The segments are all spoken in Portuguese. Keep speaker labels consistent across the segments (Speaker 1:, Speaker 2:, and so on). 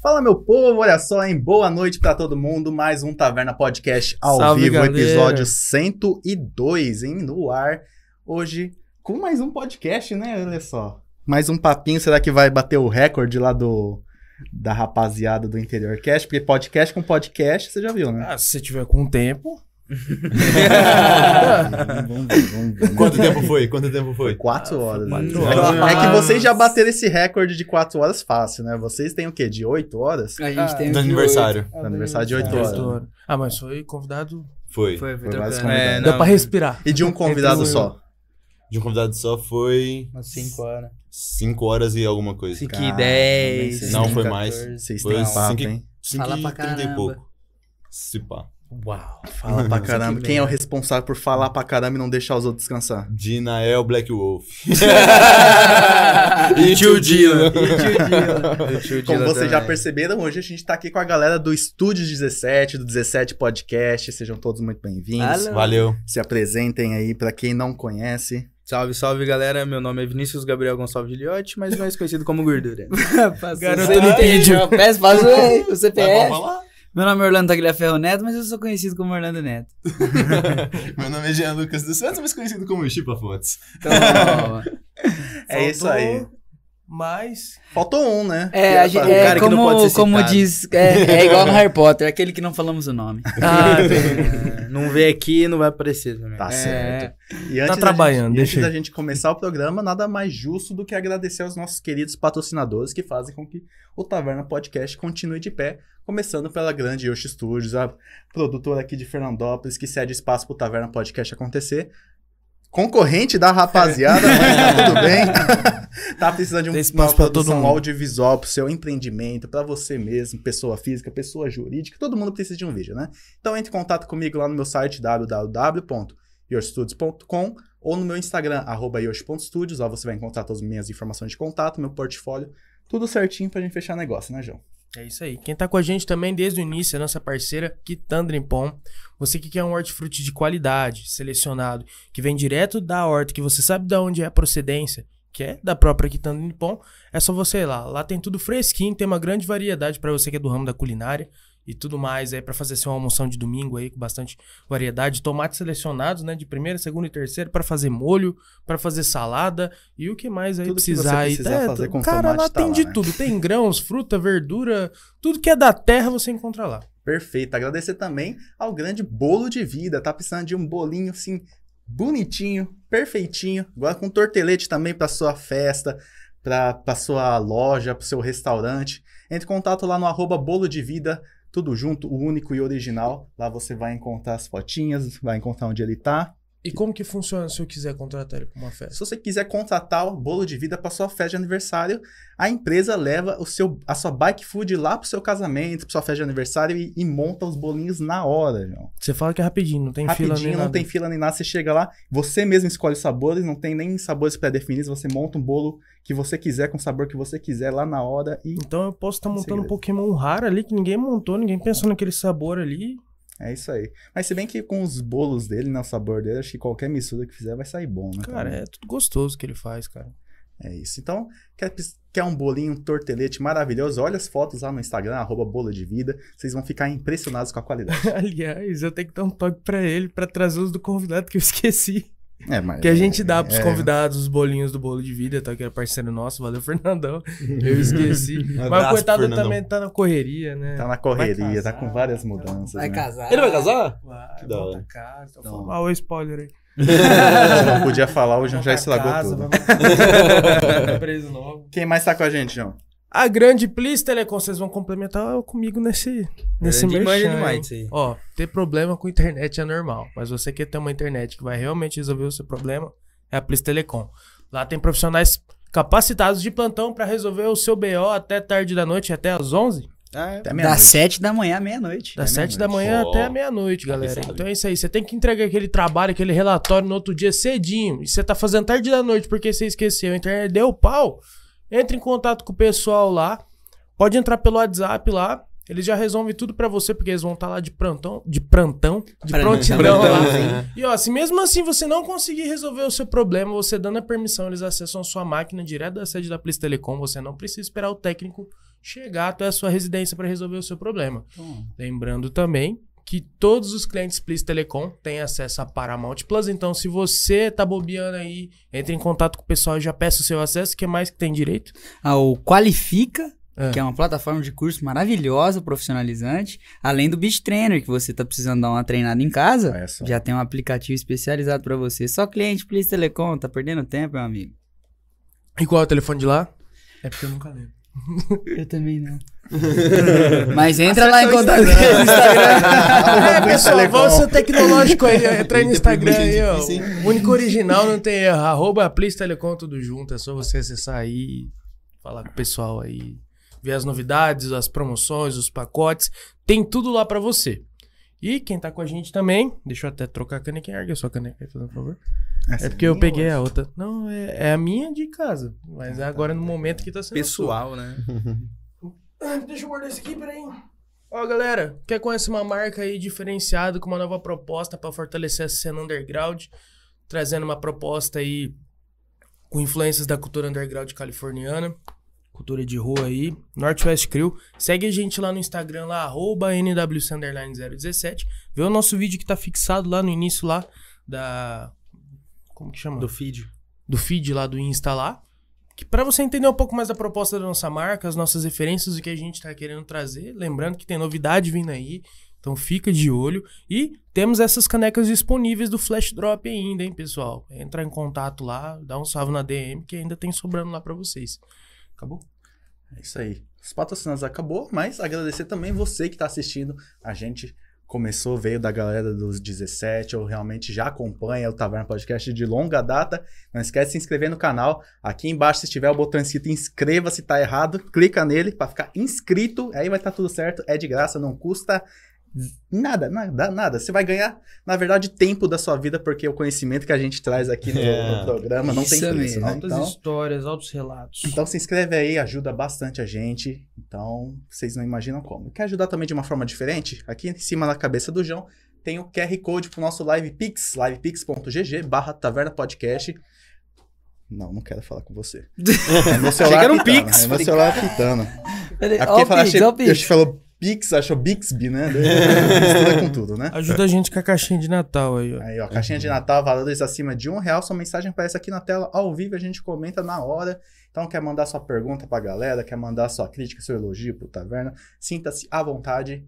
Speaker 1: Fala, meu povo, olha só, hein? Boa noite pra todo mundo. Mais um Taverna Podcast ao
Speaker 2: Salve,
Speaker 1: vivo,
Speaker 2: galera.
Speaker 1: episódio 102, hein? No ar. Hoje, com mais um podcast, né? Olha só. Mais um papinho, será que vai bater o recorde lá do da rapaziada do Interior Cast? Porque podcast com podcast, você já viu, né?
Speaker 2: Ah, se você tiver com tempo.
Speaker 1: vamos ver, vamos ver.
Speaker 3: Ah, Quanto tempo foi? Quanto tempo foi? Ah,
Speaker 1: Quatro horas. né?
Speaker 2: quatro
Speaker 1: É
Speaker 2: horas.
Speaker 1: que vocês já bateram esse recorde de quatro horas fácil, né? Vocês têm o quê? De oito horas?
Speaker 4: A gente
Speaker 2: Ah,
Speaker 4: tem
Speaker 3: do
Speaker 4: um de
Speaker 3: aniversário.
Speaker 4: oito.
Speaker 1: Do aniversário de oito
Speaker 4: Ah,
Speaker 1: horas.
Speaker 2: Doutor. Ah, mas foi convidado.
Speaker 3: Foi.
Speaker 4: Foi, foi
Speaker 1: Foi vários
Speaker 4: trocando.
Speaker 1: convidados.
Speaker 4: É,
Speaker 2: Dá pra respirar.
Speaker 1: E de um
Speaker 4: Então,
Speaker 1: convidado
Speaker 2: Entre um-
Speaker 1: só.
Speaker 3: De um convidado só foi
Speaker 4: umas 5 horas.
Speaker 3: 5 horas e alguma coisa.
Speaker 1: Cara,
Speaker 4: Fique
Speaker 1: nem
Speaker 4: 10.
Speaker 1: sei.
Speaker 3: Não, foi mais.
Speaker 1: Vocês
Speaker 3: Foi
Speaker 1: têm
Speaker 3: assim
Speaker 1: papo,
Speaker 3: que-
Speaker 1: hein?
Speaker 3: 5
Speaker 4: Fala pra
Speaker 3: e 30
Speaker 4: caramba.
Speaker 3: e pouco. Se pá.
Speaker 2: Uau.
Speaker 1: Fala pra caramba.
Speaker 4: que
Speaker 1: Quem é o
Speaker 4: merda.
Speaker 1: responsável por falar pra caramba e não deixar os outros descansar?
Speaker 3: Dinael Black Wolf. e tio Dino.
Speaker 1: Como vocês
Speaker 4: é.
Speaker 1: já perceberam, hoje a gente tá aqui com a galera do Estúdio 17, do 17 Podcast. Sejam todos muito bem-vindos.
Speaker 4: Alô.
Speaker 3: Valeu.
Speaker 1: Se apresentem aí pra quem não conhece.
Speaker 5: Salve, salve galera, meu nome é Vinícius Gabriel Gonçalves de Liotti, mas mais conhecido como Gordura.
Speaker 4: perceberam.
Speaker 2: Garoto
Speaker 4: Garoto
Speaker 2: Olimpídio.
Speaker 4: Peço, Faz o- o
Speaker 3: Tá bom,
Speaker 4: CPF.
Speaker 3: vai lá.
Speaker 4: Meu nome é Orlando Tagliaferro Neto, mas eu sou conhecido como Orlando Neto.
Speaker 3: Meu nome é Jean Lucas dos Santos, mais conhecido como Chipa Fontes.
Speaker 4: Então,
Speaker 1: É isso aí.
Speaker 2: Mas.
Speaker 1: Faltou um, né?
Speaker 4: é, a gente,
Speaker 1: O
Speaker 4: é
Speaker 1: cara que não pode
Speaker 4: como,
Speaker 1: ser
Speaker 4: como
Speaker 1: citado.
Speaker 4: diz, é, é igual no Harry Potter, aquele que não falamos o nome.
Speaker 2: Ah, tem.
Speaker 5: É, não vê aqui, não vai aparecer também.
Speaker 1: Tá
Speaker 4: É,
Speaker 1: certo. E
Speaker 2: Tá
Speaker 1: antes da
Speaker 2: trabalhando,
Speaker 1: gente, e
Speaker 2: deixa
Speaker 1: antes da
Speaker 2: aí.
Speaker 1: gente começar o programa, nada mais justo do que agradecer aos nossos queridos patrocinadores que fazem com que o Taverna Podcast continue de pé, começando pela grande Yoshi Studios, a produtora aqui de Fernandópolis, que cede espaço pro Taverna Podcast acontecer. Concorrente da rapaziada, mas tá tudo bem. tá precisando de um,
Speaker 2: Tem espaço
Speaker 1: uma
Speaker 2: pra todo
Speaker 1: produção
Speaker 2: mundo.
Speaker 1: audiovisual pro seu empreendimento, pra você mesmo, pessoa física, pessoa jurídica, todo mundo precisa de um vídeo, né? Então entre em contato comigo lá no meu site www.yourstudios.com ou no meu Instagram, arroba yoshi.studios. Lá você vai encontrar todas as minhas informações de contato, meu portfólio, tudo certinho pra gente fechar negócio, né, João?
Speaker 2: É isso aí. Quem tá com a gente também desde o início, é a nossa parceira Quitandra Pom. Você que quer um hortifruti de qualidade, selecionado, que vem direto da horta, que você sabe de onde é a procedência, que é da própria Quitandra Nippon, é só você ir lá. Lá tem tudo fresquinho, tem uma grande variedade pra você que é do ramo da culinária e tudo mais aí pra fazer sua almoção de domingo aí com bastante variedade, tomates selecionados, né, de primeira, segunda e terceira pra fazer molho, pra fazer salada e o que mais aí
Speaker 1: Tudo que
Speaker 2: precisar,
Speaker 1: você
Speaker 2: aí.
Speaker 1: precisar
Speaker 2: É,
Speaker 1: fazer
Speaker 2: tu-
Speaker 1: com
Speaker 2: cara,
Speaker 1: tomate
Speaker 2: lá
Speaker 1: tá
Speaker 2: tem
Speaker 1: lá,
Speaker 2: de
Speaker 1: né?
Speaker 2: tudo, tem grãos, fruta, verdura, tudo que é da terra você encontra lá.
Speaker 1: Perfeito. Agradecer também ao grande bolo de vida. Tá precisando de um bolinho assim, bonitinho, perfeitinho. Agora com tortelete também pra sua festa, pra pra sua loja, pro seu restaurante. Entre em contato lá no arroba bolo de vida. Tudo junto, o único e original. Lá você vai encontrar as fotinhas, vai encontrar onde ele tá.
Speaker 2: E como que funciona se eu quiser contratar ele pra uma festa?
Speaker 1: Se você quiser contratar o bolo de vida para sua festa de aniversário, a empresa leva o seu, a sua bike food lá pro seu casamento, pra sua festa de aniversário e, e monta os bolinhos na hora, João.
Speaker 2: Você fala que é rapidinho, não tem
Speaker 1: Rapidinho,
Speaker 2: fila nem
Speaker 1: não
Speaker 2: nada.
Speaker 1: tem fila nem nada, você chega lá, você mesmo escolhe os sabores, não tem nem sabores pré-definidos, você monta um bolo que você quiser, com o sabor que você quiser lá na hora e
Speaker 2: Então eu posso estar
Speaker 1: Tem
Speaker 2: montando um
Speaker 1: segredo.
Speaker 2: Pokémon raro ali que ninguém montou, ninguém pensou naquele sabor ali.
Speaker 1: é isso aí. Mas se bem que com os bolos dele, né, o sabor dele, acho que qualquer mistura que fizer vai sair bom, né?
Speaker 2: Cara,
Speaker 1: também.
Speaker 2: é tudo gostoso que ele faz, cara.
Speaker 1: É isso. Então, quer, pis- quer um bolinho, um tortelete maravilhoso? Olha as fotos lá no Instagram, arroba bolo de vida. Vocês vão ficar impressionados com a qualidade.
Speaker 2: Aliás, eu tenho que dar um toque pra ele pra trazer os do convidado que eu esqueci.
Speaker 1: É, mas...
Speaker 2: Que a gente dá pros
Speaker 1: é.
Speaker 2: convidados os bolinhos do bolo de vida, tá? Que era parceiro nosso, valeu, Fernandão. Eu esqueci.
Speaker 3: Um
Speaker 2: Mas o
Speaker 3: abraço,
Speaker 2: coitado
Speaker 3: Fernandão.
Speaker 2: também tá na correria, né?
Speaker 1: Tá na correria,
Speaker 2: Vai
Speaker 1: tá
Speaker 2: casar,
Speaker 1: com várias mudanças.
Speaker 4: Vai
Speaker 1: né?
Speaker 4: casar.
Speaker 3: Ele vai casar?
Speaker 2: Vai,
Speaker 3: Que da
Speaker 2: volta
Speaker 3: hora.
Speaker 2: a casa.
Speaker 1: Da
Speaker 2: Olha o spoiler aí.
Speaker 1: A gente não podia falar, o João já
Speaker 2: Volta a
Speaker 1: estragou
Speaker 2: casa,
Speaker 1: tudo.
Speaker 2: vai- Tá preso logo.
Speaker 1: Quem mais tá com a gente, João?
Speaker 2: A grande Plis Telecom, vocês vão complementar é comigo nesse, nesse
Speaker 5: Grande
Speaker 2: merchan,
Speaker 5: imagem demais
Speaker 2: hein?
Speaker 5: isso aí.
Speaker 2: Ó, ter problema com internet é normal, mas você quer ter uma internet que vai realmente resolver o seu problema, é a Plis Telecom. Lá tem profissionais capacitados de plantão pra resolver o seu BO até tarde da noite, até às 11, é.
Speaker 1: Até Tá.
Speaker 4: Das
Speaker 1: menos.
Speaker 4: 7 da manhã à meia-noite.
Speaker 2: das
Speaker 1: Até
Speaker 2: 7 da
Speaker 1: meia-noite.
Speaker 2: manhã
Speaker 3: Ó,
Speaker 2: até meia-noite, galera.
Speaker 3: sabe.
Speaker 2: Então é isso aí, você tem que entregar aquele trabalho, aquele relatório no outro dia cedinho, e você tá fazendo tarde da noite porque você esqueceu, a internet deu pau, entre em contato com o pessoal lá, pode entrar pelo WhatsApp lá, eles já resolvem tudo pra você, porque eles vão estar lá de plantão, de plantão, de
Speaker 4: Prantão.
Speaker 2: prontidão
Speaker 4: Prantão,
Speaker 2: lá.
Speaker 3: né?
Speaker 2: E ó, se mesmo assim você não conseguir resolver o seu problema, você dando a permissão, eles acessam sua máquina direto da sede da Plis Telecom, você não precisa esperar o técnico chegar até a sua residência para resolver o seu problema.
Speaker 4: Então,
Speaker 2: Lembrando também que todos os clientes Please Telecom têm acesso a Paramount Plus, então se você tá bobeando aí, entre em contato com o pessoal e já peça o seu acesso, que é mais que tem direito?
Speaker 4: Ah, o Qualifica,
Speaker 2: Ah.
Speaker 4: que é uma plataforma de curso maravilhosa, profissionalizante. Além do Beach Trainer, que você tá precisando dar uma treinada em casa.
Speaker 1: Olha só.
Speaker 4: Já tem um aplicativo especializado pra você. Só cliente, Please Telecom, tá perdendo tempo, meu amigo.
Speaker 2: E qual é o telefone de lá? É porque eu nunca lembro.
Speaker 4: Eu também não. Mas entra lá em
Speaker 1: Acessa o
Speaker 4: contato com o
Speaker 2: né?
Speaker 4: Instagram.
Speaker 2: É, pessoal,
Speaker 1: Telecom.
Speaker 2: vamos ser tecnológico aí. Entra aí no Instagram aí, ó.
Speaker 3: Sim.
Speaker 2: O único original não tem erro. Arroba Please Telecom, tudo junto. É só você acessar aí, falar com o pessoal aí, ver as novidades, as promoções, os pacotes. Tem tudo lá pra você. E quem tá com a gente também, deixa eu até trocar a canequinha. Ergue a sua caneca aí, fazendo favor. É porque eu peguei a outra. Não, é, é a minha de casa. Mas é agora no momento que tá sendo. a sua.
Speaker 5: Pessoal, né?
Speaker 2: Ah, Deixa eu guardar isso aqui, peraí. Ó, galera, quer conhecer uma marca aí diferenciada com uma nova proposta para fortalecer a cena underground? Trazendo uma proposta aí com influências da cultura underground californiana, cultura de rua aí, Northwest Crew. Segue a gente lá no Instagram, lá, arroba NWC017. Vê o nosso vídeo que tá fixado lá no início lá da... Como que chama?
Speaker 5: Do feed.
Speaker 2: do feed lá do Insta lá. Que para você entender um pouco mais da proposta da nossa marca, as nossas referências, o que a gente tá querendo trazer. Lembrando que tem novidade vindo aí. Então fica de olho. E temos essas canecas disponíveis do Flash Drop ainda, hein, pessoal? Entra em contato lá, dá um salve na DM que ainda tem sobrando lá para vocês. Acabou?
Speaker 1: É isso aí. Os patrocínios acabou, mas agradecer também você que está assistindo. A gente começou, veio da galera dos 17, ou realmente já acompanha o Taverna Podcast de longa data. Não esquece de se inscrever no canal. Aqui embaixo, se tiver o botão escrito inscreva se tá errado, clica nele para ficar inscrito. Aí vai estar tudo certo. É de graça, não custa nada, nada, nada. Você vai ganhar, na verdade, tempo da sua vida, porque o conhecimento que a gente traz aqui no,
Speaker 3: É.
Speaker 1: no programa não
Speaker 4: Isso
Speaker 1: tem preço,
Speaker 4: mesmo.
Speaker 1: né? Então-
Speaker 2: histórias, altos relatos.
Speaker 1: então se inscreve aí, ajuda bastante a gente. Então, vocês não imaginam como. Quer ajudar também de uma forma diferente? Aqui em cima na cabeça do João tem o QR Code pro nosso LivePix, livepix.gg barra taverna podcast. Não, não quero falar com você. É meu celular
Speaker 5: que era um
Speaker 1: pitando,
Speaker 5: Pix,
Speaker 1: É meu celular pitando.
Speaker 4: Peraí,
Speaker 1: É
Speaker 4: ó
Speaker 1: porque
Speaker 4: o
Speaker 1: fala,
Speaker 4: Pix,
Speaker 1: achei,
Speaker 4: ó o Pix.
Speaker 1: eu te falou Pix, achou Bixby, né? Mistura com tudo, né?
Speaker 2: Ajuda a gente com a caixinha de Natal aí, ó.
Speaker 1: Aí, ó, caixinha de Natal, valores acima de um real. Sua mensagem aparece aqui na tela, ao vivo, a gente comenta na hora. Então, quer mandar sua pergunta pra galera, quer mandar sua crítica, seu elogio pro Taverna, sinta-se à vontade.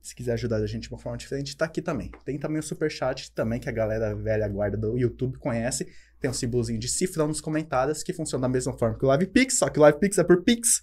Speaker 1: Se quiser ajudar a gente de uma forma diferente, tá aqui também. Tem também o Superchat, também, que a galera velha guarda do YouTube conhece. Tem um símbolozinho de cifrão nos comentários, que funciona da mesma forma que o LivePix, só que o LivePix é por Pix.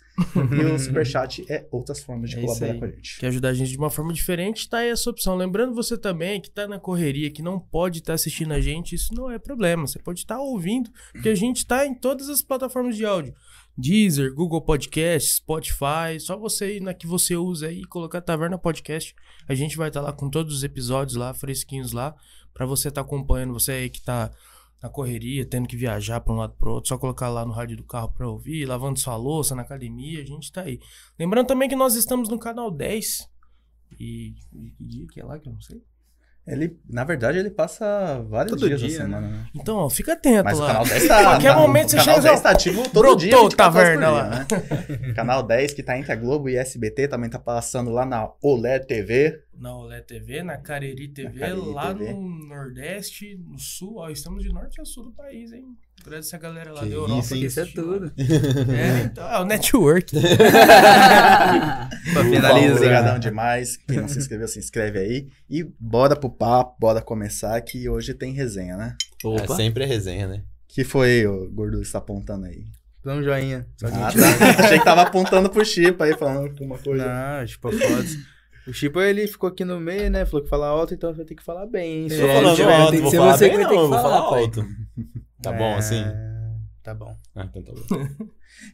Speaker 1: e o Superchat é outras formas de
Speaker 2: É isso
Speaker 1: colaborar
Speaker 2: aí.
Speaker 1: com a gente.
Speaker 2: Quer ajudar a gente de uma forma diferente, tá aí essa opção. Lembrando você também que tá na correria, que não pode estar assistindo a gente, isso não é problema. Você pode estar ouvindo, porque a gente tá em todas as plataformas de áudio. Deezer, Google Podcast, Spotify, só você ir na que você usa aí e colocar Taverna Podcast. A gente vai estar lá com todos os episódios lá, fresquinhos lá, pra você estar acompanhando, você aí que tá na correria, tendo que viajar pra um lado pro outro, só colocar lá no rádio do carro pra ouvir, lavando sua louça na academia, a gente tá aí. Lembrando também que nós estamos no canal 10. E. e Que dia que é lá que eu não sei?
Speaker 1: Ele, na verdade, ele passa vários
Speaker 5: Todo
Speaker 1: dias na
Speaker 5: dia,
Speaker 1: semana, né?
Speaker 2: Então, ó, fica atento
Speaker 1: Mas o
Speaker 2: lá.
Speaker 1: canal 10 tá.
Speaker 2: Qualquer
Speaker 1: tá-
Speaker 2: momento você
Speaker 1: o canal
Speaker 2: chega e
Speaker 1: 10 tá ativo todo
Speaker 2: brotou
Speaker 1: dia. 24 horas por
Speaker 2: taverna
Speaker 1: dia, né? canal 10 que tá entre a Globo e SBT também tá passando lá na Olé TV.
Speaker 2: Na Olé TV, na Cariri TV,
Speaker 1: Cariri
Speaker 2: lá
Speaker 1: TV.
Speaker 2: no Nordeste, no Sul. Ó, estamos de norte a sul do país, hein? Agradecer a galera lá
Speaker 3: Que
Speaker 2: da Europa.
Speaker 3: isso,
Speaker 2: que
Speaker 3: hein?
Speaker 4: Isso é
Speaker 2: assistiu.
Speaker 4: tudo.
Speaker 2: É, então, é o network.
Speaker 5: Pra
Speaker 1: Valeu,
Speaker 5: finalizar.
Speaker 1: Obrigadão demais. Quem não se inscreveu, se inscreve aí. E bora pro papo, bora começar que hoje tem resenha, né?
Speaker 3: É sempre a resenha, né?
Speaker 1: Que foi o Gordo está tá apontando aí.
Speaker 5: Dá um joinha. Só que
Speaker 1: Ah, tá. Achei que tava apontando pro Chipa aí, falando alguma coisa.
Speaker 5: Não, tipo, fotos. O Chipo, ele ficou aqui no meio, né? Falou que falar alto, então vai ter que falar bem, hein?
Speaker 3: É, Eu
Speaker 5: só. né?
Speaker 3: vou falar
Speaker 4: Chipa,
Speaker 3: no alto,
Speaker 4: É, tem que
Speaker 3: vou
Speaker 4: ser
Speaker 3: falar
Speaker 4: você
Speaker 3: bem,
Speaker 4: que vai ter
Speaker 3: não,
Speaker 4: que
Speaker 3: eu vou
Speaker 4: falar, É.
Speaker 3: falar
Speaker 4: pai.
Speaker 3: alto. Tá bom, assim?
Speaker 5: Tá bom.
Speaker 3: Ah, então tá bom.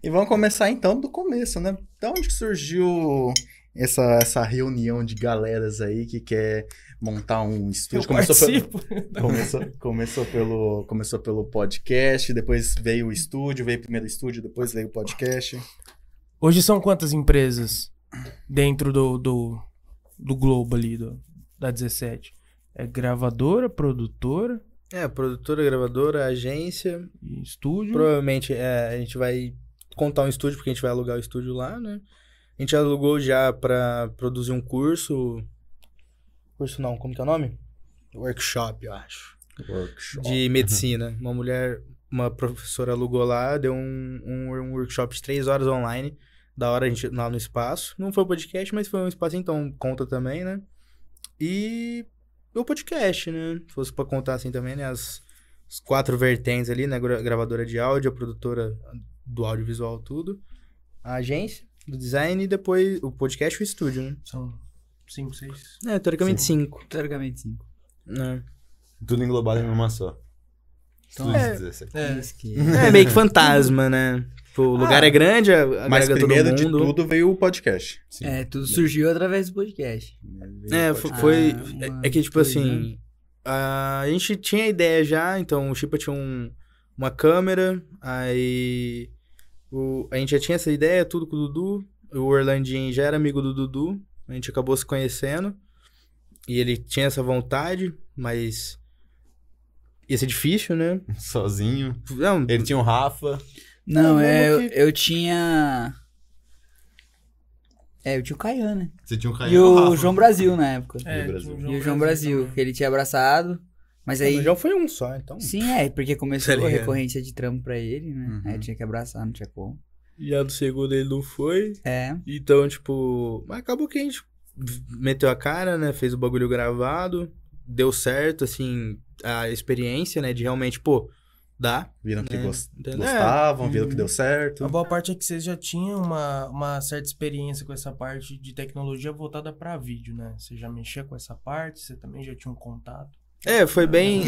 Speaker 1: E vamos começar então do começo, né? Da onde que surgiu essa, essa reunião de galeras aí que quer montar um estúdio?
Speaker 2: Eu
Speaker 1: pelo-
Speaker 2: participo.
Speaker 1: Começou, começou, pelo, começou pelo podcast, depois veio o estúdio, veio primeiro o estúdio, depois veio o podcast.
Speaker 2: Hoje são quantas empresas dentro do, do, do Globo ali, do- da 17? É gravadora, produtora,
Speaker 5: É, produtora, gravadora, agência.
Speaker 2: e estúdio.
Speaker 5: Provavelmente é, a gente vai contar um estúdio, porque a gente vai alugar o estúdio lá, né? A gente alugou já pra produzir um curso. Curso não, como que é o nome? Workshop, eu acho.
Speaker 1: Workshop.
Speaker 5: de medicina. Uma mulher, uma professora alugou lá, deu um, um, um workshop de três horas online. Da hora a gente lá no espaço. Não foi um podcast, mas foi um espaço, então conta também, né? E o podcast, né? Se fosse pra contar assim também, né? As, as quatro vertentes ali, né? Gra- Gravadora de áudio, a produtora do audiovisual, tudo. A agência do design e depois o podcast e o estúdio, né?
Speaker 2: São cinco, seis.
Speaker 5: É, teoricamente cinco.
Speaker 4: Teoricamente cinco.
Speaker 5: Né?
Speaker 6: Tudo englobado em uma só.
Speaker 4: Então,
Speaker 6: Tudo
Speaker 5: é.
Speaker 6: 17.
Speaker 2: É.
Speaker 4: Isso que-
Speaker 5: É meio que fantasma, né? Tipo, o lugar é grande, a- agrega
Speaker 1: Mas primeiro
Speaker 5: todo
Speaker 1: de
Speaker 5: mundo.
Speaker 1: tudo veio o podcast.
Speaker 6: Sim.
Speaker 4: É, tudo surgiu através do podcast.
Speaker 5: É, fo- foi.
Speaker 4: Ah,
Speaker 5: é-
Speaker 4: uma
Speaker 5: é que, tipo
Speaker 4: coisa,
Speaker 5: assim. A a gente tinha ideia já, então o Chipa tinha um- uma câmera, aí. o- a gente já tinha essa ideia, tudo com o Dudu. O Orlandinho já era amigo do Dudu, a gente acabou se conhecendo. E ele tinha essa vontade, mas. ia ser difícil, né?
Speaker 6: Sozinho.
Speaker 5: Não,
Speaker 6: Ele tinha um Rafa.
Speaker 4: Não,
Speaker 5: Ah,
Speaker 4: é, eu,
Speaker 5: vamos
Speaker 4: eu tinha. É, eu tinha o Caian, né?
Speaker 6: Você tinha um
Speaker 3: é
Speaker 6: Caio.
Speaker 4: E o João Brasil na época.
Speaker 6: É, Brasil.
Speaker 4: E o João Brasil, É, que é ele tinha abraçado. Mas aí.
Speaker 5: o João foi um só, então.
Speaker 4: Sim, é, porque começou
Speaker 5: Tá
Speaker 4: a
Speaker 5: ligado.
Speaker 4: recorrência de trampo pra ele, né?
Speaker 1: Uhum.
Speaker 4: Aí tinha que abraçar, não tinha como.
Speaker 5: E a do segundo ele não foi.
Speaker 4: É.
Speaker 5: Então, tipo, acabou que a gente meteu a cara, né? Fez o bagulho gravado, deu certo, assim, a experiência, né? De realmente, pô, dá.
Speaker 1: Viram que
Speaker 5: É. Hum. Tá
Speaker 1: gos-
Speaker 5: Entendeu?
Speaker 1: gostavam, viram que deu certo.
Speaker 2: A boa parte é que vocês já tinham uma, uma certa experiência com essa parte de tecnologia voltada pra vídeo, né? Você já mexia com essa parte, você também já tinha um contato.
Speaker 5: É, foi bem.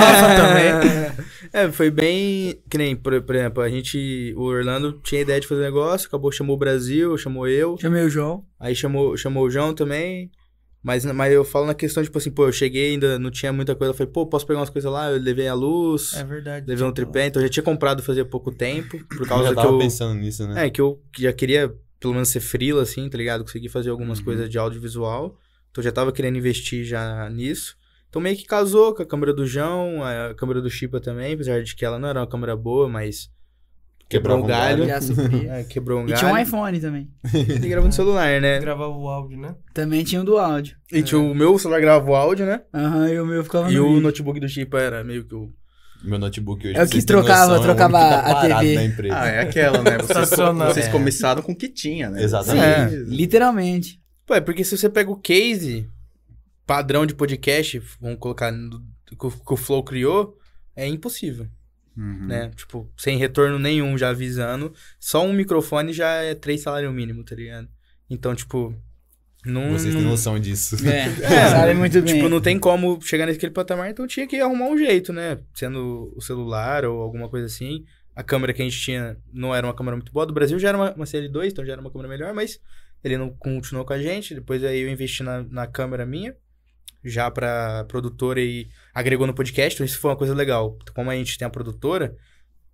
Speaker 2: também.
Speaker 5: é, foi bem. Que nem, por, por exemplo, a gente. O Orlando tinha ideia de fazer um negócio, acabou, chamou o Brasil, chamou eu.
Speaker 4: Chamei o João.
Speaker 5: Aí chamou, chamou o João também. Mas, mas eu falo na questão, tipo assim, pô, eu cheguei ainda, não tinha muita coisa. Eu falei, pô, posso pegar umas coisas lá? Eu levei a luz.
Speaker 2: É verdade.
Speaker 5: Levei um tripé, então eu já tinha comprado fazia pouco tempo, por
Speaker 6: Eu
Speaker 5: causa
Speaker 6: já
Speaker 5: que
Speaker 6: tava
Speaker 5: eu...
Speaker 6: pensando nisso, né?
Speaker 5: É, que eu já queria, pelo menos, ser frila, assim, tá ligado? Conseguir fazer algumas
Speaker 6: Uhum.
Speaker 5: coisas de audiovisual. Então, eu já tava querendo investir já nisso. Então, meio que casou com a câmera do João, a câmera do Chipa também, apesar de que ela não era uma câmera boa, mas...
Speaker 6: Quebrava
Speaker 5: Quebrou
Speaker 6: um
Speaker 5: um galho.
Speaker 4: Já sofria.
Speaker 5: É, quebrou um
Speaker 4: E tinha um
Speaker 5: galho.
Speaker 4: iPhone também.
Speaker 5: E gravando no celular, né?
Speaker 2: Gravava o áudio, né?
Speaker 4: Também tinha um do áudio.
Speaker 5: E tinha o meu celular gravava o áudio, né?
Speaker 4: Aham, e o meu ficava
Speaker 5: E
Speaker 4: no.
Speaker 5: o
Speaker 4: vídeo.
Speaker 5: notebook do Chipa era meio que o...
Speaker 6: Meu notebook hoje.
Speaker 4: É o
Speaker 6: pra
Speaker 4: que
Speaker 6: vocês
Speaker 4: trocava,
Speaker 6: terem noção,
Speaker 4: trocava
Speaker 6: é o único que tá
Speaker 4: a
Speaker 6: parado
Speaker 4: TV.
Speaker 6: Na empresa.
Speaker 1: Ah, é aquela, né? Vocês, co-
Speaker 2: Sensacional.
Speaker 1: vocês
Speaker 2: É.
Speaker 1: começaram com o que tinha, né?
Speaker 6: Exatamente.
Speaker 1: Vocês-
Speaker 4: Literalmente.
Speaker 5: Pô, é porque se você pega o case padrão de podcast, vamos colocar no- que o- que o Flow criou, é impossível,
Speaker 6: Hum.
Speaker 1: Uhum.
Speaker 5: né? Tipo, sem retorno nenhum, já avisando. Só um microfone já é três salários mínimo, tá ligado? Então, tipo, não...
Speaker 6: Vocês têm
Speaker 4: Hum.
Speaker 5: não-
Speaker 6: noção disso.
Speaker 4: É,
Speaker 5: É,
Speaker 4: sabe muito bem.
Speaker 5: Tipo, não tem como chegar naquele patamar, então tinha que arrumar um jeito, né? Sendo o celular ou alguma coisa assim. A câmera que a gente tinha não era uma câmera muito boa. Do Brasil já era uma, uma CL2, então já era uma câmera melhor, mas ele não continuou com a gente. Depois aí eu investi na, na câmera minha, já pra produtora e agregou no podcast. Então isso foi uma coisa legal. Como a gente tem a produtora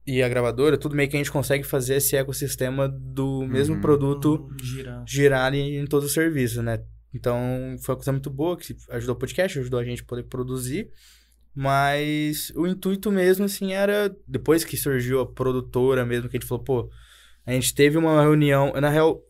Speaker 5: e a gravadora, tudo meio que a gente consegue fazer esse ecossistema do mesmo
Speaker 1: Uhum.
Speaker 5: produto
Speaker 2: Girar.
Speaker 5: girarem em todos os serviços, né? Então, foi uma coisa muito boa, que ajudou o podcast, ajudou a gente a poder produzir. Mas o intuito mesmo, assim, era... Depois que surgiu a produtora mesmo, que a gente falou, pô... A gente teve uma reunião... Na real,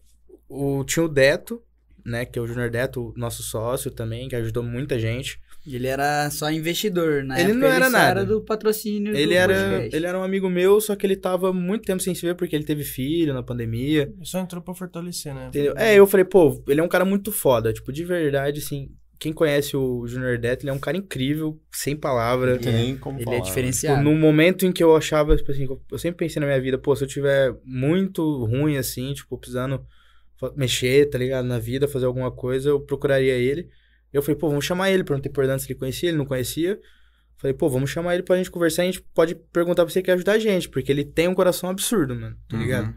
Speaker 5: o, tinha o Deto, né? Que é o Junior Deto, o nosso sócio também, que ajudou muita gente.
Speaker 4: Ele era só investidor, na
Speaker 5: Ele
Speaker 4: época
Speaker 5: não era
Speaker 4: ele só
Speaker 5: nada.
Speaker 4: era do patrocínio do
Speaker 5: Ele era,
Speaker 4: Uhum. podcast.
Speaker 5: ele era um amigo meu, só que ele tava muito tempo sem se ver, porque ele teve filho na pandemia.
Speaker 2: Só entrou pra fortalecer, né?
Speaker 5: Entendeu? É, eu falei, pô, ele é um cara muito foda. Tipo, de verdade, assim, quem conhece o Junior Death, ele é um cara incrível, sem palavra.
Speaker 6: Não tem nem como
Speaker 4: Ele
Speaker 6: falar.
Speaker 4: é
Speaker 5: Tipo,
Speaker 4: diferenciado.
Speaker 5: no momento em que eu achava, tipo assim, eu sempre pensei na minha vida, pô, se eu tiver muito ruim, assim, tipo, precisando fa- mexer, tá ligado, na vida, fazer alguma coisa, eu procuraria ele. Eu falei, pô, vamos chamar ele, perguntei por antes se ele conhecia, ele não conhecia. Falei, pô, vamos chamar ele pra gente conversar, a gente pode perguntar pra você que quer ajudar a gente, porque ele tem um coração absurdo, mano, tá ligado?
Speaker 1: Uhum.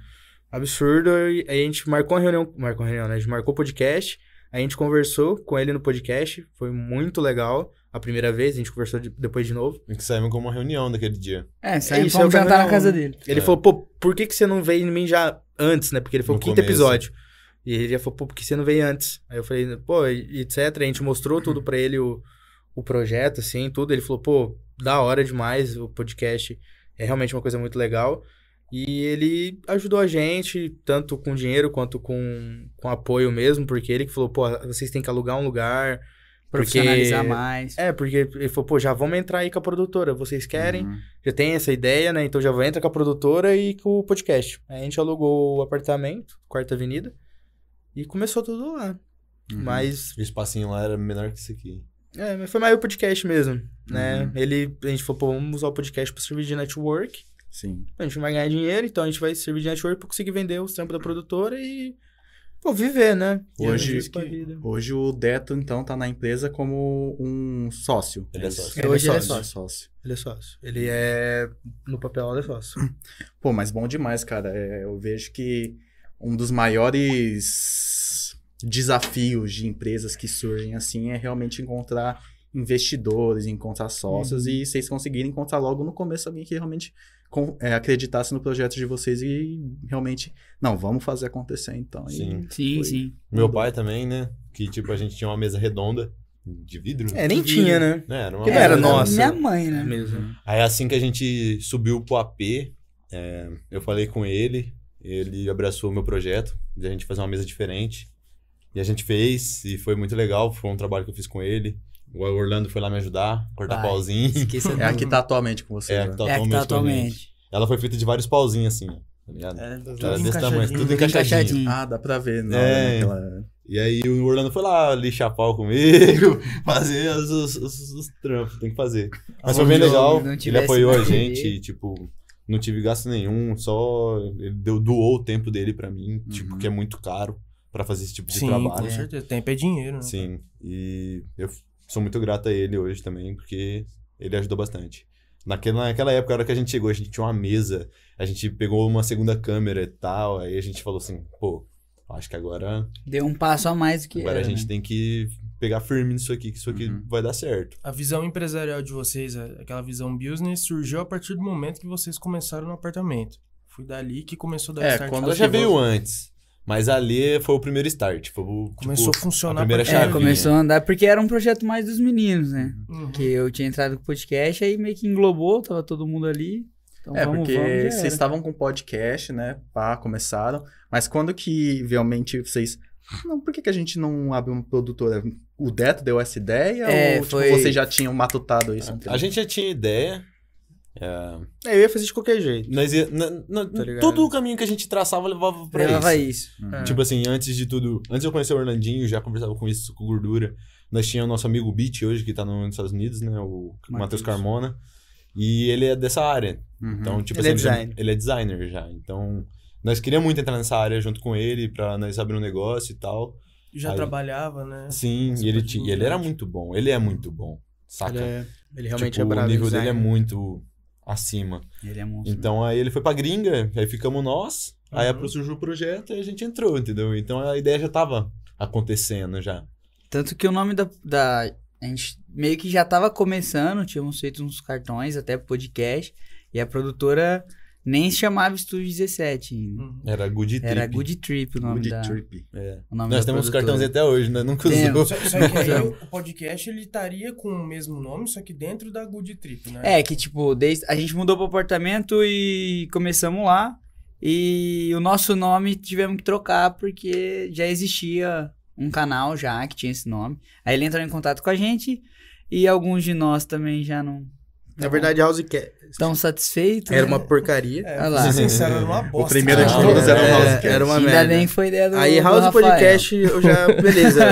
Speaker 5: absurdo. e Aí a gente marcou a reunião, marcou a reunião, né? A gente marcou o podcast, a gente conversou com ele no podcast, foi muito legal. A primeira vez, a gente conversou de- depois de novo.
Speaker 6: Que saímos com uma reunião daquele dia.
Speaker 4: É, saímos
Speaker 5: isso,
Speaker 4: pra um
Speaker 5: eu também
Speaker 4: jantar na
Speaker 5: não-
Speaker 4: casa dele.
Speaker 5: Ele
Speaker 6: É.
Speaker 5: falou, pô, por que, que você não veio em mim já antes, né? Porque ele foi o
Speaker 6: No
Speaker 5: quinto
Speaker 6: começo.
Speaker 5: episódio. E ele já falou, pô, por que você não veio antes? Aí eu falei, pô, e- etc. A gente mostrou tudo pra ele, o, o projeto, assim, tudo. Ele falou, pô, da hora demais o podcast. É realmente uma coisa muito legal. E ele ajudou a gente, tanto com dinheiro quanto com, com apoio mesmo, porque ele que falou, pô, vocês têm que alugar um lugar. Porque...
Speaker 4: Profissionalizar mais.
Speaker 5: É, porque ele falou, pô, já vamos entrar aí com a produtora, vocês querem?
Speaker 4: Uhum.
Speaker 5: Já tem essa ideia, né? Então já vou entrar com a produtora e com o podcast. Aí a gente alugou o apartamento, Quarta Avenida, e começou tudo lá.
Speaker 4: Uhum.
Speaker 5: Mas
Speaker 6: O espacinho lá era menor que esse aqui.
Speaker 5: é, mas foi mais o podcast mesmo, né?
Speaker 4: Uhum.
Speaker 5: Ele, a gente falou, pô, vamos usar o podcast pra servir de network.
Speaker 1: Sim.
Speaker 5: A gente não vai ganhar dinheiro, então a gente vai servir de network pra conseguir vender os trampos da produtora e, pô, viver, né? E
Speaker 1: Hoje-
Speaker 5: eu vivo pra vida.
Speaker 1: Hoje o Deto, então, tá na empresa como um sócio.
Speaker 6: Ele é sócio.
Speaker 5: É, hoje ele é
Speaker 1: sócio.
Speaker 5: Ele é sócio. Ele é, no papel, ele é
Speaker 6: Uhum.
Speaker 5: sócio.
Speaker 1: Pô, mas bom demais, cara. É, eu vejo que um dos maiores desafios de empresas que surgem assim é realmente encontrar investidores, encontrar sócios
Speaker 5: Uhum.
Speaker 1: e vocês conseguirem encontrar logo no começo alguém que realmente com- é, acreditasse no projeto de vocês e realmente, não, vamos fazer acontecer então. E-
Speaker 6: Sim.
Speaker 4: Sim,
Speaker 1: Foi.
Speaker 4: sim.
Speaker 6: Meu pai também, né? Que tipo, a gente tinha uma mesa redonda de vidro.
Speaker 5: É, nem tinha, né?
Speaker 6: Né? Era uma
Speaker 5: Que não era
Speaker 6: mesa
Speaker 5: nossa.
Speaker 6: redonda.
Speaker 4: É, Minha mãe, né?
Speaker 1: Uhum.
Speaker 5: Mesmo.
Speaker 6: Aí assim que a gente subiu pro AP, é, eu falei com ele, ele abraçou o meu projeto de a gente fazer uma mesa diferente. E a gente fez, e foi muito legal, foi um trabalho que eu fiz com ele. O Orlando foi lá me ajudar, cortar
Speaker 4: Vai.
Speaker 6: pauzinho.
Speaker 4: Esqueça
Speaker 1: É a que tá atualmente com vocês.
Speaker 6: É, a
Speaker 1: né?
Speaker 6: que tá
Speaker 4: É a que
Speaker 6: atualmente.
Speaker 4: tá
Speaker 6: com a gente.
Speaker 4: atualmente.
Speaker 6: Ela foi feita de vários pauzinhos assim, ó, tá ligado?
Speaker 4: É,
Speaker 6: Era desse tamanho,
Speaker 2: encaixadinho.
Speaker 6: tudo
Speaker 4: tudo
Speaker 6: encaixadinho.
Speaker 4: encaixadinho.
Speaker 1: Ah, dá pra ver. Não,
Speaker 6: É.
Speaker 1: né, aquela-
Speaker 6: E aí o Orlando foi lá lixar pau comigo, fazer os, os, os- os trampos, tem que fazer. Mas foi bem
Speaker 4: Onde eu
Speaker 6: legal,
Speaker 4: um não
Speaker 6: ele
Speaker 4: tivesse
Speaker 6: apoiou a
Speaker 4: na TV.
Speaker 6: gente, tipo, não tive gasto nenhum, só ele deu, doou o tempo dele pra mim, tipo,
Speaker 4: Uhum.
Speaker 6: que é muito caro pra fazer esse tipo de
Speaker 2: Sim,
Speaker 6: trabalho.
Speaker 2: com certeza. Tempo é dinheiro, né?
Speaker 6: Sim, e eu f- sou muito grato a ele hoje também, porque ele ajudou bastante. Naquela, naquela época, a hora que a gente chegou, a gente tinha uma mesa, a gente pegou uma segunda câmera e tal, aí a gente falou assim, pô, acho que agora
Speaker 4: Deu um passo a mais do que
Speaker 6: Agora
Speaker 5: é,
Speaker 4: era, né?
Speaker 6: a gente
Speaker 5: né?
Speaker 6: tem que pegar firme nisso aqui, que isso aqui
Speaker 1: Uhum.
Speaker 6: vai dar certo.
Speaker 2: A visão empresarial de vocês, a- aquela visão business, surgiu a partir do momento que vocês começaram no apartamento. Foi dali que começou da
Speaker 1: É,
Speaker 2: start.
Speaker 1: quando
Speaker 6: Ela já veio antes, mas ali foi o primeiro start. Foi o, tipo,
Speaker 2: Começou a funcionar.
Speaker 6: a primeira
Speaker 2: pra
Speaker 4: né? É,
Speaker 6: chavinha.
Speaker 2: caralho.
Speaker 4: começou a andar, porque era um projeto mais dos meninos, né?
Speaker 2: Uhum.
Speaker 4: Porque eu tinha entrado com o podcast, aí meio que englobou, tava todo mundo ali. Então
Speaker 1: é,
Speaker 4: vamos,
Speaker 1: porque
Speaker 4: vamos, já
Speaker 1: vocês
Speaker 4: era.
Speaker 1: estavam com podcast, né? Pá, começaram. Mas quando que realmente vocês. "Ah, Não, por que, que a gente não abre uma produtora? O Deto deu essa ideia?
Speaker 4: É,
Speaker 1: ou tipo,
Speaker 4: foi-
Speaker 1: vocês já tinham matutado isso?
Speaker 6: A gente já tinha ideia. é,
Speaker 5: É, eu ia fazer de qualquer jeito.
Speaker 6: nós ia- na- na-
Speaker 5: Tá ligado?
Speaker 6: todo o caminho que a gente traçava levava pra
Speaker 4: Levava
Speaker 6: isso.
Speaker 4: isso.
Speaker 5: É.
Speaker 6: Tipo assim, antes de tudo, antes de eu conhecer o Orlandinho, já conversava com isso, com gordura. Nós tinha o nosso amigo Beat hoje, que tá no- nos Estados Unidos, né? O
Speaker 4: Matheus.
Speaker 6: Matheus Carmona. E ele é dessa área. Então, tipo
Speaker 5: Ele é
Speaker 6: assim, já-
Speaker 5: designer.
Speaker 6: ele é designer já. Então, nós queríamos muito entrar nessa área junto com ele pra nós abrir um negócio e tal.
Speaker 2: Já
Speaker 6: Aí-
Speaker 2: trabalhava, né?
Speaker 6: Sim,
Speaker 2: Essa
Speaker 6: e ele,
Speaker 2: parte
Speaker 6: ti-
Speaker 2: de
Speaker 6: e ele era
Speaker 2: arte.
Speaker 6: muito bom. Ele é muito bom. Saca?
Speaker 5: Ele, é- ele realmente
Speaker 6: Tipo,
Speaker 5: é bravo.
Speaker 6: o nível
Speaker 5: design.
Speaker 6: dele é muito acima.
Speaker 4: Ele é monstro.
Speaker 6: Então aí ele foi pra gringa, aí ficamos nós, aí
Speaker 2: Uhum.
Speaker 6: surgiu o projeto e a gente entrou, entendeu? Então a ideia já tava acontecendo já.
Speaker 4: Tanto que o nome da, da- A gente meio que já tava começando, tínhamos feito uns cartões até pro podcast. E a produtora nem se chamava Estúdio 17 ainda.
Speaker 2: Uhum.
Speaker 6: Era Good Trip.
Speaker 4: Era Good Trip o nome
Speaker 1: Good
Speaker 4: da.
Speaker 1: Trip.
Speaker 6: É.
Speaker 4: O nome
Speaker 6: Nós
Speaker 4: da
Speaker 6: temos os
Speaker 4: produtora.
Speaker 6: cartãozinhos até hoje, né? Nunca usou.
Speaker 4: Temos.
Speaker 2: Só, só que aí o podcast ele estaria com o mesmo nome, só que dentro da Good Trip, né?
Speaker 4: É, que tipo, desde, a gente mudou pro apartamento e começamos lá. E o nosso nome tivemos que trocar porque já existia um canal já que tinha esse nome. Aí ele entrou em contato com a gente e alguns de nós também já não
Speaker 5: Na É verdade, House Cat
Speaker 4: tão satisfeitos.
Speaker 5: era
Speaker 4: né?
Speaker 5: uma porcaria.
Speaker 2: É,
Speaker 4: Olha
Speaker 2: pra
Speaker 4: lá.
Speaker 2: ser sincero, era uma bosta.
Speaker 1: primeiro de
Speaker 2: Ah,
Speaker 1: todos
Speaker 2: é.
Speaker 1: era um House
Speaker 5: é,
Speaker 1: Cat.
Speaker 5: era uma
Speaker 4: Ainda
Speaker 5: merda.
Speaker 4: bem que foi ideia do
Speaker 5: Aí
Speaker 4: do
Speaker 5: House
Speaker 4: Rafael.
Speaker 5: Podcast, eu já... Beleza,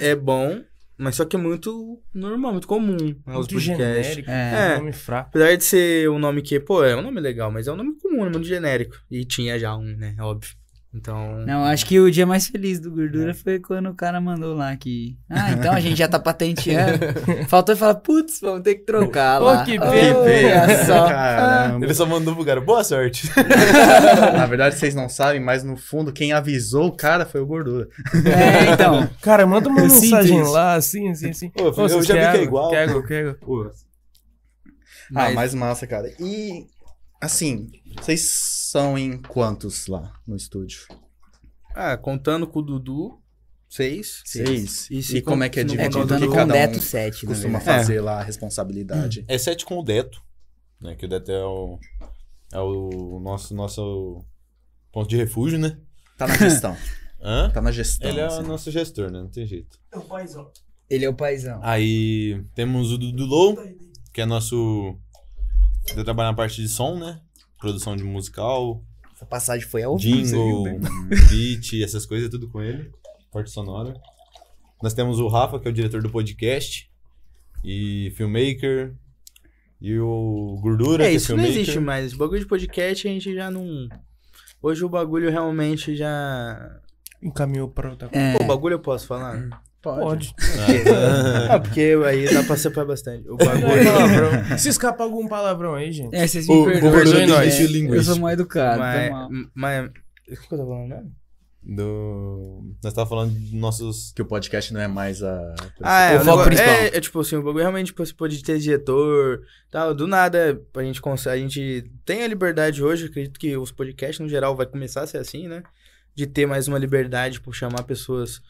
Speaker 5: é bom, mas só que é muito normal, muito comum. House
Speaker 2: Muito
Speaker 5: Podcast.
Speaker 2: genérico,
Speaker 4: É.
Speaker 2: um nome fraco.
Speaker 5: Apesar de ser um nome que, pô, é um nome legal, mas é um nome comum, é um nome genérico. E tinha já um, né? Óbvio. Então...
Speaker 4: Não, acho que o dia mais feliz do Gordura
Speaker 5: É.
Speaker 4: foi quando o cara mandou lá que. Ah, então a gente já tá patenteando. Faltou falar, putz, vamos ter que trocar
Speaker 2: Pô,
Speaker 4: lá.
Speaker 2: que
Speaker 4: Olha
Speaker 1: Pena,
Speaker 4: só.
Speaker 1: Caramba.
Speaker 6: Ele só mandou pro cara, boa sorte.
Speaker 1: Na verdade, vocês não sabem, mas no fundo, quem avisou o cara foi o Gordura.
Speaker 4: É, então.
Speaker 2: Cara, manda uma
Speaker 4: Eu sinto
Speaker 2: mensagem
Speaker 4: isso.
Speaker 2: lá, assim, assim, assim.
Speaker 6: Ô, eu
Speaker 2: vocês
Speaker 6: já vi que é
Speaker 2: querem?
Speaker 6: igual.
Speaker 2: Quero, quero.
Speaker 6: Pô,
Speaker 1: Ah,
Speaker 4: Mas-
Speaker 1: mais massa, cara. E, assim, vocês são em quantos lá no estúdio?
Speaker 5: Ah, contando com o Dudu, seis.
Speaker 1: Seis.
Speaker 5: E se
Speaker 1: E como é que é
Speaker 5: se não
Speaker 4: É,
Speaker 1: dividido?
Speaker 4: contando
Speaker 1: que
Speaker 4: com né, o
Speaker 1: cada um
Speaker 4: Deto 7,
Speaker 1: costuma
Speaker 5: verdade.
Speaker 6: Hum.
Speaker 1: fazer lá a responsabilidade.
Speaker 6: É 7 com o Deto, né? Que o Deto é o. É o nosso, nosso ponto de refúgio, né?
Speaker 1: Tá na gestão.
Speaker 6: Hã?
Speaker 1: tá na
Speaker 2: Então,
Speaker 1: gestão.
Speaker 6: Ele é o
Speaker 1: assim.
Speaker 6: nosso gestor, né? Não tem jeito.
Speaker 4: Ele é o paizão.
Speaker 6: Aí temos o Dudu Low, que é nosso. Ele trabalha na parte de som, né? Produção de musical,
Speaker 4: Essa passagem foi ao vivo, você viu,
Speaker 6: jingle,
Speaker 4: né?
Speaker 6: beat, essas coisas, é tudo com ele. Parte sonora. Nós temos o Rafa, que é o diretor do podcast, e filmmaker, e o Gordura,
Speaker 5: É,
Speaker 6: que é
Speaker 5: isso não
Speaker 6: filmmaker.
Speaker 5: existe mais. Esse bagulho de podcast a gente já não. Hoje o bagulho realmente já.
Speaker 2: Encaminhou pra outra coisa.
Speaker 4: É,
Speaker 5: Pô, o bagulho eu posso falar?
Speaker 2: Pode.
Speaker 6: Tá
Speaker 5: Ah, porque aí dá pra separar bastante. O bagulho.
Speaker 2: Palavrão. Se escapa algum palavrão aí, gente.
Speaker 4: é, vocês
Speaker 6: O-
Speaker 4: me
Speaker 6: o
Speaker 4: perdoam.
Speaker 2: Gordura
Speaker 4: gente.
Speaker 2: tem
Speaker 4: É,
Speaker 6: desvio
Speaker 4: eu sou
Speaker 6: linguístico.
Speaker 4: mal educado, foi é mal.
Speaker 5: mas, é mas. O que eu tava falando mesmo?
Speaker 6: Do... Nós tava falando dos nossos.
Speaker 1: Que o podcast não é mais a.
Speaker 5: Ah, é,
Speaker 4: O
Speaker 5: o
Speaker 4: foco
Speaker 5: negócio-
Speaker 4: principal.
Speaker 5: É, é, tipo assim, o bagulho realmente tipo, você pode ter diretor tal. Do nada, a gente consegue. A gente tem a liberdade hoje, acredito que os podcasts, no geral, vai começar a ser assim, né? De ter mais uma liberdade por chamar pessoas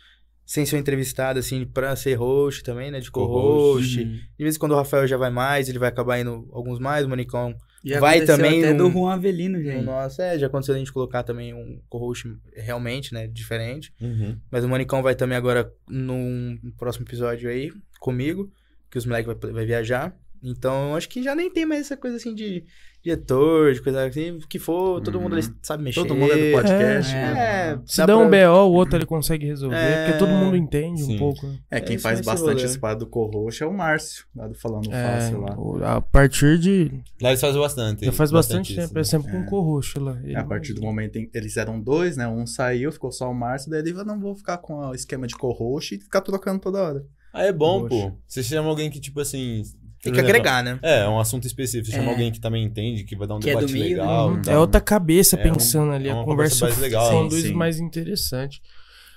Speaker 5: sem ser entrevistado, assim, pra ser host também, né? De co-host.
Speaker 4: Uhum.
Speaker 5: De vez em quando o Rafael já vai mais, ele vai acabar indo alguns mais, o Manicão.
Speaker 4: Já
Speaker 5: Vai
Speaker 4: aconteceu
Speaker 5: também
Speaker 4: até do
Speaker 5: num-
Speaker 4: Juan Avelino, gente.
Speaker 5: Nossa, é, já aconteceu a gente colocar também um co-host realmente, né? Diferente.
Speaker 6: Uhum.
Speaker 5: Mas o Manicão vai também agora num próximo episódio aí, comigo, que os moleques vai, vai viajar. Então, acho que já nem tem mais essa coisa assim de diretor, de coisa assim, o que for, todo mundo ali sabe mexer.
Speaker 1: Uhum. Todo mundo é do podcast.
Speaker 4: É.
Speaker 5: É,
Speaker 2: Se dá, um
Speaker 5: pra-
Speaker 2: BO, o outro ele consegue resolver,
Speaker 5: É.
Speaker 2: porque todo mundo entende um
Speaker 6: Sim.
Speaker 2: pouco. né?
Speaker 1: É, quem
Speaker 5: isso
Speaker 1: faz
Speaker 5: nesse
Speaker 1: bastante
Speaker 5: rolê.
Speaker 1: esse par do Corroxo é o Márcio, lá do Falando
Speaker 2: É,
Speaker 1: Fácil lá.
Speaker 2: o- a partir de.
Speaker 6: Lá eles fazem bastante.
Speaker 2: Já faz bastante tempo, é
Speaker 6: isso, né?
Speaker 2: sempre com um corroxo lá. Ele-
Speaker 1: É, A partir do momento em eles eram dois, né? Um saiu, ficou só o Márcio, daí ele falou, não vou ficar com o esquema de co-host e ficar trocando toda hora.
Speaker 6: né? Ah, é bom,
Speaker 2: Poxa.
Speaker 6: pô. Você chama alguém que, tipo assim.
Speaker 5: Tem
Speaker 6: por
Speaker 5: que
Speaker 6: exemplo,
Speaker 5: agregar, né?
Speaker 6: É, é um assunto específico. Você
Speaker 4: É.
Speaker 6: chama alguém que também entende, que vai dar um
Speaker 4: Que é do
Speaker 6: debate
Speaker 4: meio, né?
Speaker 6: legal.
Speaker 4: Uhum.
Speaker 6: e tal.
Speaker 2: É outra cabeça
Speaker 6: É
Speaker 2: pensando ali.
Speaker 6: é
Speaker 2: a
Speaker 6: uma
Speaker 2: conversa
Speaker 6: conversa mais legal,
Speaker 2: conduz
Speaker 1: sim.
Speaker 2: mais interessante.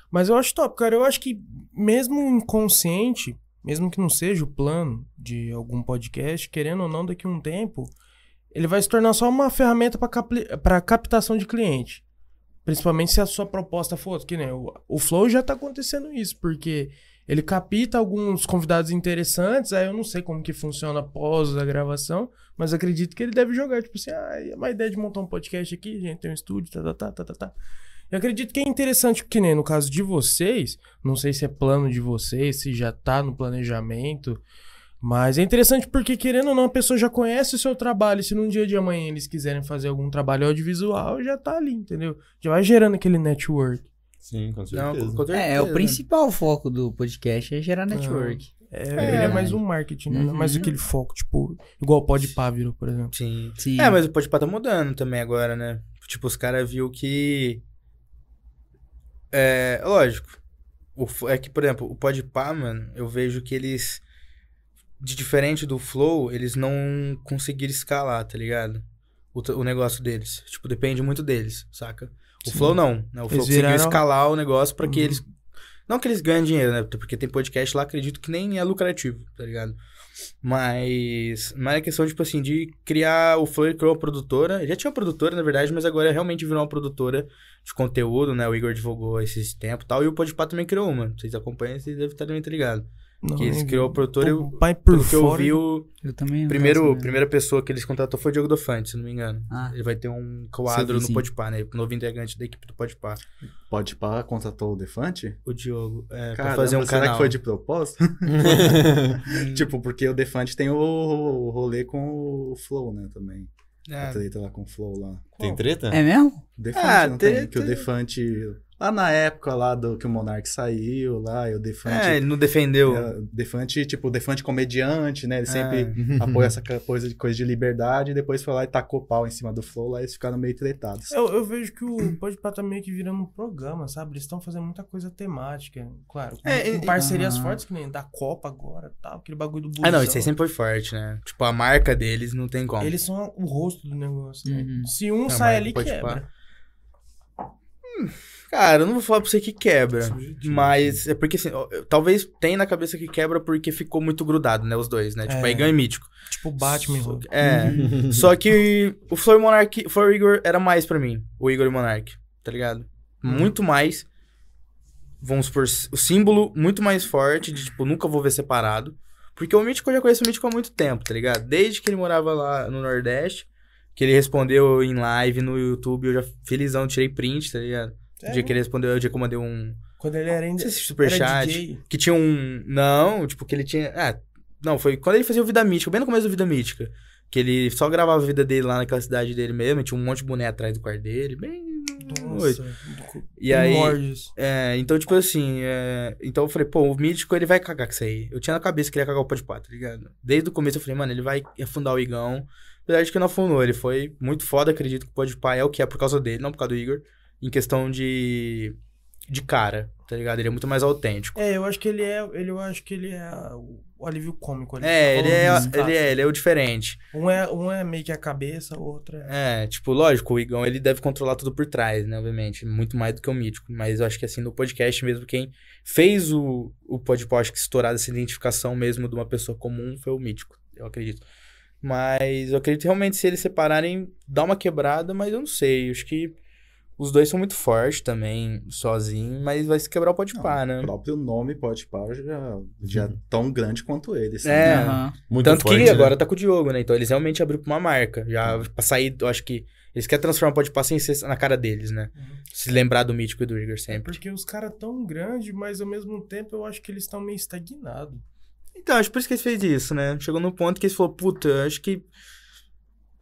Speaker 2: Mas eu acho top, cara. Eu acho que mesmo inconsciente, mesmo que não seja o plano de algum podcast, querendo ou não, daqui a um tempo, ele vai se tornar só uma ferramenta para captação de cliente. Principalmente se a sua proposta for, que nem o, o Flow já tá acontecendo isso, porque ele capta alguns convidados interessantes, aí eu não sei como que funciona após a gravação, mas acredito que ele deve jogar, tipo assim, ah, é uma ideia de montar um podcast aqui, gente, tem um estúdio, tá, tá, tá, tá, tá, tá. Eu acredito que é interessante, que nem no caso de vocês, não sei se é plano de vocês, se já tá no planejamento, mas é interessante porque, querendo ou não, a pessoa já conhece o seu trabalho, e se num dia de amanhã eles quiserem fazer algum trabalho audiovisual, já tá ali, entendeu? Já vai gerando aquele network.
Speaker 6: Sim, com
Speaker 5: Não,
Speaker 6: certeza.
Speaker 5: com- com certeza, Ah.
Speaker 4: É, é o
Speaker 5: né?
Speaker 4: principal foco do podcast é gerar network.
Speaker 2: É, ele é mais um marketing, né? Não é mais
Speaker 4: Uhum.
Speaker 2: aquele foco, tipo, igual o Podpah virou, por exemplo.
Speaker 5: Sim.
Speaker 4: Sim.
Speaker 5: É, mas o Podpah tá mudando também agora, né? Tipo, os caras viu que... É, lógico. O f- é que, por exemplo, o Podpah, mano, eu vejo que eles... De diferente do Flow, eles não conseguiram escalar, tá ligado? O, t- o negócio deles. Tipo, depende muito deles, saca? O Flow não, né? O Flow conseguiu
Speaker 2: viraram-
Speaker 5: escalar o negócio pra que
Speaker 2: Uhum.
Speaker 5: eles... Não que eles ganhem dinheiro, né? Porque tem podcast lá, acredito que nem é lucrativo, tá ligado? Mas, mas é questão, tipo assim, de criar o Flow ele criou uma produtora. Já tinha uma produtora, na verdade, mas agora realmente virou uma produtora de conteúdo, né? O Igor divulgou esses tempos e tal. E o Podpah também criou uma. Vocês acompanham, vocês devem estar também tá ligado.
Speaker 2: Não,
Speaker 5: Que eles
Speaker 2: não-
Speaker 5: criou a produtora e eu-
Speaker 2: Pai por
Speaker 5: pelo que eu
Speaker 2: fora,
Speaker 5: vi, o
Speaker 4: eu também. não
Speaker 5: primeiro,
Speaker 4: gosto, né?
Speaker 5: primeira pessoa que eles contratou foi o Diogo Dofante, se não me engano.
Speaker 4: Ah.
Speaker 5: Ele vai ter um quadro
Speaker 4: Sim, sim.
Speaker 5: no Podpah, né? O novo integrante da equipe do Podpah.
Speaker 1: Pode pá, contratou o Defante?
Speaker 5: O Diogo, é, pra
Speaker 1: Caramba,
Speaker 5: fazer um
Speaker 1: será
Speaker 5: canal.
Speaker 1: que foi de propósito?
Speaker 5: Hum.
Speaker 1: tipo, porque o Defante tem o, o rolê com o Flow, né, também. A
Speaker 5: É,
Speaker 1: treta lá com o Flow lá.
Speaker 6: Tem
Speaker 5: né?
Speaker 6: treta?
Speaker 4: É mesmo?
Speaker 1: O Defante
Speaker 5: Ah,
Speaker 1: não
Speaker 5: tem-
Speaker 1: tem, que o
Speaker 5: tem-
Speaker 1: Defante... Lá na época lá do que o Monark saiu lá, e o Defante...
Speaker 5: é, ele não defendeu.
Speaker 1: É, Defante, tipo, Defante comediante, né? Ele
Speaker 5: É.
Speaker 1: sempre apoia essa ca- coisa de, coisa de liberdade e depois foi lá e tacou pau em cima do Flow, lá eles ficaram meio tretados.
Speaker 2: Eu, eu vejo que o Podpah tá meio que virando um programa, sabe? Eles estão fazendo muita coisa temática, claro. Com,
Speaker 5: É,
Speaker 2: com
Speaker 5: e-
Speaker 2: parcerias
Speaker 4: Aham.
Speaker 2: fortes, que nem da Copa agora e tal, aquele bagulho do busão.
Speaker 5: Ah, não, isso aí sempre foi forte, né? Tipo, a marca deles não tem como.
Speaker 2: Eles são o rosto do negócio, né?
Speaker 4: Uhum.
Speaker 2: Se um
Speaker 5: Não,
Speaker 2: sai
Speaker 5: mas
Speaker 2: ali,
Speaker 5: pode
Speaker 2: quebra.
Speaker 5: Cara, eu não vou falar pra você que quebra. Mas é porque assim, ó, eu- talvez tenha na cabeça que quebra porque ficou muito grudado, né? Os dois, né? Tipo,
Speaker 2: É.
Speaker 5: aí ganha mítico.
Speaker 2: Tipo Batman.
Speaker 5: Só-
Speaker 2: Hulk.
Speaker 5: É. Só que o Flow e o Monark, o Flow e o Igor era mais pra mim. O Igor e o Monark, tá ligado?
Speaker 2: Uhum.
Speaker 5: Muito mais. Vamos supor, o símbolo muito mais forte de, tipo, nunca vou ver separado. Porque o Mítico eu já conheço o Mítico há muito tempo, tá ligado? Desde que ele morava lá no Nordeste, que ele respondeu em live no YouTube, eu já felizão, tirei print, tá ligado? O dia que ele respondeu, o dia que eu mandei um.
Speaker 2: É, Quando ele era
Speaker 5: Não
Speaker 2: ainda.
Speaker 5: sei se
Speaker 2: Era
Speaker 5: superchat.
Speaker 2: DJ.
Speaker 5: Que tinha um. Não, tipo, que ele tinha. Ah, não, foi quando ele fazia o Vida Mítica, bem no começo do Vida Mítica. Que ele só gravava a vida dele lá naquela cidade dele mesmo, e tinha um monte de boné atrás do quarto dele, bem.
Speaker 2: Nossa.
Speaker 5: E aí.
Speaker 2: primórdios.
Speaker 5: É, então, tipo assim, é, então eu falei, pô, o Mítico ele vai cagar com isso aí. Eu tinha na cabeça que ele ia cagar o pó de pato, tá ligado? Desde o começo eu falei, mano, ele vai afundar o Igão. Apesar de que não afundou, ele foi muito foda, acredito que o pó de pá é o que é por causa dele, não por causa do Igor. Em questão de. de cara, tá ligado? Ele é muito mais autêntico.
Speaker 2: É, eu acho que ele é. Ele, eu acho que ele é o o alívio cômico ali.
Speaker 5: É, ele é,
Speaker 2: Vamos
Speaker 5: ele é, ele é o diferente.
Speaker 2: Um é, um é meio que a cabeça, o outro é.
Speaker 5: É, tipo, lógico, o Igão ele deve controlar tudo por trás, né? Obviamente, muito mais do que o Mítico. Mas eu acho que assim, no podcast mesmo, quem fez o, o podcast que estourar essa identificação mesmo de uma pessoa comum foi o Mítico, eu acredito. Mas eu acredito realmente se eles separarem, dá uma quebrada, mas eu não sei. eu Acho que os dois são muito fortes também, sozinho, mas vai se quebrar o pode pá, né?
Speaker 1: O próprio nome pode pá já, já é tão grande quanto ele. assim.
Speaker 5: Uhum. É,
Speaker 4: Aham.
Speaker 6: Muito
Speaker 5: Tanto
Speaker 6: forte,
Speaker 5: que
Speaker 6: né?
Speaker 5: agora tá com o Diogo, né? Então eles realmente abriram pra uma marca. Já pra sair, eu acho que. Eles querem transformar o Podpah sem ser na cara deles, né?
Speaker 2: Uhum.
Speaker 5: Se lembrar do Mítico e do Igor sempre.
Speaker 2: Porque os caras tão grandes, mas ao mesmo tempo eu acho que eles estão meio estagnados.
Speaker 5: Então, acho por isso que eles fez isso, né? Chegou no ponto que eles falou, puta, eu acho que.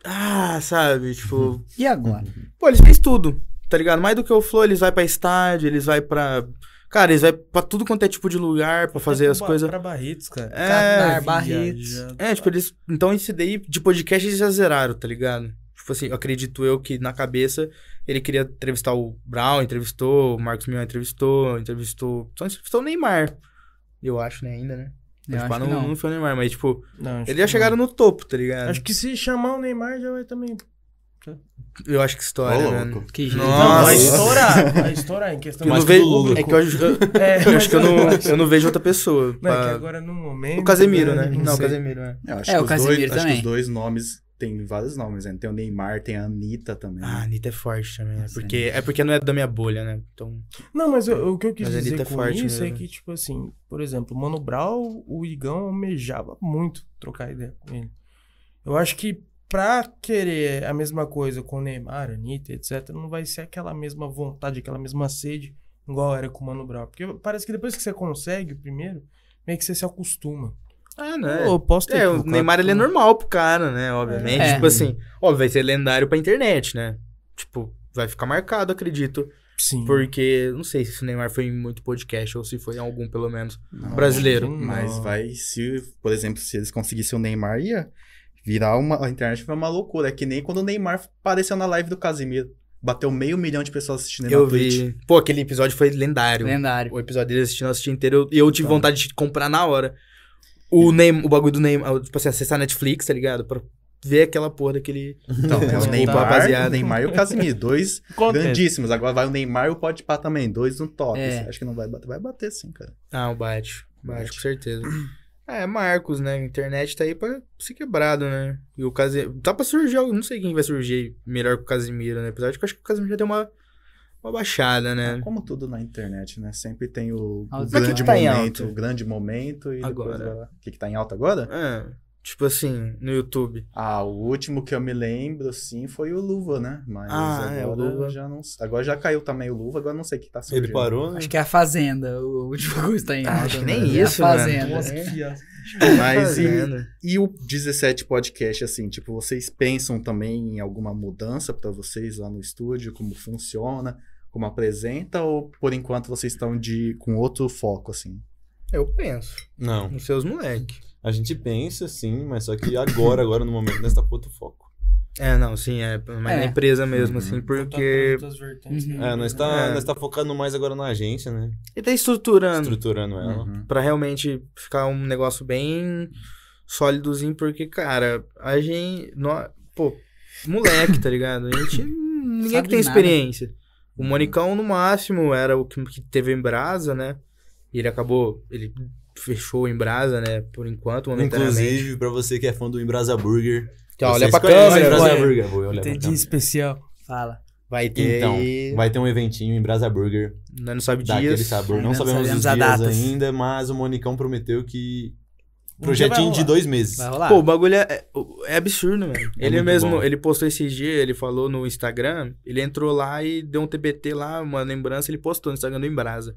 Speaker 5: Ah, sabe? Tipo.
Speaker 4: E agora?
Speaker 5: Pô, eles fez tudo, tá ligado? Mais do que o Flow, eles vai pra estádio, eles vai pra. Cara, eles vai pra tudo quanto é tipo de lugar pra fazer
Speaker 2: Até
Speaker 5: as
Speaker 2: pra-
Speaker 5: coisas.
Speaker 2: Pra Barretos, cara.
Speaker 5: É,
Speaker 4: Catar, Barretos.
Speaker 5: É, tipo, eles. Então, esse daí de podcast eles já zeraram, tá ligado? Tipo assim, eu acredito eu que na cabeça ele queria entrevistar o Brown, entrevistou, o Marcos Mion entrevistou, entrevistou. Só entrevistou o Neymar. Eu acho, né, ainda, né?
Speaker 4: Eu
Speaker 5: Tipo, ah,
Speaker 4: acho
Speaker 5: não,
Speaker 4: que não.
Speaker 5: não foi o Neymar, mas, tipo,
Speaker 2: Não, acho
Speaker 5: ele já
Speaker 2: que
Speaker 5: chegaram no topo, tá ligado?
Speaker 2: não. Acho que se chamar o Neymar já vai também.
Speaker 5: Eu acho que
Speaker 6: Ô,
Speaker 5: história,
Speaker 6: louco.
Speaker 5: mano.
Speaker 4: Que jeito.
Speaker 5: Nossa.
Speaker 2: Não, vai
Speaker 5: Nossa.
Speaker 2: estourar. Vai estourar em questão
Speaker 5: Eu não
Speaker 6: Mas
Speaker 2: de
Speaker 5: vejo.
Speaker 6: tudo
Speaker 5: É que eu, acho- eu-
Speaker 2: É,
Speaker 5: eu acho que eu não, eu não vejo outra pessoa.
Speaker 2: Não, é que
Speaker 5: pra-
Speaker 2: agora no momento.
Speaker 5: O Casemiro, né?
Speaker 2: Não,
Speaker 5: Não, o
Speaker 2: sei.
Speaker 5: Casemiro, é.
Speaker 1: Eu acho
Speaker 4: É,
Speaker 1: que
Speaker 4: o
Speaker 1: os
Speaker 4: Casemiro
Speaker 1: dois, Acho que
Speaker 4: também.
Speaker 1: os dois nomes, tem vários nomes, né? Tem o Neymar, tem a Anitta também.
Speaker 5: Ah, a Anitta é forte também. né?
Speaker 4: Nossa,
Speaker 5: Porque, é porque não é da minha bolha, né? Então.
Speaker 2: Não, mas eu- o que eu quis
Speaker 5: Mas a
Speaker 2: dizer
Speaker 5: Anitta é
Speaker 2: com
Speaker 5: forte
Speaker 2: isso é
Speaker 5: mesmo.
Speaker 2: que, tipo assim, por exemplo, o Mano Brown, o Igão almejava muito trocar ideia com ele. Eu acho que pra querer a mesma coisa com o Neymar, Anitta, etc., não vai ser aquela mesma vontade, aquela mesma sede, igual era com o Mano Brown. Porque parece que depois que você consegue o primeiro, meio que você se acostuma.
Speaker 5: Ah,
Speaker 2: Pô, eu posso ter
Speaker 5: É, o
Speaker 2: trocado
Speaker 5: Neymar ele é
Speaker 2: com-
Speaker 5: normal pro cara, né? Obviamente.
Speaker 4: É.
Speaker 5: Tipo assim, óbvio, vai ser lendário pra internet, né? Tipo, vai ficar marcado, acredito.
Speaker 2: Sim.
Speaker 5: Porque, não sei se o Neymar foi em muito podcast ou se foi em algum, pelo menos, brasileiro.
Speaker 2: Não.
Speaker 1: Mas vai, se, por exemplo, se eles conseguissem o Neymar, ia virar uma. A internet foi uma loucura. É que nem quando o Neymar apareceu na live do Casimiro. Bateu meio milhão de pessoas assistindo ele
Speaker 5: Eu
Speaker 1: na Twitch.
Speaker 5: vi. Pô, aquele episódio foi lendário.
Speaker 4: Lendário.
Speaker 5: O episódio dele assistindo, eu assisti inteiro. E eu tive
Speaker 1: Tá.
Speaker 5: vontade de comprar na hora. O, Neym- o bagulho do Neymar, tipo assim, acessar a Netflix, tá ligado? Pra ver aquela porra daquele.
Speaker 1: Então, é o
Speaker 2: Desculpa,
Speaker 1: Neymar,
Speaker 5: rapaziada.
Speaker 1: o Neymar e o Casimiro. Dois grandíssimos. Agora vai o Neymar e o Pode Pá também. Dois no top.
Speaker 4: É.
Speaker 1: Acho que não vai bater. Vai bater sim, cara.
Speaker 5: Ah, o Bate. Bate,
Speaker 1: Bate.
Speaker 5: com certeza. É, Marcos, né? A internet tá aí pra ser quebrado, né? E o Casemiro. Tá pra surgir algo. Não sei quem vai surgir melhor que o Casemiro, né? Apesar de que eu acho que o Casemiro já deu uma, uma baixada, né?
Speaker 1: Como tudo na internet, né? Sempre tem o,
Speaker 4: Ah,
Speaker 1: o
Speaker 4: mas
Speaker 5: o que
Speaker 1: grande
Speaker 5: que tá em
Speaker 1: momento.
Speaker 5: alta?
Speaker 1: O grande momento e depois
Speaker 5: Agora.
Speaker 1: vai lá. O que, que tá em alta agora?
Speaker 5: É, tipo assim, no YouTube.
Speaker 1: Ah, o último que eu me lembro, sim, foi o Luva, né? Mas
Speaker 5: Ah,
Speaker 1: agora
Speaker 5: é, o Luva.
Speaker 1: já não. Agora já caiu também o Luva, agora não sei o que tá surgindo.
Speaker 6: Ele parou, né?
Speaker 4: Acho que é a Fazenda, o último coisa tá em alta.
Speaker 5: Acho que
Speaker 4: né?
Speaker 5: nem
Speaker 4: É
Speaker 5: isso,
Speaker 4: a
Speaker 5: mano.
Speaker 4: Fazenda.
Speaker 5: Nossa, Tá
Speaker 1: Mas e,
Speaker 5: Fazenda.
Speaker 1: e o 17 podcast, assim, tipo, vocês pensam também em alguma mudança pra vocês lá no estúdio, como funciona, como apresenta, ou por enquanto vocês estão de com outro foco, assim?
Speaker 5: Eu penso.
Speaker 6: Não.
Speaker 5: Nos seus moleque.
Speaker 6: A gente pensa, sim, mas só que agora, agora no momento, nós tá pro outro foco.
Speaker 5: É, não, sim, é. Mas
Speaker 4: É.
Speaker 5: na empresa mesmo,
Speaker 1: Uhum.
Speaker 5: assim,
Speaker 2: Porque.
Speaker 5: porque.
Speaker 4: Uhum.
Speaker 2: né?
Speaker 6: É, nós tá,
Speaker 5: É.
Speaker 6: nós tá focando mais agora na agência, né?
Speaker 5: Ele tá estruturando.
Speaker 6: Estruturando ela.
Speaker 1: Uhum.
Speaker 5: Pra realmente ficar um negócio bem sólidozinho, porque, cara, a gente. nó- pô, moleque, tá ligado? A gente. Ninguém
Speaker 4: Sabe
Speaker 5: que tem
Speaker 4: nada.
Speaker 5: experiência. O Monicão, no máximo, era o que, que teve em brasa, né? E ele acabou. Ele fechou em brasa, né? Por enquanto, momentaneamente.
Speaker 6: Inclusive, pra você que é fã do Embrasa Burger.
Speaker 5: Então, olha
Speaker 6: vocês
Speaker 5: pra
Speaker 6: conhecem
Speaker 5: câmera
Speaker 6: o
Speaker 5: agora.
Speaker 6: Embrasa Burger. Vou olhar pra
Speaker 5: né?
Speaker 2: Entendi
Speaker 6: câmera.
Speaker 2: especial.
Speaker 4: Fala.
Speaker 5: Vai ter.
Speaker 6: Então,
Speaker 5: aí-
Speaker 6: vai ter um eventinho em Brasa Burger,
Speaker 5: Nós não sabe
Speaker 6: daquele
Speaker 5: dias.
Speaker 6: sabor. Não
Speaker 4: Ainda não
Speaker 6: sabemos os
Speaker 4: sabemos a
Speaker 6: dias
Speaker 4: datas.
Speaker 5: Um
Speaker 6: ainda, mas o Monicão prometeu que Projetinho de dois meses.
Speaker 4: Vai rolar.
Speaker 5: Pô, o bagulho é, é- é absurdo, velho. ele
Speaker 6: muito
Speaker 5: mesmo,
Speaker 6: bom.
Speaker 5: ele postou esses dias, ele falou no Instagram, ele entrou lá e deu um TPT lá, uma lembrança, ele postou no Instagram do Embrasa.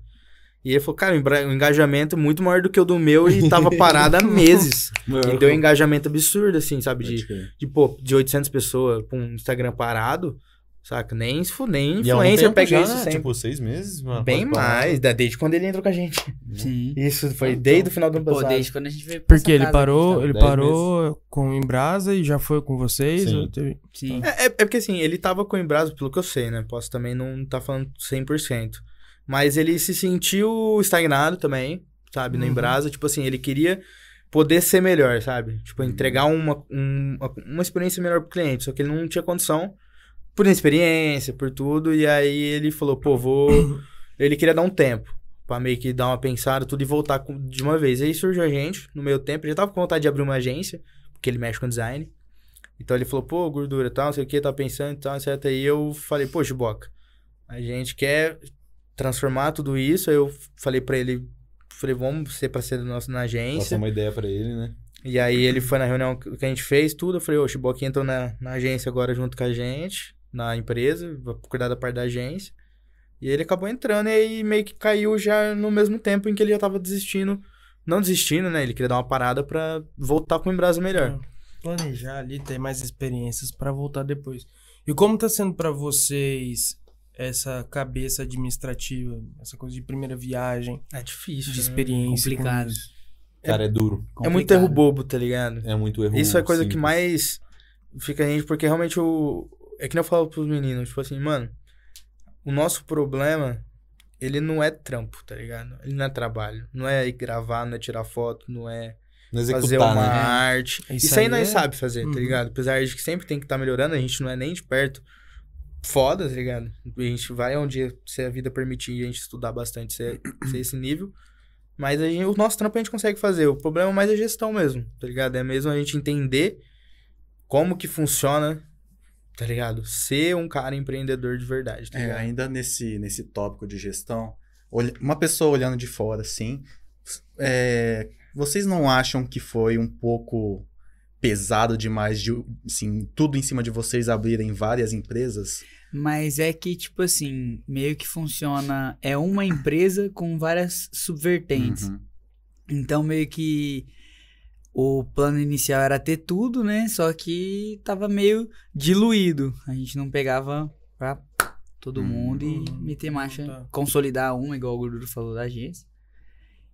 Speaker 5: E ele falou, cara, o Embra- o engajamento é muito maior do que o do meu e tava parado há meses. e deu um engajamento absurdo, assim, sabe? De, de, pô, de 800 pessoas pra um Instagram parado, saca? Nem, isso- nem
Speaker 6: E há um
Speaker 5: influencer
Speaker 6: tempo
Speaker 5: pega
Speaker 6: já,
Speaker 5: isso
Speaker 6: né?
Speaker 5: sempre.
Speaker 6: Tipo, seis meses? mano,
Speaker 5: Bem
Speaker 6: quase quatro.
Speaker 5: mais, da- desde quando ele entrou com a gente.
Speaker 4: Sim.
Speaker 5: né? Isso foi desde o final do ano
Speaker 4: Pô,
Speaker 5: passado.
Speaker 4: desde quando a gente veio pra
Speaker 2: Porque
Speaker 4: essa
Speaker 2: ele
Speaker 4: casa
Speaker 2: parou,
Speaker 6: tá?
Speaker 2: ele
Speaker 6: Dez
Speaker 2: parou com o Embrasa e já foi com vocês.
Speaker 6: Sim.
Speaker 2: eu teve-
Speaker 4: aqui, Sim.
Speaker 5: É, é- é porque assim, ele tava com o Embrasa, pelo que eu sei, né? Posso também não tá falando 100%. Mas ele se sentiu estagnado também, sabe? No
Speaker 2: Uhum.
Speaker 5: Embrasa. Tipo assim, ele queria poder ser melhor, sabe? Tipo, entregar uma, um- uma, uma experiência melhor pro cliente. Só que ele não tinha condição por inexperiência, por tudo. E aí ele falou, pô, vou... ele queria dar um tempo. Pra meio que dar uma pensada, tudo e voltar com- de uma vez. Aí surgiu a gente, no meio tempo, ele já tava com vontade de abrir uma agência, porque ele mexe com design. Então ele falou, pô, gordura, tal, não sei o que, tá pensando e tal, etc. E eu falei, pô, Chiboca, a gente quer transformar tudo isso. Aí eu falei pra ele, falei, vamos ser parceiro nosso na
Speaker 6: Passar
Speaker 5: agência.
Speaker 6: uma ideia pra ele, né?
Speaker 5: E aí ele foi na reunião que que a gente fez, tudo. Eu falei, ô, o Chiboca entrou na, na agência agora junto com a gente, na empresa, vai cuidar da parte da agência. E ele acabou entrando e aí meio que caiu já no mesmo tempo em que ele já tava desistindo. Não desistindo, né? Ele queria dar uma parada pra voltar com o Embrasa melhor.
Speaker 2: planejar ali, ter mais experiências pra voltar depois. E como tá sendo pra vocês essa cabeça administrativa, essa coisa de primeira viagem,
Speaker 5: É difícil.
Speaker 2: de
Speaker 5: né?
Speaker 2: experiência? com
Speaker 4: Complicado.
Speaker 2: isso?
Speaker 6: Cara, é duro.
Speaker 5: É muito erro bobo, tá ligado?
Speaker 6: É muito erro.
Speaker 5: Isso é a coisa que
Speaker 6: simples.
Speaker 5: mais fica a gente, porque realmente o. É que nem eu falo pros meninos, tipo assim, mano, o nosso problema, ele não é trampo, tá ligado? Ele não é trabalho. Não é ir gravar, não é tirar foto, não é
Speaker 6: Não
Speaker 5: fazer
Speaker 6: executar,
Speaker 5: uma
Speaker 6: né?
Speaker 5: arte.
Speaker 2: É,
Speaker 5: Isso,
Speaker 2: isso
Speaker 5: aí,
Speaker 2: aí
Speaker 5: nós
Speaker 2: é-
Speaker 5: sabe fazer,
Speaker 2: Uhum.
Speaker 5: tá ligado? Apesar de que sempre tem que estar melhorando, a gente não é nem de perto foda, tá ligado? A gente vai onde se a vida permitir a gente estudar bastante, ser, ser esse nível. Mas a gente- o nosso trampo a gente consegue fazer. O problema mais é a gestão mesmo, tá ligado? É mesmo a gente entender como que funciona, tá ligado? Ser um cara empreendedor de verdade, tá
Speaker 1: É,
Speaker 5: ligado?
Speaker 1: ainda nesse, nesse tópico de gestão, olha- uma pessoa olhando de fora assim, é, vocês não acham que foi um pouco pesado demais de assim, tudo em cima de vocês abrirem várias empresas?
Speaker 4: Mas é que, tipo assim, meio que funciona. É uma empresa com várias subvertentes.
Speaker 1: Uhum.
Speaker 4: Então, meio que o plano inicial era ter tudo, né? Só que tava meio diluído. A gente não pegava pra todo
Speaker 1: Hum.
Speaker 4: mundo e
Speaker 2: Uhum.
Speaker 4: meter marcha,
Speaker 2: Tá.
Speaker 4: consolidar uma, igual o Gorduro falou da agência.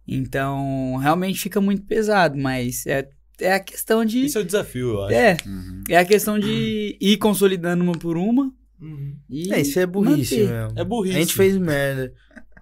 Speaker 4: Então, realmente fica muito pesado, mas é, é a questão de.
Speaker 6: Isso é o desafio, eu acho.
Speaker 4: É,
Speaker 1: Uhum.
Speaker 4: é a questão de ir consolidando uma por uma.
Speaker 2: Uhum.
Speaker 4: E
Speaker 5: É, isso é burrice,
Speaker 4: manter.
Speaker 5: meu.
Speaker 6: É burrice.
Speaker 5: A gente fez merda.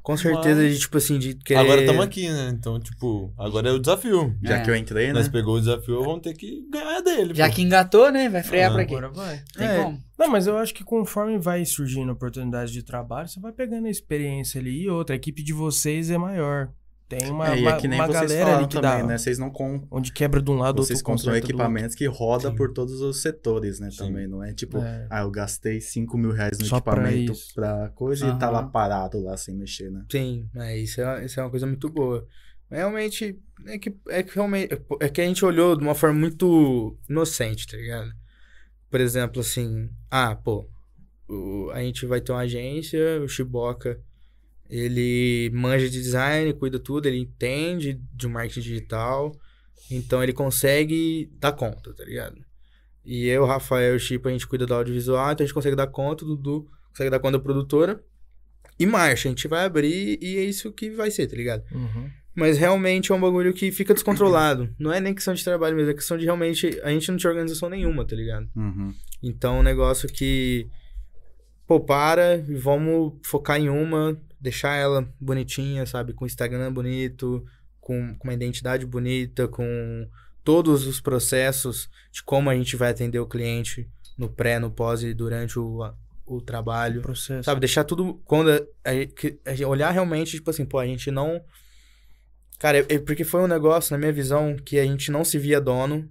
Speaker 5: Com certeza,
Speaker 6: Mas-
Speaker 5: de, tipo assim, de querer...
Speaker 6: Agora estamos aqui, né? Então, tipo, agora é o desafio.
Speaker 1: Já
Speaker 4: É.
Speaker 1: que eu entrei, né?
Speaker 6: Nós pegou o desafio, vamos ter que ganhar dele.
Speaker 4: Já
Speaker 6: pô.
Speaker 4: que engatou, né? Vai frear
Speaker 6: Ah,
Speaker 4: pra quê?
Speaker 2: Agora vai.
Speaker 4: Tem
Speaker 5: É.
Speaker 4: como.
Speaker 2: Não, mas eu acho que conforme vai surgindo oportunidade de trabalho, você vai pegando a experiência ali e outra. A equipe de vocês é maior. Tem uma,
Speaker 1: é, e é
Speaker 2: uma,
Speaker 1: que nem
Speaker 2: uma
Speaker 1: vocês
Speaker 2: galera
Speaker 1: falaram
Speaker 2: ali que
Speaker 1: também,
Speaker 2: dá.
Speaker 1: né? Vocês não com...
Speaker 2: Onde quebra de um lado,
Speaker 1: vocês
Speaker 2: outro
Speaker 1: compram
Speaker 2: contra
Speaker 1: equipamentos que roda
Speaker 5: Sim.
Speaker 1: por todos os setores, né?
Speaker 6: Sim.
Speaker 1: Também, não é tipo,
Speaker 2: É.
Speaker 1: ah, eu gastei 5 mil reais no
Speaker 2: Só pra
Speaker 1: equipamento
Speaker 2: isso.
Speaker 1: pra coisa e tá lá
Speaker 4: Aham.
Speaker 1: parado lá sem mexer, né?
Speaker 5: Sim, é, isso, é, isso é uma coisa muito boa. Realmente, é que, é que realmente, é que a gente olhou de uma forma muito inocente, tá ligado? Por exemplo, assim, ah, pô, o- a gente vai ter uma agência, o Chiboca, ele manja de design, cuida tudo, ele entende de marketing digital, então ele consegue dar conta, tá ligado? E eu, Rafael e o Chipo, a gente cuida do audiovisual, então a gente consegue dar conta, o Dudu consegue dar conta da produtora. E marcha, a gente vai abrir e é isso que vai ser, tá ligado?
Speaker 2: Uhum.
Speaker 5: Mas realmente é um bagulho que fica descontrolado. Não é nem questão de trabalho mesmo, é questão de realmente. A gente não tinha organização nenhuma, tá ligado?
Speaker 1: Uhum.
Speaker 5: Então é um negócio que. Pô, para e vamos focar em uma, deixar ela bonitinha, sabe? Com o Instagram bonito, com, com uma identidade bonita, com todos os processos de como a gente vai atender o cliente no pré, no pós e durante o, o trabalho.
Speaker 2: Processo.
Speaker 5: Sabe, deixar tudo. Quando. a- a- que- a- olhar realmente, tipo assim, pô, a gente não. Cara, é- é porque foi um negócio, na minha visão, que a gente não se via dono,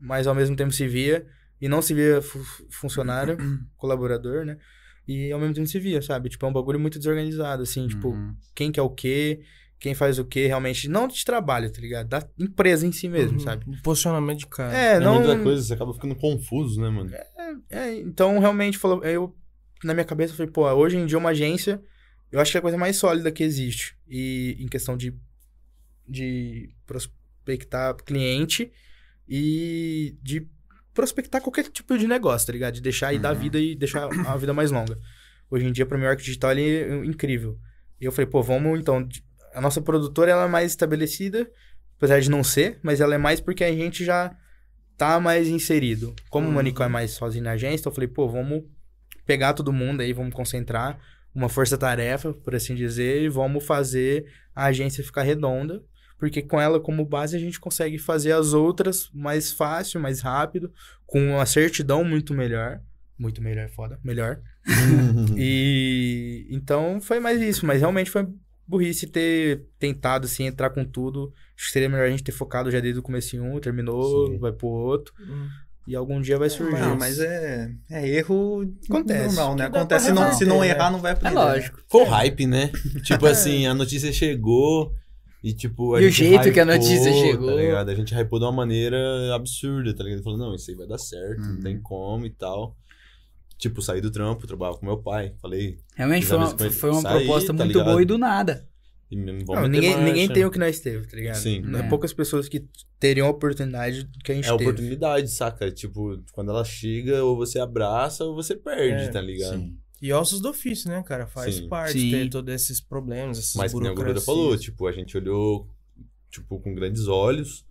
Speaker 5: mas ao mesmo tempo se via. E não se via fu- funcionário, colaborador, né? E ao mesmo tempo se via, sabe? Tipo, é um bagulho muito desorganizado, assim, tipo,
Speaker 1: Uhum.
Speaker 5: quem quer o quê, quem faz o que realmente. Não de trabalho, tá ligado? Da empresa em si mesmo,
Speaker 2: Uhum.
Speaker 5: sabe?
Speaker 2: Um posicionamento de cara.
Speaker 5: É,
Speaker 6: É
Speaker 5: não.
Speaker 6: muita coisa, você acaba ficando confuso, né, mano?
Speaker 5: É, então realmente falou, eu na minha cabeça eu falei, pô, hoje em dia uma agência, eu acho que é a coisa mais sólida que existe. E em questão de de prospectar cliente e de prospectar qualquer tipo de negócio, tá ligado? De deixar aí da vida e deixar a vida mais longa. Hoje em dia para mim o arco digital ele é incrível. E eu falei, pô, vamos então, de- a nossa produtora ela é mais estabelecida, apesar de não ser, mas ela é mais porque a gente já tá mais inserido. Como o Manicó é mais sozinho na agência, então eu falei, pô, vamos pegar todo mundo aí, vamos concentrar uma força-tarefa, por assim dizer, e vamos fazer a agência ficar redonda, porque com ela como base a gente consegue fazer as outras mais fácil, mais rápido, com uma certidão muito melhor. Muito melhor, é foda, melhor. E então foi mais isso, mas realmente foi burrice ter tentado assim entrar com tudo. Acho que seria melhor a gente ter focado já desde o começo em um, terminou,
Speaker 6: Sim.
Speaker 5: vai pro outro
Speaker 2: Hum.
Speaker 5: e algum dia vai surgir.
Speaker 1: Não, mas é, é erro
Speaker 5: Acontece.
Speaker 1: normal, né?
Speaker 2: Que dá
Speaker 1: Acontece. Se
Speaker 2: pra
Speaker 1: não, se não
Speaker 5: reverter,
Speaker 1: errar, não vai né?
Speaker 4: É
Speaker 1: aprender.
Speaker 4: lógico.
Speaker 6: Ficou hype, né? Tipo assim, a notícia chegou e tipo. a
Speaker 4: E o
Speaker 6: gente
Speaker 4: jeito que a
Speaker 6: hypou,
Speaker 4: notícia chegou.
Speaker 6: Tá ligado? A gente hypou de uma maneira absurda, tá ligado? Falou, não, isso aí vai dar certo, não
Speaker 4: Uhum.
Speaker 6: tem como e tal. Tipo, saí do trampo, trabalhava com meu pai. Falei,
Speaker 4: Realmente foi uma,
Speaker 6: Exato, mas
Speaker 4: foi uma
Speaker 6: sair,
Speaker 4: proposta
Speaker 6: tá
Speaker 4: muito
Speaker 6: ligado? Tá
Speaker 4: boa e do nada.
Speaker 6: e me-
Speaker 5: Não,
Speaker 6: vamos meter
Speaker 5: ninguém,
Speaker 6: marcha.
Speaker 5: ninguém tem o que nós teve, tá ligado?
Speaker 6: Sim.
Speaker 5: Não é
Speaker 4: É.
Speaker 5: poucas pessoas que teriam a oportunidade que a gente
Speaker 6: É a
Speaker 5: teve.
Speaker 6: oportunidade, saca? Tipo, quando ela chega, ou você abraça ou você perde,
Speaker 2: É,
Speaker 6: tá ligado?
Speaker 1: Sim.
Speaker 2: E ossos do ofício, né, cara? Faz
Speaker 6: Sim.
Speaker 2: parte
Speaker 4: Sim.
Speaker 2: ter todos esses problemas, essas
Speaker 6: Mas como a Gordura
Speaker 2: burocracias.
Speaker 6: falou, tipo, a gente olhou, tipo, com grandes olhos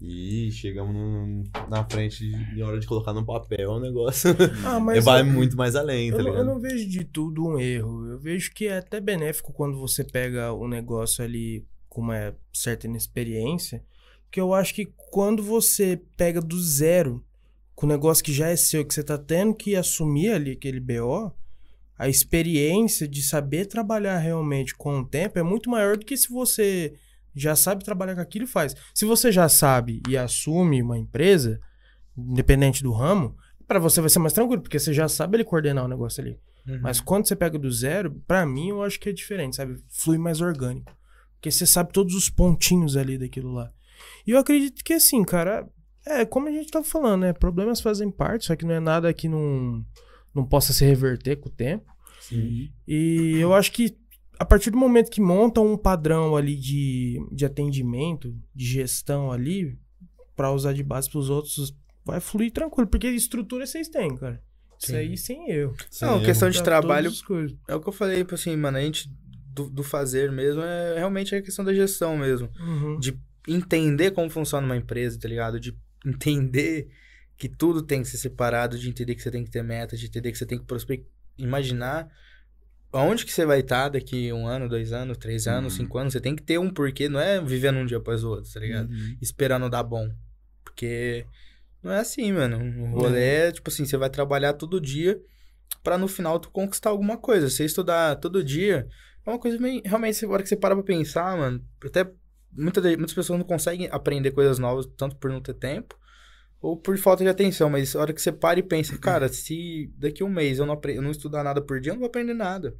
Speaker 6: e chegamos num- na frente de na hora de colocar no papel o negócio.
Speaker 2: Ah, mas
Speaker 6: vai
Speaker 2: eu-
Speaker 6: é, muito mais além,
Speaker 2: eu,
Speaker 6: tá
Speaker 2: não- eu
Speaker 6: ligado?
Speaker 2: não vejo de tudo um erro. Eu vejo que é até benéfico quando você pega um negócio ali com uma certa inexperiência. Porque eu acho que quando você pega do zero, com um negócio que já é seu, que você tá tendo que assumir ali aquele BO, a experiência de saber trabalhar realmente com o tempo é muito maior do que se você já sabe trabalhar com aquilo e faz. Se você já sabe e assume uma empresa, independente do ramo, Pra você vai ser mais tranquilo, porque você já sabe ele coordenar o negócio ali.
Speaker 5: Uhum.
Speaker 2: Mas quando você pega do zero, pra mim eu acho que é diferente, sabe? Flui mais orgânico. Porque você sabe todos os pontinhos ali daquilo lá. E eu acredito que assim, cara, é como a gente tava falando, né? Problemas fazem parte, só que não é nada que não, não possa se reverter com o tempo. E eu acho que a partir do momento que montam um padrão ali de, de atendimento, de gestão ali, pra usar de base pros outros, vai fluir tranquilo, porque estrutura vocês têm, cara. Isso
Speaker 5: Sim.
Speaker 2: aí sem erro.
Speaker 6: Sem
Speaker 5: não,
Speaker 6: erro.
Speaker 5: questão de
Speaker 2: Pra
Speaker 5: trabalho,
Speaker 2: todas as coisas.
Speaker 5: é o que eu falei, tipo assim, mano, a gente do, do fazer mesmo é realmente a questão da gestão mesmo.
Speaker 2: Uhum.
Speaker 5: entender como funciona uma empresa, tá ligado? De entender que tudo tem que ser separado, de entender que você tem que ter metas, de entender que você tem que prospectar, imaginar aonde que você vai estar daqui um ano, dois anos, três anos, cinco anos. Você tem que ter um porquê, não é vivendo um dia após o outro, tá
Speaker 4: Uhum.
Speaker 5: ligado? Esperando dar bom. Porque não é assim, mano. O rolê é, tipo assim, você vai trabalhar todo dia pra no final tu conquistar alguma coisa. Você estudar todo dia é uma coisa meio... Realmente, agora que você para pra pensar, mano, até muita, de- muitas pessoas não conseguem aprender coisas novas, tanto por não ter tempo ou por falta de atenção. Mas a hora que você para e pensa, cara, se daqui um mês eu não, apre- eu não estudar nada por dia, eu não vou aprender nada.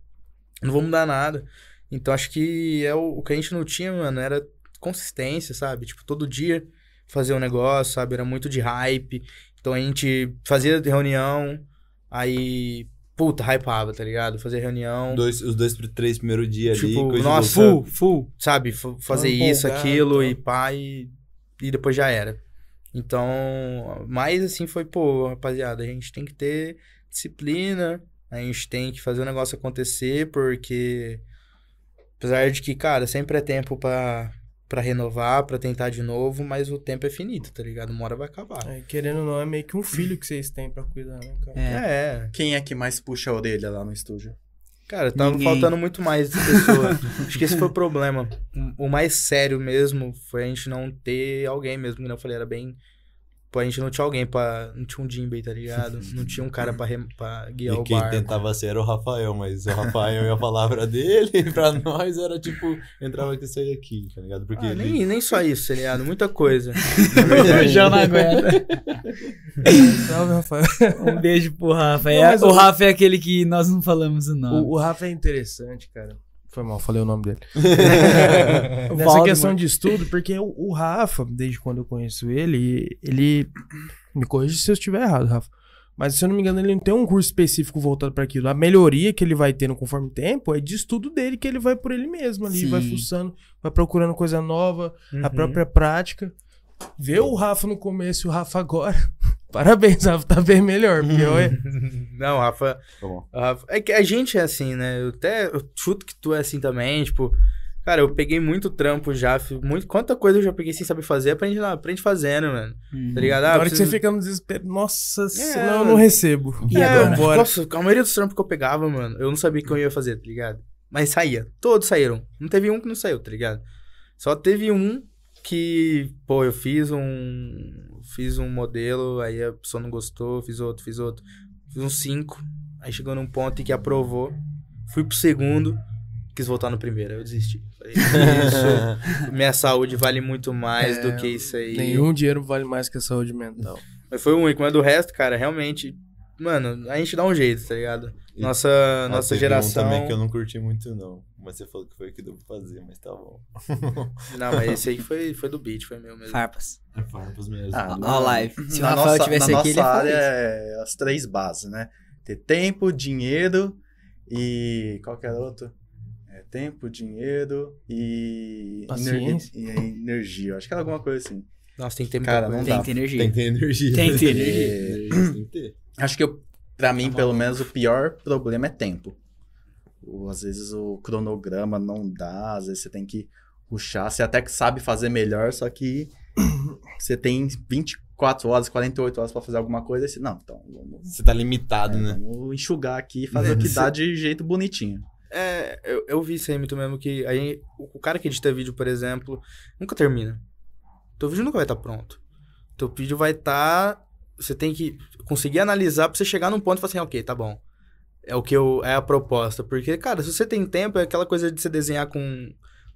Speaker 5: Não vou mudar nada. Então, acho que é o, o que a gente não tinha, mano, era consistência, sabe? Tipo, todo dia fazer um negócio, sabe? Era muito de hype. Então a gente fazia reunião, aí, puta, hypava, tá ligado? Fazia reunião,
Speaker 6: Dois- os dois, pr- três primeiros dias ali,
Speaker 5: Tipo,
Speaker 6: coisa
Speaker 5: nossa,
Speaker 6: louca.
Speaker 5: full, full, sabe? F- fazer
Speaker 2: Tão
Speaker 5: isso,
Speaker 2: empolgado,
Speaker 5: aquilo
Speaker 2: tão-
Speaker 5: e pá, e, e depois já era. Então, mais assim foi, pô, rapaziada, a gente tem que ter disciplina, a gente tem que fazer o negócio acontecer, porque apesar de que, cara, sempre é tempo pra, pra renovar, pra tentar de novo, mas o tempo é finito, tá ligado? Uma hora vai acabar.
Speaker 2: É, querendo ou não, é meio que um filho que vocês têm pra cuidar, né, cara?
Speaker 4: É.
Speaker 5: é.
Speaker 1: Quem é que mais puxa a orelha lá no estúdio?
Speaker 5: Cara, tava
Speaker 4: Ninguém.
Speaker 5: faltando muito mais de pessoa. Acho que esse foi o problema. O- O mais sério mesmo foi a gente não ter alguém mesmo, que eu falei, era bem. Pô, a gente não tinha alguém pra. Não tinha um Jimbei, tá ligado? Não tinha um cara pra, rem- pra guiar
Speaker 6: E
Speaker 5: o
Speaker 6: quem
Speaker 5: barco.
Speaker 6: tentava ser era o Rafael, mas o Rafael e a palavra dele, pra nós, era tipo, entrava aqui e saía aqui, tá ligado? Porque
Speaker 5: Ah,
Speaker 6: ele-
Speaker 5: nem, nem só isso, tá ligado? Muita coisa.
Speaker 4: O João não aguenta.
Speaker 2: Salve, Rafael.
Speaker 4: Um beijo pro Rafa. É-
Speaker 2: Não, mas
Speaker 4: o
Speaker 2: o-
Speaker 4: Rafa é aquele que nós não falamos o nome.
Speaker 2: O, o Rafa é interessante, cara. Foi mal, falei o nome dele. Nessa
Speaker 4: Valdemar.
Speaker 2: questão de estudo, porque o, o Rafa, desde quando eu conheço ele, ele. Me corrija se eu estiver errado, Rafa. Mas se eu não me engano, ele não tem um curso específico voltado para aquilo. A melhoria que ele vai tendo conforme o tempo é de estudo dele, que ele vai por ele mesmo ali,
Speaker 4: Sim.
Speaker 2: vai fuçando, vai procurando coisa nova, a própria prática. Ver o Rafa no começo e o Rafa agora. Parabéns, Rafa, tá bem melhor. Porque olha,
Speaker 5: Não, Rafa,
Speaker 6: Tá bom.
Speaker 5: Rafa- É que a gente é assim, né? Eu até eu chuto que tu é assim também, tipo. Cara, eu peguei muito trampo já, fi- muito, quanta coisa eu já peguei sem saber fazer, aprende lá, aprende fazendo, mano.
Speaker 6: Uhum.
Speaker 5: Tá ligado? Ah,
Speaker 2: na hora que você
Speaker 5: preciso-
Speaker 2: fica no desespero, nossa, senão eu
Speaker 5: mano.
Speaker 2: não recebo.
Speaker 4: E
Speaker 5: É,
Speaker 4: agora?
Speaker 5: eu- Nossa, a maioria dos trampos que eu pegava, mano, eu não sabia que eu ia fazer, tá ligado? Mas saía. Todos saíram. Não teve um que não saiu, tá ligado? Só teve um que, pô, eu fiz um. Fiz um modelo, aí a pessoa não gostou, fiz outro, fiz outro. Fiz uns cinco. Aí chegou num ponto em que aprovou. Fui pro segundo, quis voltar no primeiro. Aí eu desisti. Falei, isso,
Speaker 6: um
Speaker 5: minha saúde vale muito
Speaker 4: É,
Speaker 5: mais do que isso aí.
Speaker 2: Nenhum dinheiro vale mais que a saúde mental.
Speaker 5: Mas foi o único, mas do resto, cara, realmente. Mano, a gente dá um jeito, tá ligado?
Speaker 6: E-
Speaker 5: Nossa,
Speaker 6: Ah,
Speaker 5: nossa
Speaker 6: teve um
Speaker 5: geração.
Speaker 6: também que eu não curti muito, não. Mas você falou que foi o que eu devo fazer, mas tá bom.
Speaker 5: Não, mas esse aí foi, foi do beat, foi meu mesmo.
Speaker 4: Farpas.
Speaker 6: É farpas mesmo.
Speaker 1: Ah,
Speaker 4: Ó,
Speaker 1: não.
Speaker 4: ó, live. Se o
Speaker 1: na
Speaker 4: Rafael
Speaker 1: nossa,
Speaker 4: tivesse
Speaker 1: na
Speaker 4: aqui, ele
Speaker 1: nossa
Speaker 4: ia falar
Speaker 1: área
Speaker 4: isso.
Speaker 1: é as três bases, né? Ter tempo, dinheiro e qualquer outro. É, tempo, dinheiro e
Speaker 2: Paciência.
Speaker 1: energia, e energia. Acho que era alguma coisa assim.
Speaker 5: Nossa, tem que ter muita
Speaker 1: Cara,
Speaker 5: coisa.
Speaker 1: não
Speaker 4: Tem
Speaker 1: dá.
Speaker 4: que ter energia.
Speaker 6: Tem que ter
Speaker 4: Tem que
Speaker 6: energia. É,
Speaker 4: ter
Speaker 1: energia.
Speaker 6: Tem que ter.
Speaker 1: Acho que eu, pra mim, pelo menos, o pior problema é tempo. O- às vezes o cronograma não dá, às vezes você tem que puxar. Você até que sabe fazer melhor, só que você tem 24 horas, 48 horas pra fazer alguma coisa. Aí você, não, então vamos
Speaker 6: Você tá limitado, né?
Speaker 1: Vamos enxugar aqui e fazer o que dá de jeito bonitinho.
Speaker 5: É, eu, eu vi isso aí muito mesmo, que aí, o, o cara que edita vídeo, por exemplo, nunca termina. Teu vídeo nunca vai estar pronto. Teu vídeo vai estar. você tem que conseguir analisar pra você chegar num ponto e falar assim, ok, tá bom. É o que eu. É a proposta. Porque, cara, se você tem tempo, é aquela coisa de você desenhar com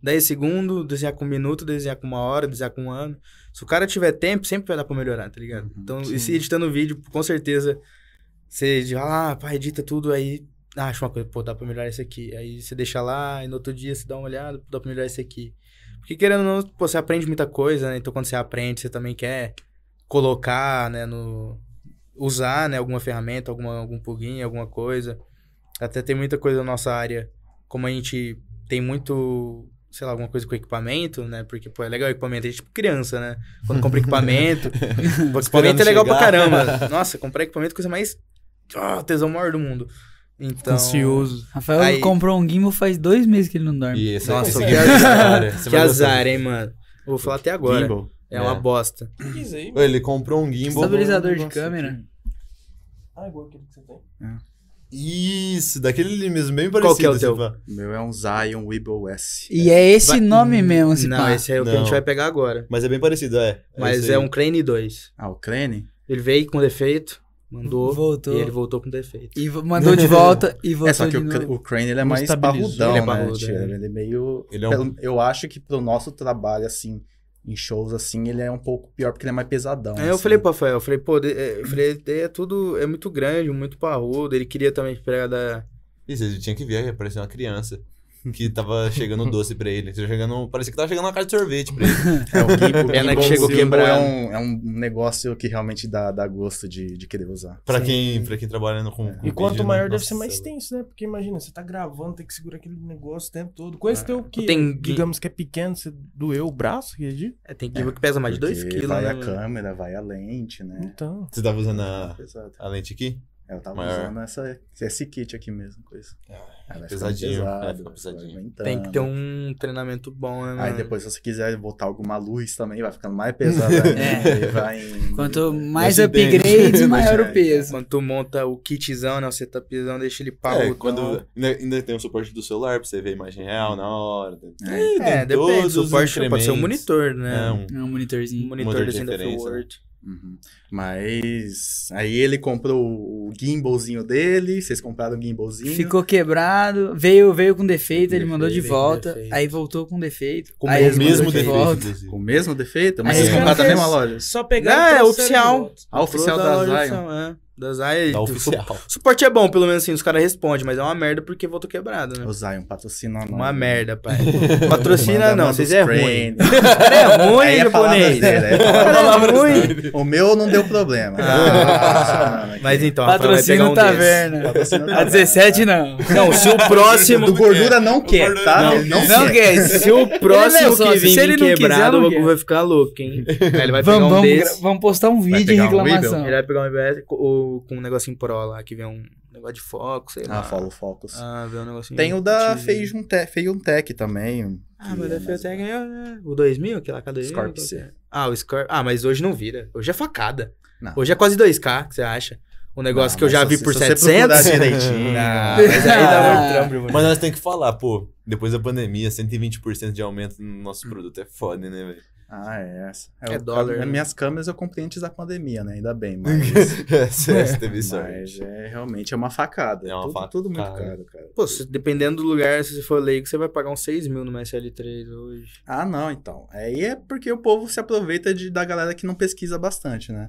Speaker 5: 10 segundos, desenhar com um minuto, desenhar com uma hora, desenhar com um ano. Se o cara tiver tempo, sempre vai dar pra melhorar, tá ligado? então, e se editando vídeo, com certeza. Você diz, ah, pá, edita tudo aí. Ah, acho uma coisa, pô, dá pra melhorar isso aqui. Aí você deixa lá, e no outro dia você dá uma olhada, pô, dá pra melhorar isso aqui. Porque querendo ou não, pô, você aprende muita coisa, né? Então quando você aprende, você também quer colocar, né, no. usar, né, alguma ferramenta, alguma, algum plugin, alguma coisa. Até tem muita coisa na nossa área, como a gente tem muito, sei lá, alguma coisa com equipamento, né? Porque, pô, é legal o equipamento, a gente é tipo criança, né? Quando compra equipamento, pô, equipamento é
Speaker 6: Esperando
Speaker 5: legal pra
Speaker 6: chegar.
Speaker 5: caramba. Nossa, comprar equipamento é a coisa mais. Ah, tesão maior do mundo. Então.
Speaker 2: Ansioso.
Speaker 4: Rafael
Speaker 5: Aí-
Speaker 4: comprou um gimbal faz dois meses que ele não dorme.
Speaker 6: E essa
Speaker 5: Nossa,
Speaker 6: essa-
Speaker 5: que
Speaker 6: essa
Speaker 5: azar.
Speaker 6: área, é né? você
Speaker 5: Que
Speaker 6: vai gostar.
Speaker 5: azar, hein, mano. Vou falar até agora.
Speaker 1: Gimbal.
Speaker 5: É, uma
Speaker 6: É.
Speaker 5: bosta.
Speaker 6: Ô, Ele comprou um gimbal.
Speaker 4: Estabilizador de
Speaker 6: Nossa,
Speaker 4: câmera.
Speaker 2: Ah, igual aquele que você tem.
Speaker 6: Isso, daquele ali mesmo, bem
Speaker 5: Qual
Speaker 6: parecido.
Speaker 5: que é o teu?
Speaker 6: pá.
Speaker 1: O meu é um Zion Weeble S.
Speaker 4: E é esse
Speaker 5: Vai-
Speaker 4: nome mesmo, se
Speaker 5: Não,
Speaker 4: pá.
Speaker 5: esse é o que a
Speaker 6: Não.
Speaker 5: gente vai pegar agora.
Speaker 6: Mas é bem parecido, é.
Speaker 5: Mas
Speaker 6: esse
Speaker 5: é
Speaker 6: aí.
Speaker 5: um Crane 2.
Speaker 1: Ah, o Crane?
Speaker 5: Ele veio com defeito, mandou.
Speaker 4: Voltou.
Speaker 5: E ele voltou com defeito.
Speaker 4: E vo- mandou de volta e voltou
Speaker 1: é, só que
Speaker 4: de
Speaker 1: o, cra-
Speaker 4: novo.
Speaker 1: o Crane ele é
Speaker 2: Não
Speaker 1: mais
Speaker 2: estabilizou.
Speaker 1: parrudão,
Speaker 5: Ele é
Speaker 1: né?
Speaker 5: parrudo,
Speaker 1: tio?
Speaker 5: é.
Speaker 1: Ele é meio...
Speaker 6: Ele é um-
Speaker 1: pelo- Eu acho que pro nosso trabalho, assim, em shows, assim, ele é um pouco pior, porque ele é mais pesadão.
Speaker 5: Aí eu
Speaker 1: assim.
Speaker 5: falei pro Rafael, eu falei, pô, de- é, eu falei, ele é tudo, é muito grande, muito parrudo. Ele queria também pegar da.
Speaker 6: Isso, ele tinha que ver, apareceu uma criança. Que tava chegando doce pra ele. Tava Chegando, parecia que tava chegando uma caixa de sorvete pra ele.
Speaker 1: É, o Gui- o
Speaker 5: Pena que
Speaker 1: Gimbal-
Speaker 5: chegou
Speaker 1: o Gimbal
Speaker 5: quebrado.
Speaker 1: É um, é um negócio que realmente dá, dá gosto de, de querer usar.
Speaker 6: Pra, quem, pra quem trabalha no- com, com
Speaker 2: E quanto
Speaker 6: vídeo, né?
Speaker 2: maior deve
Speaker 6: Nossa,
Speaker 2: ser mais
Speaker 6: é
Speaker 2: tenso, né? Porque imagina, você tá gravando, tem que segurar aquele negócio o tempo todo. Com esse teu que,
Speaker 5: Tem gui-
Speaker 2: digamos que é pequeno, você doeu o braço, aquele dia?
Speaker 5: É, tem que que pesa mais de 2
Speaker 1: Porque
Speaker 5: quilos,
Speaker 1: vai
Speaker 5: né?
Speaker 1: a
Speaker 5: mano?
Speaker 1: câmera, vai a lente, né? É
Speaker 2: Então.
Speaker 6: Você tá tava usando a,
Speaker 1: Pesado.
Speaker 6: a lente aqui?
Speaker 1: É, Eu tava
Speaker 6: Maior.
Speaker 1: usando essa, esse kit aqui mesmo, coisa.
Speaker 6: É,
Speaker 1: Aí vai ficando
Speaker 6: pesadinho, é, fica
Speaker 1: vai
Speaker 6: pesadinho.
Speaker 1: aumentando.
Speaker 5: Tem que ter um treinamento bom, né?
Speaker 1: Aí
Speaker 5: mano?
Speaker 1: depois, se você quiser botar alguma luz também, vai ficando mais pesado.
Speaker 4: É.
Speaker 1: é. Vai em...
Speaker 4: Quanto mais
Speaker 6: Esse tem.
Speaker 4: upgrades, maior
Speaker 1: É.
Speaker 4: o peso.
Speaker 5: Quando tu monta o kitzão, né? O setupzão, deixa ele
Speaker 6: É,
Speaker 5: parrudão.
Speaker 6: quando ainda, ainda tem o suporte do celular pra você ver a imagem real na hora. né? Tem-
Speaker 1: É.
Speaker 6: tem
Speaker 5: É, depende. O
Speaker 6: todos os
Speaker 5: suporte pode ser um
Speaker 6: incrementos.
Speaker 5: monitor, né?
Speaker 6: É, um-
Speaker 4: É um
Speaker 5: Um
Speaker 4: monitorzinho.
Speaker 5: monitor
Speaker 6: Monitor
Speaker 5: do
Speaker 6: de
Speaker 5: Center
Speaker 6: referência, né?
Speaker 5: Word.
Speaker 1: Uhum. Mas aí ele comprou o gimbalzinho dele, vocês compraram o gimbalzinho.
Speaker 4: Ficou quebrado, veio, veio com defeito, ele mandou de
Speaker 5: Defeito,
Speaker 4: volta,
Speaker 5: defeito.
Speaker 4: aí voltou com defeito.
Speaker 5: Com
Speaker 4: aí
Speaker 5: o
Speaker 4: eles
Speaker 5: Mas
Speaker 4: mandaram
Speaker 6: mesmo
Speaker 4: de
Speaker 5: defeito.
Speaker 4: volta.
Speaker 1: Com
Speaker 6: defeito.
Speaker 1: o mesmo defeito? Mas
Speaker 4: Aí
Speaker 1: vocês
Speaker 4: ele
Speaker 1: compraram da
Speaker 2: fez-
Speaker 1: mesma loja?
Speaker 2: Só
Speaker 5: Não,
Speaker 2: e
Speaker 5: é
Speaker 2: trouxeram de
Speaker 5: oficial.
Speaker 2: volta.
Speaker 1: A oficial
Speaker 5: Comprou
Speaker 1: da
Speaker 5: loja
Speaker 1: Zion.
Speaker 5: oficial, é. da Zaya.
Speaker 6: Tá
Speaker 5: tipo,
Speaker 6: oficial.
Speaker 5: Suporte é bom, pelo menos assim, os caras respondem, mas é uma merda porque voltou quebrado, né?
Speaker 1: O Zion patrocina né? não.
Speaker 5: Uma merda, pai. Patrocina
Speaker 1: Manda
Speaker 5: não,
Speaker 1: manda
Speaker 5: vocês
Speaker 1: os
Speaker 5: é ruim.
Speaker 1: friends.
Speaker 5: Cara, é
Speaker 1: Aí
Speaker 5: ruim,
Speaker 1: é palavras
Speaker 5: japonês.
Speaker 1: dele, aí é palavras
Speaker 5: Cara, é
Speaker 6: Palavras
Speaker 5: ruim.
Speaker 6: dele.
Speaker 1: dele. O meu não deu problema. tá
Speaker 5: Ah, mas então, Rafael vai pegar
Speaker 4: Patrocina
Speaker 5: um desses.
Speaker 4: Taverna. A 17 não.
Speaker 5: Não, se o
Speaker 1: do
Speaker 5: próximo...
Speaker 1: gordura não quer,
Speaker 6: Gordura
Speaker 1: tá?
Speaker 5: não
Speaker 1: Ele não,
Speaker 4: Não,
Speaker 1: quer.
Speaker 4: quer.
Speaker 5: Se o
Speaker 4: Ele não é
Speaker 5: próximo que
Speaker 4: sócio,
Speaker 5: vir,
Speaker 4: se ele
Speaker 5: vir
Speaker 4: não quiser,
Speaker 5: quebrado,
Speaker 4: não
Speaker 5: o Goku
Speaker 4: quer.
Speaker 5: vai ficar louco, hein? Aí ele vai pegar
Speaker 4: Vamos,
Speaker 5: um
Speaker 4: vamos,
Speaker 5: desses.
Speaker 4: gra- vamos postar um vídeo de
Speaker 1: pegar um Weeble?
Speaker 4: reclamação.
Speaker 5: Ele vai pegar um IBS com, com um negocinho pro lá, que vem um negócio de foco, sei lá.
Speaker 1: Ah, follow focus.
Speaker 5: Ah, vem um negocinho.
Speaker 1: Tem o da
Speaker 5: de-
Speaker 1: Feijun Te- Feijun Tech também.
Speaker 5: Ah, mas da Fiotec ganhou, né? O 2000, aquela cadeia.
Speaker 1: Scorpio.
Speaker 5: Ah, o Scorp. Ah, mas hoje não vira. Hoje é facada.
Speaker 1: Não.
Speaker 5: Hoje é quase 2K, que você acha? Um negócio
Speaker 1: Não,
Speaker 5: que eu
Speaker 1: mas
Speaker 5: já
Speaker 1: se
Speaker 5: vi
Speaker 1: você-
Speaker 5: por
Speaker 1: se você procurar
Speaker 5: 700.
Speaker 1: direitinho. né?
Speaker 5: Ah, mas aí dá muito trampo, mano.
Speaker 6: Mas nós temos que falar, pô, depois da pandemia, 120% de aumento no nosso produto é foda, né, velho?
Speaker 1: Ah, é. essa.
Speaker 5: É
Speaker 1: o-
Speaker 5: dólar,
Speaker 1: a-
Speaker 5: né?
Speaker 1: Minhas câmeras eu comprei antes da pandemia, né? Ainda bem, mas.
Speaker 6: Essa essa teve sorte.
Speaker 1: mas é realmente é uma facada.
Speaker 6: É uma
Speaker 1: tudo,
Speaker 6: facada.
Speaker 1: tudo muito caro, cara.
Speaker 5: Pô, se- dependendo do lugar, se você for leigo, você vai pagar uns 6 mil numa SL3 hoje.
Speaker 1: Ah, não, então. Aí é porque o povo se aproveita de, da galera que não pesquisa bastante, né?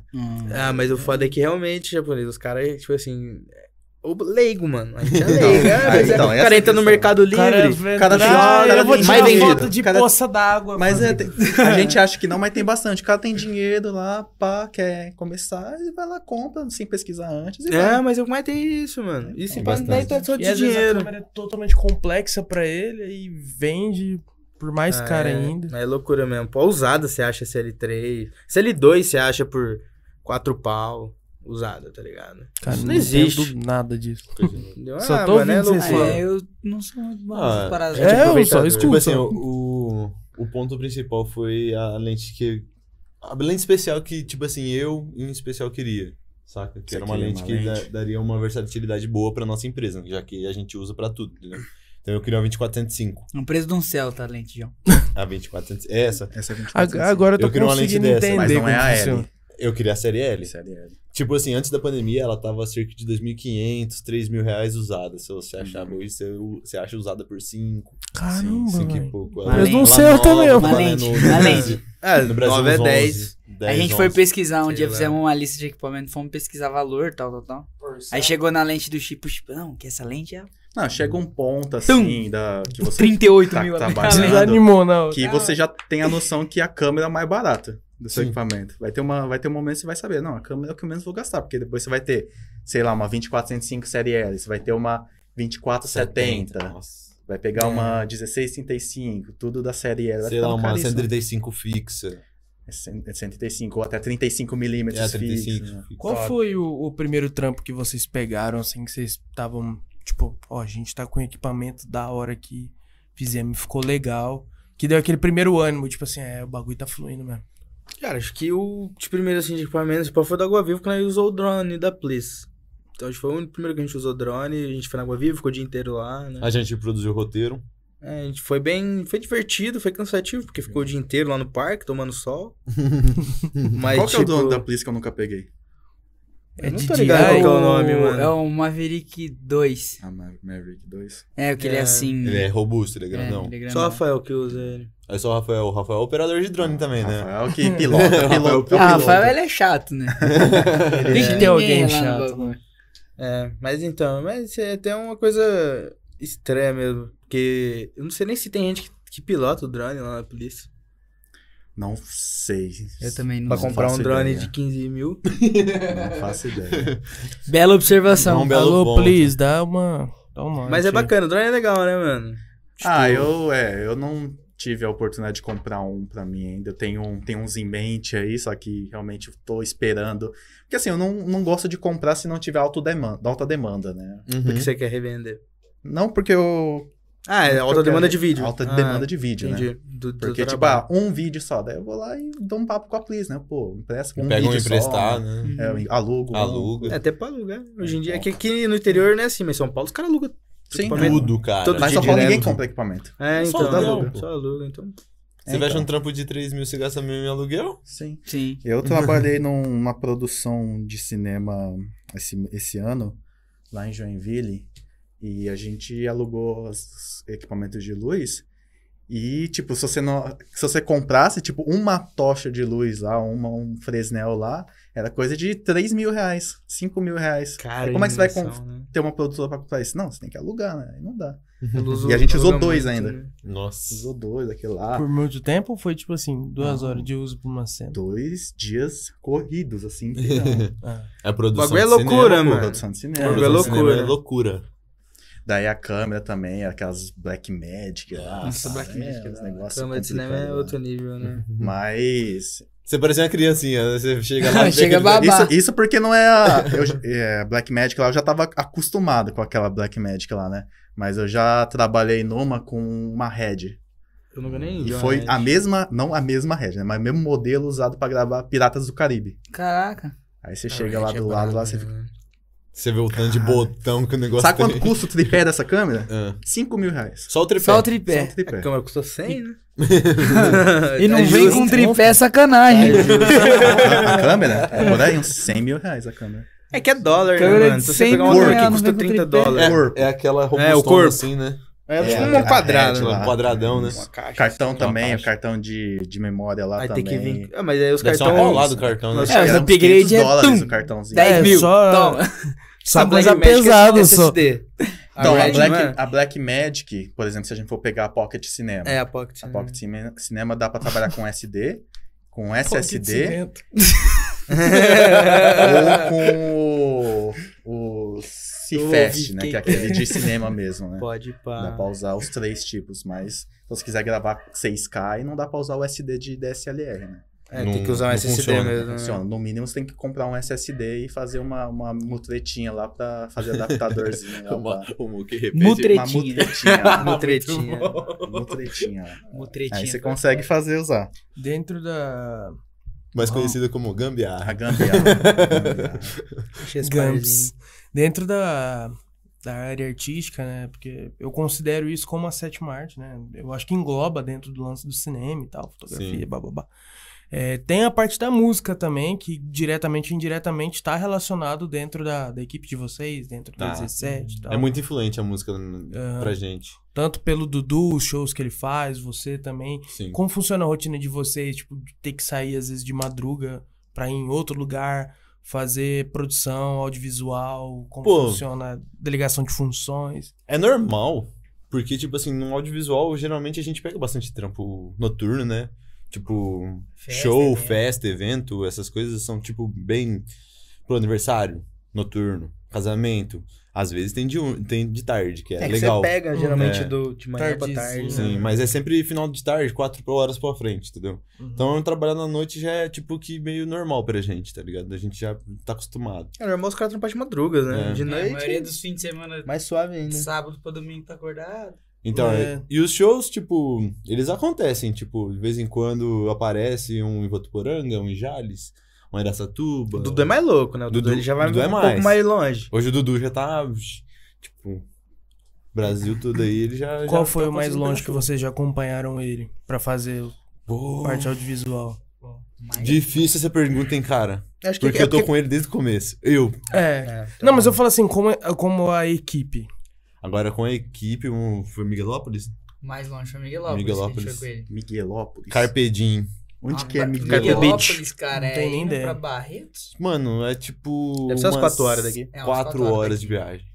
Speaker 5: Ah, mas o foda é que realmente, japonês, os caras, tipo assim. é- O leigo, mano. A gente é leigo. é,
Speaker 1: aí,
Speaker 5: mas é-
Speaker 1: então,
Speaker 5: o
Speaker 1: essa é
Speaker 5: cara
Speaker 1: a
Speaker 5: entra no
Speaker 1: questão.
Speaker 5: Mercado Livre.
Speaker 2: Cara,
Speaker 1: Cada
Speaker 2: vem-
Speaker 1: final-
Speaker 2: Ah,
Speaker 1: cada
Speaker 2: eu vou
Speaker 1: vez
Speaker 2: tirar
Speaker 1: mais
Speaker 2: uma foto
Speaker 1: vendido.
Speaker 2: de
Speaker 1: Cada-
Speaker 2: poça d'água.
Speaker 1: Mas
Speaker 2: mano.
Speaker 1: é, tem- a gente acha que não, mas tem bastante. O cara tem dinheiro lá, pá, quer começar, e vai lá, compra, sem pesquisar antes. E
Speaker 5: É,
Speaker 1: vai.
Speaker 5: mas eu mais tem isso, mano. Isso
Speaker 1: É
Speaker 6: tem
Speaker 5: pra- daí
Speaker 6: bastante.
Speaker 5: tá só
Speaker 2: E
Speaker 5: de
Speaker 2: às vezes a
Speaker 5: dinheiro.
Speaker 2: câmera é totalmente complexa pra ele e vende por mais
Speaker 5: Ah,
Speaker 2: caro
Speaker 5: é,
Speaker 2: ainda.
Speaker 5: É loucura mesmo. Pô, usada você acha CL3. CL2 você acha por 4 pau. Usada, tá ligado?
Speaker 2: Cara,
Speaker 5: Isso
Speaker 2: não,
Speaker 5: não existe.
Speaker 2: entendo nada disso.
Speaker 5: Deu-
Speaker 2: Só tô
Speaker 5: mano, é
Speaker 2: ouvindo
Speaker 5: loucura.
Speaker 2: vocês falar.
Speaker 4: É, eu não sou muito bom
Speaker 6: Ah,
Speaker 4: nessas paradas.
Speaker 5: gente
Speaker 2: É, eu só
Speaker 5: aproveitador.
Speaker 6: Tipo
Speaker 2: escuto.
Speaker 6: assim, o, o, o ponto principal foi a lente que. A lente especial que, tipo assim, eu em especial queria. Saca? Que
Speaker 1: Você
Speaker 6: era uma
Speaker 1: queria
Speaker 6: lente
Speaker 1: uma
Speaker 6: que
Speaker 1: lente?
Speaker 6: da- daria uma versatilidade boa pra nossa empresa, já que a gente usa pra tudo, entendeu? Então eu queria uma 2405.
Speaker 4: Um preço de um céu, tá, lente, João?
Speaker 6: A 2405. É essa.
Speaker 1: Essa é a 24
Speaker 2: Ag- Agora eu tô
Speaker 6: Eu queria uma lente
Speaker 2: conseguindo
Speaker 6: dessa,
Speaker 2: entender
Speaker 1: mas não é
Speaker 2: como
Speaker 1: a
Speaker 2: funciona.
Speaker 1: L.
Speaker 6: Eu queria a série L.
Speaker 1: é Série L.
Speaker 6: Tipo assim, antes da pandemia, ela tava cerca de 2.500, 3.000 reais usada. Se você achava hoje, você, você acha usada por 5,
Speaker 2: Caramba,
Speaker 6: 5
Speaker 2: velho.
Speaker 6: e pouco. é
Speaker 4: Mas não
Speaker 2: sei, eu também,
Speaker 6: né,
Speaker 2: eu-
Speaker 4: Uma lente, uma lente.
Speaker 5: Ah,
Speaker 6: No Brasil,
Speaker 5: 9 é
Speaker 6: uns
Speaker 5: 10.
Speaker 6: 11,
Speaker 4: A
Speaker 6: 10,
Speaker 4: gente foi
Speaker 6: 11.
Speaker 4: pesquisar um
Speaker 5: Sei
Speaker 4: dia,
Speaker 5: lá.
Speaker 4: fizemos uma lista de equipamento, fomos pesquisar valor, tal, tal, tal. Aí chegou na lente do chip, tipo, não, que essa lente é
Speaker 1: Não, chega um ponto assim, da,
Speaker 5: Um
Speaker 1: que você
Speaker 4: 38
Speaker 1: tá
Speaker 4: mil.
Speaker 1: trabalhando.
Speaker 4: apenas.
Speaker 2: Desanimou né? na hora.
Speaker 1: que você já tem a noção que a câmera é o mais barato do seu
Speaker 6: Sim.
Speaker 1: equipamento. Vai ter, uma, vai ter um momento que você vai saber, não, a câmera é o que eu menos vou gastar, porque depois você vai ter, sei lá, uma 2405 série L, você vai ter uma 2470,
Speaker 6: Nossa.
Speaker 1: vai pegar uma 1635, tudo da série L. vai
Speaker 6: É. Sei
Speaker 1: ficar
Speaker 6: lá, uma
Speaker 1: caríssimo.
Speaker 6: 135 fixa.
Speaker 1: É cen- é 135 ou até 35 milímetros
Speaker 6: É, 35
Speaker 1: fixo, né?
Speaker 6: fixa.
Speaker 2: Qual foi o, o primeiro trampo que vocês pegaram, assim, que vocês estavam, tipo, ó, a gente tá com equipamento da hora que fizemos, ficou legal. Que deu aquele primeiro ânimo, tipo assim, é, o bagulho tá fluindo mesmo.
Speaker 5: Cara, acho que o de primeiro assim, de equipamento tipo, foi da Água Viva, que nós usou o drone da Please. Então acho que foi o único primeiro que a gente usou drone. A gente foi na Água Viva, ficou o dia inteiro lá, né?
Speaker 6: A gente produziu o roteiro.
Speaker 5: É, a gente foi bem. Foi divertido, foi cansativo, porque ficou o dia inteiro lá no parque, tomando sol. Mas,
Speaker 1: Qual que é
Speaker 5: tipo,
Speaker 1: o dono da Please que eu nunca peguei?
Speaker 5: Eu não
Speaker 2: de
Speaker 5: tô ligado
Speaker 2: DJI?
Speaker 5: qual que é o nome, mano.
Speaker 4: É o Maverick 2.
Speaker 1: A Ma- Maverick 2.
Speaker 4: É, que ele
Speaker 5: É,
Speaker 4: é assim.
Speaker 6: Ele é robusto, ele é
Speaker 4: é,
Speaker 6: grandão.
Speaker 4: ele é
Speaker 5: Só o
Speaker 4: grandão.
Speaker 5: Rafael que usa ele.
Speaker 6: Aí só o Rafael. O Rafael é operador de drone também, né?
Speaker 1: Ah, Rafael que pilota,
Speaker 6: Rafael
Speaker 1: pilota.
Speaker 4: Ah, Rafael, ele é chato, né?
Speaker 2: Tem que ter alguém
Speaker 4: Ninguém lá no
Speaker 2: chato.
Speaker 4: bagulho.
Speaker 5: É, mas então, mas é até uma coisa estranha mesmo, porque eu não sei nem se tem gente que, que pilota o drone lá na polícia.
Speaker 1: Não sei.
Speaker 4: Eu também não
Speaker 5: Pra
Speaker 4: sei.
Speaker 5: comprar um
Speaker 1: faço
Speaker 5: drone
Speaker 1: é ideia.
Speaker 5: de 15 mil.
Speaker 1: Não faço ideia.
Speaker 4: Bela observação.
Speaker 6: Um belo
Speaker 2: Alô,
Speaker 6: ponto.
Speaker 2: please, dá uma. Dá um
Speaker 5: Mas
Speaker 2: norte
Speaker 5: é
Speaker 2: aí.
Speaker 5: bacana, o drone é legal, né, mano?
Speaker 1: Ah,
Speaker 5: Tipo,
Speaker 1: eu, é, eu não tive a oportunidade de comprar um pra mim ainda. Eu tenho, um- tenho uns em mente aí, só que realmente eu tô esperando. Porque assim, eu não, não gosto de comprar se não tiver auto demanda, alta demanda, né?
Speaker 5: Porque
Speaker 6: Uhum.
Speaker 5: você quer revender.
Speaker 1: Não porque eu.
Speaker 5: Ah, é alta
Speaker 1: porque
Speaker 5: demanda
Speaker 1: eu-
Speaker 5: de vídeo.
Speaker 1: Alta
Speaker 5: Ah,
Speaker 1: demanda de vídeo, né?
Speaker 5: entendi. Do, do
Speaker 1: Porque, tipo, ah,
Speaker 5: trabalho.
Speaker 1: um vídeo só. Daí eu vou lá e dou um papo com a Please, né? Pô, empresta um
Speaker 6: Pega um
Speaker 1: vídeo só,
Speaker 6: emprestado, né?
Speaker 1: né? É, eu alugo. um.
Speaker 5: É
Speaker 6: Aluga.
Speaker 5: até pra alugar. Hoje em dia, é que aqui no interior não é assim, mas São Paulo os caras alugam.
Speaker 1: Sim,
Speaker 5: equipamento.
Speaker 6: Tudo, cara.
Speaker 5: Todo
Speaker 1: Mas
Speaker 5: dia
Speaker 1: só Paulo ninguém
Speaker 5: direto.
Speaker 1: compra equipamento.
Speaker 5: É,
Speaker 6: Só
Speaker 5: então.
Speaker 6: aluga,
Speaker 5: aluga,
Speaker 6: pô.
Speaker 5: Só aluga, então.
Speaker 6: Você
Speaker 1: vai
Speaker 6: fecha um trampo de 3 mil, você gasta mil em aluguel?
Speaker 1: Sim.
Speaker 4: Sim.
Speaker 1: Eu trabalhei numa produção de cinema esse, esse ano, lá em Joinville, e a gente alugou os equipamentos de luz. E, tipo, se você, não, se você comprasse, tipo, uma tocha de luz lá, uma, um fresnel lá, Era coisa de 3 mil reais, 5 mil reais.
Speaker 5: Cara,
Speaker 1: como é que você vai
Speaker 5: iluminação, né?
Speaker 1: Ter uma produtora pra comprar isso? Não, você tem que alugar, né? Aí não dá.
Speaker 5: Ela usa-
Speaker 1: E a gente
Speaker 5: ela
Speaker 1: usou
Speaker 5: usa
Speaker 1: dois
Speaker 5: muito,
Speaker 1: ainda.
Speaker 5: né?
Speaker 6: Nossa.
Speaker 1: Usou dois, aquele lá.
Speaker 5: Ah.
Speaker 2: Por muito tempo ou foi tipo assim, duas horas de uso pra uma cena?
Speaker 1: Dois dias corridos, assim.
Speaker 2: Ah,
Speaker 6: A produção
Speaker 5: O bagulho é
Speaker 6: de cinema,
Speaker 5: loucura,
Speaker 6: pô.
Speaker 5: mano.
Speaker 1: Produção de
Speaker 6: A
Speaker 1: cinema.
Speaker 5: bagulho é
Speaker 6: produção de cinema
Speaker 5: loucura.
Speaker 6: É loucura.
Speaker 1: Daí a câmera também, aquelas Black Magic lá.
Speaker 4: Nossa,
Speaker 1: sabe?
Speaker 4: Black Magic,
Speaker 1: É, uns negócios
Speaker 5: Câmera de cinema é
Speaker 1: complicados,
Speaker 5: outro nível, né?
Speaker 6: Uhum.
Speaker 1: né? Mas.
Speaker 6: Você parecia uma criancinha, né? você chega lá e vê
Speaker 4: Chega
Speaker 6: aquele-
Speaker 4: babado. Babá.
Speaker 1: Isso, isso porque não é a. Eu, é, Black Magic lá, eu já tava acostumado com aquela Black Magic lá, né? Mas eu já trabalhei numa com uma Red.
Speaker 5: Eu nunca nem
Speaker 1: E
Speaker 5: vi uma
Speaker 1: foi
Speaker 5: net.
Speaker 1: a mesma. Não a mesma Red, né? Mas o mesmo modelo usado pra gravar Piratas do Caribe.
Speaker 4: Caraca.
Speaker 1: Aí você
Speaker 5: A
Speaker 1: chega lá
Speaker 5: net é
Speaker 1: do lado, lá
Speaker 5: braba,
Speaker 1: você fica.
Speaker 5: né?
Speaker 6: Você vê o tanto de botão que o negócio
Speaker 1: Sabe quanto
Speaker 6: tem.
Speaker 1: custa o tripé dessa câmera?
Speaker 6: Ah.
Speaker 1: 5 mil reais.
Speaker 6: Só o tripé. É,
Speaker 4: Só o
Speaker 1: Só o
Speaker 4: tripé.
Speaker 1: tripé.
Speaker 5: A câmera custou 100, né?
Speaker 4: E não
Speaker 5: Tá
Speaker 4: vem
Speaker 5: justo.
Speaker 4: com tripé é sacanagem.
Speaker 1: A câmera? É por aí, uns 100 mil reais a câmera.
Speaker 5: É que é dólar, né,
Speaker 4: Câmera
Speaker 5: mano?
Speaker 4: de
Speaker 5: Se
Speaker 4: 100
Speaker 5: você pegar uma
Speaker 4: mil
Speaker 5: câmera
Speaker 4: reais,
Speaker 5: que custa
Speaker 4: não vem com
Speaker 5: 30
Speaker 4: tripé.
Speaker 5: dólares.
Speaker 1: corpo.
Speaker 6: É aquela robustona
Speaker 5: É, o corpo.
Speaker 6: assim, né?
Speaker 5: É, tipo
Speaker 1: a- a
Speaker 5: um quadrado,
Speaker 1: hatch
Speaker 5: né?
Speaker 1: lá.
Speaker 6: Um quadradão, né?
Speaker 5: Uma caixa.
Speaker 1: Cartão
Speaker 6: Uma
Speaker 1: também, o
Speaker 6: caixa.
Speaker 1: cartão de, de memória lá
Speaker 5: Aí
Speaker 1: também.
Speaker 5: tem que vir... Ah, mas aí os
Speaker 6: Deve ser uma
Speaker 5: cartões...
Speaker 6: paulada o cartão, né?
Speaker 1: Acho
Speaker 5: Nossa,
Speaker 1: que
Speaker 4: os
Speaker 1: era uns
Speaker 4: upgrade
Speaker 1: 500
Speaker 4: é
Speaker 1: dólares
Speaker 4: tum.
Speaker 1: o cartãozinho.
Speaker 4: 10
Speaker 2: É,
Speaker 4: mil.
Speaker 2: só-
Speaker 4: Toma.
Speaker 2: Só
Speaker 5: Essa Black
Speaker 2: coisa
Speaker 5: Magic é
Speaker 2: pesada, só.
Speaker 5: SSD. A
Speaker 1: Então, a
Speaker 5: Red,
Speaker 1: Black,
Speaker 5: não é?
Speaker 1: a Black Magic, por exemplo, se a gente for pegar a Pocket Cinema.
Speaker 5: É, a Pocket.
Speaker 1: A Pocket Cine- Cinema dá pra trabalhar com SD, com SSD ou com o, o Cifest, né? Que é aquele de cinema mesmo, né?
Speaker 5: Pode
Speaker 1: Dá
Speaker 5: pá.
Speaker 1: pra usar os três tipos, mas se você quiser gravar 6K, aí não dá pra usar o SD de DSLR, né?
Speaker 5: É,
Speaker 6: Não-
Speaker 5: tem que usar um
Speaker 6: não
Speaker 5: SSD
Speaker 6: funciona,
Speaker 5: mesmo. né?
Speaker 1: Funciona. No mínimo você tem que comprar um SSD e fazer uma, uma mutretinha lá pra fazer adaptadorzinho. lá
Speaker 6: É Uma,
Speaker 1: pra-
Speaker 6: uma que repete.
Speaker 1: uma
Speaker 4: Mutretinha.
Speaker 1: mutretinha. lá,
Speaker 5: No tretinho.
Speaker 1: uma mutretinha. lá. Aí você
Speaker 4: Mutretinha. é
Speaker 1: consegue fazer usar.
Speaker 2: Dentro da.
Speaker 6: Mais
Speaker 5: Ah.
Speaker 6: conhecida como gambiarra.
Speaker 1: A gambiarra. a gambiarra.
Speaker 2: Gumps. Dentro da, da área artística, né? Porque eu considero isso como a sétima arte, né? Eu acho que engloba dentro do lance do cinema e tal, fotografia,
Speaker 6: Sim.
Speaker 2: bababá. É, tem a parte da música também, que diretamente e indiretamente está relacionado dentro da, da equipe de vocês, dentro da
Speaker 6: Tá.
Speaker 2: 17 e tal.
Speaker 6: É muito influente a música n-
Speaker 5: Ah.
Speaker 6: pra gente.
Speaker 2: Tanto pelo Dudu, os shows que ele faz, você também.
Speaker 6: Sim.
Speaker 2: Como funciona a rotina de vocês? Tipo, de ter que sair às vezes de madruga pra ir em outro lugar, fazer produção audiovisual? Como
Speaker 6: Pô.
Speaker 2: funciona a delegação de funções?
Speaker 6: É normal, porque, tipo assim, no audiovisual, geralmente a gente pega bastante trampo noturno, né? Tipo, show, festa, evento, essas coisas são, tipo, bem pro aniversário, noturno, casamento. Às vezes tem de, um- tem de tarde, que é,
Speaker 5: É que
Speaker 6: legal.
Speaker 5: você pega geralmente
Speaker 6: É.
Speaker 5: do, de manhã pra
Speaker 2: Tardezinha.
Speaker 5: tarde.
Speaker 6: Sim,
Speaker 5: né?
Speaker 6: mas é sempre final de tarde, quatro horas pra frente, entendeu?
Speaker 2: Uhum.
Speaker 6: Então trabalhar na noite já é tipo que meio normal pra gente, tá ligado? A gente já tá acostumado.
Speaker 5: É normal os caras trampar de madruga, né?
Speaker 6: É.
Speaker 5: De
Speaker 4: A
Speaker 5: noite.
Speaker 4: maioria dos fins de semana,
Speaker 5: Mais suave ainda.
Speaker 6: né?
Speaker 4: sábado pra domingo, tá acordado.
Speaker 6: Então,
Speaker 2: É.
Speaker 6: e os shows, tipo, eles acontecem, tipo, de vez em quando aparece um em Votuporanga, um em Jales, um em Aracatuba.
Speaker 5: O Dudu é mais louco, né? O Dudu,
Speaker 6: Dudu-
Speaker 5: ele já vai
Speaker 6: Dudu é
Speaker 5: um pouco
Speaker 6: mais.
Speaker 5: mais longe.
Speaker 6: Hoje o Dudu já tá, tipo, Brasil todo aí, ele já...
Speaker 2: Qual
Speaker 6: já
Speaker 2: foi
Speaker 6: tá
Speaker 2: o mais
Speaker 6: conseguindo
Speaker 2: longe que
Speaker 6: pegar
Speaker 2: vocês já acompanharam ele pra fazer
Speaker 6: show.
Speaker 2: parte audiovisual?
Speaker 6: Pô, Difícil essa pergunta, hein, cara?
Speaker 5: Acho que
Speaker 6: Porque
Speaker 5: é
Speaker 6: eu tô com ele desde o começo. Eu.
Speaker 2: É.
Speaker 5: É,
Speaker 2: Não, mas eu falo assim, como, como a equipe.
Speaker 6: Agora com a equipe, um, foi Miguelópolis?
Speaker 4: Mais longe foi Miguelópolis.
Speaker 6: Miguelópolis.
Speaker 4: que a gente foi com ele.
Speaker 1: Miguelópolis.
Speaker 6: Carpedim.
Speaker 1: Onde
Speaker 4: Ah,
Speaker 1: que é
Speaker 4: mas
Speaker 1: Miguelópolis?
Speaker 4: Miguelópolis, cara,
Speaker 2: Não tem
Speaker 4: é
Speaker 2: nem
Speaker 4: indo
Speaker 2: ideia.
Speaker 4: pra Barretos?
Speaker 6: Mano, é tipo.
Speaker 5: Deve ser umas
Speaker 6: umas
Speaker 5: quatro horas daqui.
Speaker 4: É, umas
Speaker 6: quatro
Speaker 4: quatro horas
Speaker 6: horas
Speaker 4: daqui.
Speaker 6: de viagem.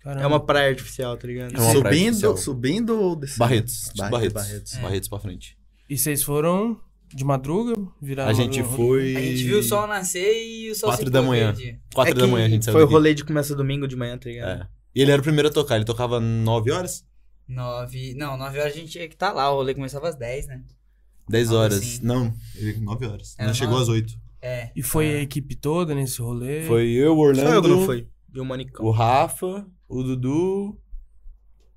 Speaker 2: Caramba.
Speaker 5: É uma praia artificial, tá ligado?
Speaker 6: É uma praia
Speaker 1: Subindo,
Speaker 6: artificial.
Speaker 1: subindo ou descendo?
Speaker 6: Barretos.
Speaker 1: Barretos,
Speaker 6: Barretos.
Speaker 1: Barretos.
Speaker 6: Barretos,
Speaker 4: É.
Speaker 6: pra frente.
Speaker 2: E vocês foram de madruga? Viraram um
Speaker 6: a gente
Speaker 2: madruga?
Speaker 6: foi.
Speaker 4: A gente viu o sol nascer e o sol
Speaker 6: Quatro
Speaker 4: se
Speaker 6: da
Speaker 4: pôr
Speaker 6: manhã.
Speaker 4: aquele dia.
Speaker 5: É
Speaker 6: Quatro da
Speaker 5: que
Speaker 6: manhã a gente saiu
Speaker 5: Foi o
Speaker 6: daqui.
Speaker 5: rolê de começa domingo de manhã, tá ligado?
Speaker 6: É. E ele era o primeiro a tocar. Ele tocava nove horas?
Speaker 4: Nove... Não, nove horas a gente tinha que estar lá. O rolê começava às dez, né?
Speaker 6: dez
Speaker 4: Algo
Speaker 6: horas.
Speaker 4: assim.
Speaker 6: Não, ele nove horas.
Speaker 4: Era
Speaker 6: Não chegou
Speaker 4: nove.
Speaker 6: às oito.
Speaker 4: É.
Speaker 2: E foi a equipe toda nesse rolê?
Speaker 6: Foi eu, o
Speaker 5: Só
Speaker 6: Orlando.
Speaker 5: eu que não fui. um E o Manicão.
Speaker 6: O Rafa, o Dudu.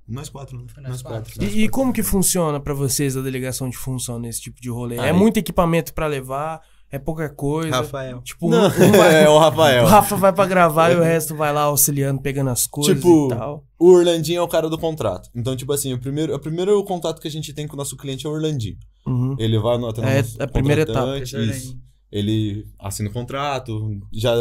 Speaker 6: Nós quatro, né?
Speaker 4: Foi nós quatro.
Speaker 6: nós
Speaker 2: E, e
Speaker 6: quatro.
Speaker 2: como que funciona pra vocês a delegação de função nesse tipo de rolê?
Speaker 6: Ah,
Speaker 2: é
Speaker 6: e-
Speaker 2: muito equipamento pra levar? É pouca coisa?
Speaker 5: Rafael.
Speaker 2: Tipo, um,
Speaker 6: Não,
Speaker 2: um vai-
Speaker 6: é o
Speaker 2: o
Speaker 6: Rafael.
Speaker 2: Rafa vai pra gravar e o resto vai lá auxiliando, pegando as coisas
Speaker 6: Tipo,
Speaker 2: e tal.
Speaker 6: O Orlandinho é o cara do contrato. Então, tipo assim, o primeiro, o primeiro contato que a gente tem com o nosso cliente é o Orlandinho.
Speaker 2: Uhum.
Speaker 6: Ele vai no até no
Speaker 2: É,
Speaker 6: nosso
Speaker 2: a primeira
Speaker 6: contratante,
Speaker 4: etapa.
Speaker 6: Isso. Ele assina o contrato, já,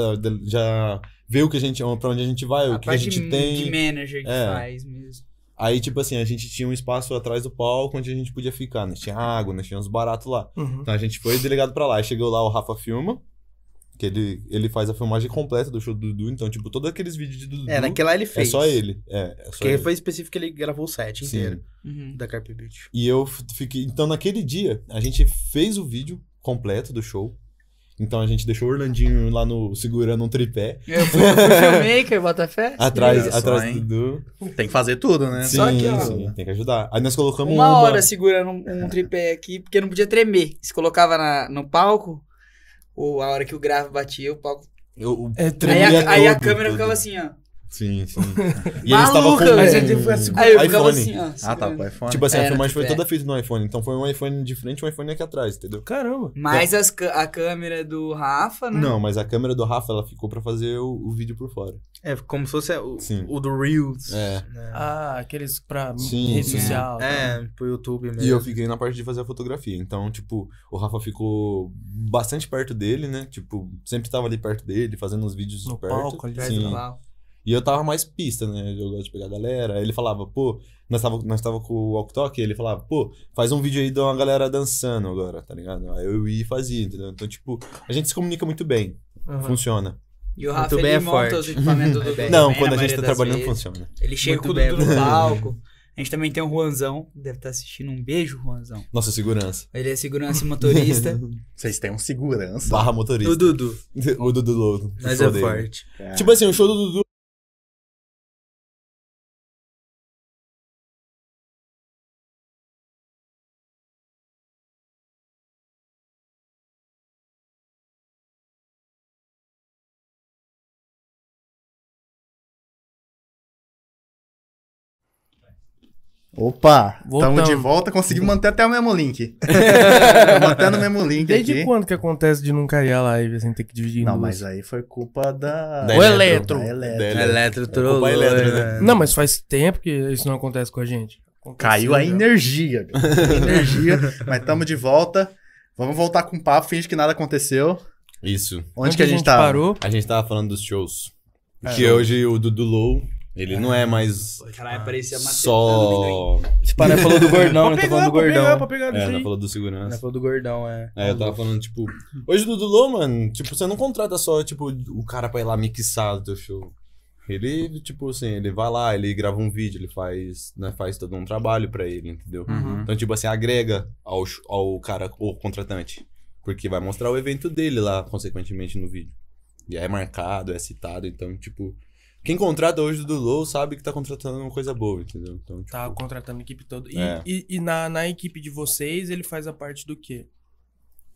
Speaker 6: já vê o que a gente, pra onde a gente vai, o que a gente
Speaker 4: Ah, de
Speaker 6: tem.
Speaker 4: manager que
Speaker 6: É.
Speaker 4: faz mesmo.
Speaker 6: Aí, tipo assim, a gente tinha um espaço atrás do palco onde a gente podia ficar. né? Nós tinha água, nós tinha uns baratos lá.
Speaker 2: Uhum.
Speaker 6: Então a gente foi delegado pra lá. Aí chegou lá o Rafa Filma, Que ele, ele faz a filmagem completa do show do Dudu, então, tipo, todos aqueles vídeos de Dudu.
Speaker 5: É, naquela ele
Speaker 6: é
Speaker 5: fez.
Speaker 6: só ele. É, é só
Speaker 5: Porque
Speaker 6: ele.
Speaker 5: foi específico que ele gravou o set
Speaker 6: Sim.
Speaker 5: inteiro
Speaker 4: Uhum.
Speaker 5: da Carpe Beach.
Speaker 6: E eu f- fiquei. Então, naquele dia, a gente fez o vídeo completo do show. Então a gente deixou o Orlandinho lá no. segurando um tripé.
Speaker 4: Eu fui, eu fui filmmaker, bota fé.
Speaker 6: Atrás,
Speaker 1: olha só,
Speaker 6: atrás
Speaker 1: hein?
Speaker 6: do Dudu.
Speaker 1: Tem que fazer tudo,
Speaker 4: É
Speaker 1: né?
Speaker 6: Sim,
Speaker 1: Só que, ó,
Speaker 6: sim, tem que ajudar. Aí nós colocamos
Speaker 4: Uma, hora segurando um, um tripé aqui, porque não podia tremer. Se colocava na- no palco, ou a hora que o grave batia, o palco.
Speaker 6: Eu- o-
Speaker 2: É
Speaker 4: Aí
Speaker 2: tremendo.
Speaker 6: Tremia
Speaker 4: a, aí a
Speaker 6: todo,
Speaker 4: câmera
Speaker 6: todo.
Speaker 4: ficava assim, ó.
Speaker 6: Sim, sim.
Speaker 4: Maluca, mas a gente foi
Speaker 6: assim.
Speaker 4: Aí eu ficava
Speaker 6: iPhone.
Speaker 4: assim, ó.
Speaker 1: Ah, tá,
Speaker 4: segurando.
Speaker 1: pô, iPhone.
Speaker 6: Tipo assim,
Speaker 4: É,
Speaker 6: a
Speaker 4: era
Speaker 6: filmagem foi
Speaker 4: tripé.
Speaker 6: toda feita no iPhone. Então foi um iPhone de frente e um iPhone aqui atrás, entendeu?
Speaker 2: Caramba.
Speaker 4: Mas as cã- a câmera do Rafa, né?
Speaker 6: Não, mas a câmera do Rafa, ela ficou pra fazer o, o vídeo por fora.
Speaker 5: É, como se fosse o,
Speaker 6: Sim.
Speaker 5: o do Reels.
Speaker 6: É.
Speaker 5: né?
Speaker 2: Ah, aqueles pra
Speaker 6: Sim,
Speaker 2: rede
Speaker 6: sim.
Speaker 2: social. tá?
Speaker 5: É, pro YouTube mesmo.
Speaker 6: E eu fiquei na parte de fazer a fotografia. Então, tipo, o Rafa ficou bastante perto dele, né? Tipo, sempre tava ali perto dele, fazendo uns vídeos
Speaker 2: No
Speaker 6: perto.
Speaker 2: palco, ali.
Speaker 6: Sim. E eu tava mais pista, né? Eu gosto de pegar a galera. Aí ele falava, pô, nós tava, nós tava com o Walk Talk, ele falava, pô, faz um vídeo aí de uma galera dançando agora, tá ligado? Aí eu ia e fazia, entendeu? Então, tipo, a gente se comunica muito bem,
Speaker 2: Aham.
Speaker 6: funciona.
Speaker 4: E o
Speaker 5: Muito
Speaker 4: Rafa,
Speaker 5: bem,
Speaker 4: ele
Speaker 5: é
Speaker 4: monta
Speaker 5: forte.
Speaker 4: os equipamentos do
Speaker 5: Bem,
Speaker 6: Não,
Speaker 4: bem,
Speaker 6: quando
Speaker 4: na
Speaker 6: a gente
Speaker 4: maioria
Speaker 6: tá
Speaker 4: das
Speaker 6: trabalhando,
Speaker 4: vezes.
Speaker 6: funciona.
Speaker 4: Ele chega
Speaker 5: Muito
Speaker 4: com tudo
Speaker 5: bem,
Speaker 4: no
Speaker 5: muito
Speaker 4: palco. A gente também tem o Juanzão, que deve estar assistindo. Um beijo, Juanzão.
Speaker 6: Nossa, segurança.
Speaker 4: Ele é segurança e motorista.
Speaker 1: Vocês têm um segurança.
Speaker 6: Barra
Speaker 5: O
Speaker 6: motorista.
Speaker 5: Dudu,
Speaker 6: O Dudu Lodo.
Speaker 5: mas
Speaker 6: Só
Speaker 5: é
Speaker 6: dele.
Speaker 5: forte.
Speaker 1: cara.
Speaker 6: Tipo assim, o show do Dudu.
Speaker 1: Opa,
Speaker 2: Voltamos.
Speaker 1: estamos de volta. Conseguimos manter até o mesmo link. Mantendo o mesmo link
Speaker 2: Desde
Speaker 1: aqui.
Speaker 2: quando que acontece de não cair a live sem ter que dividir em
Speaker 1: Não,
Speaker 2: duas?
Speaker 1: mas aí foi culpa da...
Speaker 6: Da
Speaker 2: O Eletro.
Speaker 1: Da Eletro.
Speaker 6: Da
Speaker 5: Eletro
Speaker 6: trollou, Eletro, né?
Speaker 2: Não, mas faz tempo que isso não acontece com a gente. Aconteceu
Speaker 1: Caiu a
Speaker 2: já.
Speaker 1: energia. cara. energia. Mas estamos de volta. Vamos voltar com o papo. Finge que nada aconteceu.
Speaker 6: Isso.
Speaker 1: Onde, que a gente, tá?
Speaker 2: parou?
Speaker 6: A gente tava falando dos shows.
Speaker 1: É.
Speaker 6: Que hoje o Dudu Low, ele não é mais
Speaker 4: Caralho, parecia uma
Speaker 6: só.
Speaker 5: Se parar, falou do gordão, não tá falando do gordão.
Speaker 2: pegar,
Speaker 6: É, ela falou do
Speaker 5: Não,
Speaker 6: segurança.
Speaker 5: falou do gordão, é.
Speaker 6: Aí eu tava falando, tipo, hoje do Dulô, mano, tipo, você não contrata só, tipo, o cara pra ir lá mixar o teu show. Ele, tipo assim, ele vai lá, ele grava um vídeo, ele faz, né, faz todo um trabalho pra ele, entendeu?
Speaker 4: Uhum.
Speaker 6: Então, tipo assim, agrega ao, sh- ao cara, ou contratante. Porque vai mostrar o evento dele lá, consequentemente, no vídeo. E aí é marcado, é citado, então, tipo... Quem contrata hoje do Dulô sabe que tá contratando uma coisa boa, entendeu? Então, tipo,
Speaker 2: Tá contratando a equipe toda. E,
Speaker 6: É.
Speaker 2: e- e na, na equipe de vocês, ele faz a parte do quê?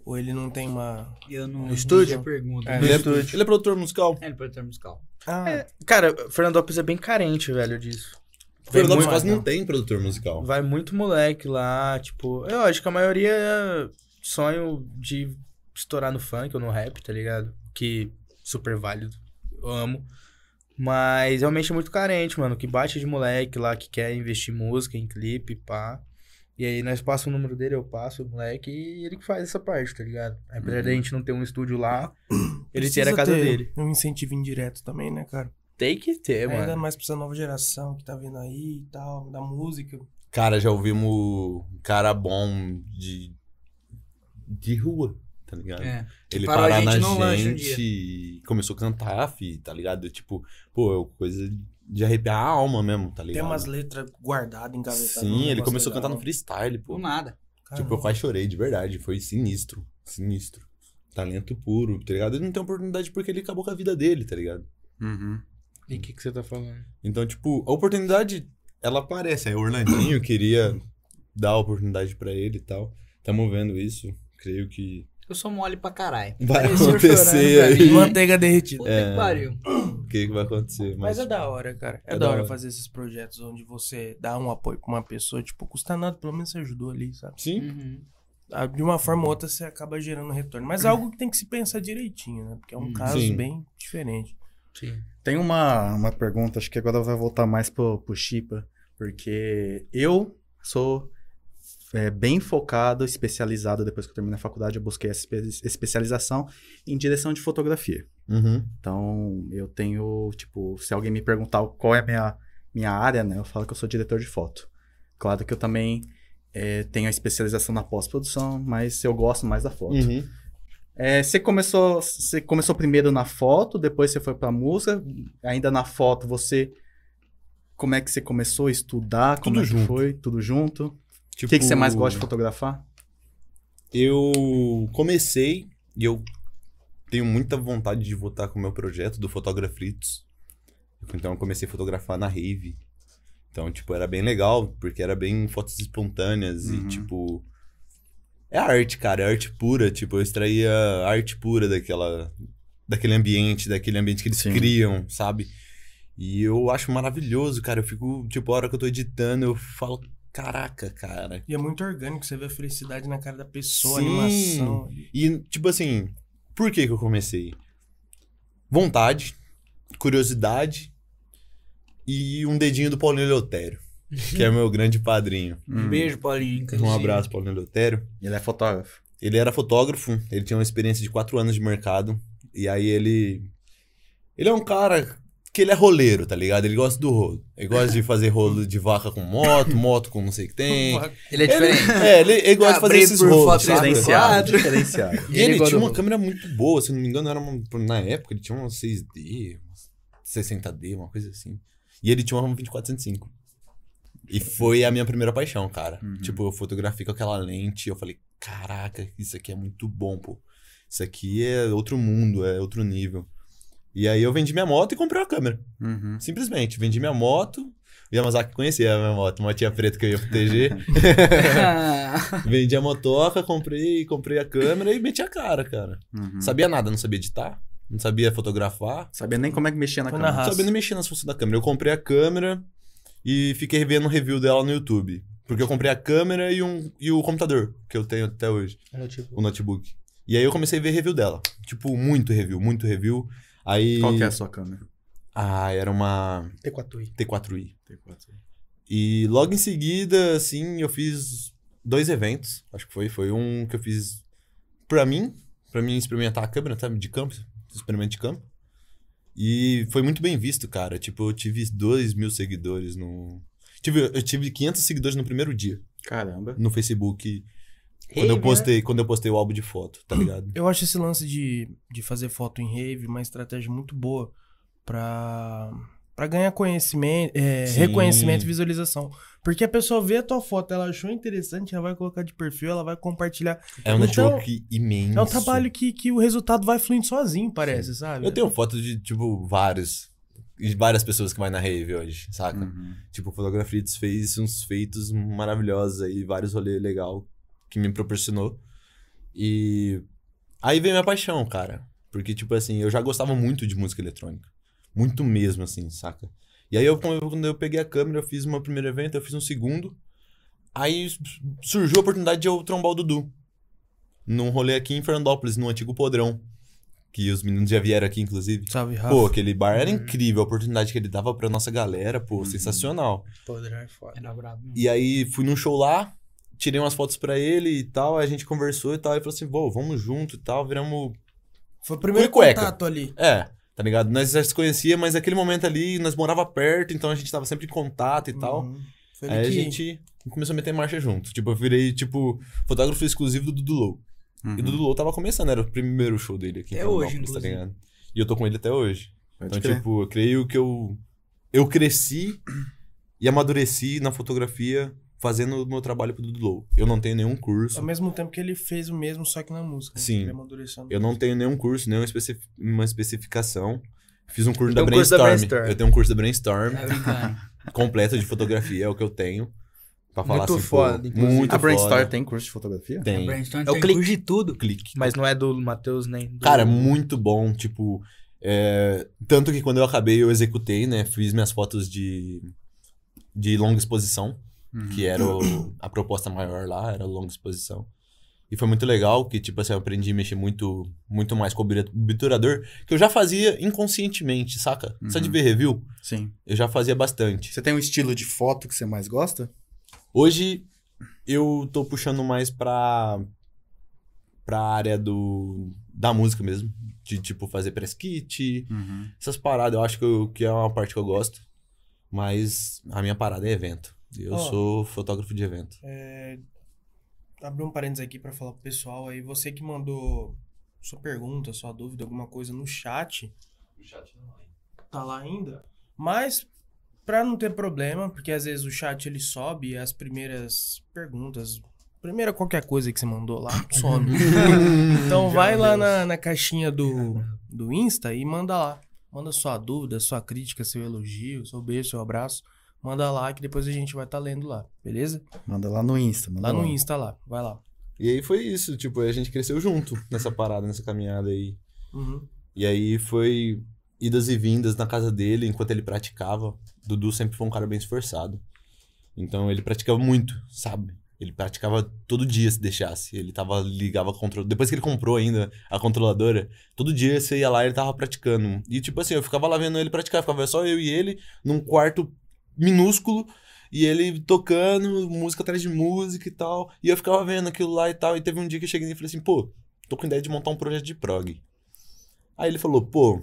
Speaker 2: Ou ele não tem uma.
Speaker 4: Eu não.
Speaker 2: No estúdio?
Speaker 4: eu pergunto.
Speaker 2: É.
Speaker 6: ele, é, ele é produtor musical.
Speaker 4: É, ele produtor musical.
Speaker 2: Ah,
Speaker 5: Cara, Fernandópolis é bem carente, velho, disso. Tem
Speaker 6: Fernando
Speaker 5: muito-
Speaker 6: quase não tem produtor musical.
Speaker 5: Vai muito moleque lá, tipo... Eu acho que a maioria é sonho de estourar no funk ou no rap, tá ligado? Que super válido, eu amo. Mas realmente é muito carente, mano. Que bate de moleque lá, que quer investir em música, em clipe, pá. E aí nós passamos o número dele, eu passo o moleque e ele que faz essa parte, tá ligado? Apesar da gente não ter um estúdio lá, ele
Speaker 2: precisa
Speaker 5: tira a casa
Speaker 2: ter
Speaker 5: dele. É.
Speaker 2: Um incentivo indireto também, né, cara?
Speaker 5: Tem que ter,
Speaker 2: Ainda mais pra essa nova geração que tá vindo aí e tal, da música.
Speaker 6: Cara, já ouvimos um cara bom de, de rua, tá ligado?
Speaker 4: É.
Speaker 6: Ele
Speaker 4: Parou a
Speaker 6: parar
Speaker 4: gente
Speaker 6: na
Speaker 4: num lanche um
Speaker 6: gente e começou a cantar, fi, tá ligado? Tipo, pô, é coisa de arrepiar a alma mesmo, tá
Speaker 2: Tem
Speaker 6: ligado?
Speaker 2: umas letras guardadas, engavetadas. um
Speaker 6: Sim, ele
Speaker 2: negócio
Speaker 6: começou a
Speaker 2: legal.
Speaker 6: cantar no freestyle, pô.
Speaker 4: Do nada.
Speaker 2: Caramba.
Speaker 6: Tipo, eu quase chorei, de verdade. Foi sinistro. Sinistro. Talento puro, tá ligado? Ele não tem oportunidade porque ele acabou com a vida dele, tá ligado?
Speaker 5: E o que, que você tá falando?
Speaker 6: Então, tipo, a oportunidade, ela aparece. Aí o Orlandinho queria dar a oportunidade pra ele e tal. Tamo vendo isso. Creio que
Speaker 4: Eu sou mole pra caralho.
Speaker 6: vai
Speaker 4: Parecia
Speaker 2: né,
Speaker 6: acontecer
Speaker 4: chorando pra mim.
Speaker 6: aí.
Speaker 2: Manteiga derretida.
Speaker 4: Puta
Speaker 6: É.
Speaker 4: que pariu.
Speaker 6: O que, que vai acontecer?
Speaker 2: Mas é da hora, cara. É,
Speaker 6: é
Speaker 2: da
Speaker 6: da
Speaker 2: hora,
Speaker 6: hora.
Speaker 2: fazer esses projetos onde você dá um apoio pra uma pessoa, tipo, custa nada, pelo menos você ajudou ali, sabe?
Speaker 6: Sim.
Speaker 4: Uhum.
Speaker 2: Ah, De uma
Speaker 6: Uhum.
Speaker 2: forma ou outra você acaba gerando retorno. Mas é algo que tem que se pensar direitinho, né? Porque é um
Speaker 6: Uhum.
Speaker 5: Hum,
Speaker 2: caso
Speaker 6: sim.
Speaker 2: bem diferente.
Speaker 5: Sim.
Speaker 1: Tem uma, uma pergunta, acho que agora vai voltar mais pro, pro Chipa, porque eu sou é, bem focado, especializado, depois que eu terminei a faculdade, eu busquei essa espe- especialização em direção de fotografia.
Speaker 6: Uhum.
Speaker 1: Então, eu tenho, tipo, se alguém me perguntar qual é a minha, minha área, né, eu falo que eu sou diretor de foto. Claro que eu também é, tenho a especialização na pós-produção, mas eu gosto mais da foto.
Speaker 6: Uhum.
Speaker 1: É, você, começou, você começou primeiro na foto, depois você foi pra música. Ainda na foto, você. Como é que você começou a estudar? Como
Speaker 6: Tudo
Speaker 1: é que
Speaker 6: junto.
Speaker 1: foi? Tudo junto?
Speaker 6: Tipo,
Speaker 1: O que, que você mais gosta de fotografar?
Speaker 6: Eu comecei e eu tenho muita vontade de voltar com o meu projeto do Fotografritos. Então eu comecei a fotografar na rave. Então, tipo, era bem legal, porque era bem fotos espontâneas
Speaker 1: Uhum.
Speaker 6: e, tipo... É arte, cara, é arte pura. Tipo, eu extraía arte pura daquela... Daquele ambiente, daquele ambiente que eles
Speaker 1: Sim.
Speaker 6: criam, sabe? E eu acho maravilhoso, cara. Eu fico, tipo, a hora que eu tô editando, eu falo... Caraca, cara,
Speaker 2: E é muito orgânico, você vê a felicidade na cara da pessoa,
Speaker 6: Sim.
Speaker 2: animação.
Speaker 6: E, tipo assim, por que que eu comecei? Vontade, curiosidade e um dedinho do Paulinho Leotério, que é meu grande padrinho.
Speaker 1: Hum,
Speaker 4: Beijo, Paulinho.
Speaker 6: Um abraço, Paulinho Leotério.
Speaker 1: Ele é fotógrafo.
Speaker 6: Ele era fotógrafo, ele tinha uma experiência de quatro anos de mercado. E aí ele... Ele é um cara que ele é roleiro, tá ligado? Ele gosta do rolo. Ele gosta de fazer rolo de vaca com moto, moto com não sei o que tem.
Speaker 4: Ele é diferente.
Speaker 6: É, ele, ele gosta de fazer
Speaker 4: Abrindo
Speaker 6: esses
Speaker 4: por
Speaker 6: rolos.
Speaker 4: foto
Speaker 6: saca?
Speaker 1: Diferenciado. diferenciado.
Speaker 6: E ele,
Speaker 5: Ele gosta
Speaker 6: tinha
Speaker 5: do
Speaker 6: uma
Speaker 5: rolo.
Speaker 6: câmera muito boa, se eu não me engano, era uma- na época ele tinha uma 6D, uns 60D, uma coisa assim. E ele tinha uma 2405. E foi a minha primeira paixão, cara.
Speaker 1: Uhum.
Speaker 6: Tipo, eu fotografei com aquela lente, eu falei, caraca, isso aqui é muito bom, pô. Isso aqui é outro mundo, é outro nível. E aí eu vendi minha moto e comprei uma câmera.
Speaker 1: Uhum.
Speaker 6: Simplesmente, vendi minha moto. O Yamazaki conhecia a minha moto, uma tia preta que eu ia proteger. vendi a motoca, comprei, comprei a câmera e meti a cara, cara.
Speaker 1: uhum.
Speaker 6: Sabia nada, não sabia editar, não sabia fotografar,
Speaker 1: Sabia nem como é que mexia na
Speaker 2: Foi
Speaker 1: câmera.
Speaker 2: na
Speaker 6: não
Speaker 2: Nossa.
Speaker 6: sabia nem mexer nas funções da câmera. Eu comprei a câmera e fiquei vendo um review dela no YouTube. Porque eu comprei a câmera e, um, e o computador que eu tenho até hoje,
Speaker 5: Era tipo.
Speaker 6: o notebook. E aí eu comecei a ver review dela. Tipo, muito review, muito review. Aí.
Speaker 1: Qual que é a sua câmera?
Speaker 6: Ah, era uma
Speaker 5: T4i.
Speaker 6: T4i.
Speaker 1: T4.
Speaker 6: E logo em seguida, assim, eu fiz dois eventos. Acho que foi. Foi um que eu fiz pra mim, pra mim experimentar a câmera, sabe? De campo, experimento de campo. E foi muito bem visto, cara. Tipo, eu tive 2 mil seguidores no. Tive, eu tive 500 seguidores no primeiro dia,
Speaker 1: Caramba.
Speaker 6: no Facebook, quando eu
Speaker 2: né?
Speaker 5: Rave,
Speaker 6: postei, quando eu postei o álbum de foto, tá ligado?
Speaker 2: Eu acho esse lance de, de fazer foto em rave uma estratégia muito boa pra, pra ganhar conhecimento, é,
Speaker 6: Sim.
Speaker 2: reconhecimento e visualização. Porque a pessoa vê a tua foto, ela achou interessante, ela vai colocar de perfil, ela vai compartilhar.
Speaker 6: É um
Speaker 2: Então,
Speaker 6: network imenso.
Speaker 2: É um trabalho que, que o resultado vai fluindo sozinho, parece, sabe?
Speaker 6: Eu tenho foto de, tipo, vários. De várias pessoas que vai na rave hoje, saca?
Speaker 1: Uhum.
Speaker 6: Tipo, o Fotografritos fez uns feitos maravilhosos aí, vários rolês legal que me proporcionou. E aí veio minha paixão, cara. Porque, tipo assim, eu já gostava muito de música eletrônica. Muito mesmo, assim, saca? E aí, eu, quando eu peguei a câmera, eu fiz meu primeiro evento, eu fiz um segundo. Aí surgiu a oportunidade de eu trombar o Dudu. Num rolê aqui em Fernandópolis, no antigo Podrão. Que os meninos já vieram aqui, inclusive.
Speaker 2: Salve, Rafa.
Speaker 6: Pô, aquele bar era incrível, a oportunidade que ele dava pra nossa galera, pô, sensacional.
Speaker 5: Podrão é foda.
Speaker 4: Era brabo. mesmo.
Speaker 6: E aí fui num show lá, tirei umas fotos pra ele e tal, aí a gente conversou e tal, e falou assim, pô, vamos junto e tal, viramos.
Speaker 2: Foi o primeiro
Speaker 6: Cu e cueca.
Speaker 2: contato ali.
Speaker 6: É, tá ligado? Nós já se conhecia, mas naquele momento ali nós morava perto, então a gente tava sempre em contato e tal.
Speaker 2: Uhum. Foi
Speaker 6: Aí
Speaker 2: ali
Speaker 6: a
Speaker 2: que...
Speaker 6: gente começou a meter marcha junto. Tipo, eu virei, tipo, fotógrafo exclusivo do Dudu Low.
Speaker 1: Uhum.
Speaker 6: E o Dudu Low tava começando, era o primeiro show dele aqui. em
Speaker 4: Até hoje,
Speaker 6: Florianópolis, tá
Speaker 4: inclusive.
Speaker 6: ligado? E eu tô com ele até hoje.
Speaker 1: Pode
Speaker 6: Então,
Speaker 1: crer.
Speaker 6: tipo, eu creio que eu, eu cresci e amadureci na fotografia fazendo o meu trabalho pro Dudu Low. Eu não tenho nenhum curso.
Speaker 2: Ao mesmo tempo que ele fez o mesmo, só que na música. né?
Speaker 6: Sim.
Speaker 2: Ele amadurecendo.
Speaker 6: Eu não tenho nenhum curso, nenhuma especi- uma especificação. Fiz um curso,
Speaker 5: Tem
Speaker 6: da,
Speaker 5: um curso da
Speaker 6: Brainstorm.
Speaker 5: Brainstorm.
Speaker 6: Eu tenho um curso da Brainstorm
Speaker 4: Tá brincando.
Speaker 6: completo de fotografia, é o que eu tenho. Pra falar
Speaker 5: Muito
Speaker 6: assim,
Speaker 5: foda,
Speaker 6: pô,
Speaker 5: inclusive.
Speaker 6: muito
Speaker 1: a Brainstorm
Speaker 6: foda.
Speaker 1: tem curso de fotografia?
Speaker 6: Tem.
Speaker 4: Brainstorm
Speaker 5: É o
Speaker 4: tem
Speaker 5: clique.
Speaker 4: curso de tudo.
Speaker 6: Clique.
Speaker 5: Mas não é do Matheus nem. Do...
Speaker 6: Cara, muito bom, tipo. é, Tanto que quando eu acabei, eu executei, né? Fiz minhas fotos de, de longa exposição,
Speaker 1: Uhum.
Speaker 6: que era o- a proposta maior lá, era longa exposição. E foi muito legal, que tipo assim, eu aprendi a mexer muito, muito mais com o obtura- obturador, que eu já fazia inconscientemente, saca? Só de
Speaker 1: Uhum.
Speaker 6: ver review,
Speaker 1: Sim.
Speaker 6: eu já fazia bastante.
Speaker 1: Você tem um estilo de foto que você mais gosta?
Speaker 6: Hoje, eu tô puxando mais pra, pra área do, da música mesmo. De, tipo, fazer press kit,
Speaker 1: Uhum.
Speaker 6: Essas paradas, eu acho que, eu- que é uma parte que eu gosto. Mas a minha parada é evento. Eu
Speaker 2: Ó.
Speaker 6: sou fotógrafo de evento.
Speaker 2: É, abrir um parênteses aqui pra falar pro pessoal aí. Você que mandou sua pergunta, sua dúvida, alguma coisa no chat.
Speaker 6: O chat não é.
Speaker 2: Tá lá ainda. Mas, pra não ter problema, porque às vezes o chat ele sobe e as primeiras perguntas, primeira qualquer coisa que você mandou lá, some. então vai lá na, na caixinha do, do Insta e manda lá. Manda sua dúvida, sua crítica, seu elogio, seu beijo, seu abraço. Manda lá que depois a gente vai estar lendo lá, beleza?
Speaker 1: Manda lá no Insta. manda
Speaker 2: Lá no Insta lá, vai lá.
Speaker 6: E aí foi isso, tipo, a gente cresceu junto nessa parada, nessa caminhada aí.
Speaker 2: Uhum.
Speaker 6: E aí foi idas e vindas na casa dele enquanto ele praticava. Dudu sempre foi um cara bem esforçado. Então ele praticava muito, sabe? Ele praticava todo dia se deixasse. Ele tava ligava controle. Depois que ele comprou ainda a controladora, todo dia você ia lá e ele tava praticando. E tipo assim, eu ficava lá vendo ele praticar, ficava só eu e ele num quarto minúsculo e ele tocando música atrás de música e tal. E eu ficava vendo aquilo lá e tal. E teve um dia que eu cheguei e falei assim, pô, tô com ideia de montar um projeto de prog. Aí ele falou, pô,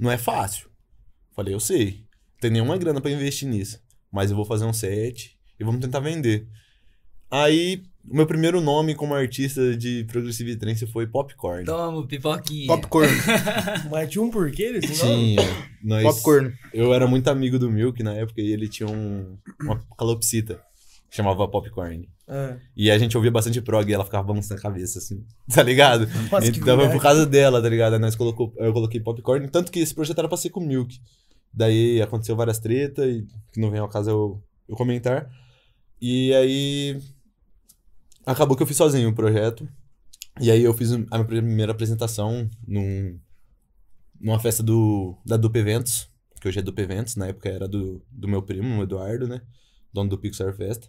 Speaker 6: não é fácil. Falei, eu sei. Não tem nenhuma grana pra investir nisso. Mas eu vou fazer um set e vamos tentar vender. Aí, o meu primeiro nome como artista de Progressive Trance foi Popcorn.
Speaker 4: Toma, pipoquinha.
Speaker 5: Popcorn.
Speaker 6: É
Speaker 2: Mas tinha um porquê eles?
Speaker 6: Tinha. Nós,
Speaker 5: Popcorn.
Speaker 6: Eu era muito amigo do Milk na época e ele tinha um, uma calopsita. que Chamava Popcorn.
Speaker 2: É.
Speaker 6: E a gente ouvia bastante prog e ela ficava balançando a cabeça, assim. Tá ligado?
Speaker 2: Nossa, que
Speaker 6: então foi por
Speaker 2: verdade.
Speaker 6: causa dela, tá ligado? Aí Nós colocou, eu coloquei popcorn, tanto que esse projeto era pra ser com Milk. Daí aconteceu várias tretas, e que não vem ao caso eu, eu comentar. E aí. Acabou que eu fiz sozinho o projeto. E aí eu fiz a minha primeira apresentação num, numa festa do, da Dupe Eventos, que hoje é Dupe Eventos, na época era do, do meu primo, o Eduardo, né? Dono do Pixar Festa.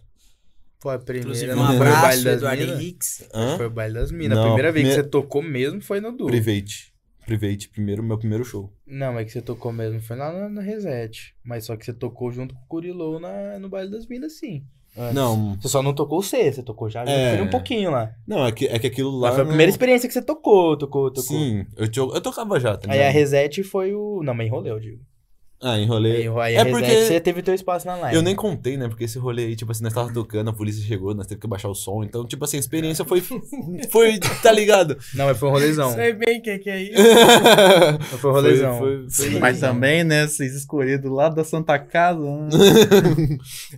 Speaker 5: Foi a primeira.
Speaker 4: Inclusive,
Speaker 5: não
Speaker 4: um
Speaker 5: foi o baile
Speaker 4: abraço,
Speaker 5: das
Speaker 4: Eduardo
Speaker 5: minas?
Speaker 4: Henriques.
Speaker 6: Hã?
Speaker 5: Foi o baile das minas. A
Speaker 6: Não,
Speaker 5: primeira vez que
Speaker 6: primeira-
Speaker 5: você tocou mesmo foi no Duo.
Speaker 6: Private. Private, primeiro, meu primeiro show.
Speaker 5: Não, é que você tocou mesmo foi lá no, no Reset. Mas só que você tocou junto com o Curilou na, no baile das minas, sim. Antes.
Speaker 6: Não,
Speaker 5: Você só não tocou o C, você tocou já, já
Speaker 6: É.
Speaker 5: foi um pouquinho lá.
Speaker 6: não, é que, é que aquilo lá.
Speaker 5: Mas foi a
Speaker 6: não-
Speaker 5: primeira experiência que você tocou, tocou, tocou.
Speaker 6: Sim, eu, to- eu tocava já, tá
Speaker 5: Aí a
Speaker 6: ligado?
Speaker 5: Reset foi o. Não, mas enrolei, eu digo.
Speaker 6: Ah, enrolei.
Speaker 5: Aí, aí
Speaker 6: É
Speaker 5: a Reset
Speaker 6: porque-
Speaker 5: você teve teu espaço na live.
Speaker 6: Eu nem contei, né? Porque esse rolê aí, tipo assim, nós tava tocando, a polícia chegou, nós teve que baixar o som. Então, tipo assim, a experiência foi. Foi, tá ligado?
Speaker 5: Não, mas foi um rolezão.
Speaker 2: Sei bem o que, que é isso.
Speaker 5: Mas foi um rolezão.
Speaker 6: Foi, foi, foi-
Speaker 1: Mas também, né? Vocês escolheram do lado da Santa Casa. né?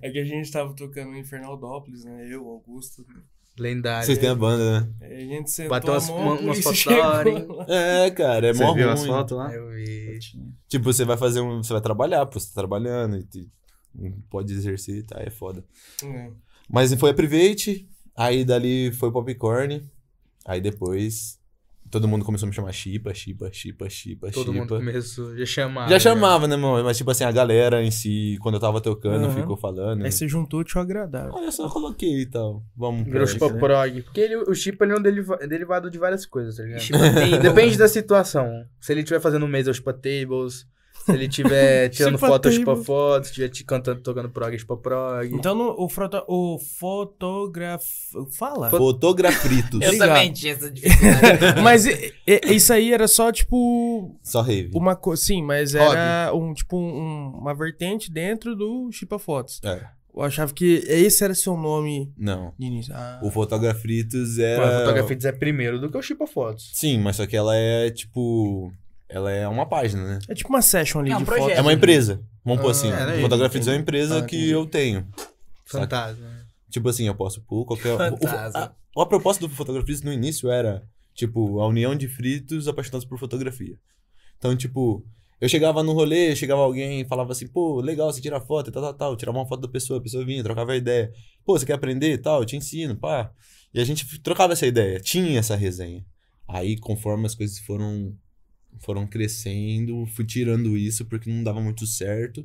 Speaker 2: É que a gente tava tocando em Infernaldópolis, né? Eu, Augusto.
Speaker 5: Lendário.
Speaker 6: Vocês têm a banda, né?
Speaker 2: Aí A gente sentou
Speaker 5: Bateu umas-
Speaker 2: a mão, a
Speaker 5: umas
Speaker 2: polícia
Speaker 5: fotos da
Speaker 2: chegou
Speaker 5: hora, hein?
Speaker 2: lá.
Speaker 6: É, cara, é mó
Speaker 1: Você viu
Speaker 6: ruim.
Speaker 1: as fotos lá?
Speaker 5: Eu vi.
Speaker 6: Tipo, você vai fazer um. Você vai trabalhar, pô, você tá trabalhando e te- não pode exercer, tá? É foda.
Speaker 2: É.
Speaker 6: Mas foi a Private, aí dali foi o Popcorn, aí depois. Todo mundo começou a me chamar Chipa, Chipa, Chipa, Chipa,
Speaker 5: Todo
Speaker 6: Chipa.
Speaker 5: mundo começou. Já chamava.
Speaker 6: Já chamava, né, mano? Mas, tipo assim, a galera em si, quando eu tava tocando,
Speaker 2: Aham.
Speaker 6: ficou falando. né?
Speaker 2: Aí você juntou, te agradável.
Speaker 6: Olha só, eu coloquei e tal. Vamos.
Speaker 5: Virou
Speaker 6: pra
Speaker 5: Chipa
Speaker 6: isso, né?
Speaker 5: Prog. Porque ele- o Chipa ele é um deliva- derivado de várias coisas, tá ligado?
Speaker 4: Chipa tem-
Speaker 5: Depende da situação. Se ele estiver fazendo um mês, eu chupa tables. Se ele estiver tirando
Speaker 2: Chupa
Speaker 5: foto, eu chupa
Speaker 2: tables.
Speaker 5: foto. Se estiver te cantando, tocando prog, eu chupa prog.
Speaker 2: Então no- o, foto, o fotógrafo. Fala!
Speaker 6: Fotografritos.
Speaker 4: Eu
Speaker 2: Obrigado.
Speaker 4: também tinha essa dificuldade.
Speaker 2: Mas e- e- isso aí era só tipo.
Speaker 6: só rave.
Speaker 2: Uma coisa. Sim, mas era um, tipo um- uma vertente dentro do Chipa Fotos.
Speaker 6: É.
Speaker 2: Eu achava que esse era seu nome
Speaker 6: Não.
Speaker 2: de início. Ah,
Speaker 6: O Fotografritos
Speaker 5: Pô, a
Speaker 6: era.
Speaker 5: fotografia é primeiro do que o chupa fotos.
Speaker 6: Sim, mas só que ela é tipo. Ela é uma página, né?
Speaker 2: é tipo uma session ali
Speaker 4: É um
Speaker 2: de
Speaker 4: projeto.
Speaker 2: fotos.
Speaker 6: É uma empresa. Vamos pôr
Speaker 5: Ah,
Speaker 6: assim.
Speaker 5: era isso.
Speaker 6: Fotografritos é uma empresa
Speaker 2: Ah,
Speaker 6: que
Speaker 2: entendi.
Speaker 6: eu tenho.
Speaker 5: Fantasma.
Speaker 6: Tipo assim, eu posso pôr qualquer.
Speaker 4: Fantasma.
Speaker 6: O, o, a, a proposta do Fotografritos no início era, tipo, a união de fritos apaixonados por fotografia. Então, tipo, eu chegava no rolê, chegava alguém e falava assim, pô, legal, você tira foto e tal, tal, tal. Eu Tirava uma foto da pessoa, a pessoa vinha, trocava ideia. Pô, você quer aprender e tal? Eu te ensino, pá. E a gente trocava essa ideia, tinha essa resenha. Aí, conforme as coisas foram foram crescendo, fui tirando isso porque não dava muito certo.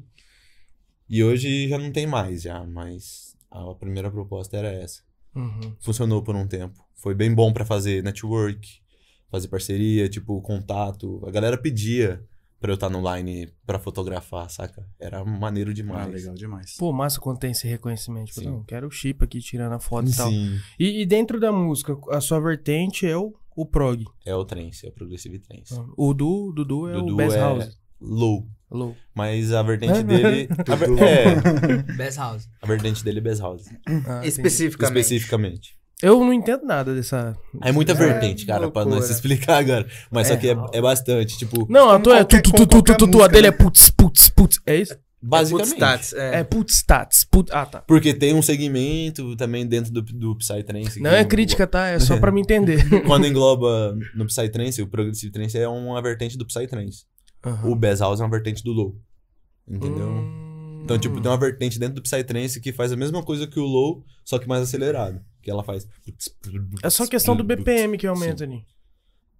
Speaker 6: E hoje já não tem mais, já, mas a primeira proposta era essa.
Speaker 2: Uhum.
Speaker 6: Funcionou por um tempo. Foi bem bom pra fazer network, fazer parceria, tipo, contato. A galera pedia pra eu estar no line pra fotografar, saca? Era maneiro
Speaker 1: Ah,
Speaker 6: demais.
Speaker 1: legal demais.
Speaker 2: Pô, massa quando tem esse reconhecimento. Tipo,
Speaker 6: Sim.
Speaker 2: não, quero o Chipa aqui tirando a foto e tal.
Speaker 6: Sim,
Speaker 2: E, e dentro da música, a sua vertente é o, o prog.
Speaker 6: é o trance, é o Progressive Trance.
Speaker 2: O do Dudu é o
Speaker 6: Dudu
Speaker 2: Bass
Speaker 6: é-
Speaker 2: House.
Speaker 6: Low.
Speaker 2: Alô.
Speaker 6: Mas a vertente dele. a ver- é,
Speaker 4: Best House.
Speaker 6: a vertente dele é Bass House.
Speaker 2: Ah, entendi.
Speaker 1: Hum,
Speaker 5: Especificamente.
Speaker 6: Especificamente.
Speaker 2: Eu não entendo nada dessa.
Speaker 6: É muita
Speaker 5: É
Speaker 6: vertente, cara, pra nós
Speaker 5: loucura.
Speaker 6: explicar agora. Mas só que é, é bastante. Tipo,
Speaker 2: Não, a
Speaker 1: Como
Speaker 2: tua é tu,
Speaker 1: qualquer-
Speaker 2: tu,
Speaker 1: como
Speaker 2: tu, tu, tu,
Speaker 1: qualquer
Speaker 2: tu, a
Speaker 1: música, né?
Speaker 2: dele é putz, putz, putz. É isso?
Speaker 6: basicamente.
Speaker 5: Putstats, é.
Speaker 2: É putz, tats, putz. Ah, tá.
Speaker 6: Porque tem um segmento também dentro do, do Psytrance.
Speaker 2: Não
Speaker 6: que
Speaker 2: é
Speaker 6: englo-
Speaker 2: crítica, tá? É só pra me entender.
Speaker 6: Quando engloba no Psytrance, o Progressive Trance é uma vertente do Psytrance. O Bass House é uma vertente do Low. Entendeu?
Speaker 2: Hum.
Speaker 6: Então, tipo, tem uma vertente dentro do Psytrance que faz a mesma coisa que o Low, só que mais acelerado. Que ela faz.
Speaker 2: É só questão do BPM que aumenta ali.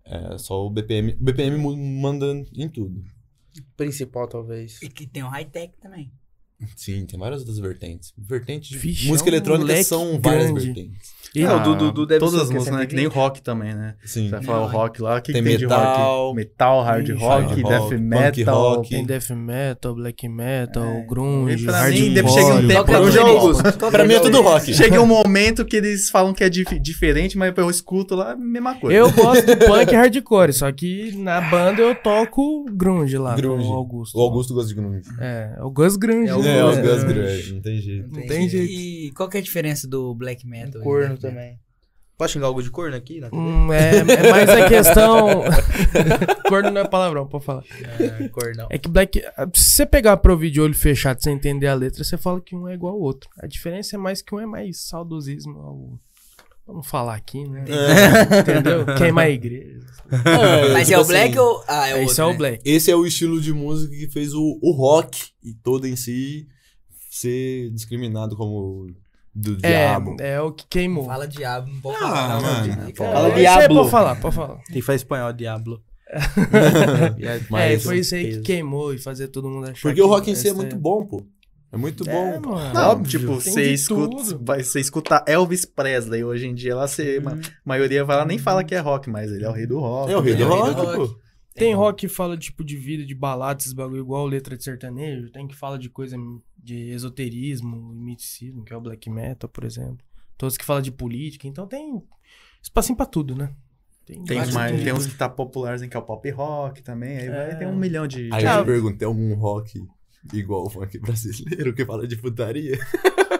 Speaker 6: É só o BPM. O BPM mu- manda em tudo.
Speaker 5: Principal, talvez.
Speaker 4: E que tem o high-tech também.
Speaker 6: Sim, tem várias outras vertentes. Vertente de
Speaker 2: Vixe, é
Speaker 6: música
Speaker 2: um
Speaker 6: eletrônica
Speaker 2: leque
Speaker 6: são várias
Speaker 2: grande.
Speaker 6: vertentes.
Speaker 2: E
Speaker 1: Ah,
Speaker 5: Não, do- do- deve
Speaker 1: todas
Speaker 5: ser
Speaker 1: as
Speaker 5: que é
Speaker 1: músicas, né? Que nem rock também, né?
Speaker 6: Sim.
Speaker 1: Você vai falar o rock lá, o que,
Speaker 6: Tem
Speaker 1: que tem de
Speaker 6: metal.
Speaker 1: rock? Metal, hard
Speaker 2: Ixi,
Speaker 1: rock,
Speaker 6: hard rock,
Speaker 1: death
Speaker 6: punk
Speaker 1: metal.
Speaker 6: rock.
Speaker 2: tem death metal, black metal, grunge,
Speaker 1: É. E pra
Speaker 2: hardcore.
Speaker 1: mim, deve chegar um tempo pra
Speaker 4: Qual que é
Speaker 1: onde eu
Speaker 4: o
Speaker 1: gosto.
Speaker 4: deles? Qual que
Speaker 6: Pra
Speaker 4: é o
Speaker 6: mim é tudo
Speaker 4: deles?
Speaker 6: rock.
Speaker 1: Chega um momento que eles falam que é dif- diferente, mas eu escuto lá, mesma coisa.
Speaker 2: Eu gosto do punk e hardcore, só que na banda eu toco grunge lá, grunge.
Speaker 6: Grunge.
Speaker 2: o Augusto.
Speaker 6: O Augusto gosta de grunge.
Speaker 2: É, eu gosto grunge.
Speaker 5: É,
Speaker 2: né?
Speaker 6: É,
Speaker 5: o
Speaker 6: o
Speaker 5: Augusto
Speaker 6: Gus
Speaker 5: gosta de
Speaker 6: Grunge, não tem jeito.
Speaker 2: Não tem jeito.
Speaker 4: E qual que é a diferença do black metal? né? e
Speaker 5: Corno
Speaker 4: death metal?
Speaker 5: também. Posso xingar algo de corno aqui na TV?
Speaker 2: Hum, é, é mais a questão. Corno não é palavrão, pode falar.
Speaker 5: É, cornão.
Speaker 2: É que black. Se você pegar pra ouvir de olho fechado sem entender a letra, você fala que um é igual ao outro. A diferença é mais que um é mais saudosismo ao. Vamos falar aqui, né?
Speaker 6: É.
Speaker 2: Entendeu? Queimar a igreja.
Speaker 4: Mas
Speaker 6: Mas
Speaker 4: é o black ou... Ah, é o
Speaker 2: Esse
Speaker 4: outro,
Speaker 2: é o
Speaker 4: né?
Speaker 2: black.
Speaker 6: tipo assim, Esse é o estilo de música que fez o, o rock e todo em si ser discriminado como do
Speaker 2: É,
Speaker 6: diabo.
Speaker 2: é o que queimou.
Speaker 4: Fala diabo, não pode
Speaker 6: Ah,
Speaker 4: falar. não,
Speaker 6: mano.
Speaker 4: não.
Speaker 5: Fala
Speaker 2: Isso aí
Speaker 5: Diablo.
Speaker 2: Pode falar, pode falar.
Speaker 5: Quem faz espanhol, Diablo.
Speaker 2: é, foi isso aí que queimou e fazer todo mundo achar.
Speaker 6: Porque o
Speaker 2: que
Speaker 6: rock em si é
Speaker 2: essa
Speaker 6: muito bom, pô. É muito
Speaker 2: É,
Speaker 6: bom.
Speaker 2: mano.
Speaker 1: Não,
Speaker 2: Óbvio,
Speaker 1: tipo,
Speaker 2: tem
Speaker 1: você
Speaker 2: de
Speaker 1: escuta,
Speaker 2: tudo.
Speaker 1: vai, você escuta Elvis Presley hoje em dia, lá você, ma- maioria vai lá nem fala que é rock, mas ele é o rei do rock.
Speaker 6: É o rei do
Speaker 4: É o rei do
Speaker 6: rock,
Speaker 4: rock.
Speaker 6: pô.
Speaker 2: Tem rock que fala tipo de vida, de baladas, esses bagulho igual letra de sertanejo. Tem que fala de coisa de esoterismo, miticismo, que é o black metal, por exemplo. Todos que falam de política. Então tem espacinho pra tudo, né?
Speaker 1: Tem,
Speaker 2: vários
Speaker 1: mais,
Speaker 2: tipos de
Speaker 1: tem uns
Speaker 2: tudo.
Speaker 1: que tá populares em que é o pop rock também, aí
Speaker 2: É.
Speaker 1: vai ter um milhão de...
Speaker 6: Aí
Speaker 2: Ah,
Speaker 6: eu te pergunto, tem algum rock igual o funk brasileiro que fala de putaria?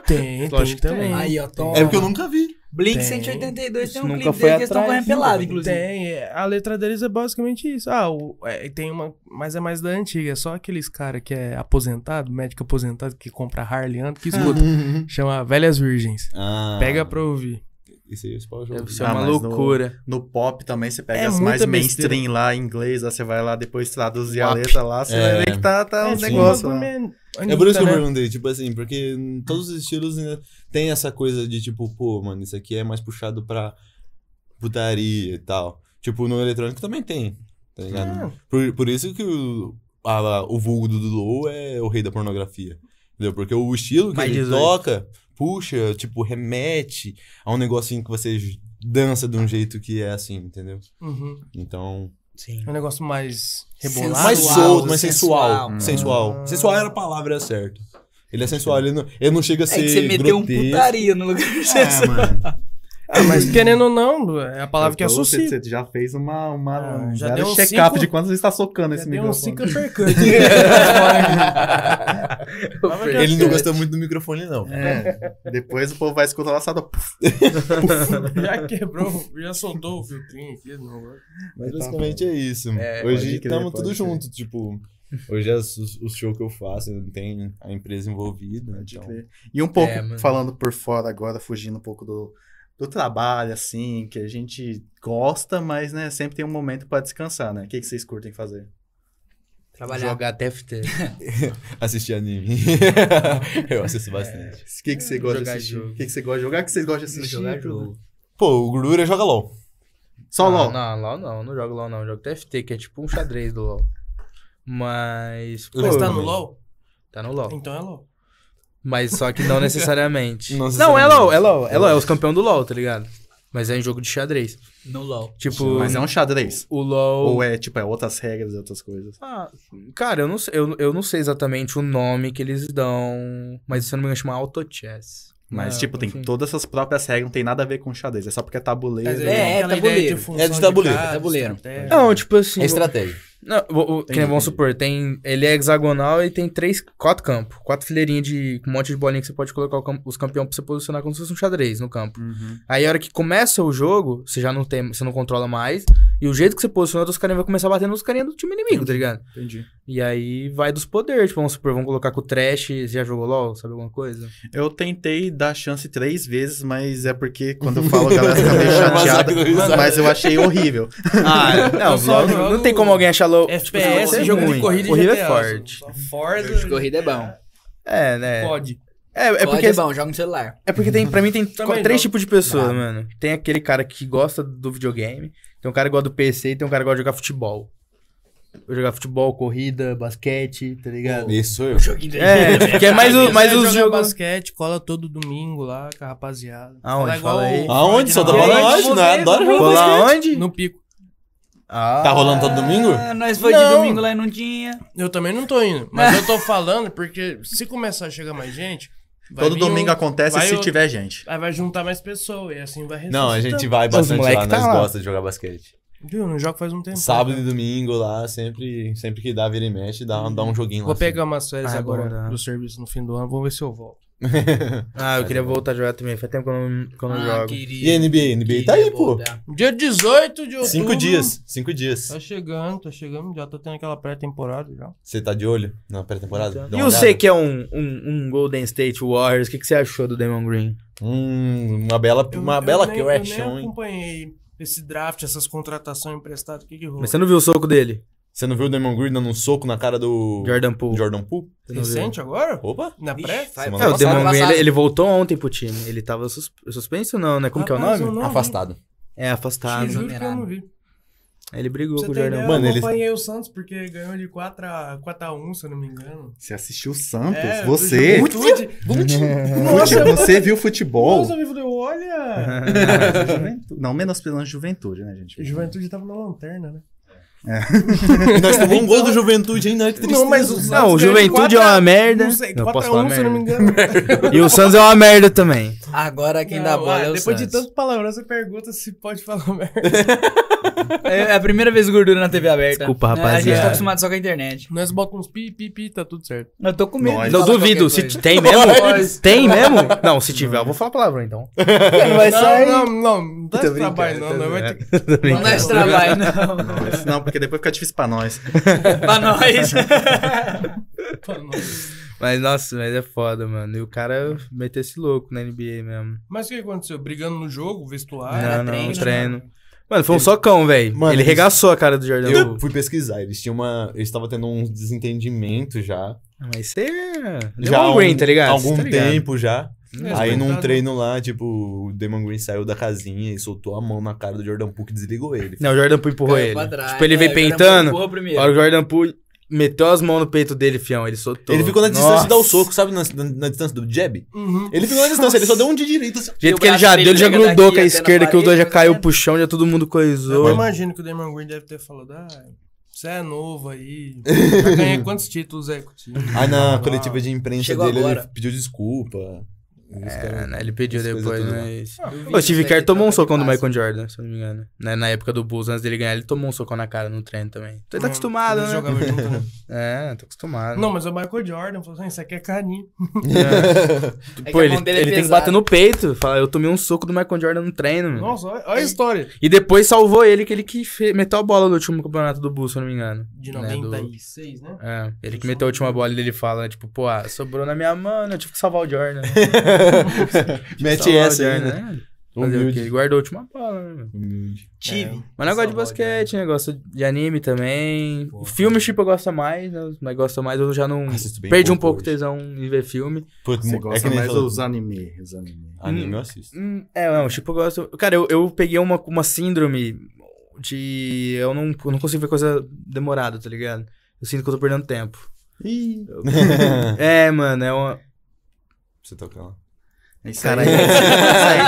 Speaker 2: Tem, tem
Speaker 5: Lógico que
Speaker 2: também.
Speaker 4: Aí, ó, toma.
Speaker 6: É porque eu nunca vi.
Speaker 4: Blink
Speaker 2: Tem.
Speaker 4: 182 tem um
Speaker 5: Isso nunca
Speaker 4: clipe
Speaker 5: foi
Speaker 4: dele que eles estão
Speaker 5: atrás,
Speaker 4: correndo pelado,
Speaker 5: nunca.
Speaker 4: inclusive.
Speaker 2: Tem, é, a letra deles é basicamente isso. Ah, o- é, tem uma, mas é mais da antiga, é só aqueles cara que é aposentado, médico aposentado que compra Harley antes que escuta. chama Velhas Virgens.
Speaker 6: Ah,
Speaker 2: Uhum. Pega pra ouvir.
Speaker 6: Isso aí, esse pau jogo.
Speaker 5: Deve ser
Speaker 1: Ah,
Speaker 5: uma
Speaker 1: mas no-
Speaker 5: loucura.
Speaker 1: No pop também, você pega
Speaker 2: É
Speaker 1: as mais
Speaker 2: muita
Speaker 1: mainstream
Speaker 2: besteira.
Speaker 1: lá em inglês, lá você vai lá depois traduzir a
Speaker 5: Uap.
Speaker 1: letra lá, você
Speaker 6: É.
Speaker 1: vai ver que tá, tá uns
Speaker 2: tipo,
Speaker 6: sim.
Speaker 1: negócios lá.
Speaker 6: É por
Speaker 2: né?
Speaker 6: isso que eu perguntei, tipo assim, porque em todos os estilos né, tem essa coisa de tipo, pô, mano, isso aqui é mais puxado pra putaria e tal. Tipo, no eletrônico também tem, tá ligado?
Speaker 2: É.
Speaker 6: Por, por isso que o, a- o vulgo do Dudu é o rei da pornografia, entendeu? Porque o estilo que
Speaker 5: Mais
Speaker 6: ele
Speaker 5: 18.
Speaker 6: toca, puxa, tipo, remete a um negocinho que você j- dança de um jeito que é assim, entendeu?
Speaker 2: Uhum.
Speaker 6: Então...
Speaker 5: Sim.
Speaker 2: É um negócio mais
Speaker 4: Sensual.
Speaker 2: rebolado.
Speaker 6: Mais solto, mais
Speaker 4: sensual.
Speaker 6: sensual.
Speaker 1: Hum.
Speaker 6: Sensual. Sensual era a palavra certa. Ele é sensual, ele não, ele não chega a
Speaker 4: É
Speaker 6: ser.
Speaker 4: que você meteu um
Speaker 6: grotesco.
Speaker 4: putaria no lugar de
Speaker 6: É, mano.
Speaker 2: Ah, mas querendo ou não, é a palavra que
Speaker 1: Então, você-
Speaker 2: associa.
Speaker 1: Você já fez uma, uma
Speaker 2: Ah,
Speaker 1: um
Speaker 2: já
Speaker 1: velho
Speaker 2: deu um
Speaker 1: check-up
Speaker 2: cinco-
Speaker 1: de quanto você está socando
Speaker 2: Já
Speaker 1: esse
Speaker 2: deu um
Speaker 1: microfone.
Speaker 2: cinco uppercut. Fora.
Speaker 6: Ele não gosta muito do microfone, não.
Speaker 1: É, depois o povo vai escutar lá, só dá-
Speaker 2: já quebrou, já soltou o filtrinho aqui. não.
Speaker 6: Mas
Speaker 1: tá
Speaker 6: basicamente é isso.
Speaker 1: pode
Speaker 6: hoje
Speaker 1: crer,
Speaker 6: estamos
Speaker 1: pode
Speaker 6: tudo
Speaker 1: crer.
Speaker 6: junto. Tipo, hoje as- os, os shows que eu faço, tem a empresa envolvida.
Speaker 1: Pode
Speaker 6: Então.
Speaker 1: crer. E um pouco
Speaker 5: É, mano.
Speaker 1: falando por fora agora, fugindo um pouco do, do trabalho, assim, que a gente gosta, mas né, sempre tem um momento pra descansar, né? O que, que vocês curtem fazer?
Speaker 4: Trabalhar.
Speaker 5: Jogar TFT.
Speaker 6: Assistir anime. eu assisto bastante.
Speaker 1: O que, que você gosta de
Speaker 5: Jogar
Speaker 1: assistir?
Speaker 5: jogo.
Speaker 1: O que, que você gosta de jogar? O que vocês gostam de assistir? Tudo.
Speaker 6: Pô, o Gordura joga LOL.
Speaker 1: Só LOL.
Speaker 5: Ah, Não, LOL não. Não jogo LOL não. Jogo TFT, que é tipo um xadrez do LOL. Mas...
Speaker 6: Eu
Speaker 5: pô,
Speaker 1: Uhum.
Speaker 2: Mas tá no
Speaker 6: também.
Speaker 2: LOL?
Speaker 5: Tá no LOL.
Speaker 2: Então é LOL.
Speaker 5: Mas só que não necessariamente.
Speaker 6: Não
Speaker 5: Não, é
Speaker 6: necessariamente.
Speaker 5: LOL. É LOL. É LOL. É os campeão do LOL, tá ligado? Mas é em jogo de xadrez.
Speaker 4: No LOL.
Speaker 5: Tipo,
Speaker 1: Mas é um xadrez.
Speaker 5: o LOL...
Speaker 1: Ou é, tipo, é outras regras, outras coisas.
Speaker 5: Ah, cara, eu não, sei, eu, eu não sei exatamente o nome que eles dão, mas se eu não me engano chama Autochess.
Speaker 1: Mas,
Speaker 5: Ah,
Speaker 1: tipo, tem
Speaker 5: enfim.
Speaker 1: todas essas próprias regras, não tem nada a ver com xadrez. É só porque é tabuleiro.
Speaker 4: é,
Speaker 2: aquela ideia
Speaker 4: tabuleiro.
Speaker 2: função
Speaker 6: É de tabuleiro.
Speaker 2: cartas,
Speaker 4: Tabuleiro.
Speaker 2: estratégia.
Speaker 5: Não, tipo assim,
Speaker 6: É estratégia.
Speaker 5: Não, o, o, que nem, vamos supor, tem, ele é hexagonal e tem três, quatro campos. Quatro fileirinhas de um monte de bolinha que você pode colocar o cam- os campeões pra você posicionar como se fosse um xadrez no campo.
Speaker 1: Uhum.
Speaker 5: Aí a hora que começa o jogo, você já não tem, você não controla mais. E o jeito que você posiciona, os carinhas vão começar batendo nos carinhas do time inimigo, tá ligado?
Speaker 1: Entendi.
Speaker 5: E aí vai dos poderes, tipo, vamos supor, vamos colocar com o trash, você já jogou LOL, sabe alguma coisa?
Speaker 1: Eu tentei dar chance três vezes, mas é porque quando eu falo, a galera fica meio
Speaker 6: é
Speaker 1: chateada. mas eu achei horrível.
Speaker 5: Ah, não,
Speaker 2: Eu só
Speaker 5: LOL não- não
Speaker 2: jogo
Speaker 5: tem como alguém achar LOL.
Speaker 2: FPS,
Speaker 5: tipo,
Speaker 2: jogo de
Speaker 5: ruim.
Speaker 2: corrida e
Speaker 5: Corrida
Speaker 2: GTA.
Speaker 5: é forte.
Speaker 2: só
Speaker 4: Jogo de
Speaker 2: Forza.
Speaker 4: corrida é bom.
Speaker 5: É, né?
Speaker 2: Pode.
Speaker 5: É, é
Speaker 4: É
Speaker 5: porque
Speaker 4: é bom, joga no celular.
Speaker 5: É porque tem, pra mim tem
Speaker 2: Também
Speaker 5: três
Speaker 2: não.
Speaker 5: tipos de pessoas,
Speaker 6: Ah.
Speaker 4: Nada.
Speaker 5: mano. Tem aquele cara que gosta do videogame, tem um cara que gosta do PC e tem um cara que gosta de jogar futebol. Eu jogar futebol, corrida, basquete, tá ligado?
Speaker 6: Isso sou eu.
Speaker 5: É, que é mais, o, mais os
Speaker 2: joga
Speaker 5: jogos.
Speaker 2: basquete, cola todo domingo lá com a rapaziada. Fala
Speaker 5: Aonde?
Speaker 2: igual
Speaker 5: Fala aí.
Speaker 2: o
Speaker 6: Aonde? Só tá
Speaker 2: Fortnite.
Speaker 6: rolando hoje, né? Adoro jogar
Speaker 5: Rolar
Speaker 6: basquete.
Speaker 5: onde?
Speaker 2: No pico.
Speaker 5: Ah,
Speaker 6: Tá rolando todo domingo?
Speaker 4: Ah, nós foi de
Speaker 5: Não.
Speaker 4: domingo lá e não tinha.
Speaker 2: Eu também não tô indo, mas eu tô falando porque se começar a chegar mais gente, vai
Speaker 1: Todo
Speaker 2: vir
Speaker 1: domingo
Speaker 2: um-
Speaker 1: acontece
Speaker 2: vai
Speaker 1: se
Speaker 2: o-
Speaker 1: tiver gente.
Speaker 2: Aí vai juntar mais pessoas e assim vai
Speaker 6: Não, a gente vai
Speaker 5: Os
Speaker 6: bastante
Speaker 5: moleque
Speaker 6: lá,
Speaker 5: tá
Speaker 6: nós
Speaker 5: lá.
Speaker 6: gosta de jogar basquete.
Speaker 2: Viu? Não jogo faz um tempo.
Speaker 6: Sábado
Speaker 2: né?
Speaker 6: e domingo lá, sempre, sempre que dá vira e mexe, dá, dá um joguinho lá.
Speaker 2: Vou pegar umas férias
Speaker 5: Ah, é bom,
Speaker 2: agora
Speaker 5: né?
Speaker 2: do serviço no fim do ano, vou ver se eu volto.
Speaker 5: Ah, eu queria voltar a jogar também. Faz tempo que eu não, que eu não
Speaker 4: Ah,
Speaker 5: jogo.
Speaker 6: E a
Speaker 4: queria.
Speaker 6: NBA? NBA tá
Speaker 5: é
Speaker 6: aí, pô.
Speaker 2: Dia 18 de outubro.
Speaker 6: Cinco dias, cinco dias.
Speaker 2: Tá chegando, tá chegando, já tô tendo aquela pré-temporada já.
Speaker 6: Você tá de olho na pré-temporada? Dá
Speaker 5: E
Speaker 6: uma
Speaker 5: você
Speaker 6: olhada.
Speaker 5: que é um, um, um Golden State Warriors, o que, que você achou do Damon Green?
Speaker 6: Hum, uma bela,
Speaker 2: Eu-
Speaker 6: uma
Speaker 2: eu
Speaker 6: bela
Speaker 2: nem- Eu
Speaker 6: question,
Speaker 2: nem
Speaker 6: hein?
Speaker 2: acompanhei esse draft, essas contratações emprestadas, o que que rolou?
Speaker 5: Mas você não viu o soco dele?
Speaker 6: Você não viu o Damon Green dando um soco na cara do
Speaker 5: Jordan Poole.
Speaker 6: Jordan Poole?
Speaker 5: Você não viu?
Speaker 2: Recente agora?
Speaker 6: Opa!
Speaker 2: Na pré?
Speaker 4: Vai,
Speaker 6: Semana
Speaker 5: É, o
Speaker 6: passada.
Speaker 5: Demon Green,
Speaker 4: passado.
Speaker 5: ele, ele voltou ontem pro time. Ele tava sus- suspenso, não, né? Como que é o
Speaker 2: Rapaz, um
Speaker 5: nome?
Speaker 2: eu não vi.
Speaker 6: Afastado.
Speaker 5: É, afastado.
Speaker 2: Te juro que eu não vi.
Speaker 5: Aí Ele brigou
Speaker 2: Pra
Speaker 5: com
Speaker 2: Você
Speaker 5: o
Speaker 2: tem
Speaker 5: Jordan.
Speaker 2: ideia,
Speaker 5: Poole.
Speaker 6: Mano,
Speaker 2: eu
Speaker 6: eles-
Speaker 2: acompanhei o Santos porque ganhou de 4x1, se eu não me engano.
Speaker 1: Você assistiu o Santos,
Speaker 2: É,
Speaker 1: você.
Speaker 2: do Juventude.
Speaker 1: Fute-
Speaker 2: Nossa,
Speaker 1: você viu futebol?
Speaker 2: Nossa, eu falei, olha!
Speaker 1: Juventude. Não, menos pela juventude, né, gente?
Speaker 2: Juventude tava na lanterna, né?
Speaker 6: E nós tomamos um gol
Speaker 5: Então, né?
Speaker 6: do Juventude, hein? Não é que tristeza.
Speaker 5: Não, o Juventude é uma merda.
Speaker 2: Não sei,
Speaker 5: Não, eu posso
Speaker 2: 4x1,
Speaker 5: falar
Speaker 2: se eu não me
Speaker 5: merda.
Speaker 2: engano.
Speaker 5: E o Santos é uma merda também.
Speaker 4: Agora quem
Speaker 2: Não,
Speaker 4: dá bola
Speaker 2: ah,
Speaker 4: é o
Speaker 2: Depois de
Speaker 4: Santos.
Speaker 2: tanto palavrão, você pergunta se pode falar merda.
Speaker 4: É a primeira vez gordura na TV aberta.
Speaker 5: Desculpa,
Speaker 4: É, A gente
Speaker 5: rapaziada.
Speaker 4: tá acostumado só com a internet.
Speaker 2: Nós botamos uns pi, pi, pi, tá tudo certo.
Speaker 4: Eu tô com medo. de
Speaker 5: Não
Speaker 4: falar
Speaker 5: duvido.
Speaker 4: qualquer
Speaker 5: Se
Speaker 4: coisa.
Speaker 5: tem mesmo? Tem mesmo? Não, se tiver, eu vou falar a palavra então. Não vai
Speaker 2: não,
Speaker 5: sair.
Speaker 2: não, não, não dá
Speaker 5: Tô
Speaker 4: é
Speaker 2: esse trabalho, não.
Speaker 5: brincando,
Speaker 2: não
Speaker 5: É,
Speaker 2: vai
Speaker 5: tô
Speaker 2: ter... que-
Speaker 4: Não é- dá esse trabalho, não.
Speaker 1: Mas Não, porque depois fica difícil pra nós.
Speaker 4: pra nós.
Speaker 2: Pô, não.
Speaker 5: Mas nossa, mas é foda, mano. E o cara meteu esse louco na NBA mesmo.
Speaker 2: Mas o que aconteceu? Brigando no jogo, vestuário?
Speaker 5: Não,
Speaker 4: Ah, era
Speaker 5: não,
Speaker 4: treino, né?
Speaker 5: treino. Mano, foi um socão, velho.
Speaker 6: Mano,
Speaker 5: Ele
Speaker 6: eles-
Speaker 5: regaçou a cara do Jordan
Speaker 6: Eu
Speaker 5: Poole.
Speaker 6: fui pesquisar, eles tinham uma. Eles estavam tendo um desentendimento já.
Speaker 5: Mas você.
Speaker 6: já há
Speaker 5: Demon Green,
Speaker 6: um-
Speaker 5: tá ligado?
Speaker 6: Algum
Speaker 5: Tá ligado? tá
Speaker 6: tempo já.
Speaker 2: É,
Speaker 6: Aí num
Speaker 2: coitado.
Speaker 6: treino lá, tipo, o Damon Green saiu da casinha e soltou a mão na cara do Jordan Poole que desligou ele.
Speaker 5: Não, o Jordan Poole empurrou
Speaker 4: Caiu
Speaker 5: ele.
Speaker 4: pra trás.
Speaker 5: Tipo, ele
Speaker 4: É,
Speaker 5: veio
Speaker 4: o Jordan
Speaker 5: peitando.
Speaker 4: empurrou
Speaker 5: A
Speaker 4: primeiro.
Speaker 5: hora que o Jordan Poole meteu as mãos no peito dele, fião. Ele soltou.
Speaker 6: Ele ficou na distância
Speaker 5: Nossa.
Speaker 6: de dar o soco, sabe? Na, na- na distância do jab.
Speaker 2: Uhum.
Speaker 6: Ele ficou na distância, ele só deu um de direito. Assim.
Speaker 5: Do
Speaker 4: E
Speaker 5: jeito
Speaker 4: o
Speaker 5: que ele
Speaker 4: braço
Speaker 5: já
Speaker 4: dele
Speaker 5: deu, ele já
Speaker 4: pega
Speaker 5: grudou
Speaker 4: daqui
Speaker 5: com a
Speaker 4: até na
Speaker 5: esquerda, que os dois já
Speaker 4: parede,
Speaker 5: caiu
Speaker 4: né?
Speaker 5: pro chão, já todo mundo
Speaker 2: Eu
Speaker 5: coisou.
Speaker 2: imagino que o Damon Green deve ter falado, ah, você é novo aí, já ganhei quantos títulos aí com o time?
Speaker 6: Aí
Speaker 5: Ah,
Speaker 6: na Ah, coletiva de imprensa
Speaker 4: Chegou
Speaker 6: dele, ele
Speaker 4: agora.
Speaker 6: pediu desculpa. Os
Speaker 5: É,
Speaker 6: caras-
Speaker 5: né, ele pediu
Speaker 6: as coisas
Speaker 5: depois,
Speaker 6: tudo,
Speaker 5: né?
Speaker 4: Duvido
Speaker 5: O Steve
Speaker 4: isso aí, tá
Speaker 5: Kerr tomou um
Speaker 4: troca de
Speaker 5: socão do
Speaker 4: passe.
Speaker 5: Michael Jordan, se eu não me engano. Né, Na época do Bulls, antes dele ganhar, ele tomou um socão na cara no treino também. Então ele
Speaker 6: Uhum.
Speaker 5: tá acostumado,
Speaker 2: Eles
Speaker 5: né?
Speaker 2: jogavam junto, né?
Speaker 5: É, tá acostumado.
Speaker 2: Não, mas o Michael Jordan falou assim, isso aqui é carinho.
Speaker 4: É
Speaker 5: Pô,
Speaker 4: que a
Speaker 5: ele,
Speaker 4: mão dele é
Speaker 5: ele tem que
Speaker 4: pesada.
Speaker 5: bater no peito. Fala, eu tomei um soco do Michael Jordan no treino, mano.
Speaker 2: Nossa, olha, olha a história.
Speaker 5: E depois salvou ele, que ele que fe- meteu a bola no último campeonato do Bulls, se eu não me engano.
Speaker 2: De
Speaker 5: Né, do-
Speaker 2: 96, né?
Speaker 5: É, ele que meteu a última bola e ele fala, tipo, pô, ah, sobrou na minha mão, né? eu tive que salvar o Jordan. né?
Speaker 6: Mete
Speaker 5: Salvar o
Speaker 6: essa
Speaker 5: Jordan,
Speaker 6: ainda.
Speaker 5: né? Fazer o quê? Ele
Speaker 6: Humilde.
Speaker 5: guardou a última bola, né? meu?
Speaker 6: Humilde.
Speaker 4: Tive.
Speaker 5: Mas eu gosto de
Speaker 4: Salvar o
Speaker 5: basquete, negócio de anime também. filme, tipo, eu gosto mais, né? mas gosto mais, eu já não...
Speaker 6: Assisto bem
Speaker 5: Perdi um pouco
Speaker 6: pouco
Speaker 5: o
Speaker 6: hoje.
Speaker 5: tesão em ver filme.
Speaker 6: Putz,
Speaker 1: Você
Speaker 6: é
Speaker 1: gosta
Speaker 6: que nem
Speaker 1: mais
Speaker 6: falou.
Speaker 1: dos anime, os anime.
Speaker 6: Anime eu assisto.
Speaker 5: Hum, É, não, tipo, eu gosto... Cara, eu, eu peguei uma, uma síndrome de... Eu não, eu não consigo ver coisa demorada, tá ligado? Eu sinto que eu tô perdendo tempo.
Speaker 1: Ih,
Speaker 5: É, mano, é uma...
Speaker 6: Você toca lá.
Speaker 1: É isso
Speaker 5: Caralho.
Speaker 1: aí. Isso aí-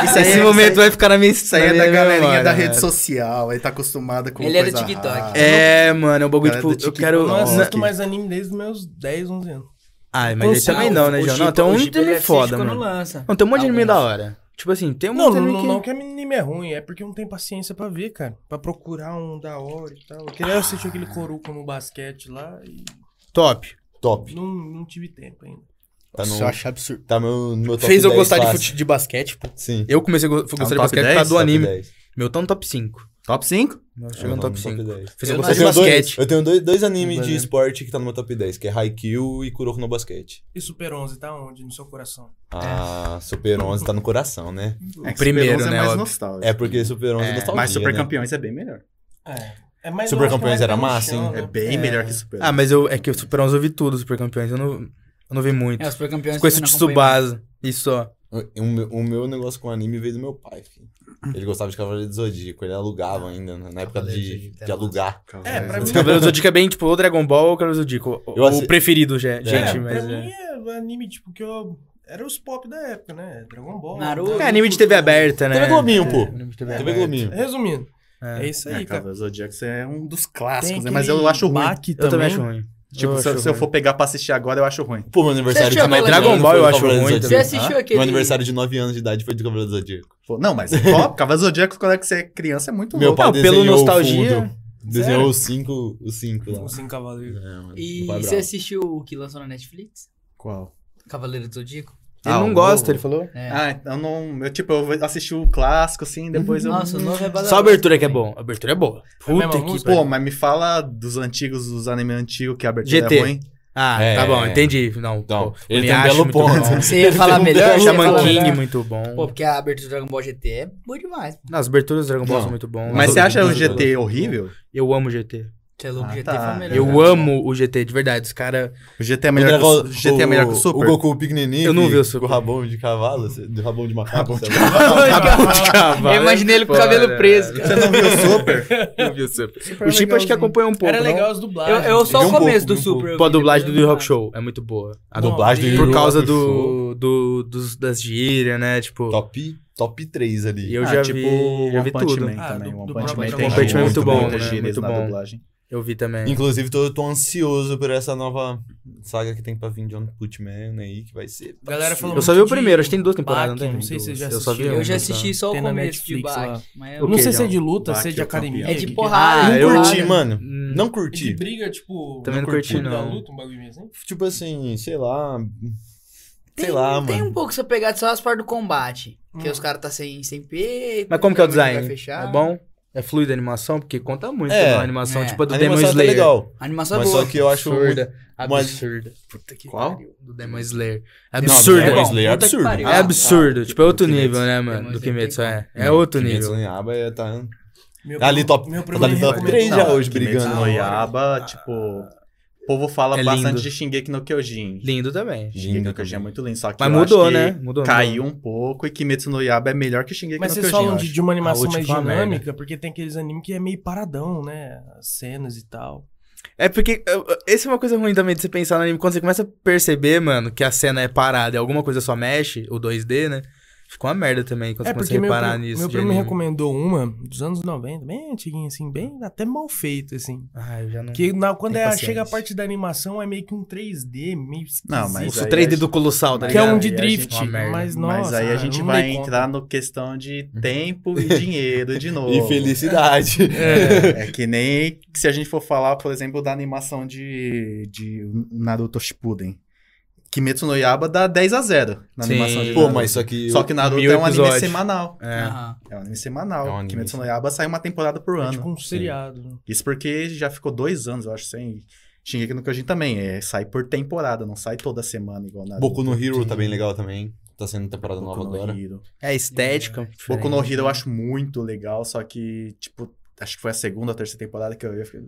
Speaker 1: isso aí-
Speaker 5: Esse
Speaker 1: isso
Speaker 5: momento
Speaker 1: aí-
Speaker 5: vai ficar na minha
Speaker 1: Isso aí
Speaker 5: na
Speaker 1: é
Speaker 5: minha
Speaker 1: da galerinha
Speaker 5: memória,
Speaker 1: da
Speaker 5: né?
Speaker 1: rede social, aí tá acostumada com
Speaker 4: Ele era
Speaker 1: coisa
Speaker 4: TikTok.
Speaker 1: rara.
Speaker 2: né?
Speaker 5: É, mano, é um bagulho,
Speaker 1: Cara
Speaker 5: tipo,
Speaker 1: do
Speaker 5: eu
Speaker 1: TikTok.
Speaker 5: quero...
Speaker 2: Eu não
Speaker 1: Nossa.
Speaker 5: Na-
Speaker 2: assisto mais anime desde os meus 10, 11 anos.
Speaker 5: Ah, mas aí
Speaker 4: Gonçalo,
Speaker 5: também não, né,
Speaker 4: o
Speaker 5: João? Não,
Speaker 4: Gipa-
Speaker 5: tem um
Speaker 4: o Gipa, ele
Speaker 5: anime
Speaker 4: assiste
Speaker 5: foda,
Speaker 4: quando
Speaker 5: mano.
Speaker 4: lança.
Speaker 5: Não, tem um monte de anime
Speaker 4: Alguns.
Speaker 5: da hora. Tipo assim, tem um
Speaker 2: Não,
Speaker 5: monte
Speaker 2: não,
Speaker 5: ali
Speaker 2: não,
Speaker 5: que-
Speaker 2: não que a anime é ruim, é porque não tem paciência pra ver, cara. Pra procurar um da hora e tal. Eu queria
Speaker 5: Ah.
Speaker 2: assistir aquele coruco no basquete lá e
Speaker 5: Top.
Speaker 6: Top.
Speaker 2: não, não tive tempo ainda.
Speaker 6: Tá no,
Speaker 5: Nossa, eu acho absurdo.
Speaker 6: tá meu, no meu top
Speaker 5: Fez eu
Speaker 6: 10
Speaker 5: gostar de,
Speaker 6: fácil.
Speaker 5: fute- de basquete, pô.
Speaker 6: Sim.
Speaker 5: Eu comecei a go- gostar
Speaker 1: no
Speaker 5: de
Speaker 1: top
Speaker 5: basquete por
Speaker 1: 10?
Speaker 5: causa do
Speaker 6: Top
Speaker 5: anime.
Speaker 6: 10.
Speaker 5: Meu tá no top 5.
Speaker 1: Top 5?
Speaker 5: Não,
Speaker 6: Eu
Speaker 5: chegou no
Speaker 6: tô
Speaker 5: top 5.
Speaker 6: 10.
Speaker 5: Fez eu
Speaker 4: Eu
Speaker 5: gostar
Speaker 6: Eu
Speaker 5: de
Speaker 6: tenho,
Speaker 5: basquete.
Speaker 6: dois, eu tenho dois, dois animes de
Speaker 2: Valeu.
Speaker 6: esporte que tá no meu top 10, que é Haikyuu e Kuroko no Basquete.
Speaker 2: E Super 11 tá onde? No seu coração.
Speaker 6: Ah,
Speaker 5: É.
Speaker 6: Super 11 tá no coração, né?
Speaker 1: É que
Speaker 5: primeiro,
Speaker 1: Super 11
Speaker 5: né,
Speaker 1: É mais
Speaker 5: óbvio.
Speaker 1: nostálgico.
Speaker 6: É porque Super 11 é,
Speaker 5: É,
Speaker 6: nostalgia,
Speaker 1: Mas Super
Speaker 6: né?
Speaker 1: Campeões é bem melhor.
Speaker 2: É. É mais
Speaker 6: Super
Speaker 2: eu acho que é
Speaker 6: Campeões
Speaker 2: mais
Speaker 6: era
Speaker 2: pé no
Speaker 6: massa,
Speaker 2: chão,
Speaker 6: hein?
Speaker 2: né?
Speaker 1: É bem melhor que Super 11.
Speaker 5: Ah, mas eu, é que o Super 11 eu vi tudo, Super Campeões. Eu não, eu não vi muito.
Speaker 4: É, os supercampeões.
Speaker 5: Conheço
Speaker 4: também
Speaker 5: de
Speaker 4: não acompanho
Speaker 5: Tsubasa. Isso só.
Speaker 6: O, meu- o meu negócio com anime veio do meu pai, filho. Ele gostava de Cavaleiro do Zodíaco, ele alugava ainda, né? na época
Speaker 3: Cavaleiro do
Speaker 6: de,
Speaker 3: Zodíaco era
Speaker 6: de alugar.
Speaker 2: É, pra mim.
Speaker 5: Os Cavaleiros do Zodíaco é bem tipo ou Dragon Ball ou Cavaleiros do Zodíaco. O,
Speaker 6: Eu assi-
Speaker 5: o preferido, já,
Speaker 2: É,
Speaker 5: gente,
Speaker 2: pra
Speaker 5: mas.
Speaker 2: mim
Speaker 5: É.
Speaker 2: é o anime, tipo, que eu. Era os pop da época, né? Dragon Ball.
Speaker 4: Naruto.
Speaker 5: É anime de TV aberta, né?
Speaker 6: TV Globinho, pô.
Speaker 5: Anime de TV
Speaker 6: TV
Speaker 5: aberta.
Speaker 6: Globinho.
Speaker 2: Resumindo, é,
Speaker 5: É.
Speaker 2: isso
Speaker 1: É,
Speaker 2: aí, cara.
Speaker 1: Cavaleiros do Zodíaco isso é um dos
Speaker 2: Tem
Speaker 1: clássicos, né?
Speaker 2: aquele
Speaker 1: Mas eu acho ruim.
Speaker 2: baque
Speaker 5: Eu também
Speaker 2: também.
Speaker 5: acho ruim.
Speaker 1: Tipo, se, eu- se eu for pegar pra assistir agora, eu acho ruim.
Speaker 6: Pô, meu aniversário
Speaker 4: assistiu
Speaker 6: de
Speaker 4: a
Speaker 6: 9
Speaker 4: Dragon
Speaker 6: anos
Speaker 5: Ball,
Speaker 6: foi
Speaker 5: eu
Speaker 6: do
Speaker 5: acho
Speaker 6: Cavaleiro do
Speaker 5: ruim
Speaker 6: Zodíaco.
Speaker 4: Você
Speaker 5: também. tá?
Speaker 4: assistiu aquele.
Speaker 6: Meu aniversário de 9 anos de idade foi do Cavaleiro do Zodíaco.
Speaker 1: Pô, Não, mas é top. Cavaleiros do Zodíaco, quando você é criança, é muito
Speaker 6: Meu
Speaker 1: louco.
Speaker 6: pai
Speaker 5: Não, pelo
Speaker 6: desenhou
Speaker 5: nostalgia.
Speaker 6: o fundo. Desenhou os cinco, os cinco lá.
Speaker 2: Os Cinco Cavaleiros.
Speaker 6: É, mano,
Speaker 4: E
Speaker 6: meu pai é
Speaker 4: você
Speaker 6: bravo.
Speaker 4: assistiu o que lançou na Netflix?
Speaker 1: Qual?
Speaker 4: Cavaleiro do Zodíaco?
Speaker 5: Ele
Speaker 1: Ah,
Speaker 5: não
Speaker 1: o novo.
Speaker 5: gosta, ele falou.
Speaker 4: É.
Speaker 1: Ah, eu não. Eu, tipo, eu assisti o clássico, assim, depois
Speaker 2: Uhum.
Speaker 1: eu.
Speaker 4: Nossa, o novo é badalado.
Speaker 5: Só a abertura que é bom. A abertura é boa.
Speaker 2: mesma
Speaker 5: Puta que
Speaker 2: música?
Speaker 5: pariu.
Speaker 1: Pô, mas me fala dos antigos, dos anime antigos que a abertura
Speaker 5: GT.
Speaker 1: é ruim.
Speaker 5: Ah,
Speaker 6: É.
Speaker 5: tá bom, entendi. Não,
Speaker 6: Então,
Speaker 5: pô,
Speaker 6: ele tem um
Speaker 5: Inuyasha,
Speaker 6: belo
Speaker 5: muito
Speaker 6: ponto.
Speaker 5: bom.
Speaker 4: Você ia falar melhor? você ia falar
Speaker 5: Shaman King,
Speaker 4: melhor?
Speaker 5: muito bom.
Speaker 4: Pô, porque a abertura do Dragon Ball GT é boa demais. pô.
Speaker 5: Não, as aberturas do Dragon Ball
Speaker 6: Não.
Speaker 5: são é muito bom.
Speaker 1: Mas
Speaker 6: Não,
Speaker 1: você
Speaker 6: não,
Speaker 1: acha
Speaker 6: não,
Speaker 1: o
Speaker 6: não,
Speaker 1: GT
Speaker 6: não.
Speaker 1: horrível?
Speaker 5: Eu amo o GT.
Speaker 4: Você é louco,
Speaker 1: Ah,
Speaker 4: GT
Speaker 1: tá.
Speaker 4: foi o melhor.
Speaker 5: Eu amo o GT, de verdade. Os caras.
Speaker 1: O GT é
Speaker 6: O
Speaker 1: melhor,
Speaker 6: Dragon-
Speaker 1: que, o, GT é melhor que o Super?
Speaker 6: O Goku pequenininho.
Speaker 5: Eu não
Speaker 6: que-
Speaker 5: vi o Super.
Speaker 6: Com o rabão de cavalo, cê- de rabão de macaco. sei lá.
Speaker 5: é
Speaker 4: Eu imaginei ele com o cabelo preso, cara.
Speaker 1: Você não viu o Super?
Speaker 5: Não viu o Super. O Chip acho que acompanha um pouco.
Speaker 2: Era
Speaker 5: não?
Speaker 2: legal as
Speaker 4: Eu,
Speaker 2: dublagens. né?
Speaker 4: eu só
Speaker 6: Vi
Speaker 4: o
Speaker 6: um
Speaker 4: começo
Speaker 6: pouco,
Speaker 4: do
Speaker 6: vi um
Speaker 4: Super. eu
Speaker 5: Pô, a
Speaker 4: vi,
Speaker 5: dublagem do
Speaker 4: depois
Speaker 5: Yu
Speaker 4: eu
Speaker 5: Rock
Speaker 4: vi.
Speaker 5: Show é muito boa.
Speaker 6: A dublagem do
Speaker 2: Por
Speaker 6: Yu
Speaker 5: Por
Speaker 6: Yu
Speaker 5: causa
Speaker 6: Hakusho.
Speaker 5: do, do, dos, das gírias, né? Tipo,
Speaker 6: Top, top 3 ali.
Speaker 5: E eu
Speaker 1: o
Speaker 5: já vi- já
Speaker 1: Ah, tipo, One
Speaker 5: vi
Speaker 1: Punch
Speaker 5: tudo.
Speaker 1: Man
Speaker 2: Ah,
Speaker 1: também.
Speaker 2: do-
Speaker 1: One
Speaker 2: do
Speaker 1: Punch Man
Speaker 2: próprio
Speaker 1: tem
Speaker 2: One Punch Man é
Speaker 1: muito
Speaker 6: muito
Speaker 1: bom,
Speaker 6: bom,
Speaker 5: né? Muito
Speaker 1: na
Speaker 5: bom.
Speaker 1: dublagem.
Speaker 5: eu vi também.
Speaker 6: Inclusive, tô, tô ansioso por essa nova saga que tem pra vir de One Punch Man aí, que vai ser.
Speaker 2: A galera falou
Speaker 5: Eu só vi o
Speaker 2: muito de
Speaker 5: primeiro, acho que tem duas temporadas,
Speaker 2: Bach,
Speaker 5: não tem?
Speaker 2: Não sei se você já
Speaker 5: Duas. Eu só vi um.
Speaker 2: assistiu.
Speaker 5: uma.
Speaker 4: Eu já assisti só o
Speaker 2: Tem na
Speaker 4: começo de
Speaker 2: Netflix lá.
Speaker 4: Bach. Mas eu
Speaker 2: Eu não sei se é
Speaker 5: John?
Speaker 2: de luta,
Speaker 1: Bach
Speaker 2: se é de
Speaker 1: é o campeão.
Speaker 2: academia.
Speaker 4: É de
Speaker 2: que-
Speaker 4: porrada.
Speaker 6: não
Speaker 5: eu-
Speaker 6: curti, mano.
Speaker 5: Hum,
Speaker 6: Não
Speaker 2: É de
Speaker 6: curti.
Speaker 2: briga, tipo.
Speaker 5: Também não
Speaker 2: no
Speaker 5: curti,
Speaker 2: corpo da
Speaker 5: não.
Speaker 2: luta, um bagulho mesmo, hein?
Speaker 6: Tipo assim, sei lá.
Speaker 4: Tem,
Speaker 6: sei lá,
Speaker 4: tem
Speaker 6: mano.
Speaker 4: um pouco essa pegada, só as partes do combate. Que
Speaker 2: Hum.
Speaker 4: os caras tá sem, sem peito.
Speaker 5: Mas como que é o
Speaker 4: provavelmente vai
Speaker 5: design?
Speaker 4: fechar.
Speaker 5: É bom? É fluida a animação? Porque conta muito
Speaker 6: É.
Speaker 5: né, a animação,
Speaker 4: É.
Speaker 5: tipo a do
Speaker 6: A
Speaker 5: Demon
Speaker 6: animação tá
Speaker 5: Slayer.
Speaker 6: legal.
Speaker 4: A animação é
Speaker 6: Mas
Speaker 4: boa.
Speaker 6: só que eu acho. muito-
Speaker 5: absurda.
Speaker 6: mas-
Speaker 5: Absurda. Puta que
Speaker 1: Qual?
Speaker 5: pariu. Do Demon Slayer.
Speaker 4: Não,
Speaker 5: Absurda.
Speaker 6: Demon
Speaker 5: É bom.
Speaker 6: Slayer é
Speaker 4: Puta que
Speaker 6: absurdo.
Speaker 4: pariu.
Speaker 5: É
Speaker 4: Ah,
Speaker 5: absurdo.
Speaker 6: tá.
Speaker 5: Tipo, é outro
Speaker 6: Do
Speaker 5: nível,
Speaker 6: Kimetsu.
Speaker 5: né,
Speaker 4: Demon
Speaker 5: mano? Do
Speaker 4: Slayer tem
Speaker 5: Kimetsu,
Speaker 4: como.
Speaker 5: é. É outro
Speaker 6: Kimetsu
Speaker 5: nível.
Speaker 6: no Yaba é, tá.
Speaker 2: Meu
Speaker 6: Ali
Speaker 2: primo-
Speaker 6: top-
Speaker 2: meu
Speaker 6: tá
Speaker 2: primo
Speaker 6: ali top
Speaker 2: recomendou.
Speaker 6: três já hoje, brigando.
Speaker 1: Kimetsu no Yaiba, tipo... O povo fala
Speaker 5: É lindo.
Speaker 1: bastante de Shingeki no Kyojin.
Speaker 5: Lindo também.
Speaker 1: Shingeki no
Speaker 6: Lindo
Speaker 1: Kyojin é
Speaker 6: também.
Speaker 1: muito lindo, só que
Speaker 5: Mas
Speaker 1: eu acho
Speaker 5: mudou,
Speaker 1: que
Speaker 5: né? Mudou.
Speaker 1: Caiu um pouco e Kimetsu no Yaiba é melhor que Shingeki
Speaker 2: Mas
Speaker 1: no
Speaker 2: vocês
Speaker 1: Kyojin, eu
Speaker 2: falam
Speaker 1: acho.
Speaker 2: de, de uma animação
Speaker 5: última
Speaker 2: mais
Speaker 5: foi uma merda.
Speaker 2: dinâmica, porque tem aqueles animes que é meio paradão, né? As cenas e tal.
Speaker 5: É porque. uh, uh, Essa é uma coisa ruim também de você pensar no anime. Quando você começa a perceber, mano, que a cena é parada e alguma coisa só mexe, o 2D, né? Ficou uma merda também quando
Speaker 2: é
Speaker 5: você começa
Speaker 2: porque
Speaker 5: a
Speaker 2: meu,
Speaker 5: reparar
Speaker 2: primo-
Speaker 5: nisso.
Speaker 2: meu
Speaker 5: de
Speaker 2: primo me
Speaker 5: anime.
Speaker 2: recomendou uma dos anos 90, bem antiguinha, assim, bem até mal feita, assim.
Speaker 5: Ah, eu já não.
Speaker 2: Que na- quando
Speaker 5: Tem
Speaker 2: é-
Speaker 5: paciência.
Speaker 2: chega a parte da animação é meio que um 3D, meio esquisito.
Speaker 1: Não, mas
Speaker 5: Isso,
Speaker 1: aí
Speaker 5: o 3D
Speaker 1: a
Speaker 5: do Colossal, tá
Speaker 1: mas
Speaker 2: Que é
Speaker 5: ligado?
Speaker 2: um
Speaker 1: aí
Speaker 2: de
Speaker 1: a
Speaker 2: drift,
Speaker 5: gente- Uma merda.
Speaker 2: mas nossa.
Speaker 1: Mas aí a gente
Speaker 2: não
Speaker 1: vai
Speaker 2: dei conta.
Speaker 1: entrar no questão de
Speaker 6: Uhum.
Speaker 1: tempo e dinheiro de novo.
Speaker 6: E felicidade.
Speaker 1: É, é que nem se a gente for falar, por exemplo, da animação de, de Naruto Shippuden. Kimetsu no Yaiba dá 10 a 0 na
Speaker 5: Sim.
Speaker 1: animação de
Speaker 6: Pô,
Speaker 1: Naruto.
Speaker 6: mas só que.
Speaker 1: É. Só que Naruto
Speaker 5: mil
Speaker 1: é um anime
Speaker 5: episódios.
Speaker 1: semanal.
Speaker 2: Ah.
Speaker 5: É.
Speaker 4: Ah, tá. Aham.
Speaker 1: É um anime semanal.
Speaker 6: É um anime.
Speaker 1: Kimetsu no Yaiba sai uma temporada por
Speaker 2: É
Speaker 1: ano.
Speaker 2: tipo um seriado. né?
Speaker 1: Isso porque já ficou dois anos, eu acho, sem... Shingeki no Kyojin também, é, sai por temporada, não sai toda semana igual Naruto.
Speaker 6: Boku no Hero tá bem legal também. Tá sendo temporada
Speaker 1: Boku
Speaker 6: nova
Speaker 1: no
Speaker 6: agora.
Speaker 1: Hero.
Speaker 5: É estética.
Speaker 1: Boku no Hero eu acho muito legal, só que, tipo, acho que foi a segunda ou terceira temporada que eu vi. Eu fiquei...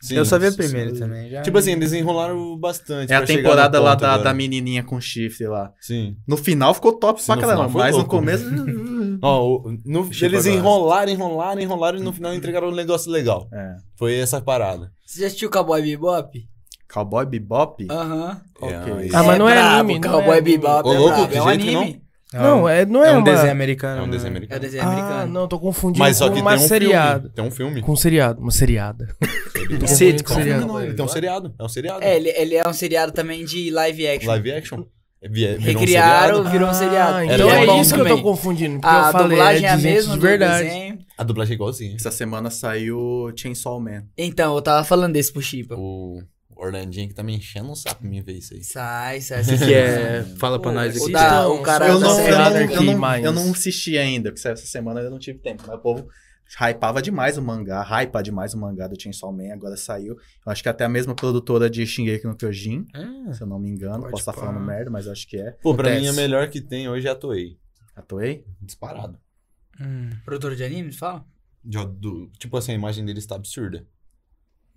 Speaker 6: Sim,
Speaker 5: Eu só vi a
Speaker 6: sim,
Speaker 5: primeira
Speaker 6: sim.
Speaker 5: também. já-
Speaker 6: Tipo assim, eles enrolaram bastante.
Speaker 1: É a
Speaker 6: pra chegar
Speaker 1: temporada
Speaker 6: no
Speaker 1: lá
Speaker 6: ponto
Speaker 1: da,
Speaker 6: agora.
Speaker 1: da menininha com chifre lá.
Speaker 6: Sim.
Speaker 1: No final ficou top
Speaker 6: Sim,
Speaker 1: pra
Speaker 6: no
Speaker 1: caramba,
Speaker 6: final foi
Speaker 1: mas no
Speaker 6: louco, né?
Speaker 1: começo.
Speaker 6: Ó, o- no-
Speaker 5: Deixa eu
Speaker 6: eles
Speaker 5: pagar.
Speaker 6: enrolaram, enrolaram, enrolaram e no final entregaram um negócio legal.
Speaker 1: é.
Speaker 6: Foi essa parada.
Speaker 4: Você já assistiu Cowboy Bebop?
Speaker 1: Cowboy Bebop?
Speaker 4: Ah. Aham.
Speaker 1: Ok.
Speaker 6: É,
Speaker 2: Ah, mas não é
Speaker 4: brabo,
Speaker 2: anime, não
Speaker 4: Cowboy
Speaker 2: é anime.
Speaker 4: Bebop
Speaker 6: Ô,
Speaker 4: é
Speaker 6: louco,
Speaker 4: brabo,
Speaker 6: que
Speaker 4: é um
Speaker 6: jeito que
Speaker 4: anime.
Speaker 2: Não, é, não é,
Speaker 5: É um
Speaker 2: uma-
Speaker 5: desenho americano.
Speaker 6: É um
Speaker 4: É
Speaker 6: desenho
Speaker 5: né?
Speaker 4: o
Speaker 6: americano.
Speaker 4: desenho
Speaker 2: Ah,
Speaker 4: americano.
Speaker 2: não, tô confundindo
Speaker 6: Mas só
Speaker 2: com
Speaker 6: que tem
Speaker 2: uma
Speaker 6: um
Speaker 2: seriado.
Speaker 6: filme. Tem um filme.
Speaker 2: Com um seriado, uma seriada.
Speaker 6: Ele- um
Speaker 2: Tô
Speaker 5: Sim,
Speaker 2: confundindo
Speaker 5: com
Speaker 2: com seriado.
Speaker 6: Não, ele tem um seriado. É um seriado.
Speaker 4: É, ele, ele é um seriado também de live action.
Speaker 6: Live action. Vi- virou um
Speaker 4: Recriaram,
Speaker 6: seriado.
Speaker 4: virou um seriado.
Speaker 2: Ah,
Speaker 6: Era
Speaker 2: então é,
Speaker 6: legal
Speaker 2: isso que eu
Speaker 4: também.
Speaker 2: tô confundindo. Porque
Speaker 4: A
Speaker 2: eu falei,
Speaker 4: dublagem é, a
Speaker 2: de gente
Speaker 4: mesma
Speaker 2: de
Speaker 4: do
Speaker 2: verdade.
Speaker 4: desenho.
Speaker 6: A dublagem é igualzinha.
Speaker 1: Essa semana saiu Chainsaw Man.
Speaker 4: Então, eu tava falando desse pro Chipa.
Speaker 6: O Orlandinho que tá me enchendo o saco pra mim ver isso aí.
Speaker 4: Sai, sai,
Speaker 5: O
Speaker 4: sai.
Speaker 5: que, que é? Fala pra
Speaker 2: Pô,
Speaker 5: nós
Speaker 4: o
Speaker 5: aqui.
Speaker 4: da-
Speaker 2: Então,
Speaker 4: o cara
Speaker 2: eu
Speaker 1: eu,
Speaker 4: tá
Speaker 1: não, eu,
Speaker 4: cerrado
Speaker 1: não,
Speaker 2: né?
Speaker 4: aqui,
Speaker 1: eu, não,
Speaker 2: mas-
Speaker 1: eu não assisti ainda, porque essa semana eu não tive tempo. Mas o povo hypava demais o mangá, hypa demais o mangá do Chainsaw Man, agora saiu. Eu acho que até a mesma produtora de Shingeki no Kyojin,
Speaker 5: Ah,
Speaker 1: se eu não me engano.
Speaker 5: Pode
Speaker 1: Posso estar
Speaker 5: pá.
Speaker 1: falando merda, mas eu acho que é.
Speaker 6: Pô, pra
Speaker 5: Acontece.
Speaker 6: mim a melhor que tem hoje é a Toei.
Speaker 1: Atuei?
Speaker 6: Disparado.
Speaker 5: hum.
Speaker 4: é Produtor de animes, fala?
Speaker 6: Já do- tipo assim, a imagem deles tá absurda.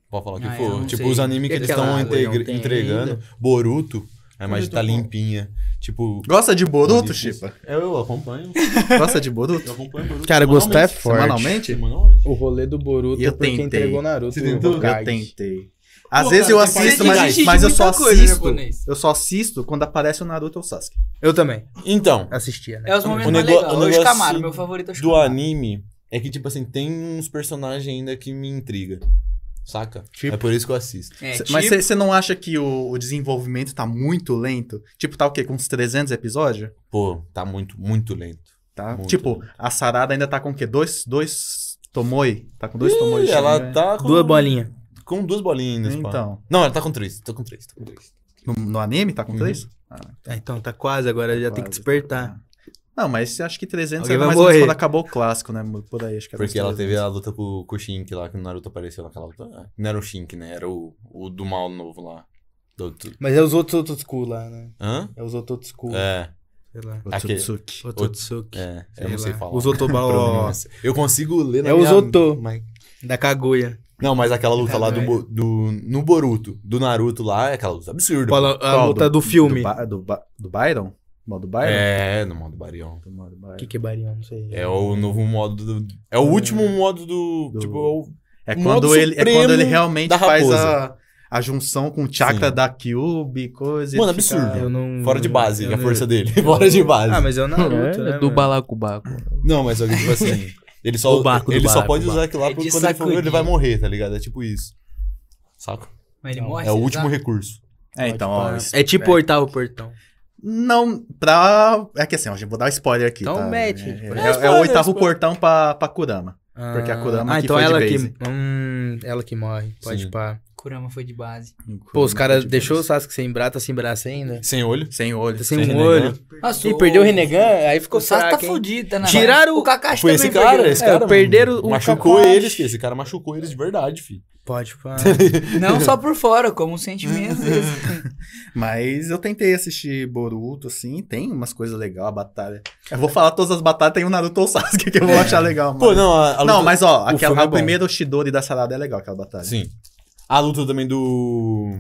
Speaker 6: Pode falar o que
Speaker 4: Ah, eu
Speaker 6: for.
Speaker 4: não
Speaker 6: Tipo,
Speaker 4: sei.
Speaker 6: os animes
Speaker 4: E
Speaker 6: que eles
Speaker 4: aquela
Speaker 6: estão
Speaker 4: água, não tem
Speaker 6: entregando. Boruto, a imagem tá
Speaker 5: Boruto é bom.
Speaker 6: limpinha. Tipo,
Speaker 1: Gosta de Boruto,
Speaker 6: Difícil.
Speaker 1: Chipa?
Speaker 6: eu acompanho.
Speaker 1: Gosta de Boruto?
Speaker 6: Eu acompanho Boruto.
Speaker 5: Cara, gostar é
Speaker 6: semanalmente.
Speaker 5: forte.
Speaker 1: Semanalmente?
Speaker 6: Semanalmente.
Speaker 5: O rolê do Boruto
Speaker 1: Eu
Speaker 5: é porque
Speaker 1: tentei.
Speaker 5: entregou Naruto.
Speaker 6: Você tentou?
Speaker 5: o Hokage.
Speaker 1: Eu tentei. Às
Speaker 6: Pô,
Speaker 1: vezes
Speaker 6: cara,
Speaker 1: eu
Speaker 6: tem mais
Speaker 1: assisto,
Speaker 6: de
Speaker 1: mas,
Speaker 4: gente de
Speaker 1: mas eu só
Speaker 4: muita coisa, né,
Speaker 1: assisto.
Speaker 4: japonês.
Speaker 1: Eu só assisto quando aparece o Naruto ou o Sasuke.
Speaker 5: Eu também.
Speaker 6: Então,
Speaker 5: Assistia, né?
Speaker 4: É os momentos
Speaker 6: O
Speaker 4: mais
Speaker 6: nego-
Speaker 4: legais.
Speaker 6: o
Speaker 4: Hoje
Speaker 6: negócio
Speaker 4: Camaro, meu favorito é o
Speaker 6: do
Speaker 4: Camaro.
Speaker 6: anime é que, tipo assim, tem uns personagens ainda que me intriga. Saca?
Speaker 5: Tipo?
Speaker 6: É por isso que eu assisto.
Speaker 4: É,
Speaker 1: Cê-
Speaker 4: tipo,
Speaker 1: Mas você não acha que o, o desenvolvimento tá muito lento? Tipo, tá o quê? Com uns 300 episódios?
Speaker 6: Pô, tá muito, muito lento.
Speaker 1: Tá?
Speaker 6: Muito
Speaker 1: tipo,
Speaker 6: lento.
Speaker 1: a Sarada ainda tá com o quê? Dois, dois tomoi? Tá com dois tomoi
Speaker 6: Ih, ela tá com
Speaker 5: né? Duas bolinhas.
Speaker 6: com duas bolinhas. pá.
Speaker 1: Então,
Speaker 6: Não, ela tá com três. Tô com três. Tô com três.
Speaker 1: no, no anime tá com
Speaker 6: Uhum.
Speaker 1: três?
Speaker 5: Ah, então tá quase tá. agora, já tem que
Speaker 1: Quase.
Speaker 5: despertar.
Speaker 1: Não, mas eu acho que 300
Speaker 5: Alguém
Speaker 1: era
Speaker 5: vai
Speaker 1: mais ou menos
Speaker 5: morrer.
Speaker 1: quando acabou o clássico, né? Por aí,
Speaker 5: É
Speaker 1: acho que era uns
Speaker 6: Porque ela
Speaker 1: 300.
Speaker 6: teve a luta com, com o Shink lá, que o Naruto apareceu naquela luta. Ah, Não era o Shink, né? Era o, o do mal novo lá. Do, do-
Speaker 5: Mas é os outros Ototsuku lá, né?
Speaker 6: Hã?
Speaker 5: É os outros Ototsuku.
Speaker 6: É,
Speaker 5: Sei lá.
Speaker 6: Aquele.
Speaker 1: Otsutsuki.
Speaker 5: Ototsuki.
Speaker 6: é.
Speaker 5: Sei
Speaker 6: eu não sei
Speaker 5: lá.
Speaker 6: falar.
Speaker 5: Os Otobao
Speaker 6: Nossa, é assim. Eu consigo ler na
Speaker 5: É
Speaker 6: minha...
Speaker 5: os Otô.
Speaker 6: Mas-
Speaker 5: da Kaguya.
Speaker 6: Não, mas aquela luta
Speaker 5: Tá
Speaker 6: lá do,
Speaker 5: doido.
Speaker 6: Bo- do... No Boruto, do Naruto lá, é aquela luta absurda.
Speaker 5: Fala A
Speaker 1: Qual?
Speaker 5: luta do filme.
Speaker 1: Do, Ba- do, Ba- do Byron? O modo Byron?
Speaker 6: É, no modo Barion.
Speaker 1: Do modo Byron.
Speaker 5: O que que é Barion? Não sei.
Speaker 6: É o novo modo do... É o último modo do...
Speaker 1: Do-
Speaker 6: Tipo, é o...
Speaker 1: É
Speaker 6: Modo
Speaker 1: quando, ele, é
Speaker 6: supremo
Speaker 1: quando ele realmente
Speaker 6: da
Speaker 1: faz a,
Speaker 6: raposa.
Speaker 1: a junção com o chakra
Speaker 6: Sim.
Speaker 1: da Cube, coisa. e
Speaker 6: Mano,
Speaker 1: ele fica-
Speaker 6: absurdo.
Speaker 5: Eu não...
Speaker 6: é Fora de base,
Speaker 5: Hum, eu
Speaker 6: a
Speaker 5: não-
Speaker 6: força dele. Fora de base.
Speaker 5: Ah, mas é o Naruto, né?
Speaker 2: do
Speaker 5: mano?
Speaker 2: balacobaco.
Speaker 6: Não, mas só que, tipo assim... Ele só,
Speaker 5: O barco do
Speaker 6: ele só
Speaker 5: barco,
Speaker 6: pode
Speaker 5: o barco.
Speaker 6: usar aquilo lá
Speaker 4: É
Speaker 6: porque
Speaker 4: de
Speaker 6: quando ele for
Speaker 4: sacudir.
Speaker 6: ele vai morrer, tá ligado? É tipo isso. Saca?
Speaker 4: Mas ele morre,
Speaker 6: É o
Speaker 4: será?
Speaker 6: último recurso.
Speaker 1: É, então, ó. isso-
Speaker 5: É tipo o oitavo portão.
Speaker 1: Não, pra. É que assim, ó, já vou dar um spoiler aqui.
Speaker 5: Então,
Speaker 1: tá?
Speaker 5: mete.
Speaker 1: É, é-
Speaker 5: Spoiler,
Speaker 1: é o
Speaker 6: spoiler,
Speaker 1: oitavo
Speaker 6: spoiler.
Speaker 1: portão pra, pra Kurama. Porque a Kurama
Speaker 5: Ah,
Speaker 1: que
Speaker 5: então
Speaker 1: foi de
Speaker 5: ela que...
Speaker 1: base.
Speaker 5: Hum, ela que morre. Pode
Speaker 6: Sim.
Speaker 5: pá.
Speaker 4: Kurama foi de base.
Speaker 5: Pô, os caras deixou o Sasuke sem braço, tá sem braço ainda?
Speaker 6: Sem olho.
Speaker 1: Sem olho.
Speaker 5: Tá sem
Speaker 6: Sem
Speaker 5: um
Speaker 6: Renegan.
Speaker 5: olho.
Speaker 4: Nossa,
Speaker 5: E perdeu o Renegan, aí ficou
Speaker 4: O Sasuke tá
Speaker 5: fraco, hein?
Speaker 4: fudido, tá na
Speaker 5: Tiraram o-
Speaker 4: o Kakashi
Speaker 6: Foi
Speaker 4: também
Speaker 6: esse cara,
Speaker 4: perdeu.
Speaker 6: esse
Speaker 5: É,
Speaker 6: cara.
Speaker 5: perderam o
Speaker 6: Machucou
Speaker 5: Kakashi.
Speaker 6: eles, filho. Esse cara machucou eles de verdade, filho.
Speaker 5: Pode pá.
Speaker 4: Não só por fora, como um sentimento.
Speaker 1: Mas eu tentei assistir Boruto, assim, tem umas coisas legais, a batalha. Eu vou falar todas as batalhas, tem o Naruto ou o Sasuke que eu vou achar legal.
Speaker 6: É. Pô,
Speaker 1: mano.
Speaker 6: não, a, a
Speaker 1: Não,
Speaker 6: luta-
Speaker 1: mas ó,
Speaker 6: o filme
Speaker 1: aquela,
Speaker 6: é
Speaker 1: a
Speaker 6: bom.
Speaker 1: primeira Shidori da Sarada é legal, aquela batalha.
Speaker 6: Sim. A luta também do.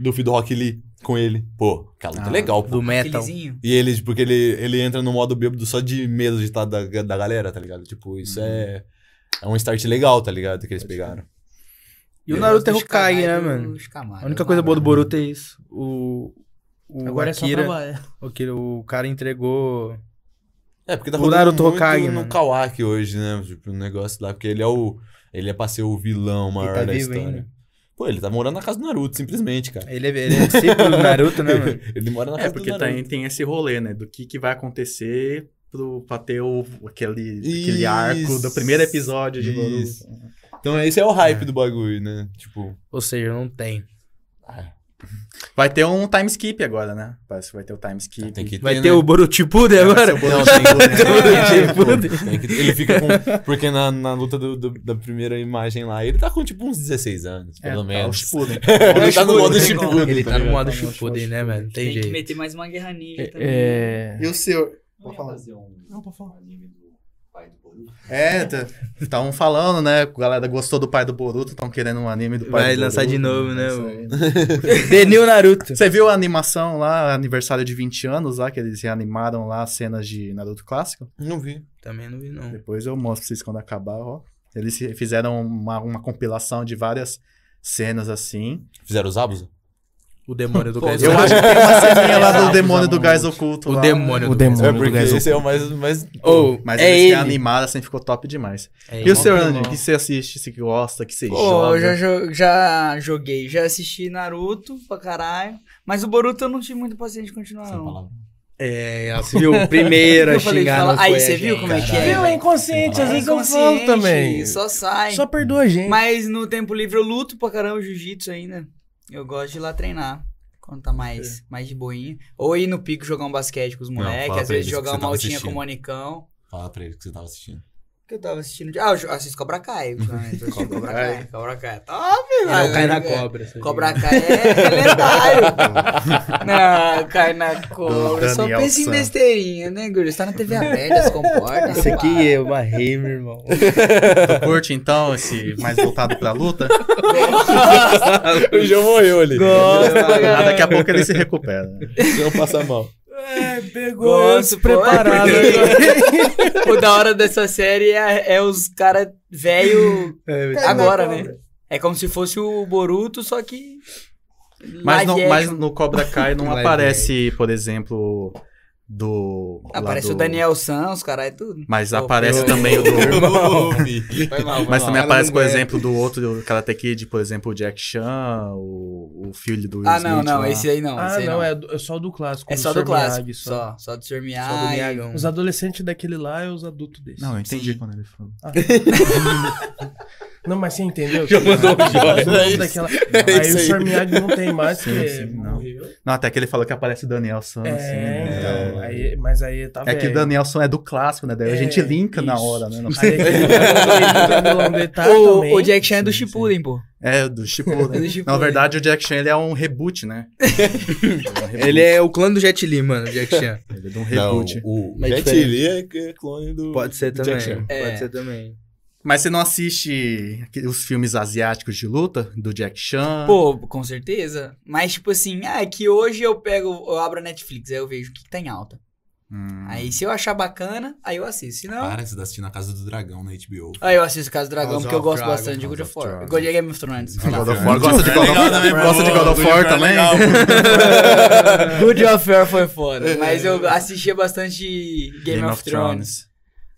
Speaker 6: Do filho do Rock Lee com ele. Pô, aquela luta
Speaker 1: Ah,
Speaker 6: é legal, pô.
Speaker 5: Do metal.
Speaker 4: Aquelezinho.
Speaker 6: E ele, porque ele, ele entra no modo bêbado só de medo de estar da, da galera, tá ligado? Tipo,
Speaker 5: Uhum.
Speaker 6: isso é. É um start legal, tá ligado? Que eles pegaram.
Speaker 5: E o Naruto é
Speaker 4: Eu gosto do
Speaker 5: Hokage, né,
Speaker 4: Shikamaru,
Speaker 5: mano?
Speaker 4: do Shikamaru,
Speaker 5: A única
Speaker 4: do
Speaker 5: coisa boa do
Speaker 4: Naruto.
Speaker 5: Boruto é isso. O. O
Speaker 2: Agora é
Speaker 5: Akira,
Speaker 2: só trabalho.
Speaker 5: o que o cara entregou.
Speaker 6: É, porque tá
Speaker 5: O
Speaker 6: rodando
Speaker 5: Naruto
Speaker 6: muito
Speaker 5: Hokage,
Speaker 6: no
Speaker 5: mano.
Speaker 6: Kawaki hoje, né? Tipo, um negócio lá, porque ele é o. Ele é pra ser o vilão maior
Speaker 5: tá
Speaker 6: da
Speaker 5: vivo
Speaker 6: história.
Speaker 5: ainda.
Speaker 6: Pô, ele tá morando na casa do Naruto, simplesmente, cara.
Speaker 5: Ele é, ele é discípulo do Naruto, né, mano?
Speaker 6: ele mora na casa
Speaker 1: É, porque
Speaker 6: do Naruto.
Speaker 1: tem, tem esse rolê, né? Do que, que vai acontecer pro, pra ter o, aquele, aquele
Speaker 6: Isso.
Speaker 1: arco do primeiro episódio de né?
Speaker 6: Isso.
Speaker 1: Boruto.
Speaker 6: Então esse é o hype do bagulho, né? Tipo.
Speaker 5: Ou seja, não tem.
Speaker 1: Vai ter um time skip agora, né? Parece que vai ter o time skip.
Speaker 6: Tem que
Speaker 5: Vai
Speaker 6: né?
Speaker 5: ter o Tipo, Boruchipuden agora?
Speaker 6: Não, tem que-
Speaker 5: Vai ter o
Speaker 6: É, pô,
Speaker 5: Boruchipuden.
Speaker 6: tem que- Ele fica com. Porque na, na luta do- do- da primeira imagem lá, ele tá com tipo uns 16 anos,
Speaker 1: É, tá,
Speaker 6: pelo
Speaker 1: o
Speaker 6: menos.
Speaker 1: Shippuden.
Speaker 6: ele tá no modo
Speaker 4: Shippuden,
Speaker 6: Shippuden.
Speaker 5: Ele tá
Speaker 6: ligado?
Speaker 5: no
Speaker 1: Tá
Speaker 5: modo
Speaker 1: no modo
Speaker 5: Shippuden, né,
Speaker 1: Shippuden.
Speaker 5: mano? Não Tem
Speaker 4: Tem que
Speaker 5: jeito.
Speaker 4: meter mais uma guerra ninja também.
Speaker 2: É,
Speaker 1: E o seu? Pode falar. É, estavam falando, né? A galera gostou do pai do Boruto, estão querendo um anime do pai
Speaker 5: Vai
Speaker 1: do
Speaker 5: lançar
Speaker 1: Boruto.
Speaker 5: de novo, né,
Speaker 1: Isso
Speaker 5: o-
Speaker 1: aí.
Speaker 5: The New Naruto.
Speaker 1: Você viu a animação lá, aniversário de 20 anos lá, que eles reanimaram lá as cenas de Naruto clássico?
Speaker 6: Não vi.
Speaker 5: Também não vi, não.
Speaker 1: Depois eu mostro pra vocês quando acabar, ó. Eles se- fizeram uma, uma compilação de várias cenas assim.
Speaker 6: Fizeram os abos?
Speaker 5: O demônio do
Speaker 4: Pô,
Speaker 5: gás
Speaker 4: eu
Speaker 1: Eu
Speaker 5: oculto.
Speaker 1: acho que tem uma ceninha lá do
Speaker 2: Exato,
Speaker 1: demônio do
Speaker 2: exato.
Speaker 1: gás oculto.
Speaker 5: é O
Speaker 1: lá.
Speaker 5: demônio
Speaker 2: O
Speaker 5: do gás
Speaker 2: demônio.
Speaker 6: É,
Speaker 5: oculto.
Speaker 2: do
Speaker 6: porque
Speaker 2: gás
Speaker 6: esse é o mais. mais...
Speaker 5: Ou,
Speaker 1: Mas
Speaker 4: É
Speaker 1: eles que
Speaker 4: ele.
Speaker 1: animada assim ficou top demais.
Speaker 5: é
Speaker 1: E o seu,
Speaker 4: bom.
Speaker 1: Andy? O que você assiste, se que gosta, que você
Speaker 4: Pô,
Speaker 1: joga?
Speaker 4: eu já, jo- já joguei, já assisti Naruto pra caralho. Mas o Boruto eu não tive muito paciência de continuar, não.
Speaker 5: É, ela se viu primeira a
Speaker 4: Eu falei,
Speaker 5: xingar.
Speaker 4: fala-
Speaker 5: não
Speaker 4: Aí,
Speaker 5: foi a
Speaker 4: você viu
Speaker 5: gente,
Speaker 4: como é que
Speaker 5: caralho.
Speaker 4: é?
Speaker 2: Viu? É inconsciente, às
Speaker 4: É
Speaker 2: vezes eu falo
Speaker 4: inconsciente,
Speaker 2: também.
Speaker 4: Só
Speaker 2: Só,
Speaker 4: sai.
Speaker 2: perdoa a gente.
Speaker 4: Mas no tempo livre eu luto pra caramba o jiu-jitsu ainda. Eu gosto de ir lá treinar. Quando tá mais, mais de boinha. Ou ir no pico jogar um basquete com os
Speaker 6: fala
Speaker 4: moleques. Às
Speaker 6: pra
Speaker 4: vezes
Speaker 6: eles que
Speaker 4: jogar
Speaker 6: você
Speaker 4: uma
Speaker 6: tava
Speaker 4: altinha com
Speaker 6: assistindo.
Speaker 4: o Monicão.
Speaker 6: Fala pra ele que você tava assistindo.
Speaker 4: Que eu tava assistindo. Ah, eu jo- assisto Cobra Kai. ultimamente. Eu assisto Cobra
Speaker 5: Cobra
Speaker 4: Kai. Cobra Kai. é Top,
Speaker 5: Ah,
Speaker 4: velho.
Speaker 5: eu caio na
Speaker 4: É.
Speaker 5: cobra. você
Speaker 4: Cobra Kai é, é lendário. Não, cai na cobra. Só
Speaker 1: Daniel
Speaker 4: pensa em
Speaker 1: San.
Speaker 4: besteirinha, né, Guri? Você tá na TV aberta, se comporta.
Speaker 5: viu? Isso
Speaker 4: rapaz.
Speaker 5: aqui é uma rei, meu irmão.
Speaker 1: Tu curte então esse mais voltado pra luta?
Speaker 6: O João morreu ali.
Speaker 1: Ah, daqui a pouco ele se recupera.
Speaker 6: Não passa mal.
Speaker 2: É, pegou eu
Speaker 4: Gosto,
Speaker 2: despreparado.
Speaker 4: O da hora dessa série é, é os cara velho
Speaker 1: É,
Speaker 4: agora, né? É como se fosse o Boruto, só que.
Speaker 1: Mas,
Speaker 4: live
Speaker 1: no,
Speaker 4: action.
Speaker 1: mas no Cobra Kai não
Speaker 5: Live
Speaker 1: aparece, por exemplo, do. lá
Speaker 4: Aparece
Speaker 1: do-
Speaker 4: o Daniel San, os caras e tudo.
Speaker 1: Mas
Speaker 4: Pô,
Speaker 1: aparece
Speaker 4: eu-
Speaker 1: também o do.
Speaker 6: Vai mal,
Speaker 1: Mas também
Speaker 5: ela
Speaker 1: aparece,
Speaker 5: não
Speaker 1: por
Speaker 5: aguenta.
Speaker 1: exemplo, do outro do Karate Kid, por exemplo, o Jack Chan, o, o filho do Will
Speaker 4: Ah, não,
Speaker 1: Smith
Speaker 4: não,
Speaker 1: lá.
Speaker 4: esse aí não.
Speaker 2: Ah,
Speaker 4: esse aí
Speaker 2: não, é, do- é só do clássico.
Speaker 4: É
Speaker 2: do
Speaker 4: só do
Speaker 2: Sr.
Speaker 4: clássico.
Speaker 2: Miyagi,
Speaker 4: Só, só do Sr.
Speaker 5: Só do
Speaker 4: Miyagi. um.
Speaker 5: Miyagão.
Speaker 2: Os adolescentes daquele lá é os adultos desse.
Speaker 1: Não, eu entendi quando ele falou.
Speaker 2: Não, mas você entendeu?
Speaker 5: Já mandou um joia.
Speaker 2: Os adultos daquela-
Speaker 6: É
Speaker 2: Aí
Speaker 6: isso
Speaker 2: o
Speaker 6: aí.
Speaker 2: Sr. Miyagi não tem mais,
Speaker 1: Sim,
Speaker 2: porque
Speaker 1: sim, não.
Speaker 2: morreu.
Speaker 1: Não, até que ele falou que aparece o Daniel San,
Speaker 2: É,
Speaker 1: assim, né?
Speaker 2: então, aí- mas aí tá
Speaker 1: É que o
Speaker 2: velho.
Speaker 1: Daniel San é do clássico, né? Daí
Speaker 2: É,
Speaker 1: a gente linka na
Speaker 2: isso.
Speaker 1: hora, né? Não-
Speaker 2: Aí é aquele cabelão dele tá também.
Speaker 4: O, o Jack Chan é do
Speaker 1: Sim, sim.
Speaker 4: Shippuden, pô.
Speaker 1: É, do
Speaker 4: É
Speaker 1: Shippuden.
Speaker 4: do Shippuden.
Speaker 1: Na verdade, o Jack Chan ele é um reboot, né? um
Speaker 5: Ele é o clã do Jet Li, mano, o Jack Chan.
Speaker 1: Ele é de um
Speaker 6: Não,
Speaker 1: reboot.
Speaker 6: o
Speaker 5: Mas
Speaker 6: Jet
Speaker 5: diferente.
Speaker 6: Li é é clone do.
Speaker 5: Pode ser
Speaker 6: do
Speaker 5: também.
Speaker 6: Jack Chan.
Speaker 4: É.
Speaker 5: Pode ser também.
Speaker 1: Mas você não assiste aqu- os filmes asiáticos de luta do Jack Chan?
Speaker 4: Pô, com certeza. Mas, tipo assim, ah, é que hoje eu pego, eu abro a Netflix, aí eu vejo o que, que tá em alta.
Speaker 1: Hum.
Speaker 4: Aí se eu achar bacana, aí eu assisto. Se
Speaker 1: Ah,
Speaker 4: não,
Speaker 6: Para, você tá assistindo a Casa do Dragão na HBO.
Speaker 4: aí Ah, eu assisto Casa do Dragão,
Speaker 5: House
Speaker 4: porque eu
Speaker 5: of
Speaker 4: gosto
Speaker 5: Dragon,
Speaker 4: bastante de God
Speaker 1: House
Speaker 4: of
Speaker 1: of
Speaker 4: War.
Speaker 1: Dragon.
Speaker 4: God of Game of Thrones.
Speaker 1: God of War, gosta de God of
Speaker 6: É Legal também,
Speaker 1: War? Gosta de
Speaker 6: boa,
Speaker 1: God of War
Speaker 6: God of War é
Speaker 1: também?
Speaker 6: legal.
Speaker 4: God of War foi foda. Mas eu assistia bastante Game, of, Thrones.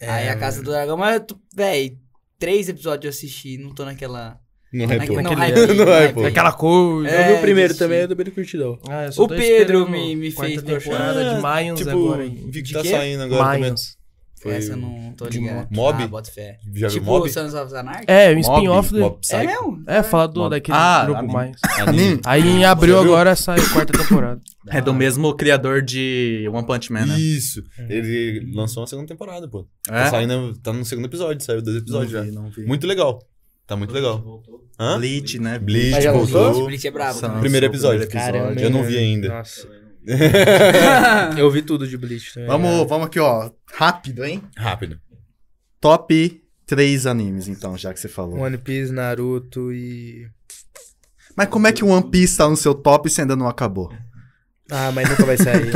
Speaker 4: aí a Casa do Dragão, mas, eu tô- véi, três episódios eu assisti, não tô naquela...
Speaker 6: Não
Speaker 4: na-
Speaker 6: É, pô.
Speaker 4: não,
Speaker 2: Naquele-
Speaker 4: hypei,
Speaker 6: Não
Speaker 4: não
Speaker 6: é,
Speaker 4: hypei.
Speaker 6: pô.
Speaker 2: Aquela cor.
Speaker 4: É,
Speaker 5: eu vi o primeiro
Speaker 4: desisti.
Speaker 5: também, eu também não curti não.
Speaker 2: Ah, eu só
Speaker 4: O
Speaker 2: tô
Speaker 4: Pedro
Speaker 2: esperando
Speaker 4: me- me
Speaker 2: quarta
Speaker 4: fez
Speaker 2: temporada
Speaker 4: torcer.
Speaker 2: de Mayans
Speaker 6: Tipo,
Speaker 2: agora. hein?
Speaker 6: vi que
Speaker 4: De
Speaker 6: tá
Speaker 4: quê?
Speaker 6: saindo agora também.
Speaker 2: Mayans.
Speaker 6: Foi
Speaker 4: Essa eu não tô
Speaker 6: de
Speaker 4: ligado.
Speaker 6: Mob?
Speaker 4: Ah, bota fé.
Speaker 6: Já viu
Speaker 4: tipo
Speaker 6: Mob?
Speaker 4: Sons of Anarchy?
Speaker 2: É, um
Speaker 1: Mob,
Speaker 2: spin-off do.
Speaker 6: Mob
Speaker 4: É
Speaker 6: Psycho?
Speaker 4: mesmo?
Speaker 2: É, fala do,
Speaker 6: Mob.
Speaker 2: daquele
Speaker 1: Ah,
Speaker 2: grupo
Speaker 1: anime.
Speaker 2: mais.
Speaker 6: Anime?
Speaker 2: Aí em abril
Speaker 6: Já viu?
Speaker 2: agora sai a quarta temporada.
Speaker 1: É do mesmo criador de One Punch Man, né?
Speaker 6: Isso. Ele lançou uma segunda temporada, pô.
Speaker 1: É?
Speaker 6: Tá saindo, tá no segundo episódio, saiu dois
Speaker 1: Não
Speaker 6: episódios já.
Speaker 1: vi, não vi.
Speaker 6: Muito legal. Tá muito legal. Hã?
Speaker 1: Bleach, né?
Speaker 6: Bleach
Speaker 5: Mas já
Speaker 6: voltou.
Speaker 5: lançou?
Speaker 4: Split é brabo.
Speaker 1: Nossa,
Speaker 4: também.
Speaker 6: Primeiro
Speaker 1: Lançou o
Speaker 6: episódio.
Speaker 1: primeiro episódio.
Speaker 6: Eu não vi ainda.
Speaker 5: Nossa. eu vi tudo de Bleach também. né?
Speaker 6: É.
Speaker 1: Vamos, vamos aqui, ó. Rápido, hein?
Speaker 6: Rápido.
Speaker 1: Top 3 animes, então, já que você falou.
Speaker 5: One Piece, Naruto e.
Speaker 1: Mas como é que o One Piece tá no seu top se ainda não acabou?
Speaker 5: Ah, mas nunca vai sair.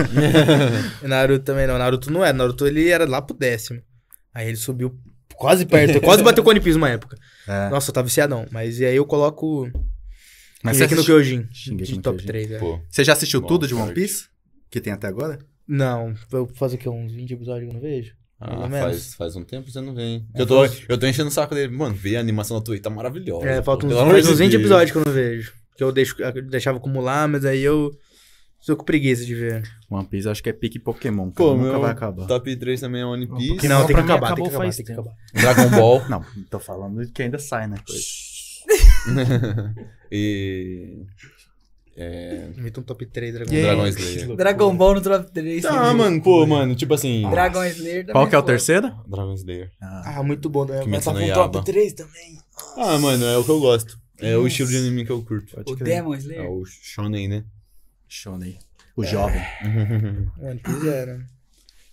Speaker 5: Naruto também não. Naruto não era. Naruto ele era lá pro décimo. Aí ele subiu quase perto. quase bateu com o One Piece uma época.
Speaker 1: É.
Speaker 5: Nossa, eu tava viciadão. Mas e aí eu coloco.
Speaker 1: Mas
Speaker 5: Shingeki no
Speaker 1: assisti-
Speaker 5: Kyojin.
Speaker 1: Shingeki
Speaker 5: De
Speaker 1: no
Speaker 5: top
Speaker 1: Kyojin.
Speaker 5: 3, é.
Speaker 6: Pô.
Speaker 1: Você já assistiu
Speaker 6: Bom,
Speaker 1: tudo de One
Speaker 6: cara.
Speaker 1: Piece? Que tem até agora?
Speaker 5: Não, eu faço o quê? Uns 20 episódios que eu não vejo? Mais
Speaker 6: Ah,
Speaker 5: ou menos.
Speaker 6: faz, faz um tempo que você não vem. Eu tô, eu tô enchendo o saco dele. Mano, vê a animação da Twitch, tá maravilhosa.
Speaker 5: É, falta
Speaker 6: pô,
Speaker 5: uns,
Speaker 6: pelo amor
Speaker 5: faz
Speaker 6: de
Speaker 5: uns 20
Speaker 6: Deus.
Speaker 5: episódios que eu não vejo. Que eu, deixo, eu deixava acumular, mas aí eu. Sou com preguiça de ver.
Speaker 1: One Piece acho que é pique Pokémon, cara.
Speaker 6: Pô,
Speaker 1: Nunca
Speaker 6: meu
Speaker 1: vai acabar.
Speaker 6: top 3 também é One Piece.
Speaker 2: Pokémon
Speaker 5: não, tem que
Speaker 2: pra mim
Speaker 5: acabar,
Speaker 2: acabou
Speaker 5: tem que acabar,
Speaker 2: faz
Speaker 5: tem que
Speaker 2: tempo.
Speaker 5: acabar.
Speaker 6: Dragon Ball.
Speaker 1: Não, tô falando que ainda sai, né? coisa.
Speaker 6: e. É.
Speaker 5: Invita um top 3 Dragon
Speaker 2: E aí?
Speaker 6: Dragon Slayer.
Speaker 4: Dragon Ball no top 3.
Speaker 6: Tá, mano, pô, mano, tipo assim.
Speaker 4: Dragon Slayer também.
Speaker 1: Qual que é o
Speaker 4: foi.
Speaker 1: terceiro?
Speaker 6: Dragon Slayer.
Speaker 5: Ah, muito bom, né?
Speaker 6: Kimetsu
Speaker 5: Começar
Speaker 6: no
Speaker 5: com um
Speaker 6: Yaiba.
Speaker 5: top 3 também.
Speaker 6: Ah, mano, é o que eu gosto. É o estilo de anime que eu curto.
Speaker 4: O Demon Slayer.
Speaker 6: É o Shonen, né?
Speaker 1: Shonen. É, O jovem.
Speaker 5: One Piece era.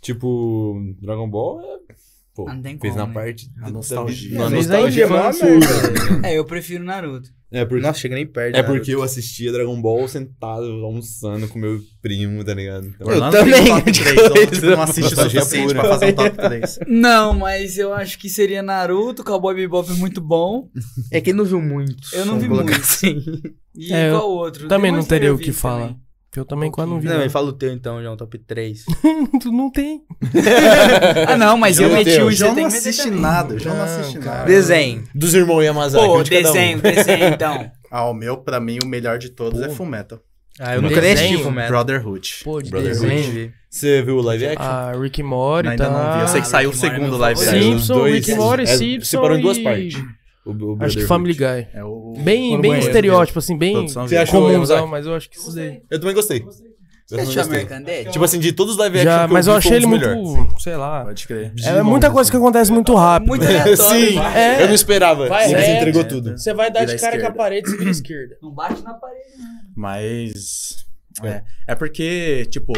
Speaker 6: tipo, Dragon Ball é. Pô,
Speaker 4: Ah, não tem
Speaker 6: fez
Speaker 4: como,
Speaker 6: na
Speaker 4: né?
Speaker 6: parte.
Speaker 1: A nostalgia.
Speaker 5: Não,
Speaker 2: Mas
Speaker 5: nostalgia é
Speaker 2: aí,
Speaker 5: mó
Speaker 2: infância,
Speaker 5: merda.
Speaker 4: É, eu prefiro Naruto.
Speaker 6: É porque,
Speaker 5: Nossa, chega nem perto. né?
Speaker 6: é
Speaker 5: Naruto.
Speaker 6: porque eu assistia Dragon Ball sentado, almoçando com meu primo, tá ligado? Então,
Speaker 5: Eu
Speaker 1: Orlando
Speaker 5: também,
Speaker 1: tem top
Speaker 5: de
Speaker 1: 3, então,
Speaker 5: coisa.
Speaker 1: tipo, não assiste o
Speaker 6: Nostalgia
Speaker 1: suficiente
Speaker 6: pura.
Speaker 1: pra fazer um top 3.
Speaker 4: Não, mas eu acho que seria Naruto, Cowboy Bebop é muito bom.
Speaker 5: É que ele não viu muito.
Speaker 4: Eu não vi
Speaker 5: Vamos colocar
Speaker 4: muito.
Speaker 5: Assim.
Speaker 4: E
Speaker 2: É, eu
Speaker 4: qual outro?
Speaker 2: também
Speaker 4: Tem
Speaker 2: não
Speaker 4: mais que eu
Speaker 2: teria o
Speaker 4: vi
Speaker 2: que falar.
Speaker 4: também. é?
Speaker 2: Que eu também quase não vi.
Speaker 5: Não,
Speaker 2: nada.
Speaker 5: mas fala o teu então, João, top 3.
Speaker 2: Tu não tem.
Speaker 4: Ah, não, mas eu
Speaker 6: Meu
Speaker 4: meti o
Speaker 6: Deus,
Speaker 1: O
Speaker 4: e você
Speaker 1: João
Speaker 4: tem
Speaker 1: não
Speaker 4: que meter
Speaker 1: assiste
Speaker 4: também.
Speaker 1: nada, o João não
Speaker 2: Não,
Speaker 1: assiste
Speaker 2: cara.
Speaker 1: nada.
Speaker 5: Desenho.
Speaker 6: Dos irmãos Yamazaki,
Speaker 4: Pô,
Speaker 6: um de cada um.
Speaker 4: desenho, desenho então.
Speaker 1: Ah, o meu, pra mim, o melhor de todos é Fullmetal.
Speaker 5: Ah, eu
Speaker 2: Não.
Speaker 5: nunca nem
Speaker 2: Desenho,
Speaker 5: assisti Fullmetal.
Speaker 1: Brotherhood.
Speaker 2: Pô, de
Speaker 6: Brotherhood.
Speaker 2: desenho.
Speaker 6: Você viu o live action?
Speaker 2: Ah, Rick and Morty,
Speaker 1: Ainda
Speaker 2: tá...
Speaker 1: não vi. Eu sei que
Speaker 4: Ah,
Speaker 1: saiu o
Speaker 4: Rick and Morty é
Speaker 1: segundo
Speaker 4: meu
Speaker 1: live
Speaker 6: favorito.
Speaker 1: action.
Speaker 6: Sim.
Speaker 2: Simpson,
Speaker 6: dois-
Speaker 2: Rick and Morty,
Speaker 6: é,
Speaker 2: Simpson
Speaker 6: separou em duas
Speaker 2: e-
Speaker 6: partes. O- o
Speaker 2: Acho que
Speaker 6: Brotherhood.
Speaker 2: Family Guy.
Speaker 1: É o...
Speaker 2: Bem, bem estereótipo, assim, bem
Speaker 1: Produção
Speaker 6: Você achou
Speaker 2: comunzão,
Speaker 6: Yamazaki?
Speaker 2: mas eu acho que isso daí.
Speaker 6: Eu também gostei. Eu
Speaker 4: Você
Speaker 6: também
Speaker 4: achou
Speaker 6: gostei.
Speaker 4: American Dad?
Speaker 6: Tipo assim, de todos os live action
Speaker 2: Já,
Speaker 6: que eu
Speaker 2: mas
Speaker 6: vi,
Speaker 2: eu
Speaker 6: foi
Speaker 2: achei
Speaker 6: um
Speaker 2: ele
Speaker 6: dos
Speaker 2: muito,
Speaker 6: melhores.
Speaker 2: sei lá.
Speaker 1: Pode crer.
Speaker 2: É muita coisa que acontece muito rápido.
Speaker 4: É Muito aleatório.
Speaker 6: Sim,
Speaker 4: vai.
Speaker 2: É.
Speaker 6: eu não esperava.
Speaker 2: Vai é.
Speaker 6: Ele
Speaker 2: reto.
Speaker 6: entregou tudo.
Speaker 2: Você vai dar
Speaker 1: Vira
Speaker 2: de cara com
Speaker 1: esquerda.
Speaker 2: a parede e vira à esquerda.
Speaker 4: Não bate na parede.
Speaker 1: Mas. É, é porque, tipo.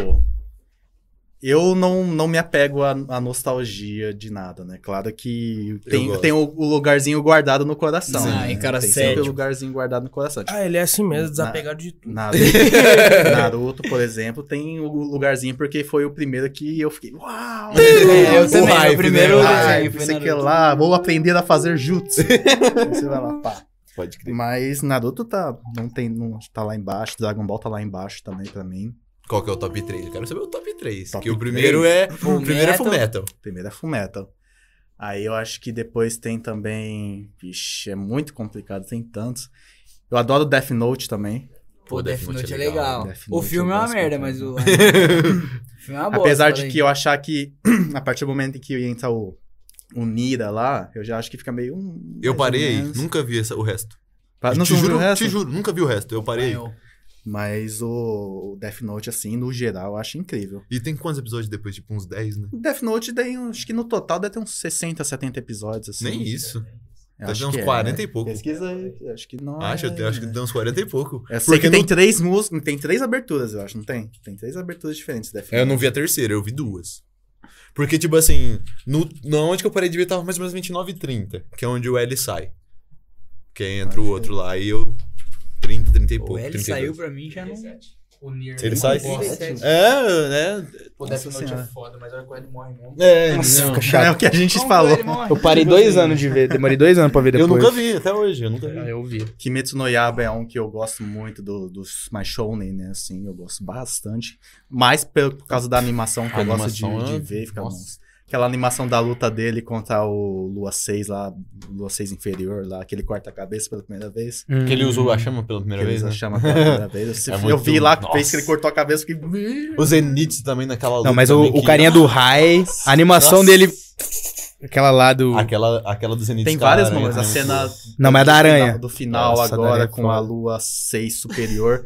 Speaker 1: Eu não, não me apego à, à nostalgia de nada, né? Claro que tem,
Speaker 6: gosto.
Speaker 1: tem o, o lugarzinho guardado no coração.
Speaker 4: Sim,
Speaker 1: né?
Speaker 4: cara,
Speaker 1: tem
Speaker 4: sério. tipo-
Speaker 1: sempre o lugarzinho guardado no coração. Tipo,
Speaker 2: Ah, ele é assim mesmo, desapegado de tudo.
Speaker 1: Naruto, Naruto, por exemplo, tem o lugarzinho porque foi o primeiro que eu fiquei. Uau!
Speaker 4: É, eu
Speaker 1: Uau,
Speaker 4: também.
Speaker 6: hype,
Speaker 4: o primeiro
Speaker 6: né?
Speaker 1: Ai, não
Speaker 4: desenho foi
Speaker 1: sei o que
Speaker 4: Naruto.
Speaker 1: lá, vou aprender a fazer jutsu. Aí você vai lá, pá.
Speaker 6: Pode crer.
Speaker 1: Mas Naruto tá, não tem, não, tá lá embaixo, Dragon Ball tá lá embaixo também pra mim.
Speaker 6: Qual que é o top 3? Eu quero saber o top 3.
Speaker 1: Top
Speaker 6: que o primeiro é. O primeiro é Fullmetal.
Speaker 1: Primeiro é Fullmetal. Aí eu acho que depois tem também, vixe, é muito complicado, tem tantos. Eu adoro Death Note também.
Speaker 4: Pô, Death Note é legal.
Speaker 1: Death
Speaker 4: O
Speaker 1: Note
Speaker 4: filme
Speaker 1: eu
Speaker 4: é uma
Speaker 1: gosto
Speaker 4: merda,
Speaker 1: pra
Speaker 4: mas o... o filme é
Speaker 6: Tá
Speaker 4: uma bosta,
Speaker 1: Apesar de
Speaker 4: né?
Speaker 1: que eu achar que a partir do momento em que entra o o Nira lá, eu já acho que fica meio hum, mais
Speaker 6: Eu
Speaker 1: ou
Speaker 6: parei aí,
Speaker 2: é
Speaker 1: menos.
Speaker 6: nunca vi essa- o resto.
Speaker 1: Pa-
Speaker 6: E
Speaker 1: Ah, Não, você
Speaker 6: te
Speaker 1: não viu
Speaker 6: juro,
Speaker 1: o resto?
Speaker 6: te juro, nunca vi o resto. Eu
Speaker 1: Ah,
Speaker 6: parei. aí.
Speaker 1: Mas o o Death Note assim, no geral, eu acho incrível.
Speaker 6: E tem quantos episódios depois? Tipo, uns 10, né?
Speaker 1: Death Note tem, acho que no total deve ter uns 60, 70 episódios, assim.
Speaker 6: Nem isso.
Speaker 1: Eu
Speaker 6: Deve ter
Speaker 1: acho
Speaker 6: uns
Speaker 1: que é.
Speaker 6: 40 e pouco.
Speaker 1: Pesquisa aí, eu acho que não
Speaker 6: Acho,
Speaker 1: é,
Speaker 6: eu acho que
Speaker 1: né?
Speaker 6: deu uns 40 e pouco.
Speaker 1: Eu É, sei que
Speaker 6: não-
Speaker 1: tem três músicas, tem três aberturas, eu acho, não tem? Tem três aberturas diferentes, Death
Speaker 6: Eu não vi a terceira, eu vi duas. Porque, tipo assim, no, na onde que eu parei de ver tava mais ou menos 29 e 30, que é onde o L sai. Que aí entra o outro lá e eu. 30, 30 e pouco.
Speaker 4: O L
Speaker 6: 32.
Speaker 4: saiu pra mim já não...
Speaker 6: Ele sai?
Speaker 4: Nossa.
Speaker 6: É, né?
Speaker 5: O
Speaker 1: Death Note é Senhora.
Speaker 5: foda, mas olha quando ele morre mesmo.
Speaker 6: É,
Speaker 1: Nossa,
Speaker 6: não.
Speaker 1: fica chato. É o que a gente falou.
Speaker 5: Eu parei dois anos de ver, demorei dois anos pra ver
Speaker 6: Eu
Speaker 5: depois.
Speaker 6: nunca vi até hoje, eu nunca vi.
Speaker 5: Ah, eu vi.
Speaker 1: Kimetsu no Yaiba é um que eu gosto muito do- dos mais shounen, né? Assim, eu gosto bastante. Mais pelo- por causa da animação que
Speaker 6: A
Speaker 1: eu gosto de,
Speaker 6: animação é-
Speaker 1: Ah, de ver. Fica
Speaker 6: Nossa.
Speaker 1: monstro. Aquela animação da luta dele contra o Lua 6 lá, Lua 6 inferior lá, que ele corta a cabeça pela primeira vez.
Speaker 5: Hum.
Speaker 6: Que ele usou a chama pela primeira
Speaker 1: que
Speaker 6: vez,
Speaker 1: eles
Speaker 6: né?
Speaker 1: acham pela primeira vez. Eu,
Speaker 6: É
Speaker 1: eu
Speaker 6: muito-
Speaker 1: vi lá,
Speaker 6: Nossa.
Speaker 1: fez que ele cortou a cabeça, eu fiquei...
Speaker 6: O Zenitsu também naquela luta.
Speaker 5: Não, mas o,
Speaker 6: também
Speaker 5: o
Speaker 6: que-
Speaker 5: carinha do Rai, a animação
Speaker 6: Nossa.
Speaker 5: dele. Aquela lá do.
Speaker 6: Aquela, aquela do Zenitsu.
Speaker 1: Tem
Speaker 6: com a
Speaker 1: várias
Speaker 6: aranha
Speaker 1: mãos. A
Speaker 6: também,
Speaker 1: cena.
Speaker 5: Não, mas é da
Speaker 1: do
Speaker 5: aranha.
Speaker 1: final- Do final
Speaker 5: Nossa, da
Speaker 1: agora
Speaker 5: aranha é
Speaker 1: com
Speaker 5: foda.
Speaker 1: a lua 6 superior.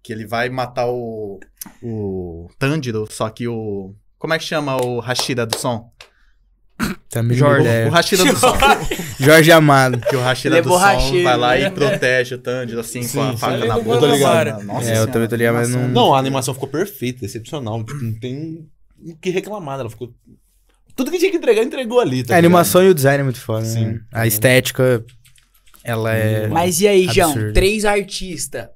Speaker 1: que ele vai matar o. O Tanjiro, só que o. Como é que chama o Rashida do som?
Speaker 5: Tá me
Speaker 1: O,
Speaker 5: Jorge,
Speaker 1: o Rashida do som.
Speaker 5: Jorge Amado.
Speaker 1: Que o Rashida
Speaker 4: Ele é
Speaker 1: do som
Speaker 4: borracheiro,
Speaker 1: vai lá
Speaker 4: né?
Speaker 1: e protege o Tanjiro, assim,
Speaker 6: Sim,
Speaker 1: com a
Speaker 6: sim.
Speaker 1: faca na
Speaker 2: Eu tô
Speaker 1: boca.
Speaker 2: ligado.
Speaker 1: Nossa
Speaker 5: É, eu
Speaker 1: Senhora,
Speaker 5: também tô ligado, mas
Speaker 1: animação.
Speaker 6: Não, a animação ficou perfeita, excepcional. Tipo, não tem o que reclamar. Ela ficou. Tudo que tinha que entregar, entregou ali. tá
Speaker 5: A
Speaker 6: ligado?
Speaker 5: animação e o design é muito foda.
Speaker 6: Sim.
Speaker 5: né? A estética, ela é.
Speaker 4: Mas e aí, João?
Speaker 5: Absurdo.
Speaker 4: Três artistas.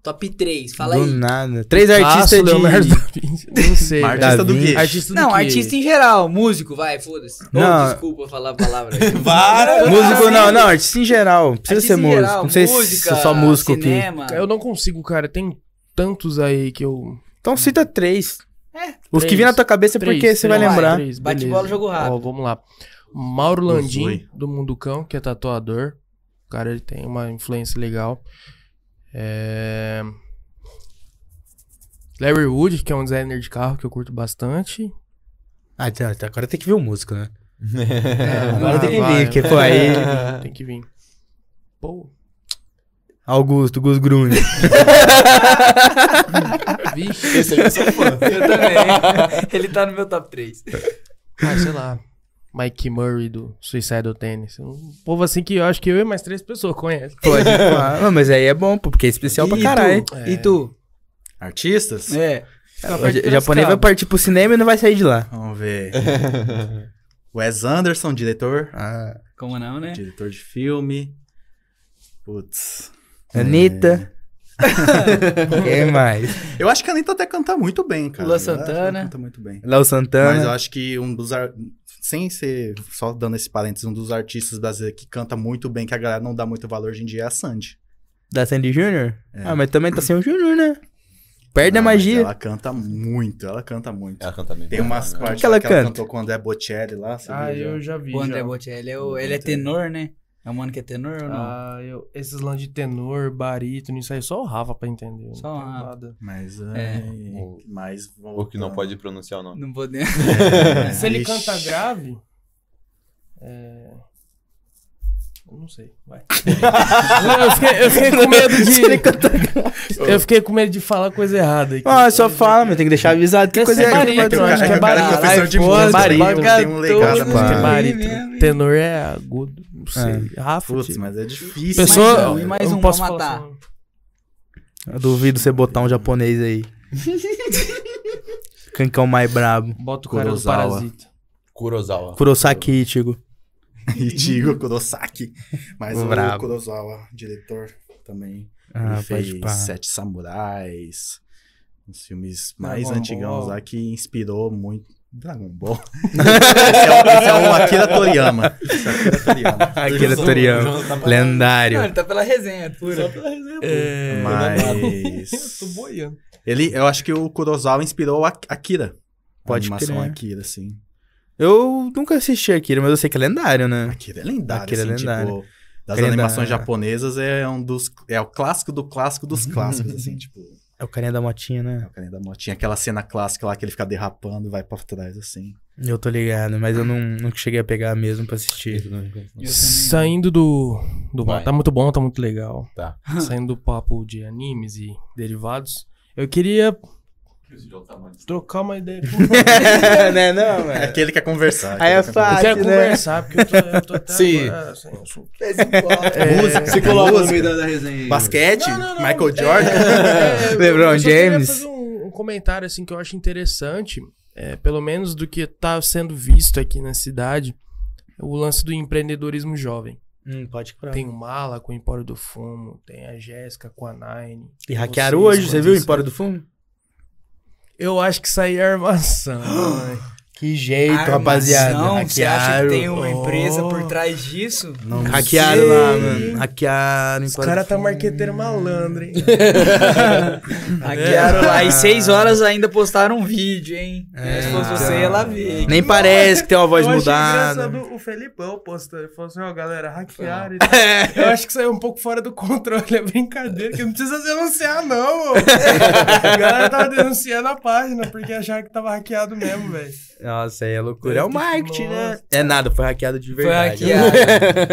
Speaker 4: Top três. Fala
Speaker 5: do
Speaker 4: aí.
Speaker 5: nada. Três
Speaker 2: é
Speaker 5: artistas
Speaker 2: Picasso,
Speaker 5: de.
Speaker 2: Leonardo da Vinci. Não sei.
Speaker 1: Mas
Speaker 2: velho.
Speaker 1: artista do
Speaker 5: Davi.
Speaker 1: quê?
Speaker 2: Artista do
Speaker 4: Não,
Speaker 2: quê?
Speaker 4: artista em geral. Músico, vai, foda-se. Ou,
Speaker 5: Não.
Speaker 4: desculpa falar a palavra. É,
Speaker 6: Para!
Speaker 5: Músico, não, não, artista em geral. Não
Speaker 4: Artista
Speaker 5: precisa ser
Speaker 4: em
Speaker 5: músico.
Speaker 4: geral,
Speaker 5: não sei
Speaker 4: música,
Speaker 5: se só músico que.
Speaker 4: cinema.
Speaker 2: Eu não consigo, cara. Tem tantos aí que eu.
Speaker 5: Então cita três.
Speaker 4: É,
Speaker 5: Os que
Speaker 2: três.
Speaker 5: vêm na tua cabeça é
Speaker 2: Três,
Speaker 5: porque você vai
Speaker 2: três,
Speaker 5: lembrar.
Speaker 2: três,
Speaker 4: Bate
Speaker 2: beleza.
Speaker 4: bola, jogo rápido.
Speaker 2: Ó, vamos lá. Mauro Landim,
Speaker 1: Usui.
Speaker 2: do Mundo Cão, que é tatuador. O cara ele tem uma influência legal. É... Larry Wood, que é um designer de carro que eu curto bastante.
Speaker 5: Ah, então, então agora tem que ver o músico, né?
Speaker 2: Ah,
Speaker 5: agora tem que
Speaker 2: vai,
Speaker 5: ver, porque pô, aí.
Speaker 2: Tem que vir. Pô,
Speaker 5: Augusto, Gus Grunge.
Speaker 2: vixe.
Speaker 6: Esse aí eu sou fã.
Speaker 4: Eu também. Ele tá no meu top 3.
Speaker 2: Ah, sei lá. Mike Murray do Suicidal Tennis. Um povo assim que eu acho que eu e mais três pessoas conhecem.
Speaker 5: Pode falar. Não, mas aí é bom, pô, porque é especial pra caralho.
Speaker 4: E tu?
Speaker 1: Artistas?
Speaker 4: É.
Speaker 5: O japonês vai partir pro cinema e não vai sair de lá.
Speaker 1: Vamos ver. Wes Anderson, diretor.
Speaker 5: Ah,
Speaker 4: É. Como não, né?
Speaker 1: Diretor de filme. Putz.
Speaker 5: Anitta. Quem mais?
Speaker 1: Eu acho que a Anitta até canta muito bem, cara. Eu
Speaker 4: Lua
Speaker 1: acho que ela
Speaker 4: Santana.
Speaker 1: Canta muito bem.
Speaker 5: Léo
Speaker 1: Mas eu
Speaker 5: Santana.
Speaker 1: acho que um dos. ar- Sem ser. Só dando esse parênteses, um dos artistas brasileiros que canta muito bem, que a galera não dá muito valor hoje em dia é a Sandy.
Speaker 5: Da Sandy Júnior? Ah, mas também tá sem o Júnior, né? Perde
Speaker 1: Não,
Speaker 5: a
Speaker 1: mas
Speaker 5: magia.
Speaker 1: Ela canta muito, ela canta muito.
Speaker 6: Ela canta bem. Né?
Speaker 1: Tem umas
Speaker 6: Ela-
Speaker 1: partes
Speaker 5: que ela
Speaker 1: lá que ela
Speaker 5: canta?
Speaker 1: cantou com o André Bocelli lá. você
Speaker 2: Ah,
Speaker 1: viu,
Speaker 2: eu
Speaker 1: já?
Speaker 2: já vi.
Speaker 4: O André
Speaker 2: já.
Speaker 4: Bocelli, ele é, o- ele é tenor, né? É o mano que é tenor ou não?
Speaker 2: Ah, eu, esses lãs de tenor, barítono, isso aí só o Rafa pra entender. eu
Speaker 4: Só
Speaker 2: não
Speaker 4: o
Speaker 2: tenho
Speaker 4: Rafa.
Speaker 2: nada.
Speaker 1: Mas.
Speaker 4: É.
Speaker 1: ai,
Speaker 6: O-
Speaker 1: mas
Speaker 6: O que não
Speaker 1: voltando.
Speaker 6: pode pronunciar o nome.
Speaker 4: Não podemos.
Speaker 1: É,
Speaker 2: Se ele
Speaker 1: ixi.
Speaker 2: canta grave. É. Eu não sei, vai. eu, fiquei, eu fiquei com medo de. Eu fiquei com medo de falar coisa errada. aqui.
Speaker 5: Ah, só fala, mas tem que deixar avisado. Que
Speaker 2: Deve
Speaker 5: coisa
Speaker 2: ser
Speaker 5: é
Speaker 2: barítono,
Speaker 5: que
Speaker 1: É
Speaker 5: pode-
Speaker 2: acho
Speaker 1: que
Speaker 2: que é
Speaker 1: o cara é
Speaker 2: barítono.
Speaker 1: professor de música,
Speaker 2: Ai,
Speaker 1: barítono,
Speaker 2: foda-se.
Speaker 1: tem um legado.
Speaker 4: Cara,
Speaker 5: Rapaz.
Speaker 2: Acho que é
Speaker 5: Ai,
Speaker 2: barítono. Tenor é agudo. Não sei. Rafa.
Speaker 1: Putz,
Speaker 2: tio.
Speaker 1: mas é difícil.
Speaker 2: Pessoa.
Speaker 1: né,
Speaker 4: um,
Speaker 1: velho?
Speaker 4: e mais
Speaker 2: eu
Speaker 4: um
Speaker 2: não posso
Speaker 4: pra
Speaker 2: falar
Speaker 4: matar.
Speaker 2: seu nome.
Speaker 5: Eu duvido você botar um japonês aí. Quem que é o mais brabo?
Speaker 2: Bota o cara do
Speaker 1: Kurosawa.
Speaker 2: parasita.
Speaker 6: Kurosawa.
Speaker 5: Kurosaki, Tigo.
Speaker 1: Ichigo Kurosaki. Mas o,
Speaker 5: Bravo.
Speaker 1: Kurosawa, diretor também. ele
Speaker 5: Ah, pode
Speaker 1: fez
Speaker 5: pá.
Speaker 1: Sete Samurais. Uns filmes mais
Speaker 2: Dragon
Speaker 1: antigão
Speaker 2: Ball.
Speaker 1: lá que inspirou muito. Dragon Ball. esse, é, o- esse é o Akira Toriyama. Esse é o Akira Toriyama.
Speaker 5: Akira
Speaker 6: João-
Speaker 5: Toriyama.
Speaker 6: João tá falando-
Speaker 5: é Lendário.
Speaker 4: Não, ele tá pela resenha, é pura.
Speaker 2: É.
Speaker 1: Mas.
Speaker 2: Tô boiando.
Speaker 1: Ele, eu acho que o Kurosawa inspirou a Akira. a
Speaker 5: Pode
Speaker 1: animação
Speaker 5: crer.
Speaker 1: Akira, sim.
Speaker 5: Eu nunca assisti Akira, mas eu sei que é lendário, né?
Speaker 1: Akira é lendário,
Speaker 5: Akira é
Speaker 1: assim,
Speaker 5: lendário.
Speaker 1: tipo, das
Speaker 5: Akira é
Speaker 1: animações
Speaker 5: da-
Speaker 1: japonesas é um dos é o clássico do clássico dos clássicos, assim, tipo,
Speaker 5: É o carinha da motinha,
Speaker 1: é
Speaker 5: né?
Speaker 1: o carinha da motinha, aquela cena clássica lá que ele fica derrapando e vai pra trás assim.
Speaker 5: Eu tô ligado, mas eu não, nunca cheguei a pegar mesmo pra assistir.
Speaker 6: né?
Speaker 4: Eu também.
Speaker 2: Saindo do. do
Speaker 6: Vai.
Speaker 2: tá muito bom, tá muito legal.
Speaker 6: Tá.
Speaker 2: Saindo do papo de animes e derivados, eu queria trocar uma ideia com
Speaker 5: né, não,
Speaker 1: É
Speaker 5: mano?
Speaker 1: aquele que quer conversar.
Speaker 5: Aí é
Speaker 1: aquele que quer
Speaker 5: fácil.
Speaker 2: Eu quero
Speaker 5: né?
Speaker 2: conversar, porque eu tô, eu tô até
Speaker 6: Sim.
Speaker 2: agora sem assunto. É.
Speaker 4: Pés
Speaker 5: um
Speaker 4: em volta.
Speaker 1: conversar. Música,
Speaker 6: Se
Speaker 1: se
Speaker 6: coloca no
Speaker 1: música,
Speaker 6: meio da, da resenha. aí.
Speaker 1: basquete,
Speaker 2: Não, não, não.
Speaker 1: Michael
Speaker 2: É,
Speaker 1: Jordan.
Speaker 2: é, eu-
Speaker 5: LeBron
Speaker 2: eu só queria
Speaker 5: James.
Speaker 2: fazer um, um comentário assim que eu acho interessante, é, pelo menos do que tá sendo visto aqui na cidade, o lance do empreendedorismo jovem.
Speaker 5: Hum, pode comprar.
Speaker 2: Tem o Mala com o Empório do Fumo, tem a Jéssica com a Nine.
Speaker 5: E hackearam
Speaker 2: Vocês,
Speaker 5: hoje, você
Speaker 2: quantos
Speaker 5: viu?
Speaker 2: são?
Speaker 5: Empório do Fumo?
Speaker 2: Eu acho que isso aí é armação. mãe.
Speaker 5: Que jeito,
Speaker 4: Armação,
Speaker 5: rapaziada.
Speaker 4: Você acha que tem
Speaker 5: Hackearam. Oh,
Speaker 4: uma
Speaker 2: Oh.
Speaker 4: empresa por trás disso?
Speaker 1: Não
Speaker 5: Hackearam
Speaker 1: sei.
Speaker 5: lá, mano. Hackearam.
Speaker 2: Os
Speaker 5: Empório
Speaker 2: caras
Speaker 5: do
Speaker 2: tá
Speaker 5: Fumo.
Speaker 2: marqueteiro malandro, hein?
Speaker 4: Hackearam lá. E
Speaker 5: É.
Speaker 4: seis horas ainda postaram um vídeo, hein? Se fosse você, ia lá ver. hein?
Speaker 5: então. Nem parece que tem uma voz
Speaker 2: eu achei
Speaker 5: mudada.
Speaker 2: engraçado o Felipão postando. Ele falou assim, ó, galera, hackearam e tal.
Speaker 5: É.
Speaker 2: Eu acho que saiu um pouco fora do controle. É brincadeira, que não precisa denunciar, não, ô. A galera tava denunciando a página, porque acharam que tava hackeado mesmo, velho.
Speaker 5: Nossa, aí é loucura. É o marketing, né?
Speaker 2: Nossa.
Speaker 5: É nada, foi hackeado de
Speaker 4: Foi
Speaker 5: verdade.
Speaker 4: hackeado.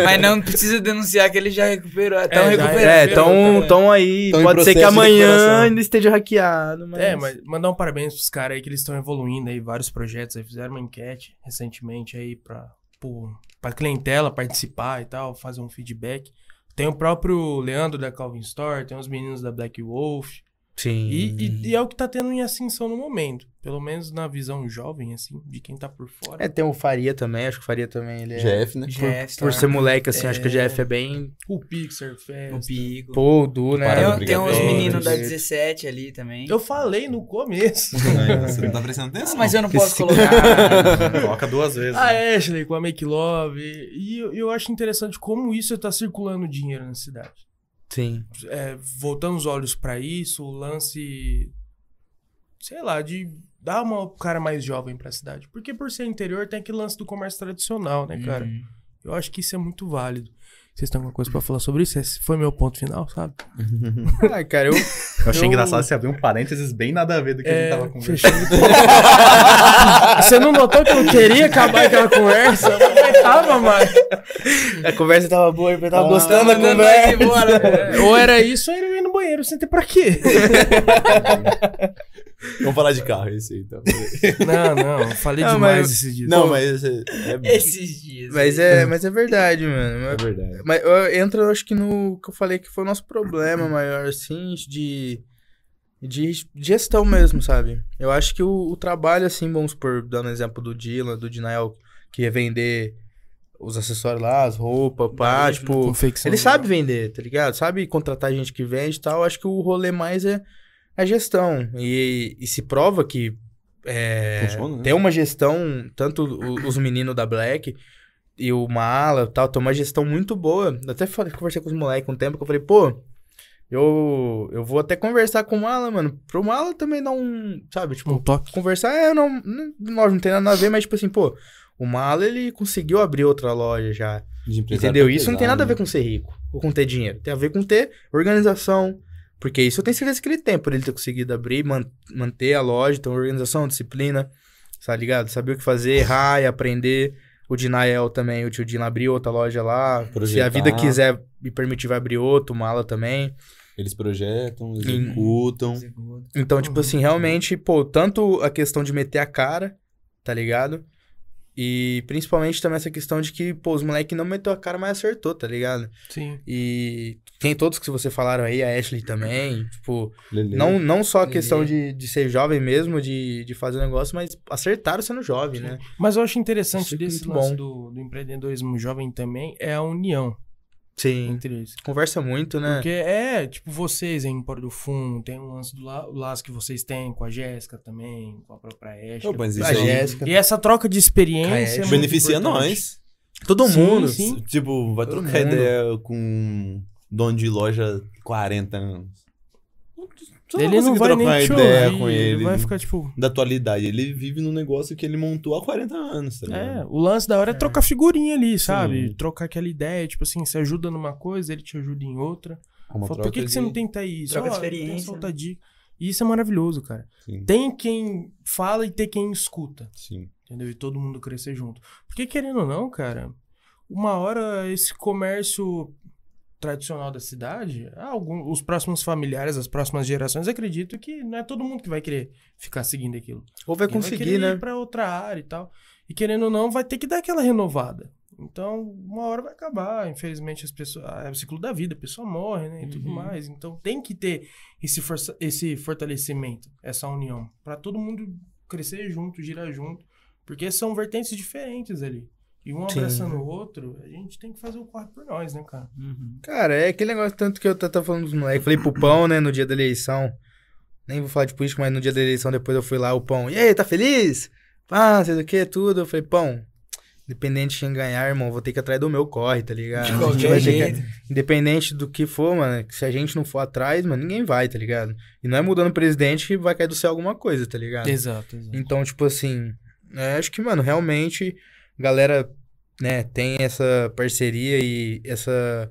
Speaker 4: Mas não precisa denunciar que ele já recuperou. Estão
Speaker 2: já-
Speaker 4: recuperando.
Speaker 5: É, tão, tão aí.
Speaker 6: Tão em
Speaker 5: Pode ser que
Speaker 6: processo de
Speaker 5: amanhã
Speaker 6: recuperação.
Speaker 5: ainda esteja hackeado, mas...
Speaker 2: É, mas mandar um parabéns pros caras aí que eles estão evoluindo aí, vários projetos aí. Fizeram uma enquete recentemente aí pra, pro- pra clientela participar e tal, fazer um feedback. Tem o próprio Leandro da Calvin Store, tem os meninos da Black Wolf.
Speaker 5: Sim.
Speaker 2: E,
Speaker 5: Hum.
Speaker 2: e- e é o que tá tendo em ascensão no momento. Pelo menos na visão jovem, assim, de quem tá por fora.
Speaker 5: É, tem o Faria também, acho que o Faria também, ele é...
Speaker 6: GF, né?
Speaker 4: Gesto,
Speaker 5: Por ser moleque, assim, acho que o
Speaker 2: É.
Speaker 5: GF é bem...
Speaker 2: O Pixar Fest.
Speaker 4: É o pico.
Speaker 5: Pô, du, né?
Speaker 6: Parada do
Speaker 4: Tem, tem uns
Speaker 6: brigadeiro,
Speaker 4: meninos da
Speaker 5: gente.
Speaker 4: 17 ali também.
Speaker 2: Eu falei no começo.
Speaker 6: Você não tá prestando atenção.
Speaker 4: Ah, mas eu não posso
Speaker 5: Esse-
Speaker 4: colocar.
Speaker 1: Coloca duas vezes.
Speaker 2: a
Speaker 1: né?
Speaker 2: Ashley com a Make Love. E eu, eu acho interessante como isso tá circulando dinheiro na cidade.
Speaker 5: Sim.
Speaker 2: É, voltando os olhos pra isso, o lance. Sei lá, de dar uma cara mais jovem pra cidade. Porque por ser interior tem aquele lance do comércio tradicional, né, cara?
Speaker 4: Uhum.
Speaker 2: Eu acho que isso é muito válido. Vocês têm alguma coisa pra falar sobre isso? Esse foi meu ponto final, sabe?
Speaker 5: Ah, cara, eu...
Speaker 1: Eu achei
Speaker 2: Eu-
Speaker 1: engraçado você abrir um parênteses bem nada a ver do que
Speaker 5: É,
Speaker 1: a gente tava conversando.
Speaker 2: fechando. É, Você não notou que eu queria acabar aquela conversa? Eu não aguentava mais.
Speaker 5: A conversa tava boa, eu tava gostando da
Speaker 4: Tá mandando nós
Speaker 5: conversa.
Speaker 4: embora.
Speaker 2: Ou era isso, ou era eu ir no banheiro sem ter pra quê.
Speaker 6: Vamos falar de carro esse aí, então.
Speaker 2: Não, não, eu falei
Speaker 5: Não,
Speaker 2: demais
Speaker 5: mas-
Speaker 2: esse dia.
Speaker 6: Não, mas é, é,
Speaker 4: Esses dias.
Speaker 5: Mas é, mas é verdade, mano.
Speaker 6: é verdade.
Speaker 5: Mas eu- entra, eu acho que no que eu falei que foi o nosso problema maior, assim, de, de gestão mesmo, sabe? Eu acho que o, o trabalho, assim, vamos supor, dando exemplo do Dylan, do Dinael, que ia vender os acessórios lá, as roupas, pá,
Speaker 2: Varejo, né?
Speaker 5: tipo.
Speaker 2: Confecção.
Speaker 6: Uhum.
Speaker 5: Ele sabe vender, tá ligado? Sabe contratar gente que vende e tal. Acho que o rolê mais é a gestão. E, e se prova que é,
Speaker 6: Funciona, né?
Speaker 5: tem uma gestão, tanto o- os meninos da Black e o Mala e tal, tem uma gestão muito boa. Eu Até falei, conversei com os moleques um tempo que eu falei, pô. Eu, eu vou até conversar com o Mala, mano. Pro Mala também dar um. Sabe, tipo,
Speaker 2: Um toque.
Speaker 5: conversar, é, não, não, lógico, não tem nada a ver, mas tipo assim, pô, o Mala ele conseguiu abrir outra loja já.
Speaker 6: De empresário
Speaker 5: entendeu?
Speaker 6: pra
Speaker 5: Isso não tem
Speaker 6: empresário,
Speaker 5: nada a ver
Speaker 6: né?
Speaker 5: com ser rico ou com ter dinheiro. Tem a ver com ter organização. Porque isso eu tenho certeza que ele tem, por ele ter conseguido abrir, man- manter a loja, ter uma organização, disciplina, tá ligado? Saber o que fazer, errar e aprender. O Dinael também, o tio Dina abriu outra loja lá. Se a
Speaker 6: Projetar.
Speaker 5: vida quiser me permitir, vai abrir outro, o Mala também.
Speaker 6: Eles projetam, executam.
Speaker 5: Então, tipo assim, realmente, pô, tanto a questão de meter a cara, tá ligado? E principalmente também essa questão de que, pô, os moleques não meteu a cara, mas acertou, tá ligado?
Speaker 2: Sim.
Speaker 5: E tem todos que você falaram aí, a Ashley também, tipo,
Speaker 6: Lelê.
Speaker 5: não, não só a questão
Speaker 4: Lelê.
Speaker 5: de, de ser jovem mesmo, de, de fazer negócio, mas acertaram sendo jovem, né?
Speaker 2: Mas eu acho interessante
Speaker 5: Isso é
Speaker 2: desse
Speaker 5: muito
Speaker 2: lance
Speaker 5: bom.
Speaker 2: do, do empreendedorismo jovem também é a união
Speaker 5: Sim.
Speaker 2: entre eles.
Speaker 5: Conversa muito, né?
Speaker 2: Porque é, tipo, vocês em Porto do Fundo, tem um lance do la- o laço que vocês têm com a Jéssica também, com a própria Ashley.
Speaker 6: Ô, mas isso
Speaker 5: A
Speaker 6: é um- tipo
Speaker 5: Jéssica.
Speaker 2: E essa troca de experiência.
Speaker 5: Caete.
Speaker 2: é muito
Speaker 6: beneficia
Speaker 2: importante.
Speaker 6: nós.
Speaker 5: Todo
Speaker 2: Sim,
Speaker 5: mundo.
Speaker 2: sim.
Speaker 6: Tipo, vai
Speaker 5: Todo
Speaker 6: trocar
Speaker 5: mundo.
Speaker 6: ideia com dono de loja 40 anos. Tu
Speaker 2: Ele não
Speaker 6: consegue
Speaker 2: vai nem te
Speaker 6: ideia
Speaker 2: ouvir,
Speaker 6: com
Speaker 2: ele.
Speaker 6: ele.
Speaker 2: vai ficar tipo.
Speaker 6: Da atualidade, ele vive num negócio que ele montou há 40 anos, tá
Speaker 2: É,
Speaker 6: ligado?
Speaker 2: o lance da hora é trocar figurinha ali, sabe?
Speaker 6: Sim.
Speaker 2: Trocar aquela ideia, tipo assim, você ajuda numa coisa, ele te ajuda em outra.
Speaker 6: Uma
Speaker 2: Fala,
Speaker 6: troca
Speaker 2: por que, que você
Speaker 6: de-
Speaker 2: não tenta isso?
Speaker 4: troca de
Speaker 2: Ó, eu tenho
Speaker 4: experiência,
Speaker 2: essa outra dica. E isso é maravilhoso, cara.
Speaker 6: Sim.
Speaker 2: Tem quem fala e tem quem escuta.
Speaker 6: Sim.
Speaker 2: Entendeu? E todo mundo crescer junto. Porque, querendo ou não, cara, uma hora esse comércio tradicional da cidade, ah, algum, os próximos familiares, as próximas gerações, acredito que não é todo mundo que vai querer ficar seguindo aquilo.
Speaker 5: Ou vai
Speaker 2: Quem vai
Speaker 5: conseguir,
Speaker 2: querer
Speaker 5: né?
Speaker 2: ir pra outra área e tal. E querendo ou não, vai ter que dar aquela renovada. Então, uma hora vai acabar. Infelizmente, as pessoas. ah, É o ciclo da vida, a pessoa morre, né? E tudo
Speaker 4: Uhum.
Speaker 2: mais. Então, tem que ter esse, força, esse fortalecimento, essa união. Pra todo mundo crescer junto, girar junto. Porque são vertentes diferentes ali. E um
Speaker 5: Sim.
Speaker 2: abraçando o outro, a gente tem que fazer o quarto por nós, né, cara?
Speaker 5: Cara, é aquele negócio tanto que eu tava falando dos moleques. Falei pro Pão, né, no dia da eleição. Nem vou falar de política, mas no dia da eleição depois eu fui lá, o Pão. E aí, tá feliz? Ah, não sei do que, tudo. Eu falei, Pão, independente de quem ganhar, irmão, vou ter que ir atrás do meu corre, tá ligado?
Speaker 4: De
Speaker 5: A gente
Speaker 4: qualquer
Speaker 5: vai ter que-
Speaker 4: jeito.
Speaker 5: Independente do que for, mano, se a gente não for atrás, mano, ninguém vai, tá ligado? E não é mudando o presidente que vai cair do céu alguma coisa, tá ligado?
Speaker 2: Exato, exato.
Speaker 5: Então, tipo assim, é, acho que, mano, realmente, a galera, né, tem essa parceria e essa.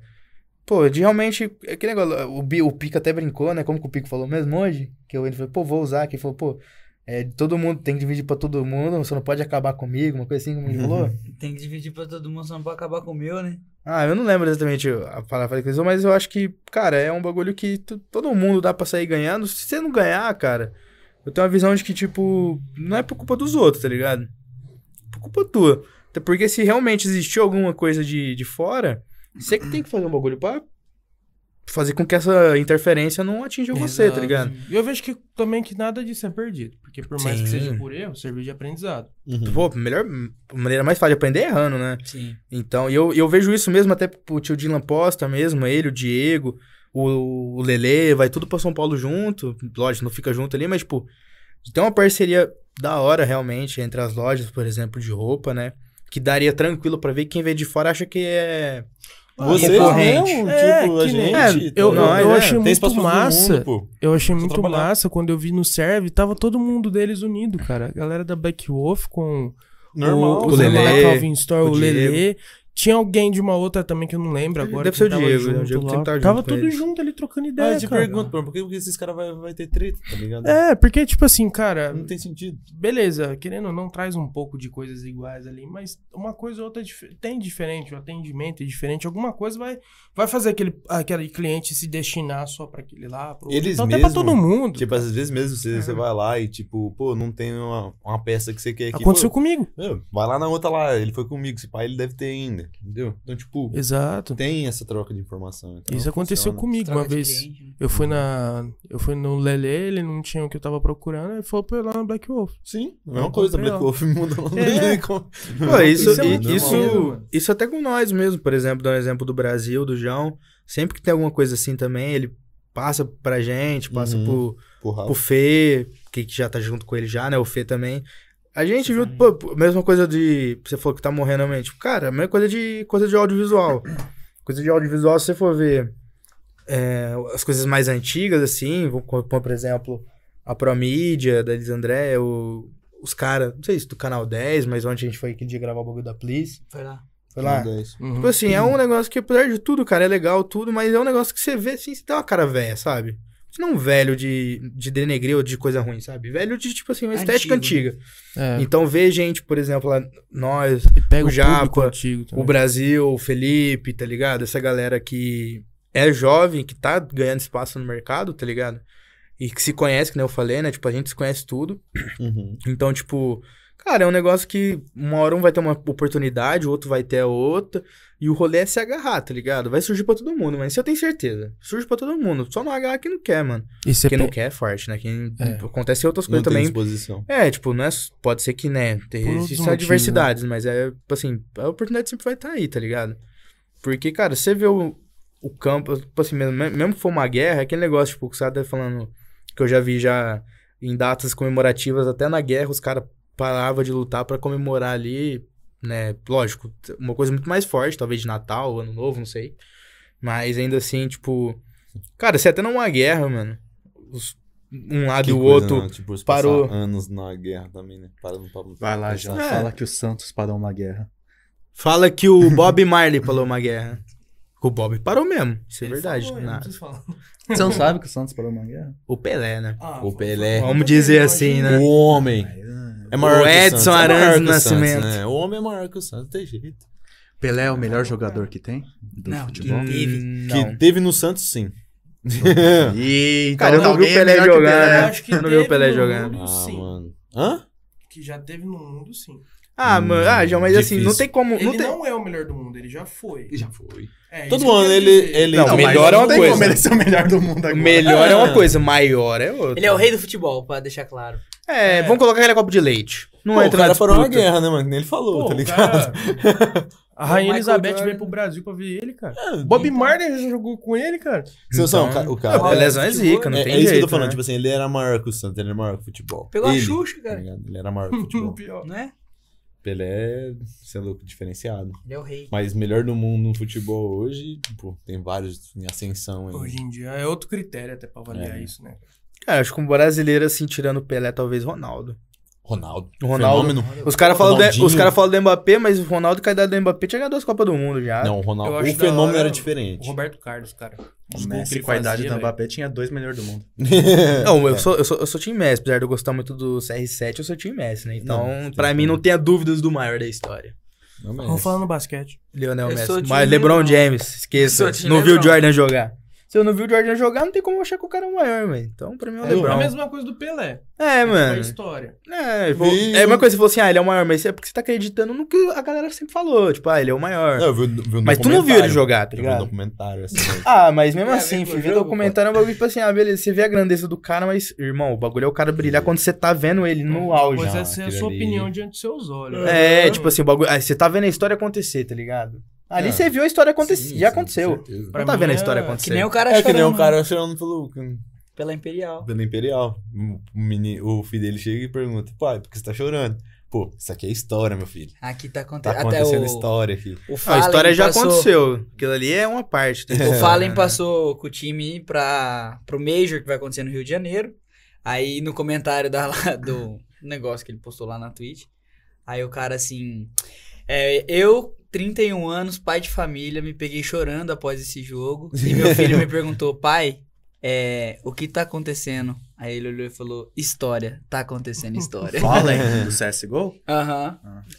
Speaker 5: Pô, de realmente. é Aquele negócio, o, Bi- o Pico até brincou, né? Como que o Pico falou mesmo hoje? Que eu- ele falou, pô, vou usar aqui. Ele falou, pô, é, todo mundo tem que dividir pra todo mundo, você não pode acabar comigo, uma coisa assim, como ele falou.
Speaker 4: Tem que dividir pra todo mundo, senão pode acabar com o meu, né?
Speaker 5: ah, eu não lembro exatamente a palavra que ele usou, mas eu acho que, cara, é um bagulho que tu- todo mundo dá pra sair ganhando. Se você não ganhar, cara, eu tenho uma visão de que, tipo, não é por culpa dos outros, tá ligado? por culpa tua. Até porque se realmente existiu alguma coisa de, de fora, você que tem que fazer um bagulho pra fazer com que essa interferência não atinja você, tá
Speaker 2: Exato.
Speaker 5: ligado?
Speaker 2: E eu vejo que também que nada disso é perdido. Porque por mais que
Speaker 5: Sim.
Speaker 2: seja por erro, serviu de aprendizado.
Speaker 6: Uhum.
Speaker 5: Pô, a melhor a maneira mais fácil de aprender é errando, né?
Speaker 4: Sim.
Speaker 5: Então, e eu, eu vejo isso mesmo até pro tio Dylan Posta mesmo, ele, o Diego, o, o Lele, vai tudo pra São Paulo junto. Lógico, não fica junto ali, mas, tipo, tem uma parceria da hora realmente entre as lojas, por exemplo, de roupa, né? Que daria tranquilo pra ver quem vê de fora acha que é
Speaker 2: Ah,
Speaker 6: Vocês
Speaker 5: Concorrente.
Speaker 6: mesmo,
Speaker 2: É,
Speaker 6: um tipo, a
Speaker 2: que nem-
Speaker 6: gente.
Speaker 5: É,
Speaker 6: tá
Speaker 2: Eu, eu-
Speaker 5: Nós,
Speaker 6: ligado?
Speaker 2: eu
Speaker 5: é.
Speaker 2: achei
Speaker 5: Tem
Speaker 6: Tem
Speaker 2: muito
Speaker 6: espaço pra todo
Speaker 2: massa.
Speaker 6: mundo, pô.
Speaker 2: Eu achei muito
Speaker 6: trabalhar.
Speaker 2: massa quando eu vi no serve, tava todo mundo deles unido, cara. A galera da Back Wolf com
Speaker 6: Normal. Ah,
Speaker 2: o,
Speaker 5: o
Speaker 2: o
Speaker 5: Lelê,
Speaker 2: da Calvin Store, o,
Speaker 5: o
Speaker 2: Lele. Tinha alguém de uma outra também que eu não lembro agora.
Speaker 5: Deve
Speaker 2: quem
Speaker 5: ser o
Speaker 2: tava
Speaker 5: Diego,
Speaker 2: junto
Speaker 5: né? O Diego
Speaker 2: lá.
Speaker 5: sempre tá junto
Speaker 2: Tava
Speaker 5: com
Speaker 2: tudo
Speaker 5: eles.
Speaker 2: junto ali trocando
Speaker 6: Ah,
Speaker 2: ideia,
Speaker 6: eu te
Speaker 2: cara.
Speaker 6: pergunto, mano, por que que esses caras vão vai ter treta, tá ligado?
Speaker 2: É, porque tipo assim, cara,
Speaker 6: Não tem sentido.
Speaker 2: beleza, querendo ou não, traz um pouco de coisas iguais ali, mas uma coisa ou outra é dif- tem diferente, o atendimento é diferente, alguma coisa vai, vai fazer aquele, aquele cliente se destinar só pra aquele lá, pro outro.
Speaker 6: Eles
Speaker 2: então tem pra
Speaker 6: mesmo,
Speaker 2: todo mundo.
Speaker 6: Tipo, às vezes mesmo você, você vai lá e, tipo, pô, não tem uma, uma peça que você quer aqui.
Speaker 2: Aconteceu
Speaker 6: pô,
Speaker 2: comigo.
Speaker 6: meu, vai lá na outra lá, ele foi comigo, esse pai ele deve ter ainda. ainda, entendeu? Então, tipo,
Speaker 2: Exato.
Speaker 6: tem essa troca de informação. então
Speaker 2: Isso aconteceu
Speaker 6: funciona.
Speaker 2: comigo
Speaker 4: Troca
Speaker 2: uma
Speaker 4: de
Speaker 2: vez.
Speaker 4: cliente, né?
Speaker 2: Eu fui na. Eu fui no Lele, ele não tinha o que eu tava procurando, aí foi pra eu ir lá no Black Wolf.
Speaker 6: Sim, a
Speaker 2: Eu
Speaker 6: mesma coisa,
Speaker 2: comprei,
Speaker 6: Black
Speaker 2: ó.
Speaker 6: Wolf muda
Speaker 2: É.
Speaker 5: Pô, isso,
Speaker 2: Isso é muito
Speaker 5: i- isso,
Speaker 2: maneiro, mano.
Speaker 5: isso até com nós mesmo, por exemplo, dando exemplo do Brasil, do João. Sempre que tem alguma coisa assim também, ele passa pra gente, passa
Speaker 6: Uhum.
Speaker 5: pro,
Speaker 6: Porra,
Speaker 5: pro Fê, que que já tá junto com ele já, né? O Fê também. A gente viu, pô, pô, mesma coisa de. Você falou que tá morrendo a mente. Cara, a mesma coisa de coisa de audiovisual. Coisa de audiovisual, se você for ver é, as coisas mais antigas, assim, vou co- pôr, por exemplo, a Promídia, da Liz André, o- os caras, não sei se do canal 10, mas onde a gente foi aquele dia gravar o bagulho da Please.
Speaker 4: Foi lá.
Speaker 5: Foi lá.
Speaker 6: muda isso.
Speaker 2: Uhum.
Speaker 5: Tipo assim, é um negócio que, apesar de tudo, cara, é legal tudo, mas é um negócio que você vê assim, você dá uma cara velha, sabe? Você não é um velho de, de denegrir ou de coisa ruim, sabe? Velho de, tipo assim, uma estética
Speaker 4: Antigo,
Speaker 5: antiga.
Speaker 2: né? É,
Speaker 5: Então ver gente, por exemplo, lá, nós,
Speaker 2: e pega
Speaker 5: o
Speaker 2: o público
Speaker 5: Japa,
Speaker 2: antigo
Speaker 5: o
Speaker 2: também.
Speaker 5: Brasil, o Felipe, tá ligado? Essa galera que é jovem, que tá ganhando espaço no mercado, tá ligado? E que se conhece, que nem eu falei, né? Tipo, a gente se conhece tudo.
Speaker 6: Uhum.
Speaker 5: Então, tipo, cara, é um negócio que uma hora um vai ter uma oportunidade, o outro vai ter a outra, e o rolê é se agarrar, tá ligado? Vai surgir pra todo mundo, mas isso eu tenho certeza. Surge pra todo mundo, só não agarrar quem não quer, mano.
Speaker 2: E você
Speaker 5: Quem não
Speaker 2: pe-
Speaker 5: quer é forte, né? Quem
Speaker 2: É.
Speaker 5: acontece outras
Speaker 6: Não
Speaker 5: coisas
Speaker 6: tem
Speaker 5: também.
Speaker 6: exposição.
Speaker 5: É, tipo, não é, pode ser que, né, tem-
Speaker 2: Por outros
Speaker 5: existem
Speaker 2: motivos,
Speaker 5: adversidades, mas é, tipo assim, a oportunidade sempre vai estar aí, tá ligado? Porque, cara, você vê o, o campo, tipo assim, mesmo, mesmo que for uma guerra, aquele negócio, tipo, que você tá falando, que eu já vi já em datas comemorativas, até na guerra os caras paravam de lutar pra comemorar ali, né, lógico, uma coisa muito mais forte, talvez de Natal, Ano Novo, não sei. Mas ainda assim, tipo, cara, você até numa guerra, mano, os- um lado
Speaker 6: Que
Speaker 5: e o
Speaker 6: coisa,
Speaker 5: outro...
Speaker 6: né? Tipo, se
Speaker 5: parou.
Speaker 6: passar anos na guerra também, né? Parando pra...
Speaker 1: Vai lá, João.
Speaker 6: João.
Speaker 1: Fala que o Santos parou uma guerra.
Speaker 5: Fala que o Bob Marley falou uma guerra. O Bob parou mesmo. Isso é verdade.
Speaker 2: né?
Speaker 5: na-
Speaker 1: Você não sabe que o Santos parou uma guerra?
Speaker 5: O Pelé, né?
Speaker 2: Ah,
Speaker 6: O Pelé.
Speaker 5: Vamos dizer assim, né?
Speaker 6: O homem. É maior
Speaker 5: O
Speaker 6: que
Speaker 5: Edson
Speaker 6: Santos. É maior
Speaker 5: Arantes
Speaker 6: que o
Speaker 5: Nascimento.
Speaker 6: Santos, né? O homem é maior que o Santos, não tem jeito.
Speaker 1: Pelé é o melhor jogador que tem do
Speaker 4: Não,
Speaker 1: futebol?
Speaker 5: Hum,
Speaker 6: Que teve no Santos, sim.
Speaker 1: Ih,
Speaker 5: Cara, eu não vi o
Speaker 1: alguém é
Speaker 5: Pelé
Speaker 1: melhor que
Speaker 5: jogar,
Speaker 1: Pelé.
Speaker 5: né? Não viu o Pelé jogar.
Speaker 2: Mundo,
Speaker 6: ah,
Speaker 2: sim.
Speaker 6: mano. Hã?
Speaker 5: É
Speaker 2: Que já teve no mundo, sim.
Speaker 5: Ah, mano, ah, João, mas assim, não
Speaker 6: Difícil.
Speaker 5: tem como.
Speaker 2: Ele
Speaker 5: Não
Speaker 2: não,
Speaker 5: tem...
Speaker 2: é o melhor do mundo, ele já foi.
Speaker 3: Já foi.
Speaker 2: É, isso
Speaker 6: Todo
Speaker 2: que eu
Speaker 6: ano
Speaker 2: quero
Speaker 6: ele...
Speaker 2: dizer.
Speaker 6: ele... um
Speaker 5: Não,
Speaker 1: Não,
Speaker 5: o
Speaker 1: mas
Speaker 5: melhor é uma
Speaker 1: não tem
Speaker 5: coisa.
Speaker 1: como ele ser o melhor do mundo agora.
Speaker 5: Melhor é uma coisa, maior é outra.
Speaker 4: Ele é o rei do futebol, pra deixar claro.
Speaker 5: É, vamos colocar ele a copo de leite. Não
Speaker 6: Pô, o
Speaker 5: entra na
Speaker 6: cara parou uma
Speaker 5: disputa.
Speaker 6: guerra, né, mano? Que nem ele falou,
Speaker 2: Pô,
Speaker 6: tá
Speaker 2: o
Speaker 6: ligado?
Speaker 2: cara- A Rainha
Speaker 5: Michael
Speaker 2: Elizabeth
Speaker 5: Jordan.
Speaker 2: veio pro Brasil pra ver ele, cara.
Speaker 5: É,
Speaker 2: Bob Marley já jogou com ele, cara.
Speaker 6: Seu São,
Speaker 5: Então,
Speaker 6: o ca- o cara...
Speaker 5: O Pelézão é zica, não
Speaker 6: é,
Speaker 5: tem
Speaker 6: é isso
Speaker 5: jeito,
Speaker 6: que eu tô falando,
Speaker 5: né?
Speaker 6: tipo assim, ele era maior que o Santos, ele era maior que o futebol.
Speaker 4: Pegou
Speaker 6: ele,
Speaker 4: a Xuxa,
Speaker 6: tá
Speaker 4: cara.
Speaker 6: ligado? Ele era maior que o futebol.
Speaker 2: Pior.
Speaker 4: Não é?
Speaker 6: Pelé, você é louco, diferenciado.
Speaker 4: Ele é o rei.
Speaker 6: Mas melhor do mundo no futebol hoje, pô, tem vários em ascensão aí.
Speaker 2: Hoje em dia é outro critério até pra avaliar
Speaker 6: É.
Speaker 2: isso, né?
Speaker 5: Cara, acho que um brasileiro, assim, tirando o Pelé, talvez Ronaldo.
Speaker 6: Ronaldo.
Speaker 5: O Ronaldo-
Speaker 6: Fenômeno.
Speaker 5: Os caras falam, de-
Speaker 6: Ronaldinho.
Speaker 5: os cara falam do Mbappé, mas o Ronaldo, com a idade do Mbappé, tinha ganhado duas Copas do Mundo já.
Speaker 6: Não, o Ronaldo.
Speaker 2: Eu
Speaker 6: O
Speaker 2: acho da
Speaker 6: fenômeno
Speaker 2: hora
Speaker 6: era
Speaker 2: O
Speaker 6: diferente.
Speaker 2: Roberto Carlos, cara.
Speaker 1: O
Speaker 6: É
Speaker 2: Os gols que
Speaker 1: Messi, né?
Speaker 2: ele
Speaker 1: com a idade
Speaker 2: fazia,
Speaker 1: do
Speaker 2: velho.
Speaker 1: Mbappé, tinha dois melhores do mundo.
Speaker 5: Não, eu sou, eu, sou, eu sou time Messi, apesar de eu gostar muito do CR7, eu sou time Messi, né? Então,
Speaker 6: Não,
Speaker 5: pra
Speaker 6: tem
Speaker 5: mim,
Speaker 6: como.
Speaker 5: não tenha dúvidas do maior da história.
Speaker 6: Não, mas-
Speaker 2: Vamos falar no basquete.
Speaker 5: Lionel
Speaker 4: Eu sou
Speaker 5: Messi.
Speaker 4: time
Speaker 5: Mas LeBron
Speaker 4: LeBron.
Speaker 5: James, esqueça.
Speaker 4: Eu sou time
Speaker 5: Não viu o
Speaker 4: LeBron.
Speaker 5: Jordan jogar. Se eu não vi o Jordan jogar, não tem como eu achar que o cara é o maior, velho. Então, pra mim, é o
Speaker 6: É,
Speaker 2: É a
Speaker 5: LeBron.
Speaker 2: mesma coisa do Pelé.
Speaker 5: É,
Speaker 2: Foi a
Speaker 5: mano.
Speaker 2: história.
Speaker 5: É, vou-
Speaker 6: Vi-
Speaker 5: é uma coisa que você falou assim, ah, ele é o maior, mas é porque você tá acreditando no que a galera sempre falou. Tipo, ah, ele é o maior.
Speaker 6: Não, eu vi, vi um
Speaker 5: mas tu não viu ele
Speaker 6: documentário.
Speaker 5: jogar,
Speaker 6: Eu vi
Speaker 5: tá
Speaker 6: um
Speaker 5: ligado?
Speaker 6: documentário assim. né?
Speaker 5: Ah, mas mesmo
Speaker 4: É,
Speaker 5: assim,
Speaker 4: vem pro
Speaker 5: filho, ver
Speaker 4: jogo,
Speaker 5: documentário é um bagulho tipo assim, ah, beleza, você vê a grandeza do cara, mas, irmão, o bagulho é o cara brilhar quando você tá vendo ele no auge. né?
Speaker 2: Pois
Speaker 6: não,
Speaker 2: é, ser a
Speaker 6: aquele
Speaker 2: sua
Speaker 6: ali-
Speaker 2: opinião diante dos seus olhos.
Speaker 5: É, tipo assim, o bagulho. Aí você tá vendo a história acontecer, tá ligado? Ali
Speaker 6: É.
Speaker 5: você viu a história acontecer.
Speaker 6: Sim,
Speaker 5: já
Speaker 6: sim, com
Speaker 5: aconteceu.
Speaker 6: certeza.
Speaker 5: Não
Speaker 2: Pra
Speaker 5: tá
Speaker 2: mim
Speaker 5: vendo a
Speaker 2: é
Speaker 5: história acontecer.
Speaker 4: Que nem o cara
Speaker 6: É que nem
Speaker 4: chorando
Speaker 6: um cara chorando pelo,
Speaker 4: pela Imperial.
Speaker 6: pelo Imperial. O, meni- o filho dele chega e pergunta, pai, por que você tá chorando? Pô, isso aqui é história, meu filho.
Speaker 4: Aqui tá, aconte...
Speaker 6: Tá
Speaker 4: Até
Speaker 6: acontecendo
Speaker 4: o...
Speaker 6: história aqui.
Speaker 4: o
Speaker 5: Ah, a
Speaker 4: Fallen
Speaker 5: história já
Speaker 4: passou-
Speaker 5: aconteceu. Aquilo ali é uma parte. tá
Speaker 4: O
Speaker 5: ligado?
Speaker 4: Fallen passou com o time pra, pro Major que vai acontecer no Rio de Janeiro. Aí no comentário da, lá- do negócio que ele postou lá na Twitch, aí o cara assim. é, eu, 31 anos, pai de família, me peguei chorando após esse jogo. E meu filho me perguntou, pai, é, o que tá acontecendo? Aí ele olhou e falou: História, tá acontecendo história.
Speaker 1: Fallen do CSGO?
Speaker 4: Aham.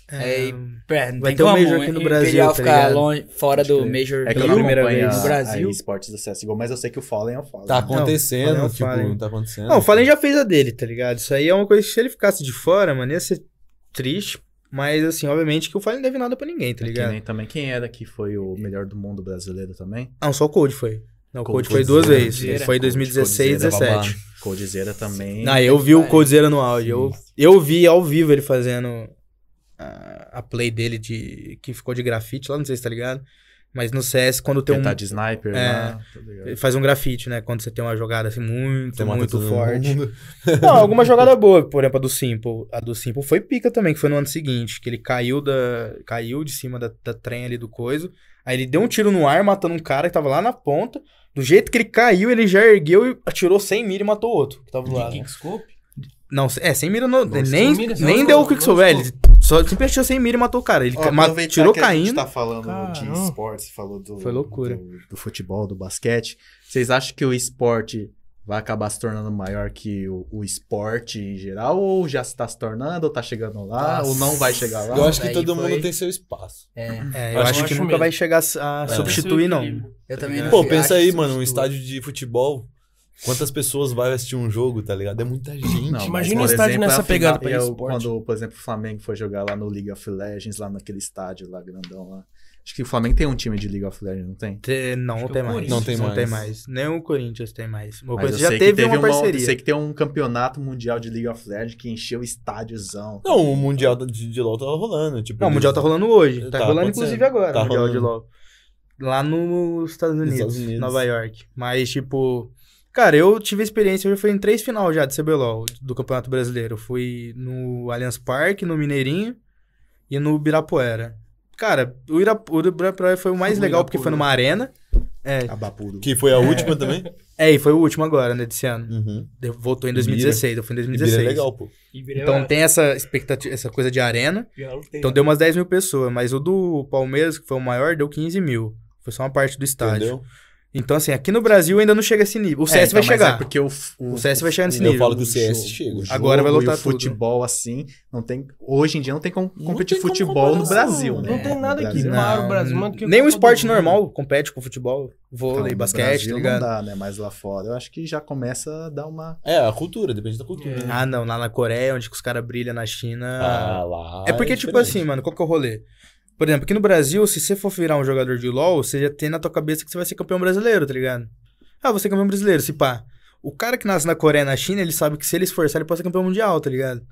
Speaker 5: É,
Speaker 4: É, pera, não
Speaker 5: Vai
Speaker 4: tem
Speaker 5: ter um
Speaker 4: como,
Speaker 5: Major aqui no Brasil,
Speaker 4: Imperial
Speaker 5: tá
Speaker 4: ficar
Speaker 5: ligado?
Speaker 4: longe, fora do
Speaker 5: crer.
Speaker 4: Major
Speaker 1: É que eu
Speaker 5: Pela
Speaker 1: não
Speaker 4: Brasil.
Speaker 5: primeira
Speaker 1: acompanho
Speaker 5: vez.
Speaker 1: a-
Speaker 4: No Brasil.
Speaker 1: a esportes do CSGO, mas eu sei que o Fallen é o Fallen.
Speaker 6: Tá
Speaker 5: Não,
Speaker 6: acontecendo,
Speaker 5: falei, eu
Speaker 6: tipo,
Speaker 5: falei.
Speaker 6: tá acontecendo.
Speaker 5: Não, o Fallen já fez a dele, tá ligado? Isso aí é uma coisa que se ele ficasse de fora, mano, ia ser triste. Mas, assim, obviamente que o Fallen não deve nada pra ninguém,
Speaker 1: É
Speaker 5: tá
Speaker 1: que
Speaker 5: ligado?
Speaker 1: nem também. Quem era que foi o melhor do mundo brasileiro também?
Speaker 5: Não, Ah, só o Code foi. Não, o Code,
Speaker 1: Code
Speaker 5: foi duas
Speaker 1: Codezera,
Speaker 5: vezes. Ele
Speaker 2: Codezera,
Speaker 5: foi em
Speaker 1: Code
Speaker 5: 2016 e
Speaker 6: Codezera, babá.
Speaker 5: 2017.
Speaker 1: Codizera também.
Speaker 5: Não, eu vi o
Speaker 4: pariu.
Speaker 5: Coldzera no áudio. Eu, eu vi ao vivo ele fazendo a, a play dele de que ficou de grafite lá, não sei se tá ligado. Mas no CS, quando tem um.
Speaker 1: Tentar de sniper
Speaker 5: É.
Speaker 1: lá. tá ligado?
Speaker 5: ele Faz um grafite, né? Quando você tem uma jogada assim muito,
Speaker 6: Você mata
Speaker 5: muito
Speaker 6: todo
Speaker 5: forte.
Speaker 6: mundo.
Speaker 5: Não, alguma jogada boa, por exemplo, a do Simple. A do Simple foi pica também, que foi no ano seguinte, que ele caiu da. caiu de cima da, da trem ali do coiso. Aí ele deu um tiro no ar, matando um cara que tava lá na ponta. Do jeito que ele caiu, ele já ergueu e atirou 100 mil e matou o outro que
Speaker 4: tá
Speaker 5: tava do lado.
Speaker 2: Kickscope?
Speaker 5: Não, é, sem mira não.
Speaker 6: Não,
Speaker 5: nem
Speaker 2: sem mira, sem
Speaker 5: nem
Speaker 2: mira,
Speaker 5: deu o
Speaker 2: não,
Speaker 5: Quicksilver.
Speaker 2: não,
Speaker 5: Ele só simplesmente atirou sem mira e matou o cara. Ele
Speaker 1: Ó,
Speaker 5: ca- ma-
Speaker 1: aproveitar
Speaker 5: tirou
Speaker 1: que a gente
Speaker 5: caindo.
Speaker 1: tá falando de
Speaker 2: Caramba.
Speaker 1: esportes, falou do,
Speaker 5: Foi loucura.
Speaker 1: do, do futebol, do basquete. Vocês acham que o esporte vai acabar se tornando maior que o, o esporte em geral? Ou já está se tornando, ou tá chegando lá, ou não vai chegar lá?
Speaker 6: Eu acho que
Speaker 4: daí
Speaker 6: todo
Speaker 4: foi-
Speaker 6: mundo tem seu espaço.
Speaker 5: É,
Speaker 2: Acho-
Speaker 5: eu acho,
Speaker 2: eu acho
Speaker 5: que nunca
Speaker 2: mesmo.
Speaker 5: vai chegar a a
Speaker 6: É.
Speaker 5: substituir, não.
Speaker 4: Eu também não
Speaker 6: Pô,
Speaker 4: sei, acho
Speaker 6: pensa aí,
Speaker 4: isso
Speaker 6: mano, um
Speaker 4: absurdo.
Speaker 6: estádio de futebol. Quantas pessoas vai assistir um jogo, tá ligado? É muita gente.
Speaker 1: Não,
Speaker 2: Imagina
Speaker 1: mas,
Speaker 2: o
Speaker 1: por
Speaker 2: estádio
Speaker 1: exemplo, é
Speaker 2: nessa
Speaker 1: a
Speaker 2: pegada
Speaker 1: final-
Speaker 2: pra
Speaker 1: eu-
Speaker 2: esporte.
Speaker 1: Quando, por exemplo, o Flamengo foi jogar lá no League of Legends, lá naquele estádio lá grandão lá. Acho que o Flamengo tem um time de League of Legends, não tem?
Speaker 5: Te- Não, não
Speaker 2: que
Speaker 5: tem
Speaker 2: o
Speaker 5: mais.
Speaker 2: Corinthians
Speaker 6: Não tem
Speaker 5: Não
Speaker 6: mais.
Speaker 5: tem mais. Nem o Corinthians tem mais. O
Speaker 1: Mas eu
Speaker 5: Corinthians já
Speaker 1: sei
Speaker 5: teve,
Speaker 1: que
Speaker 5: uma
Speaker 1: eu
Speaker 5: parceria.
Speaker 1: sei que tem um campeonato mundial de League of Legends que encheu o estádiozão.
Speaker 6: Não, o Mundial de, de LoL tava rolando. Tipo,
Speaker 5: Não, o
Speaker 6: eles-
Speaker 5: Mundial tá rolando hoje. Tá,
Speaker 6: Tá
Speaker 5: rolando
Speaker 6: acontecendo.
Speaker 5: inclusive agora,
Speaker 6: Tá
Speaker 5: o Mundial
Speaker 6: rolando.
Speaker 5: de LoL. Lá no- nos Estados Unidos,
Speaker 6: Estados Unidos.
Speaker 5: Nova York. Mas, tipo... Cara, eu tive experiência, eu já fui em três final já de CBLOL, do Campeonato Brasileiro. Eu fui no Allianz Parque, no Mineirinho e no Ibirapuera. Cara, o Irapu- o Ibirapuera foi o mais
Speaker 2: O
Speaker 5: legal porque foi
Speaker 6: né?
Speaker 2: Ibirapuera.
Speaker 5: numa arena. É,
Speaker 1: Abapuro.
Speaker 6: Que foi a última também.
Speaker 5: é, e foi o último agora, né, desse ano.
Speaker 6: Uhum.
Speaker 5: Eu- Voltou em
Speaker 6: Ibira.
Speaker 5: 2016, eu fui em
Speaker 6: E Bira
Speaker 5: 2016.
Speaker 6: é legal, pô.
Speaker 5: Então tem essa expectativa, essa coisa de arena. Então deu umas 10 mil pessoas, mas o do Palmeiras, que foi o maior, deu 15 mil. Foi só uma parte do estádio.
Speaker 6: Entendeu?
Speaker 5: Então, assim, aqui no Brasil ainda não chega a esse nível. O CS
Speaker 1: É, então,
Speaker 5: vai
Speaker 1: mas
Speaker 5: chegar.
Speaker 1: É porque o, f-
Speaker 5: O CS vai chegar nesse
Speaker 1: o-
Speaker 5: nível.
Speaker 6: Eu falo que o
Speaker 1: o
Speaker 6: CS
Speaker 1: jogo-
Speaker 6: chega.
Speaker 1: o
Speaker 5: Agora vai
Speaker 1: jogo e
Speaker 5: lotar
Speaker 1: o
Speaker 5: tudo.
Speaker 1: futebol assim, não tem, hoje em dia não tem como
Speaker 6: Não
Speaker 1: competir
Speaker 6: tem como
Speaker 1: futebol no
Speaker 6: comparação,
Speaker 1: Brasil,
Speaker 6: não
Speaker 1: né?
Speaker 2: Não tem nada
Speaker 1: No
Speaker 2: que
Speaker 1: Brasil-
Speaker 2: para
Speaker 5: Não,
Speaker 2: o Brasil. mano, que
Speaker 5: Nem
Speaker 2: Copa
Speaker 5: o
Speaker 2: do
Speaker 5: esporte
Speaker 2: Mundo.
Speaker 5: normal compete com futebol, vôlei,
Speaker 1: Então, no
Speaker 5: basquete,
Speaker 1: Brasil
Speaker 5: tá ligado?
Speaker 1: Não dá, né? Mas lá fora, eu acho que já começa a dar uma
Speaker 6: É, a cultura, depende da cultura.
Speaker 2: É.
Speaker 6: né?
Speaker 5: Ah, não, lá na Coreia, onde que os caras brilham, na China.
Speaker 6: Ah, lá.
Speaker 5: É porque, tipo assim,
Speaker 6: diferente.
Speaker 5: mano, qual que é o rolê? Por exemplo, aqui no Brasil, se você for virar um jogador de LoL, você já tem na tua cabeça que você vai ser campeão brasileiro, tá ligado? Ah, você é campeão brasileiro, se pá. O cara que nasce na Coreia, na China, ele sabe que se ele esforçar, ele pode ser campeão mundial, tá ligado?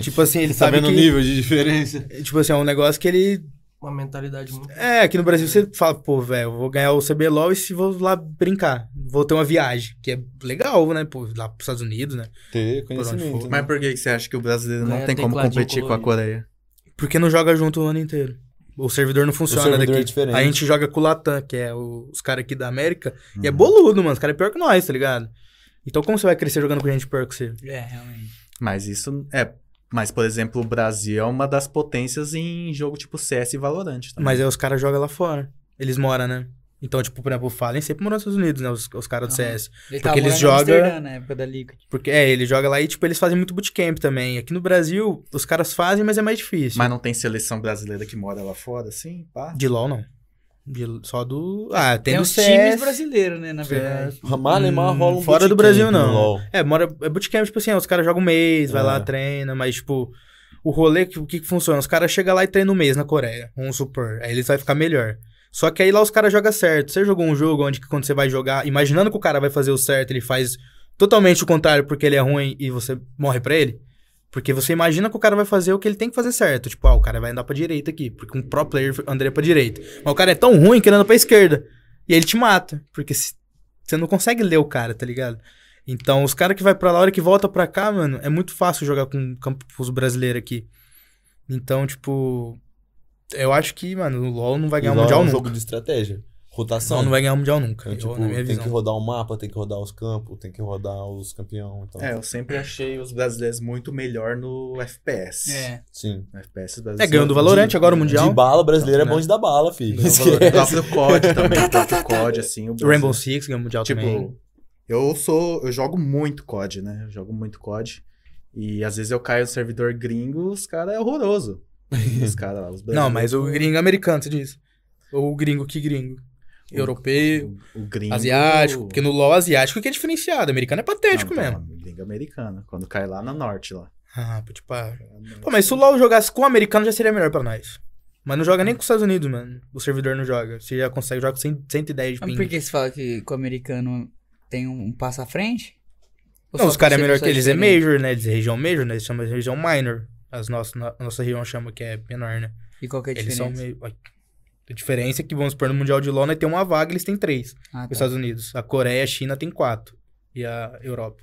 Speaker 5: tipo assim, ele
Speaker 6: Tá
Speaker 5: sabe
Speaker 6: vendo o
Speaker 5: que...
Speaker 6: nível de diferença?
Speaker 5: Tipo assim, é um negócio que ele...
Speaker 2: Uma mentalidade muito.
Speaker 5: É, aqui no Brasil você fala, pô, velho, eu vou ganhar o CBLOL e se vou lá brincar. Vou ter uma viagem, que é legal, né, pô, lá pros Estados Unidos, né?
Speaker 6: Ter
Speaker 5: Por onde
Speaker 6: conhecimento.
Speaker 5: for.
Speaker 1: Mas por que que você acha que o brasileiro não
Speaker 2: Ganha
Speaker 1: né? tem como
Speaker 2: tecladinho
Speaker 1: competir com a Coreia?
Speaker 5: Porque não joga junto o ano inteiro. O servidor não funciona
Speaker 6: servidor
Speaker 5: daqui.
Speaker 6: é diferente.
Speaker 5: a gente joga com o Latam, que é o- os caras aqui da América.
Speaker 1: Uhum.
Speaker 5: E é boludo, mano. Os caras é pior que nós, tá ligado? Então como você vai crescer jogando com gente pior que você?
Speaker 4: É, realmente.
Speaker 1: Mas isso é. Mas, por exemplo, o Brasil é uma das potências em jogo tipo CS e Valorant. Também.
Speaker 5: Mas aí os caras jogam lá fora. Eles moram, né? Então, tipo, por exemplo, o Fallen sempre morou nos Estados Unidos, né? Os, os caras do
Speaker 4: Aham.
Speaker 5: CS.
Speaker 4: Ele
Speaker 5: Porque
Speaker 4: tava
Speaker 5: eles
Speaker 4: morando em
Speaker 5: jogam-
Speaker 4: Amsterdã na época da Liquid.
Speaker 5: Porque, é, ele joga lá e, tipo, eles fazem muito bootcamp também. Aqui no Brasil, os caras fazem, mas é mais difícil.
Speaker 1: Mas não tem seleção brasileira que mora lá fora, assim? Pá.
Speaker 5: De LoL, não. De- só do... Ah,
Speaker 4: Tem,
Speaker 5: tem, do
Speaker 4: É os
Speaker 5: CS.
Speaker 4: times brasileiros, né, na verdade.
Speaker 6: Ramar, Neymar,
Speaker 5: Hum,
Speaker 6: rola um
Speaker 5: fora do
Speaker 6: bootcamp
Speaker 5: Brasil, não.
Speaker 6: no LoL.
Speaker 5: É, mora, é bootcamp, tipo assim, ó, os caras jogam um mês, vai
Speaker 6: É.
Speaker 5: lá, treina, mas, tipo, o rolê, que- o que, que funciona? Os caras chegam lá e treinam um mês na Coreia, vamos supor. Aí eles vai ficar melhor. Só que aí lá os caras jogam certo. Você jogou um jogo onde que quando você vai jogar, imaginando que o cara vai fazer o certo, ele faz totalmente o contrário porque ele é ruim e você morre pra ele? Porque você imagina que o cara vai fazer o que ele tem que fazer certo. Tipo, ah, o cara vai andar pra direita aqui, porque um pro player andaria pra direita. Mas o cara é tão ruim que ele anda pra esquerda. E aí ele te mata, porque se- você não consegue ler o cara, tá ligado? Então, os caras que vai pra lá, a hora que volta pra cá, mano, é muito fácil jogar com o campus brasileiro aqui. Então, tipo, eu acho que, mano, o LoL não vai ganhar o
Speaker 6: LoL é
Speaker 5: Mundial
Speaker 6: um
Speaker 5: nunca.
Speaker 6: jogo de estratégia. Rotação.
Speaker 5: Não, não vai ganhar o Mundial nunca.
Speaker 6: Então,
Speaker 5: eu,
Speaker 6: tipo,
Speaker 5: na minha
Speaker 6: tem que
Speaker 5: visão.
Speaker 6: rodar o mapa, tem que rodar os campos, tem que rodar os campeão. Então,
Speaker 1: É, eu sempre achei os brasileiros muito melhor no FPS.
Speaker 4: É.
Speaker 6: sim.
Speaker 1: No FPS
Speaker 5: É,
Speaker 1: brasileiro.
Speaker 5: ganhou do Valorante agora o Mundial.
Speaker 6: De bala brasileira é
Speaker 5: Não, né?
Speaker 6: bom de dar bala, filho.
Speaker 5: Não,
Speaker 6: Esquece.
Speaker 1: O próprio COD também. O próprio COD, assim. O
Speaker 5: O
Speaker 1: Brasil-
Speaker 5: Rainbow Six ganhou o Mundial
Speaker 1: Tipo,
Speaker 5: também.
Speaker 1: eu sou. Eu jogo muito COD, né? Eu jogo muito COD. E às vezes eu caio no servidor gringo, os caras é horroroso. Os caras lá, os
Speaker 5: Não,
Speaker 1: brasileiros-
Speaker 5: mas o gringo americano, você diz. Ou o gringo, que gringo? Europeu,
Speaker 1: O, o gringo.
Speaker 5: asiático. Porque no LoL asiático que é diferenciado. Americano é
Speaker 1: Não,
Speaker 6: tá.
Speaker 5: patético
Speaker 1: então,
Speaker 5: mesmo.
Speaker 1: Liga americana, quando cai lá na norte lá.
Speaker 5: Ah, pô, tipo, ah, Pô, mas se o LoL jogasse com o americano já seria melhor pra nós. Mas não joga nem com os Estados Unidos, mano. O servidor não joga. Você já consegue jogar com 100, 110 de
Speaker 4: Mas
Speaker 5: ping.
Speaker 4: por que você fala que que o americano tem um passo à frente? Ou
Speaker 5: Não,
Speaker 4: só
Speaker 5: os
Speaker 4: por
Speaker 5: caras é
Speaker 4: ser
Speaker 5: melhor que
Speaker 4: pessoas
Speaker 5: eles, é
Speaker 4: diferentes?
Speaker 5: major, né? Eles é região major, né? Eles chamam de região minor. As nossas, na- nossa região chama que é menor, né?
Speaker 4: E qual que é a
Speaker 5: eles
Speaker 4: diferença?
Speaker 5: são meio... Ai. A diferença é que, vamos supor, no Mundial de LoL, nós temos uma vaga, eles têm três.
Speaker 4: Ah,
Speaker 5: Os
Speaker 4: tá.
Speaker 5: Estados Unidos. A Coreia e a China tem quatro. E a Europa.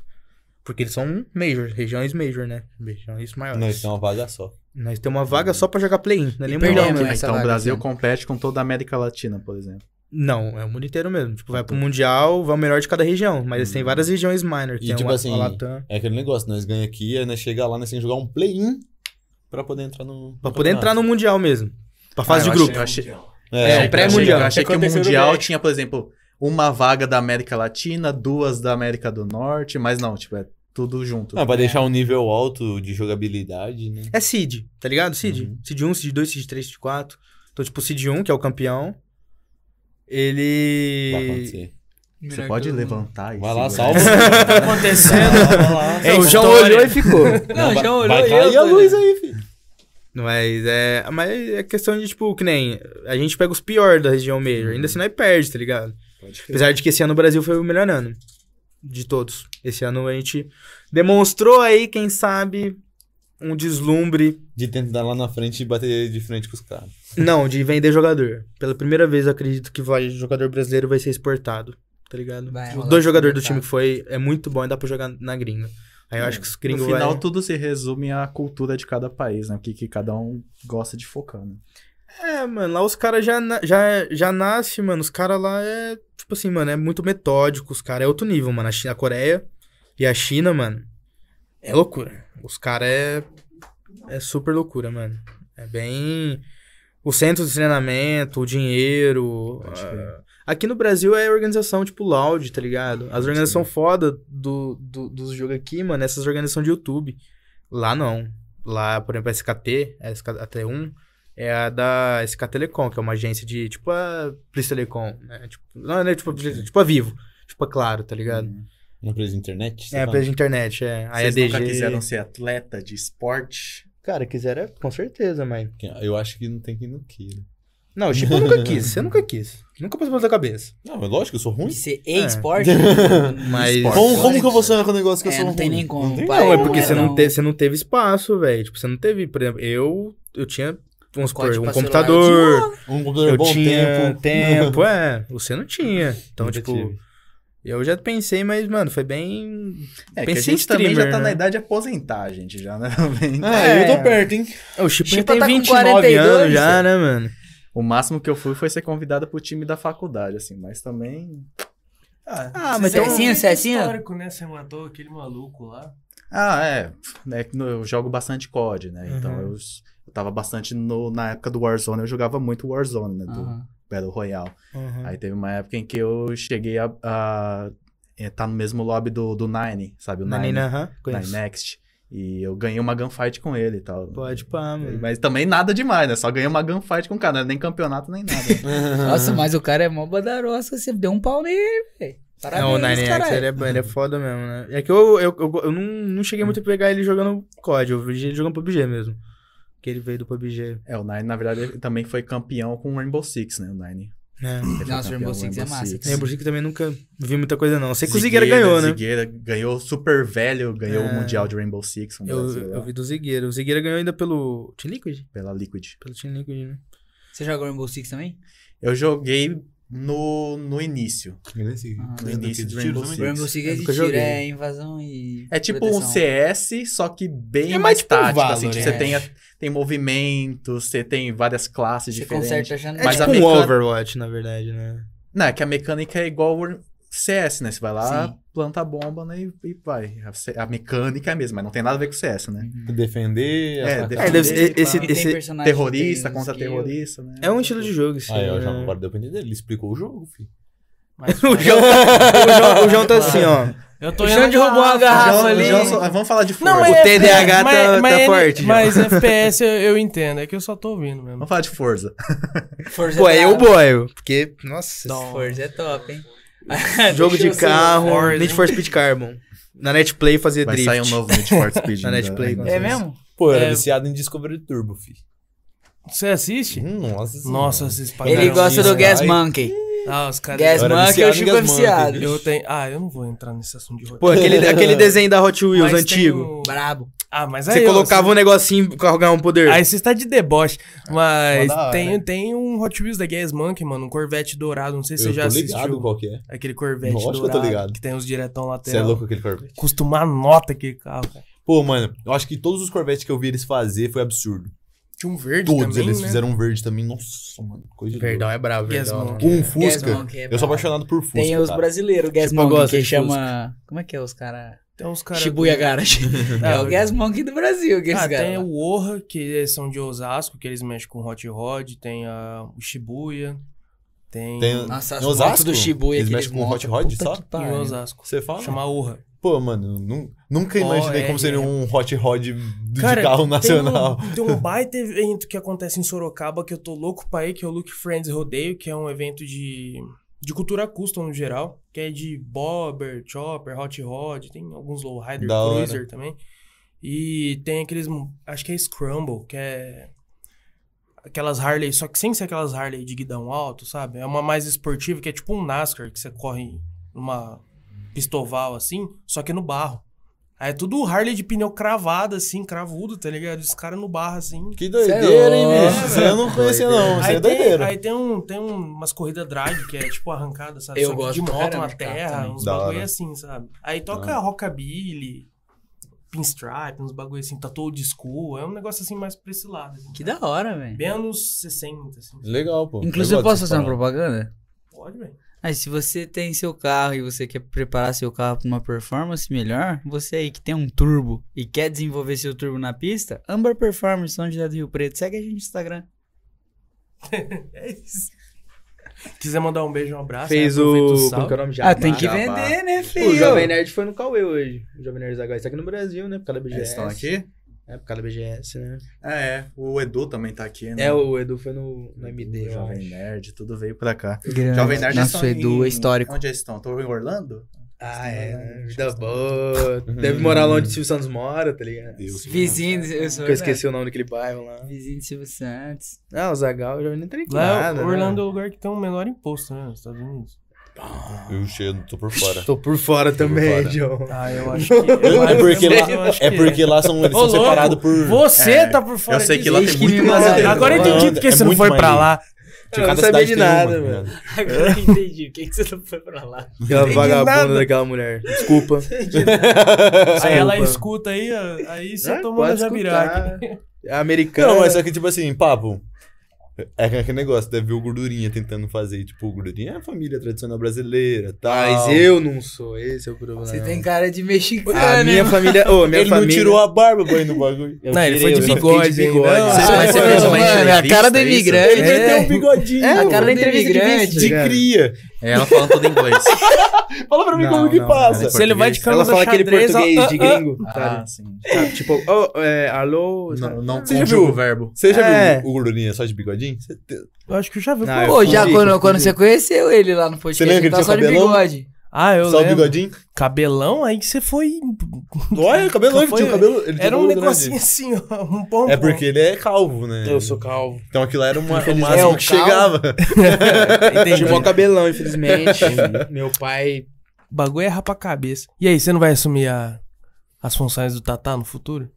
Speaker 5: Porque eles são major, regiões major, né? Regiões maiores.
Speaker 6: Não, isso é uma vaga só.
Speaker 5: Nós temos uma vaga só pra jogar play-in, não é
Speaker 4: E
Speaker 5: nem mundial,
Speaker 4: perdemos,
Speaker 5: né?
Speaker 4: né? essa
Speaker 1: então o
Speaker 4: vaga,
Speaker 1: Brasil
Speaker 4: né?
Speaker 1: compete com toda a América Latina, por exemplo.
Speaker 5: Não, é o mundo inteiro mesmo. Tipo, vai pro Mundial, vai o melhor de cada região. Mas eles têm várias regiões minor,
Speaker 6: Uhum.
Speaker 5: que
Speaker 6: E,
Speaker 5: tem
Speaker 6: tipo
Speaker 5: o,
Speaker 6: assim,
Speaker 5: o Latam.
Speaker 6: É aquele negócio, nós ganhamos aqui, aí nós chega lá, nós temos que jogar um play-in pra poder entrar no.
Speaker 5: Pra poder entrar no Mundial mesmo. Pra fase
Speaker 1: Ah, eu
Speaker 5: de grupo.
Speaker 1: achei- eu achei-
Speaker 6: É,
Speaker 5: É,
Speaker 1: eu
Speaker 5: pré-mundial.
Speaker 1: achei- Eu achei que o
Speaker 3: Aconteceu no
Speaker 1: Mundial
Speaker 3: México.
Speaker 1: tinha, por exemplo, uma vaga da América Latina, duas da América do Norte, mas não, tipo, é tudo junto.
Speaker 6: Ah, pra deixar um nível alto de jogabilidade, né?
Speaker 5: É seed, tá ligado? Seed.
Speaker 6: Uhum.
Speaker 5: Seed 1, Seed 2, Seed 3, Seed 4. Então, tipo, o Seed 1, que é o campeão, ele...
Speaker 6: Vai acontecer.
Speaker 1: Você pode levantar isso.
Speaker 6: Vai lá, salva.
Speaker 2: O que tá acontecendo?
Speaker 5: É, o João
Speaker 2: história.
Speaker 5: olhou e ficou.
Speaker 4: Não, já olhou
Speaker 6: Vai
Speaker 4: e
Speaker 6: cair
Speaker 4: eu
Speaker 6: a
Speaker 4: tô
Speaker 6: luz aí, filho.
Speaker 5: Mas é, mas é questão de, tipo, que nem... A gente pega os piores da região major. Ainda assim, nós perde, tá ligado? Apesar de que esse ano o Brasil foi o melhor ano de todos. Esse ano a gente demonstrou aí, quem sabe, um deslumbre.
Speaker 6: De tentar lá na frente e bater de frente com os caras.
Speaker 5: Não, de vender jogador. Pela primeira vez eu acredito que vai, jogador brasileiro vai ser exportado, tá ligado?
Speaker 4: Vai
Speaker 5: Os
Speaker 4: rolar
Speaker 5: dois jogadores do
Speaker 4: exportar.
Speaker 5: time que foi é muito bom, dá pra jogar na gringa. Aí eu acho que é- os
Speaker 1: É, No
Speaker 5: gringos
Speaker 1: final,
Speaker 5: vai...
Speaker 1: tudo se resume à cultura de cada país, né? O que, que cada um gosta de focar, né?
Speaker 5: É, mano, lá os caras já, na- já, já nasce, mano. Os caras lá é, tipo assim, mano, é muito metódico. Os caras é outro nível, mano. A, China, a Coreia e a China, mano, é loucura. Os caras é, é super loucura, mano. É bem. O centro de treinamento, o dinheiro.
Speaker 1: Pode
Speaker 5: ah,
Speaker 1: crer.
Speaker 5: Aqui no Brasil é organização tipo Loud, tá ligado? As organizações foda do, do, dos jogos aqui, mano, é essas organizações de YouTube. Lá não. Lá, por exemplo, a SKT, a SKT1, é a da SK Telecom, que é uma agência de, tipo, a Plis Telecom, né? Tipo, não, né? Tipo, a Plis- tipo a Vivo, tipo a Claro, tá ligado?
Speaker 6: Na empresa de internet? tá sei
Speaker 5: É, a
Speaker 6: lá.
Speaker 5: empresa de internet, é.
Speaker 1: Hum,
Speaker 5: A
Speaker 1: tá- Vocês
Speaker 5: EDG...
Speaker 1: nunca quiseram ser atleta de esporte?
Speaker 5: Cara, quiser, é com certeza, mas...
Speaker 6: Eu acho que não tem quem não queira.
Speaker 5: Não, o Chico nunca quis, você nunca quis. Nunca passou pela sua cabeça.
Speaker 6: Não, é lógico, eu sou ruim.
Speaker 4: De ser e-sport?
Speaker 5: Mas-
Speaker 4: Esporte.
Speaker 6: Como, como que eu vou sonhar com um negócio que eu
Speaker 4: É,
Speaker 6: sou
Speaker 4: não
Speaker 6: ruim?
Speaker 4: tem nem como,
Speaker 6: Não tem
Speaker 4: pai.
Speaker 5: Não,
Speaker 6: como.
Speaker 5: é porque você não,
Speaker 4: Não.
Speaker 5: te- você não teve espaço, velho. Tipo, você não teve, por exemplo, eu, eu tinha, vamos supor,
Speaker 4: Código
Speaker 5: um
Speaker 4: pra
Speaker 5: computador,
Speaker 6: Um computador
Speaker 5: eu
Speaker 6: bom
Speaker 5: tinha
Speaker 6: tempo.
Speaker 5: tempo. tempo, é, você não tinha. Então,
Speaker 6: Nunca
Speaker 5: tipo,
Speaker 6: tive.
Speaker 5: eu já pensei, mas, mano, foi bem...
Speaker 1: É, que a
Speaker 5: Pensei em
Speaker 1: gente também já
Speaker 5: streamer,
Speaker 1: tá na
Speaker 5: né?
Speaker 1: idade de aposentar, gente, já, né?
Speaker 6: Ah,
Speaker 5: É.
Speaker 6: eu tô perto, hein?
Speaker 5: O Chipinha
Speaker 4: Chipa
Speaker 5: tem
Speaker 4: tá com
Speaker 5: 29 anos
Speaker 4: 42,
Speaker 5: já, né, mano?
Speaker 1: O máximo que eu fui foi ser convidado pro time da faculdade, assim, mas também.
Speaker 5: Ah, mas
Speaker 4: tem um-
Speaker 5: então...
Speaker 4: Cezinha, Cezinha?
Speaker 2: histórico, né? Você matou aquele maluco lá.
Speaker 1: Ah, é. né, que no- eu jogo bastante COD, né? Então
Speaker 5: Uhum.
Speaker 1: eu, s- eu tava bastante no, na época do Warzone, eu jogava muito Warzone, né? Do
Speaker 4: Aham.
Speaker 1: Battle Royale.
Speaker 5: Uhum.
Speaker 1: Aí teve uma época em que eu cheguei a. a eh, tá no mesmo lobby do, do Nine, sabe? O Nine,
Speaker 5: Nanina, Uhum. aham, conheço.
Speaker 1: Nine Next. E eu ganhei uma gunfight com ele e tal.
Speaker 5: Pode pá, mano.
Speaker 1: Mas também nada demais, né? Só ganhei uma gunfight com o cara, é nem campeonato, nem nada.
Speaker 4: Nossa, mas o cara é mó badarosa, você deu um pau nele, velho. Parabéns,
Speaker 5: Não, É, o Nine X,
Speaker 4: caralho.
Speaker 5: ele é, bom, ele é foda mesmo, né? É que eu, eu, eu, eu não, não cheguei muito a pegar ele jogando COD, eu vi ele jogando PUBG mesmo. Que ele veio do PUBG.
Speaker 1: É, o Nine, na verdade, ele também foi campeão com o Rainbow Six, né? O Nine.
Speaker 5: né?
Speaker 1: Ele foi
Speaker 4: Nossa, o Rainbow
Speaker 1: campeão com
Speaker 4: Six é massa.
Speaker 5: Lembro que também nunca vi muita coisa, não. Eu sei que o Zigueira ganhou, né?
Speaker 1: Zigueira ganhou super velho, ganhou
Speaker 5: É.
Speaker 1: o Mundial de Rainbow Six no
Speaker 5: Eu,
Speaker 1: Brasil,
Speaker 5: eu
Speaker 1: lá,
Speaker 5: vi do Zigueira. O Zigueira ganhou ainda pelo. Team Liquid?
Speaker 1: pela Liquid.
Speaker 5: Pelo Team Liquid, né?
Speaker 4: Você joga o Rainbow Six também?
Speaker 1: Eu joguei no, no início. No início do Rainbow
Speaker 4: O Ah, Rainbow
Speaker 1: Six.
Speaker 4: Six
Speaker 5: Eu
Speaker 4: é de
Speaker 5: nunca
Speaker 4: tiro,
Speaker 5: joguei.
Speaker 4: é invasão e.
Speaker 1: É tipo um
Speaker 4: proteção.
Speaker 1: CS, só que bem
Speaker 5: É mais
Speaker 1: mais
Speaker 5: tipo
Speaker 1: tático.
Speaker 5: Valorant.
Speaker 1: assim, tipo, você
Speaker 4: É.
Speaker 1: tem, a- tem movimentos, você tem várias classes
Speaker 4: Você
Speaker 1: diferentes.
Speaker 4: conserta a janela.
Speaker 5: É
Speaker 1: Mas
Speaker 5: tipo
Speaker 1: a
Speaker 5: um
Speaker 1: mecânica-
Speaker 5: Overwatch, na verdade, né?
Speaker 1: Não, é que a mecânica é igual o CS, né? Você vai lá,
Speaker 4: Sim.
Speaker 1: planta a bomba né? e, e vai. A, C- a mecânica é a mesma, mas não tem nada a ver com o CS, né?
Speaker 6: Defender.
Speaker 1: É,
Speaker 6: atacar.
Speaker 1: defender.
Speaker 5: É, deve ser-
Speaker 1: Esse-
Speaker 5: esse,
Speaker 4: E tem
Speaker 5: esse,
Speaker 4: personagem que
Speaker 1: Terrorista
Speaker 4: tem
Speaker 1: contra
Speaker 4: skill.
Speaker 1: terrorista, né?
Speaker 5: é um estilo de jogo, assim.
Speaker 6: Aí, ó, já
Speaker 5: né?
Speaker 6: agora deu pra entender. Ele explicou o jogo, filho.
Speaker 2: Mas
Speaker 5: O João, o, João, o João tá assim, ó.
Speaker 2: Eu
Speaker 4: O
Speaker 2: tô indo
Speaker 4: Xande
Speaker 2: na
Speaker 4: roubou uma
Speaker 2: garrafa.
Speaker 4: garrafa
Speaker 1: João-
Speaker 4: ali.
Speaker 1: João só- vamos falar de Forza.
Speaker 2: Ah, Não, mas
Speaker 5: O
Speaker 2: é-
Speaker 5: TDAH
Speaker 2: mas-
Speaker 5: tá-
Speaker 2: mas
Speaker 5: tá
Speaker 2: ele-
Speaker 5: forte, João.
Speaker 2: Mas FPS eu, eu entendo, é que eu só tô ouvindo mesmo.
Speaker 1: Vamos falar de Forza.
Speaker 4: Forza
Speaker 5: Pô,
Speaker 4: é
Speaker 5: eu
Speaker 4: brabo.
Speaker 5: boio. Porque, nossa.
Speaker 2: Não.
Speaker 4: Forza é top, hein?
Speaker 5: Jogo de carro,
Speaker 2: Forza,
Speaker 5: Need
Speaker 2: hein?
Speaker 5: for Speed Carbon. Na Netplay fazer
Speaker 1: Vai
Speaker 5: drift.
Speaker 1: sair um novo Need for Speed.
Speaker 5: Na
Speaker 1: ainda, né?
Speaker 5: Netplay,
Speaker 1: ainda
Speaker 5: com
Speaker 4: É
Speaker 1: vezes.
Speaker 4: mesmo?
Speaker 6: Pô, eu era
Speaker 2: É.
Speaker 6: viciado em Discovery Turbo, fi.
Speaker 2: Você assiste?
Speaker 6: Hum, Nossa
Speaker 5: Uhum.
Speaker 2: Nossa,
Speaker 6: senhora.
Speaker 2: esses né?
Speaker 4: Ele
Speaker 6: Caramba,
Speaker 4: gosta do
Speaker 6: isso
Speaker 4: Gas
Speaker 6: vai.
Speaker 4: Monkey.
Speaker 2: Ah, os caras.
Speaker 4: Gas
Speaker 6: Eu era
Speaker 4: Monkey eu
Speaker 6: viciado em
Speaker 4: fico
Speaker 6: Gas Monkey,
Speaker 4: viciado.
Speaker 6: bicho.
Speaker 2: Eu tenho. Ah, eu não vou entrar nesse assunto de
Speaker 5: Pô, aquele, aquele desenho da Hot Wheels
Speaker 2: Mas tem
Speaker 5: antigo.
Speaker 2: o-
Speaker 4: Brabo.
Speaker 2: Ah, mas aí.
Speaker 5: Você
Speaker 2: eu-
Speaker 5: colocava um negocinho pra arrancar um poder.
Speaker 2: Aí você está de deboche. Mas
Speaker 1: Mó da hora,
Speaker 2: tem,
Speaker 1: né?
Speaker 2: tem um Hot Wheels da Gas Monkey, mano. Um Corvette dourado. Não sei se
Speaker 6: eu
Speaker 2: você já
Speaker 6: tô
Speaker 2: assistiu.
Speaker 6: ligado qual que é.
Speaker 2: Aquele Corvette
Speaker 6: Lógico que eu tô
Speaker 2: dourado.
Speaker 6: ligado.
Speaker 2: que tem os diretão
Speaker 6: Você é
Speaker 2: lateral.
Speaker 6: louco aquele Corvette.
Speaker 2: Custa uma nota aquele carro, cara.
Speaker 6: Pô, mano, eu acho que todos os Corvettes que eu vi eles fazer foi absurdo.
Speaker 2: Tinha um verde
Speaker 6: Todos
Speaker 2: também,
Speaker 6: eles
Speaker 2: né?
Speaker 6: fizeram um verde também. Nossa, mano, coisa de
Speaker 5: Verdão é bravo,
Speaker 2: Yes,
Speaker 5: Verdão.
Speaker 2: mano.
Speaker 6: louco. Um
Speaker 4: Gas
Speaker 6: Fusca.
Speaker 4: Monkey é
Speaker 6: eu sou
Speaker 4: brabo.
Speaker 6: apaixonado por Fusca.
Speaker 4: Tem os
Speaker 6: cara.
Speaker 4: brasileiros, o Gas
Speaker 5: Tipo, eu
Speaker 4: Monkey,
Speaker 5: gosto
Speaker 4: que
Speaker 5: de
Speaker 4: chama... Como é que é os caras?
Speaker 2: Tem uns caras...
Speaker 4: Shibuya Garage. É o Gas Monkey do Brasil, é aqueles
Speaker 2: Ah,
Speaker 4: caras.
Speaker 2: tem o Orra, que são de Osasco, que eles mexem com Hot Rod. Tem a, o Shibuya. Tem,
Speaker 6: Tem um-
Speaker 2: em
Speaker 4: Nossa, as
Speaker 6: Em
Speaker 4: motos
Speaker 6: Osasco,
Speaker 4: do Shibuya
Speaker 6: eles
Speaker 4: que
Speaker 6: mexem com
Speaker 4: montam,
Speaker 6: hot rod,
Speaker 4: puta
Speaker 6: só?
Speaker 4: que pariu.
Speaker 2: Osasco.
Speaker 6: Você fala?
Speaker 2: Chama Orra.
Speaker 6: Pô, mano, nu- nunca
Speaker 2: Ó,
Speaker 6: imaginei
Speaker 2: é,
Speaker 6: como seria
Speaker 2: é.
Speaker 6: um hot rod do-
Speaker 2: Cara,
Speaker 6: de carro
Speaker 2: Tem
Speaker 6: nacional.
Speaker 2: um, tem um baita evento que acontece em Sorocaba que eu tô louco pra ir, que é o Look Friends Rodeio, que é um evento de, de cultura custom no geral, que é de bobber, chopper, hot rod, tem alguns lowrider,
Speaker 6: Da hora.
Speaker 2: cruiser também. E tem aqueles, acho que é Scramble, que é aquelas Harley, só que sem ser aquelas Harley de guidão alto, sabe? É uma mais esportiva, que é tipo um NASCAR, que você corre numa pistoval assim, só que no barro. Aí é tudo Harley de pneu cravado, assim, cravudo, tá ligado? Os caras no barro, assim.
Speaker 6: Que doideira, hein,
Speaker 4: louco,
Speaker 6: bicho? Isso aí eu não conhecia, não.
Speaker 2: né,
Speaker 6: Isso aí
Speaker 2: Aí
Speaker 6: é
Speaker 2: tem,
Speaker 6: doideira.
Speaker 2: aí tem, um, tem um- umas corridas drag, que é tipo arrancada, sabe?
Speaker 4: Eu
Speaker 2: Só que
Speaker 4: gosto
Speaker 2: de
Speaker 4: pra
Speaker 2: moto
Speaker 4: caramba
Speaker 2: na
Speaker 4: de carro
Speaker 2: terra,
Speaker 4: também.
Speaker 2: uns
Speaker 6: Da
Speaker 2: bagulho
Speaker 6: hora.
Speaker 2: assim, sabe? Aí toca rockabilly, pinstripe, uns bagulho assim, tá todo school. É um negócio assim mais pra esse lado. Assim.
Speaker 4: Que da hora, velho.
Speaker 2: Bem anos 60, assim.
Speaker 6: Legal, tipo, pô.
Speaker 4: Inclusive,
Speaker 6: Eu
Speaker 4: eu
Speaker 6: gosto
Speaker 4: posso
Speaker 6: dessa
Speaker 4: fazer uma
Speaker 6: parada.
Speaker 4: propaganda?
Speaker 2: Pode, velho.
Speaker 4: Aí, se você tem seu carro e você quer preparar seu carro para uma performance melhor, você aí que tem um turbo e quer desenvolver seu turbo na pista, Amber Performance, São José do Rio Preto, segue a gente no Instagram.
Speaker 2: É isso. Quiser mandar um beijo, um abraço.
Speaker 5: Fez
Speaker 2: aí aproveita
Speaker 5: o.
Speaker 2: salve.
Speaker 5: Como que é o nome?
Speaker 4: ah,
Speaker 5: Jabá.
Speaker 4: tem que
Speaker 1: Jabá.
Speaker 4: vender, né, filho?
Speaker 5: O Jovem Nerd foi no Cauê hoje. O Jovem Nerd Zagal está aqui no Brasil, né? Por causa da BGS.
Speaker 1: Eles estão aqui?
Speaker 5: É, por causa da BGS, né?
Speaker 1: Ah, é. O Edu também tá aqui, né?
Speaker 5: É, o Edu foi no, no MD,
Speaker 1: O
Speaker 5: eu
Speaker 1: Jovem
Speaker 5: acho.
Speaker 1: Nerd, tudo veio pra cá.
Speaker 4: Grande.
Speaker 1: Jovem Nerd eles
Speaker 4: Nosso
Speaker 1: estão
Speaker 4: É, Edu
Speaker 1: em-
Speaker 4: é histórico.
Speaker 1: Onde eles estão? Estão em Orlando?
Speaker 5: Ah,
Speaker 1: Eles
Speaker 5: é.
Speaker 1: estão em
Speaker 5: né?
Speaker 1: Orlando,
Speaker 5: Vida
Speaker 1: eles
Speaker 5: boa. Deve morar lá onde o Silvio Santos mora, tá ligado?
Speaker 6: Deus.
Speaker 4: Vizinho, de- eu sou
Speaker 5: Porque eu esqueci o nome daquele bairro lá.
Speaker 4: Vizinho de Silvio Santos.
Speaker 5: Ah, o Zagal, o Jovem Nerd tá
Speaker 2: Lá,
Speaker 5: ligado. né?
Speaker 2: Orlando é o lugar que tem o menor imposto, né? Nos Estados Unidos.
Speaker 6: Eu chego, tô por fora.
Speaker 5: Tô por fora também,
Speaker 6: fora.
Speaker 5: John.
Speaker 2: Ah, eu acho que. eu
Speaker 6: É
Speaker 2: acho-
Speaker 6: porque
Speaker 2: mas
Speaker 6: lá,
Speaker 2: eu acho
Speaker 6: é
Speaker 2: que
Speaker 6: porque lá são, eles
Speaker 2: Ô,
Speaker 6: são
Speaker 2: louco,
Speaker 6: separados por.
Speaker 2: Você
Speaker 1: É,
Speaker 2: tá por fora
Speaker 1: eu sei
Speaker 2: de
Speaker 1: que lá tem
Speaker 4: desde que
Speaker 1: muito
Speaker 4: me
Speaker 1: mais
Speaker 4: mandaram.
Speaker 1: Edu,
Speaker 2: Agora eu
Speaker 1: né?
Speaker 2: entendi
Speaker 6: Não,
Speaker 2: porque
Speaker 6: é
Speaker 2: você não
Speaker 6: muito
Speaker 2: foi pra
Speaker 6: maneiro.
Speaker 2: lá.
Speaker 5: Eu não
Speaker 6: cada
Speaker 5: sabia
Speaker 6: cidade
Speaker 5: de
Speaker 6: tem uma,
Speaker 5: nada,
Speaker 6: tá
Speaker 5: velho.
Speaker 6: ligado?
Speaker 4: Agora eu entendi. Por que, que você não foi pra lá?
Speaker 5: Aquela
Speaker 2: Entendi
Speaker 5: vagabunda
Speaker 2: nada.
Speaker 5: daquela mulher. Desculpa.
Speaker 2: Aí ela escuta
Speaker 5: Desculpa.
Speaker 2: aí, ó, aí você
Speaker 5: É,
Speaker 2: tomou na
Speaker 5: pode
Speaker 2: jabiraca.
Speaker 5: escutar. É Americano.
Speaker 6: Não, mas só que, tipo assim, papo. É aquele negócio, deve ver o gordurinha tentando fazer. e, Tipo, o gordurinha é a família tradicional brasileira, tá?
Speaker 5: Mas eu não sou, esse é o problema.
Speaker 4: Você tem cara de mexicano,
Speaker 5: A minha
Speaker 4: né?
Speaker 5: família. Ô, minha
Speaker 6: Ele não
Speaker 5: família.
Speaker 6: tirou a barba, boy, no bagulho.
Speaker 5: Eu
Speaker 2: Não, ele foi
Speaker 5: tirei,
Speaker 2: de
Speaker 5: eu só fiquei
Speaker 2: bigode ainda.
Speaker 5: bigode.
Speaker 2: Não,
Speaker 5: Você- mas
Speaker 1: Ah,
Speaker 5: você
Speaker 1: foi,
Speaker 5: fez uma
Speaker 1: mano,
Speaker 4: Mano, é a cara do
Speaker 1: entrevista, isso?
Speaker 4: imigrante.
Speaker 6: Ele meteu um bigodinho.
Speaker 5: É,
Speaker 4: a cara da
Speaker 5: mano.
Speaker 4: entrevista de
Speaker 6: de,
Speaker 4: imigrante.
Speaker 6: cria.
Speaker 1: É, ela fala todo inglês.
Speaker 6: Fala pra mim
Speaker 5: Não,
Speaker 6: como que
Speaker 5: não,
Speaker 6: passa.
Speaker 1: não.
Speaker 2: Se ele vai de
Speaker 5: Ela
Speaker 2: camisa
Speaker 5: fala aquele
Speaker 2: xadrez, ela-
Speaker 5: português de
Speaker 2: ah, ah.
Speaker 5: gringo. sabe?
Speaker 1: Ah, sim.
Speaker 5: Sabe, Tipo, ô, é, alô. sabe?
Speaker 1: Não, não
Speaker 6: Você já
Speaker 1: conjuga
Speaker 6: viu?
Speaker 1: o verbo.
Speaker 6: Você já
Speaker 5: É.
Speaker 6: viu o gordurinha só de bigodinho? Você,
Speaker 2: Eu acho que eu já vi.
Speaker 5: Não, eu
Speaker 4: Pô, já
Speaker 5: fugi,
Speaker 4: quando,
Speaker 5: eu
Speaker 4: quando
Speaker 5: fugi.
Speaker 4: você conheceu ele lá no podcast,
Speaker 6: Você lembra
Speaker 4: ele
Speaker 6: que
Speaker 4: tá
Speaker 6: ele
Speaker 4: só
Speaker 6: tinha
Speaker 4: de
Speaker 6: cabelão?
Speaker 4: bigode.
Speaker 2: Ah, eu
Speaker 6: só o
Speaker 2: lembro.
Speaker 6: bigodinho?
Speaker 2: Cabelão, aí que você foi...
Speaker 6: Olha, cabelão, ele
Speaker 2: Foi-
Speaker 6: tinha o cabelo. ele tinha
Speaker 2: Era
Speaker 6: o
Speaker 2: um
Speaker 6: cabelo
Speaker 2: negocinho
Speaker 6: grande.
Speaker 2: assim, ó, um ponto.
Speaker 6: É porque ele é calvo, né?
Speaker 5: Eu sou calvo.
Speaker 6: Então aquilo lá era uma, o
Speaker 4: é o
Speaker 6: máximo que
Speaker 4: calvo?
Speaker 6: chegava.
Speaker 5: Entendi.
Speaker 2: Entendi.
Speaker 5: Tirou o cabelão, infelizmente. Meu pai.
Speaker 2: O bagulho é rapa a cabeça. E aí, você não vai assumir a- as funções do Tatá no futuro?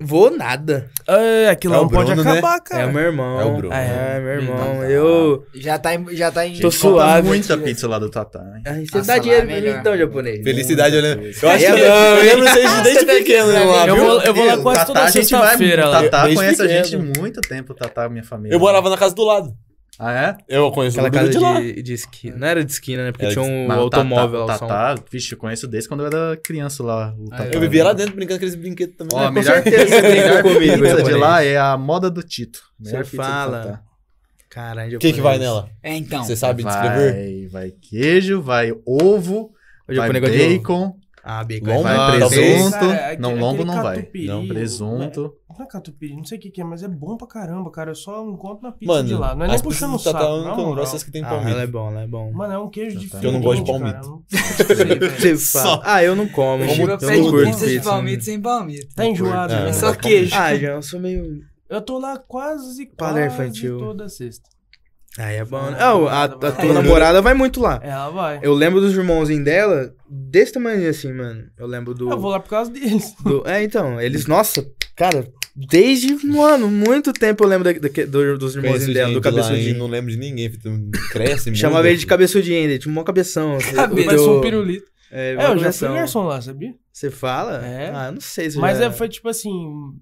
Speaker 5: Vou nada.
Speaker 2: É, aquilo
Speaker 6: É
Speaker 2: lá
Speaker 6: o
Speaker 2: não pode
Speaker 6: Bruno, né?
Speaker 2: acabar,
Speaker 5: É
Speaker 2: cara.
Speaker 5: o meu irmão.
Speaker 6: É o Bruno.
Speaker 5: Ah, É, meu
Speaker 4: Então
Speaker 5: irmão.
Speaker 4: tá.
Speaker 5: Eu.
Speaker 4: Já tá em... Já tá em...
Speaker 5: Tô
Speaker 1: Gente, falta
Speaker 5: suave
Speaker 1: muita
Speaker 5: aqui,
Speaker 1: pizza lá do Tatá, hein?
Speaker 5: Ai, Você
Speaker 4: Nossa,
Speaker 5: dá
Speaker 4: lá
Speaker 5: dinheiro
Speaker 4: é
Speaker 5: pra mim
Speaker 4: melhor.
Speaker 5: então, japonês?
Speaker 6: Felicidade, eu lembro. Eu
Speaker 5: Aí
Speaker 6: acho que
Speaker 5: é né,
Speaker 6: eu,
Speaker 5: bom,
Speaker 6: eu
Speaker 5: hein?
Speaker 6: lembro vocês desde pequeno lá,
Speaker 2: Eu
Speaker 6: viu?
Speaker 2: vou, eu vou lá
Speaker 1: O
Speaker 2: quase
Speaker 1: Tatá,
Speaker 2: toda
Speaker 1: a gente vai-
Speaker 2: sexta-feira
Speaker 1: O
Speaker 2: lá.
Speaker 1: Tatá
Speaker 6: Desde
Speaker 1: conhece a
Speaker 6: pequeno.
Speaker 1: gente de muito tempo, o Tatá, minha família.
Speaker 6: Eu morava na casa do lado.
Speaker 1: Ah, é?
Speaker 6: Eu conheço
Speaker 5: Aquela
Speaker 6: o Dudu
Speaker 5: casa
Speaker 6: de lá.
Speaker 5: de, de esquina. Não era de esquina, né? Porque
Speaker 6: Era
Speaker 5: tinha
Speaker 6: de-
Speaker 5: um
Speaker 1: Mas
Speaker 5: automóvel lá.
Speaker 1: Tatá,
Speaker 5: Ah, só um-
Speaker 1: Tatá, vixe, eu conheço desde quando eu era criança lá. o Tatá.
Speaker 6: Eu vivia lá dentro brincando com aqueles brinquedos também.
Speaker 1: Ó,
Speaker 6: né?
Speaker 1: a melhor,
Speaker 5: certeza,
Speaker 1: a melhor
Speaker 5: comigo,
Speaker 1: pizza de
Speaker 5: japonês.
Speaker 1: lá é a moda do Tito. Melhor
Speaker 5: Você
Speaker 1: pizza do
Speaker 5: fala.
Speaker 1: Tatá.
Speaker 5: Caralho,
Speaker 6: Quem que vai
Speaker 5: japonês.
Speaker 6: nela?
Speaker 4: É, então.
Speaker 6: Você sabe descrever?
Speaker 1: Vai, vai queijo, vai ovo,
Speaker 5: Hoje eu
Speaker 1: vai
Speaker 5: fui negócio de ovo.
Speaker 1: bacon,
Speaker 5: Ah, Bico,
Speaker 6: Lombo,
Speaker 5: vai
Speaker 1: Ah,
Speaker 5: presunto.
Speaker 1: presunto.
Speaker 2: Cara, é
Speaker 6: não,
Speaker 2: aquele-
Speaker 6: lombo
Speaker 2: aquele
Speaker 6: não vai.
Speaker 2: catupiry,
Speaker 6: Não,
Speaker 1: um Presunto.
Speaker 2: Não é catupiry, não sei o que, que é, mas é bom pra caramba, cara. Eu só encontro na pizza
Speaker 6: Mano,
Speaker 2: de lá. Não é nem
Speaker 6: as tá
Speaker 2: puxando o
Speaker 6: pizzas
Speaker 2: saco.
Speaker 6: Tatá eu
Speaker 2: não,
Speaker 6: nunca
Speaker 2: não.
Speaker 6: não um gosto das que tem
Speaker 5: Ah, ela é
Speaker 6: palmito.
Speaker 5: bom, ela é bom.
Speaker 2: Mano, é um queijo de
Speaker 1: Porque eu
Speaker 6: não gosto de
Speaker 2: diferente, cara. é um- Não-
Speaker 5: Você fala. Ah, eu não como.
Speaker 4: O
Speaker 5: gente,
Speaker 4: Chiba
Speaker 5: eu
Speaker 4: pede
Speaker 5: não curto
Speaker 4: pizza de
Speaker 5: pizza,
Speaker 4: palmito
Speaker 5: né?
Speaker 4: sem palmito.
Speaker 2: Tá enjoado,
Speaker 6: É,
Speaker 2: né?
Speaker 4: Só
Speaker 6: não.
Speaker 4: queijo.
Speaker 5: Ah, já eu sou meio.
Speaker 2: Eu tô lá quase,
Speaker 5: Palermo
Speaker 2: quase
Speaker 5: infantil.
Speaker 2: toda sexta.
Speaker 5: Ah, é bom. né? Ah, o- a, a tua
Speaker 2: É.
Speaker 5: namorada vai muito lá.
Speaker 2: Ela vai.
Speaker 5: Eu lembro dos irmãozinhos dela desse tamanho assim, mano. Eu lembro do.
Speaker 2: Eu vou lá por causa deles.
Speaker 5: do- é, então, eles, nossa, cara, desde, mano, muito tempo eu lembro da- daque- do- dos
Speaker 6: Conheço
Speaker 5: irmãozinhos dela, do
Speaker 6: gente lá, hein?
Speaker 5: cabeçudinho.
Speaker 6: Não lembro de ninguém. tu Cresce, muda.
Speaker 5: Chamava ele de cabeçudinho ainda, tinha um maior cabeção. assim,
Speaker 4: Cabeça.
Speaker 5: do-
Speaker 2: Parece um pirulito.
Speaker 5: É,
Speaker 2: É,
Speaker 5: maior
Speaker 2: eu já fui
Speaker 5: cabeção.
Speaker 2: garçom lá, sabia?
Speaker 5: Você fala?
Speaker 2: É.
Speaker 5: Ah, eu não sei se eu
Speaker 2: Mas
Speaker 5: já...
Speaker 2: é, foi tipo assim,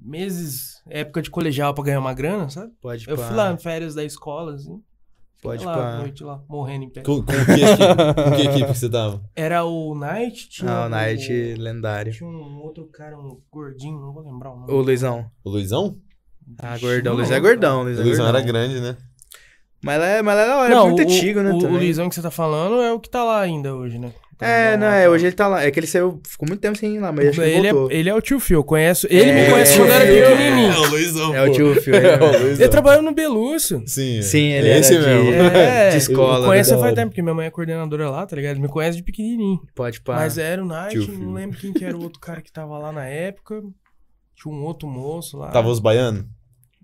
Speaker 2: meses, época de colegial pra ganhar uma grana, sabe?
Speaker 5: Pode
Speaker 2: Eu
Speaker 5: pá,
Speaker 2: fui lá em férias da escola, assim. Fiquei
Speaker 5: Pode
Speaker 2: lá, à
Speaker 5: pá.
Speaker 2: noite lá, morrendo em pé.
Speaker 6: Com, com, que equipe, com que equipe que você tava?
Speaker 2: Era o Night, tinha.
Speaker 5: Ah, o Night
Speaker 2: o-
Speaker 5: lendário.
Speaker 2: Tinha um outro cara, um gordinho, não vou lembrar o nome. um
Speaker 5: Ô, Luizão.
Speaker 6: O Luizão?
Speaker 5: Ah, gordão.
Speaker 2: não,
Speaker 5: Luiz é gordão,
Speaker 6: O
Speaker 5: Luiz é
Speaker 6: Luizão
Speaker 5: gordão.
Speaker 6: era grande, né?
Speaker 5: Mas ela é, mas ela é da hora,
Speaker 2: Não,
Speaker 5: é muito
Speaker 2: o-
Speaker 5: antigo, né,
Speaker 2: O, o
Speaker 5: também.
Speaker 2: Luizão que você tá falando é o que tá lá ainda hoje, né? Tá
Speaker 5: É,
Speaker 2: lá,
Speaker 5: não, é, hoje ele tá lá. É que ele saiu, ficou muito tempo sem ir lá, mas acho que ele
Speaker 2: ele,
Speaker 5: voltou.
Speaker 2: é, ele é o tio Fio, eu conheço. Ele
Speaker 5: É,
Speaker 2: me conhece
Speaker 5: é,
Speaker 2: quando eu era
Speaker 5: é,
Speaker 2: pequenininho.
Speaker 6: o Luizão.
Speaker 5: É, o tio Phil. ele
Speaker 6: É
Speaker 5: mesmo.
Speaker 6: o
Speaker 2: Ele
Speaker 6: Luizão.
Speaker 2: trabalhava no Belúcio.
Speaker 6: Sim, é.
Speaker 5: Sim, ele
Speaker 6: Esse
Speaker 5: era de-
Speaker 6: mesmo.
Speaker 2: É,
Speaker 5: de escola,
Speaker 2: Eu conheço
Speaker 6: né?
Speaker 2: ele faz
Speaker 6: Da hora.
Speaker 2: tempo, porque minha mãe é coordenadora lá, tá ligado? Ele Me conhece de pequenininho.
Speaker 5: Pode pá.
Speaker 2: Mas era o Night,
Speaker 6: Tio Fio.
Speaker 2: não lembro quem que era o outro cara que tava lá na época. Tinha um outro moço lá.
Speaker 6: Tava os baianos?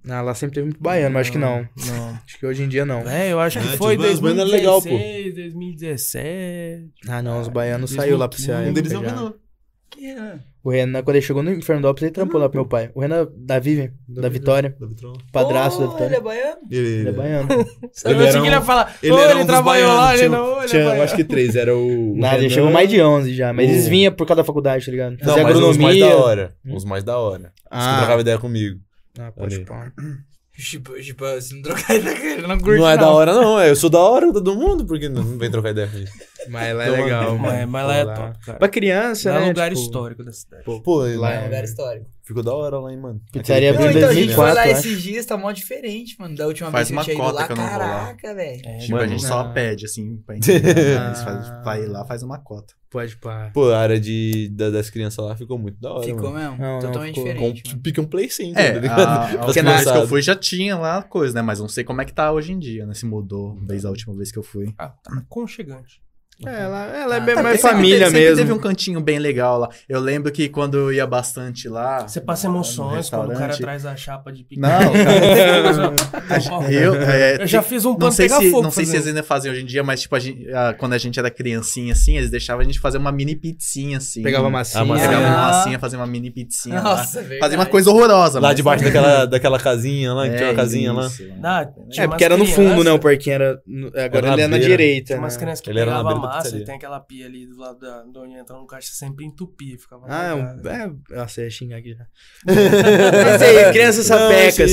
Speaker 5: Ah, lá sempre teve muito baiano, mas acho que não.
Speaker 2: Não.
Speaker 5: Acho que hoje em dia não.
Speaker 2: É, eu acho que
Speaker 6: Ah,
Speaker 2: foi
Speaker 6: tio Fio, as bandas eram legal, pô.
Speaker 2: 2016, 2017.
Speaker 5: Ah, não, os baianos saiu lá pro Ceará.
Speaker 6: Um deles é o
Speaker 5: já.
Speaker 6: Renan.
Speaker 5: O Renan, quando ele chegou no Fernandópolis, ele trampou lá pro meu pai. O Renan da Vivian, da Vitória,
Speaker 6: Da Vitrola.
Speaker 5: padraço da
Speaker 4: Oh, ele é
Speaker 5: Vitória.
Speaker 4: baiano?
Speaker 5: Ele
Speaker 6: Ele
Speaker 5: é baiano.
Speaker 2: Eu
Speaker 6: Ele
Speaker 2: pensei
Speaker 6: era
Speaker 2: que ele ia
Speaker 6: um-
Speaker 2: falar,
Speaker 6: ele
Speaker 2: ou
Speaker 6: era
Speaker 2: ele
Speaker 6: um dos
Speaker 2: trabalhou lá,
Speaker 6: baianos,
Speaker 2: ele
Speaker 6: tinha- um-
Speaker 2: não, ou ele
Speaker 6: Tinha,
Speaker 2: é
Speaker 6: eu acho
Speaker 2: baiano.
Speaker 6: que três. Era o. o
Speaker 5: Nada, ele
Speaker 6: Renan.
Speaker 5: chegou mais de 11 já, mas eles
Speaker 6: O-
Speaker 5: vinham por causa da faculdade, tá ligado?
Speaker 6: Não,
Speaker 5: Fazia
Speaker 6: mas os mais da
Speaker 5: agronomia.
Speaker 6: hora. Os mais da hora. Os que
Speaker 5: Ah,
Speaker 6: trocavam ideia comigo.
Speaker 5: ah, pode
Speaker 6: Ali.
Speaker 5: pá.
Speaker 4: Chiba, Chiba, Tipo, se não trocar ideia com ele, não curte
Speaker 6: Não é da hora, não. é, Eu sou da hora todo mundo, porque não não vem trocar ideia comigo.
Speaker 5: Mas lá é
Speaker 6: Então,
Speaker 5: legal.
Speaker 6: mano,
Speaker 5: mano.
Speaker 2: Mas, mas lá é
Speaker 5: Lá.
Speaker 2: top, cara.
Speaker 5: Pra criança,
Speaker 2: Lá
Speaker 5: né?
Speaker 2: é lugar
Speaker 5: tipo,
Speaker 2: histórico da cidade.
Speaker 6: Pô, né,
Speaker 5: Lá
Speaker 4: Lá
Speaker 5: é
Speaker 4: é
Speaker 5: um
Speaker 4: um
Speaker 5: lugar
Speaker 4: lugar histórico.
Speaker 6: ficou da hora lá, hein, mano. Aquele
Speaker 5: Pizzaria abriu
Speaker 4: Não,
Speaker 5: em
Speaker 6: tempo.
Speaker 4: então a gente foi
Speaker 5: 2004,
Speaker 4: lá
Speaker 5: eu
Speaker 4: esses dias, tá mó diferente, mano. Da última
Speaker 1: Faz
Speaker 4: vez que
Speaker 1: uma
Speaker 4: eu tinha ido
Speaker 1: cota
Speaker 4: lá.
Speaker 1: que eu não vou lá.
Speaker 4: Caraca, velho.
Speaker 2: É,
Speaker 1: Tipo, a gente
Speaker 5: Ah.
Speaker 1: só pede, assim, pra gente. mas faz- Vai lá, faz uma cota.
Speaker 5: Pode pá.
Speaker 6: Pô, a área de, da- das crianças lá ficou muito da hora.
Speaker 4: Ficou
Speaker 6: mano.
Speaker 4: mesmo.
Speaker 5: Não, não,
Speaker 4: Totalmente
Speaker 5: ficou.
Speaker 4: diferente.
Speaker 6: Com-
Speaker 4: mano.
Speaker 6: Pica um play sim,
Speaker 1: É,
Speaker 6: tá ligado?
Speaker 1: a, a
Speaker 6: Pras
Speaker 1: última vez que eu
Speaker 6: criançadas.
Speaker 1: fui já tinha lá coisa, né? Mas não sei como é que tá hoje em dia, né? Se mudou desde a última vez que eu fui.
Speaker 2: Ah, tá aconchegante.
Speaker 5: É, ela, ela é
Speaker 4: Ah,
Speaker 5: bem
Speaker 4: tá,
Speaker 5: mais
Speaker 1: Sempre
Speaker 5: família
Speaker 1: teve- sempre
Speaker 5: mesmo.
Speaker 1: teve um cantinho bem legal lá. Eu lembro que quando eu ia bastante lá.
Speaker 2: Você passa
Speaker 1: no
Speaker 2: emoções quando o cara
Speaker 1: restaurante-
Speaker 2: traz a chapa de pique.
Speaker 1: Não,
Speaker 2: cara.
Speaker 1: Eu, é,
Speaker 2: Eu já fiz um
Speaker 1: Não
Speaker 2: pano
Speaker 1: sei,
Speaker 2: pegar
Speaker 1: se,
Speaker 2: fogo.
Speaker 1: não sei se eles
Speaker 2: fazendo.
Speaker 1: ainda fazem hoje em dia, mas tipo, a gente- a- quando a gente era criancinha assim, eles deixavam a gente fazer uma mini pizzinha assim.
Speaker 5: Pegava
Speaker 6: Ah,
Speaker 5: massinha.
Speaker 6: mas-
Speaker 1: Pegava uma
Speaker 4: Ah.
Speaker 1: massinha, fazia uma mini pizzinha lá.
Speaker 4: Nossa, velho.
Speaker 1: Fazia uma coisa horrorosa.
Speaker 6: Lá
Speaker 1: mas-
Speaker 6: debaixo daquela, daquela casinha lá, que
Speaker 1: É,
Speaker 6: tinha uma casinha lá.
Speaker 1: isso, mano.
Speaker 2: Ah,
Speaker 5: É,
Speaker 2: tinha
Speaker 5: porque
Speaker 2: umas
Speaker 5: era no fundo,
Speaker 2: crianças-
Speaker 5: né? O parquinho era. no- Agora
Speaker 6: Era na
Speaker 5: ele é na
Speaker 6: beira.
Speaker 5: direita.
Speaker 2: Tinha umas
Speaker 5: né?
Speaker 2: crianças que
Speaker 6: Ele era na
Speaker 2: pegavam a
Speaker 6: beira da
Speaker 2: massa e
Speaker 6: pizzaria.
Speaker 2: tem aquela pia ali do lado da de onde entra no caixa, sempre entupia, ficava
Speaker 5: Ah, é
Speaker 2: largada.
Speaker 5: um. É, nossa, eu ia xingar aqui já. Mas aí, crianças sapecas.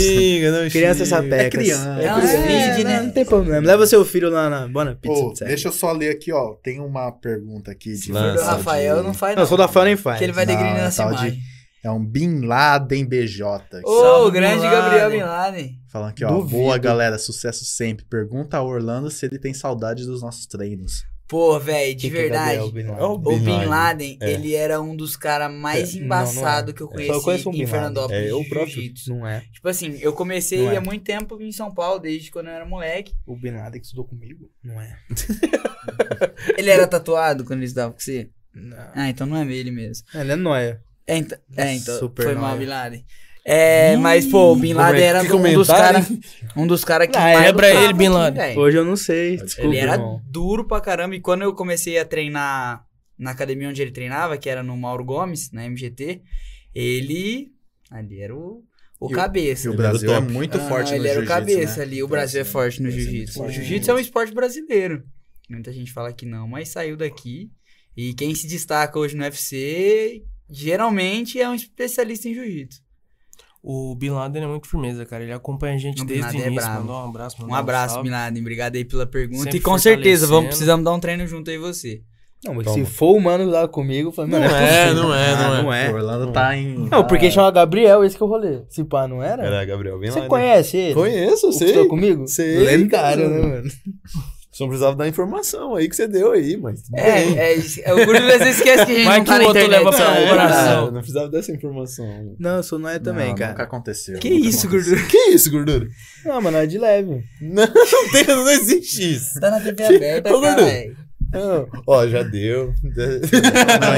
Speaker 5: Crianças sapecas.
Speaker 1: É criança.
Speaker 4: É uns vídeos, né?
Speaker 5: Não tem problema. Leva seu filho lá na. Bora, pizza.
Speaker 1: Ô, deixa eu só ler aqui, ó. Tem uma pergunta aqui de.
Speaker 6: Lança.
Speaker 4: Do Rafael não faz,
Speaker 5: Não, eu sou da Fala nem faz.
Speaker 4: Porque ele vai
Speaker 1: Não,
Speaker 4: degrinando
Speaker 1: é
Speaker 4: essa
Speaker 1: tal de-
Speaker 4: imagem.
Speaker 1: É um Bin Laden BJ.
Speaker 4: Ô,
Speaker 2: Salve,
Speaker 4: grande
Speaker 2: Bin
Speaker 4: Gabriel
Speaker 2: Laden.
Speaker 4: Bin Laden.
Speaker 1: Falando aqui, ó.
Speaker 5: Duvido.
Speaker 1: Boa, galera. Sucesso sempre. Pergunta ao Orlando se ele tem saudade dos nossos treinos.
Speaker 4: Pô, velho, de
Speaker 5: Quem que é
Speaker 4: verdade.
Speaker 5: Gabriel Bin Laden?
Speaker 6: Ó, o
Speaker 4: O
Speaker 6: Bin
Speaker 4: Bin
Speaker 6: Laden.
Speaker 4: Laden,
Speaker 6: É.
Speaker 4: ele era um dos caras mais
Speaker 5: É, não, não é.
Speaker 4: embaçados que eu
Speaker 5: É.
Speaker 4: conheci
Speaker 5: Só eu conheço um Bin
Speaker 4: em
Speaker 5: Laden.
Speaker 4: Fernandópolis.
Speaker 6: É,
Speaker 4: de
Speaker 6: eu próprio.
Speaker 4: jiu-jitsu.
Speaker 5: Não é.
Speaker 4: Tipo assim, eu comecei
Speaker 5: Não é.
Speaker 4: há muito tempo em São Paulo, desde quando eu era moleque.
Speaker 5: O Bin Laden que estudou comigo? Não é.
Speaker 4: Ele era tatuado quando ele estudava com você?
Speaker 5: Não.
Speaker 4: Ah, então não é ele mesmo.
Speaker 5: Ele é nóia.
Speaker 4: É, então, é, então
Speaker 5: Super
Speaker 4: foi mal,
Speaker 5: nóia.
Speaker 4: Bin Laden. É, mas, pô, o Bin Laden
Speaker 5: é
Speaker 4: era
Speaker 6: que
Speaker 4: um dos
Speaker 6: comentário,
Speaker 4: caras um dos caras que
Speaker 2: Ah,
Speaker 4: mais
Speaker 2: lembra ele,
Speaker 4: lutava
Speaker 2: Bin
Speaker 4: aqui,
Speaker 2: Laden.
Speaker 4: velho.
Speaker 5: Hoje eu não sei. Desculpa.
Speaker 4: Ele era
Speaker 5: irmão.
Speaker 4: duro pra caramba. E quando eu comecei a treinar na academia onde ele treinava, que era no Mauro Gomes, na MGT, ele. Ali era o, o
Speaker 1: E o- Porque
Speaker 4: cabeça. né?
Speaker 1: o
Speaker 6: Ele era
Speaker 1: Brasil é
Speaker 6: top.
Speaker 1: muito
Speaker 4: Ah,
Speaker 1: forte no
Speaker 4: Ele era o
Speaker 1: jiu-jitsu,
Speaker 4: cabeça
Speaker 1: né?
Speaker 4: ali. O Brasil é
Speaker 1: Brasil-
Speaker 4: forte no
Speaker 1: Brasil é muito
Speaker 4: jiu-jitsu. O
Speaker 1: forte.
Speaker 4: jiu-jitsu é um esporte brasileiro. Muita gente fala que não, mas saiu daqui. E quem se destaca hoje no UFC, geralmente é um especialista em jiu-jitsu.
Speaker 2: O Bin Laden é muito firmeza, cara. Ele acompanha a gente
Speaker 4: Não, Bin
Speaker 2: desde o
Speaker 4: Laden é
Speaker 2: início.
Speaker 4: bravo.
Speaker 2: Mandou um abraço.
Speaker 4: Um
Speaker 2: mandou
Speaker 4: abraço,
Speaker 2: salve.
Speaker 4: Milagre. Obrigado aí pela pergunta.
Speaker 2: Sempre
Speaker 4: e com certeza, vamos
Speaker 2: fortalecendo.
Speaker 4: precisamos dar um treino junto aí você.
Speaker 5: Não, mas
Speaker 6: Toma.
Speaker 5: se for o mano lá comigo, eu falo,
Speaker 6: Não
Speaker 5: mano,
Speaker 6: é,
Speaker 5: possível.
Speaker 6: não é,
Speaker 5: Ah,
Speaker 6: não é.
Speaker 5: Não
Speaker 1: O
Speaker 5: é.
Speaker 1: Orlando tá em.
Speaker 5: Não, porque
Speaker 1: tá-
Speaker 5: chama Gabriel, esse que é o rolê. Se pá, não era?
Speaker 6: Ah. Era Gabriel Bin
Speaker 5: Você
Speaker 6: Laden.
Speaker 5: conhece ele?
Speaker 6: Conheço,
Speaker 5: O que
Speaker 6: sei.
Speaker 5: estudou comigo?
Speaker 6: Sei,
Speaker 5: Lendário,
Speaker 6: cara.
Speaker 5: né, mano?
Speaker 6: Só precisava da informação aí que você deu aí, mas. tudo bem.
Speaker 4: É, é, o Guru às vezes esquece que a gente
Speaker 2: Vai
Speaker 4: não
Speaker 2: que
Speaker 4: tá
Speaker 2: o
Speaker 4: na
Speaker 2: outro
Speaker 4: internet.
Speaker 2: leva pra um
Speaker 4: É,
Speaker 2: coração.
Speaker 6: Ah, não precisava dessa informação. né?
Speaker 5: Não, eu sou noia também,
Speaker 1: Não, Nunca
Speaker 5: cara.
Speaker 1: aconteceu.
Speaker 4: Ah, Que
Speaker 1: nunca
Speaker 4: isso,
Speaker 1: aconteceu.
Speaker 4: Guru?
Speaker 6: Que isso, gordura?
Speaker 5: Não, mano, é de leve.
Speaker 6: Não, não, tem, não existe isso.
Speaker 4: Tá na TV aberta,
Speaker 6: Ô, Guru.
Speaker 4: caralho.
Speaker 6: Não. Ó, já deu.
Speaker 1: Não,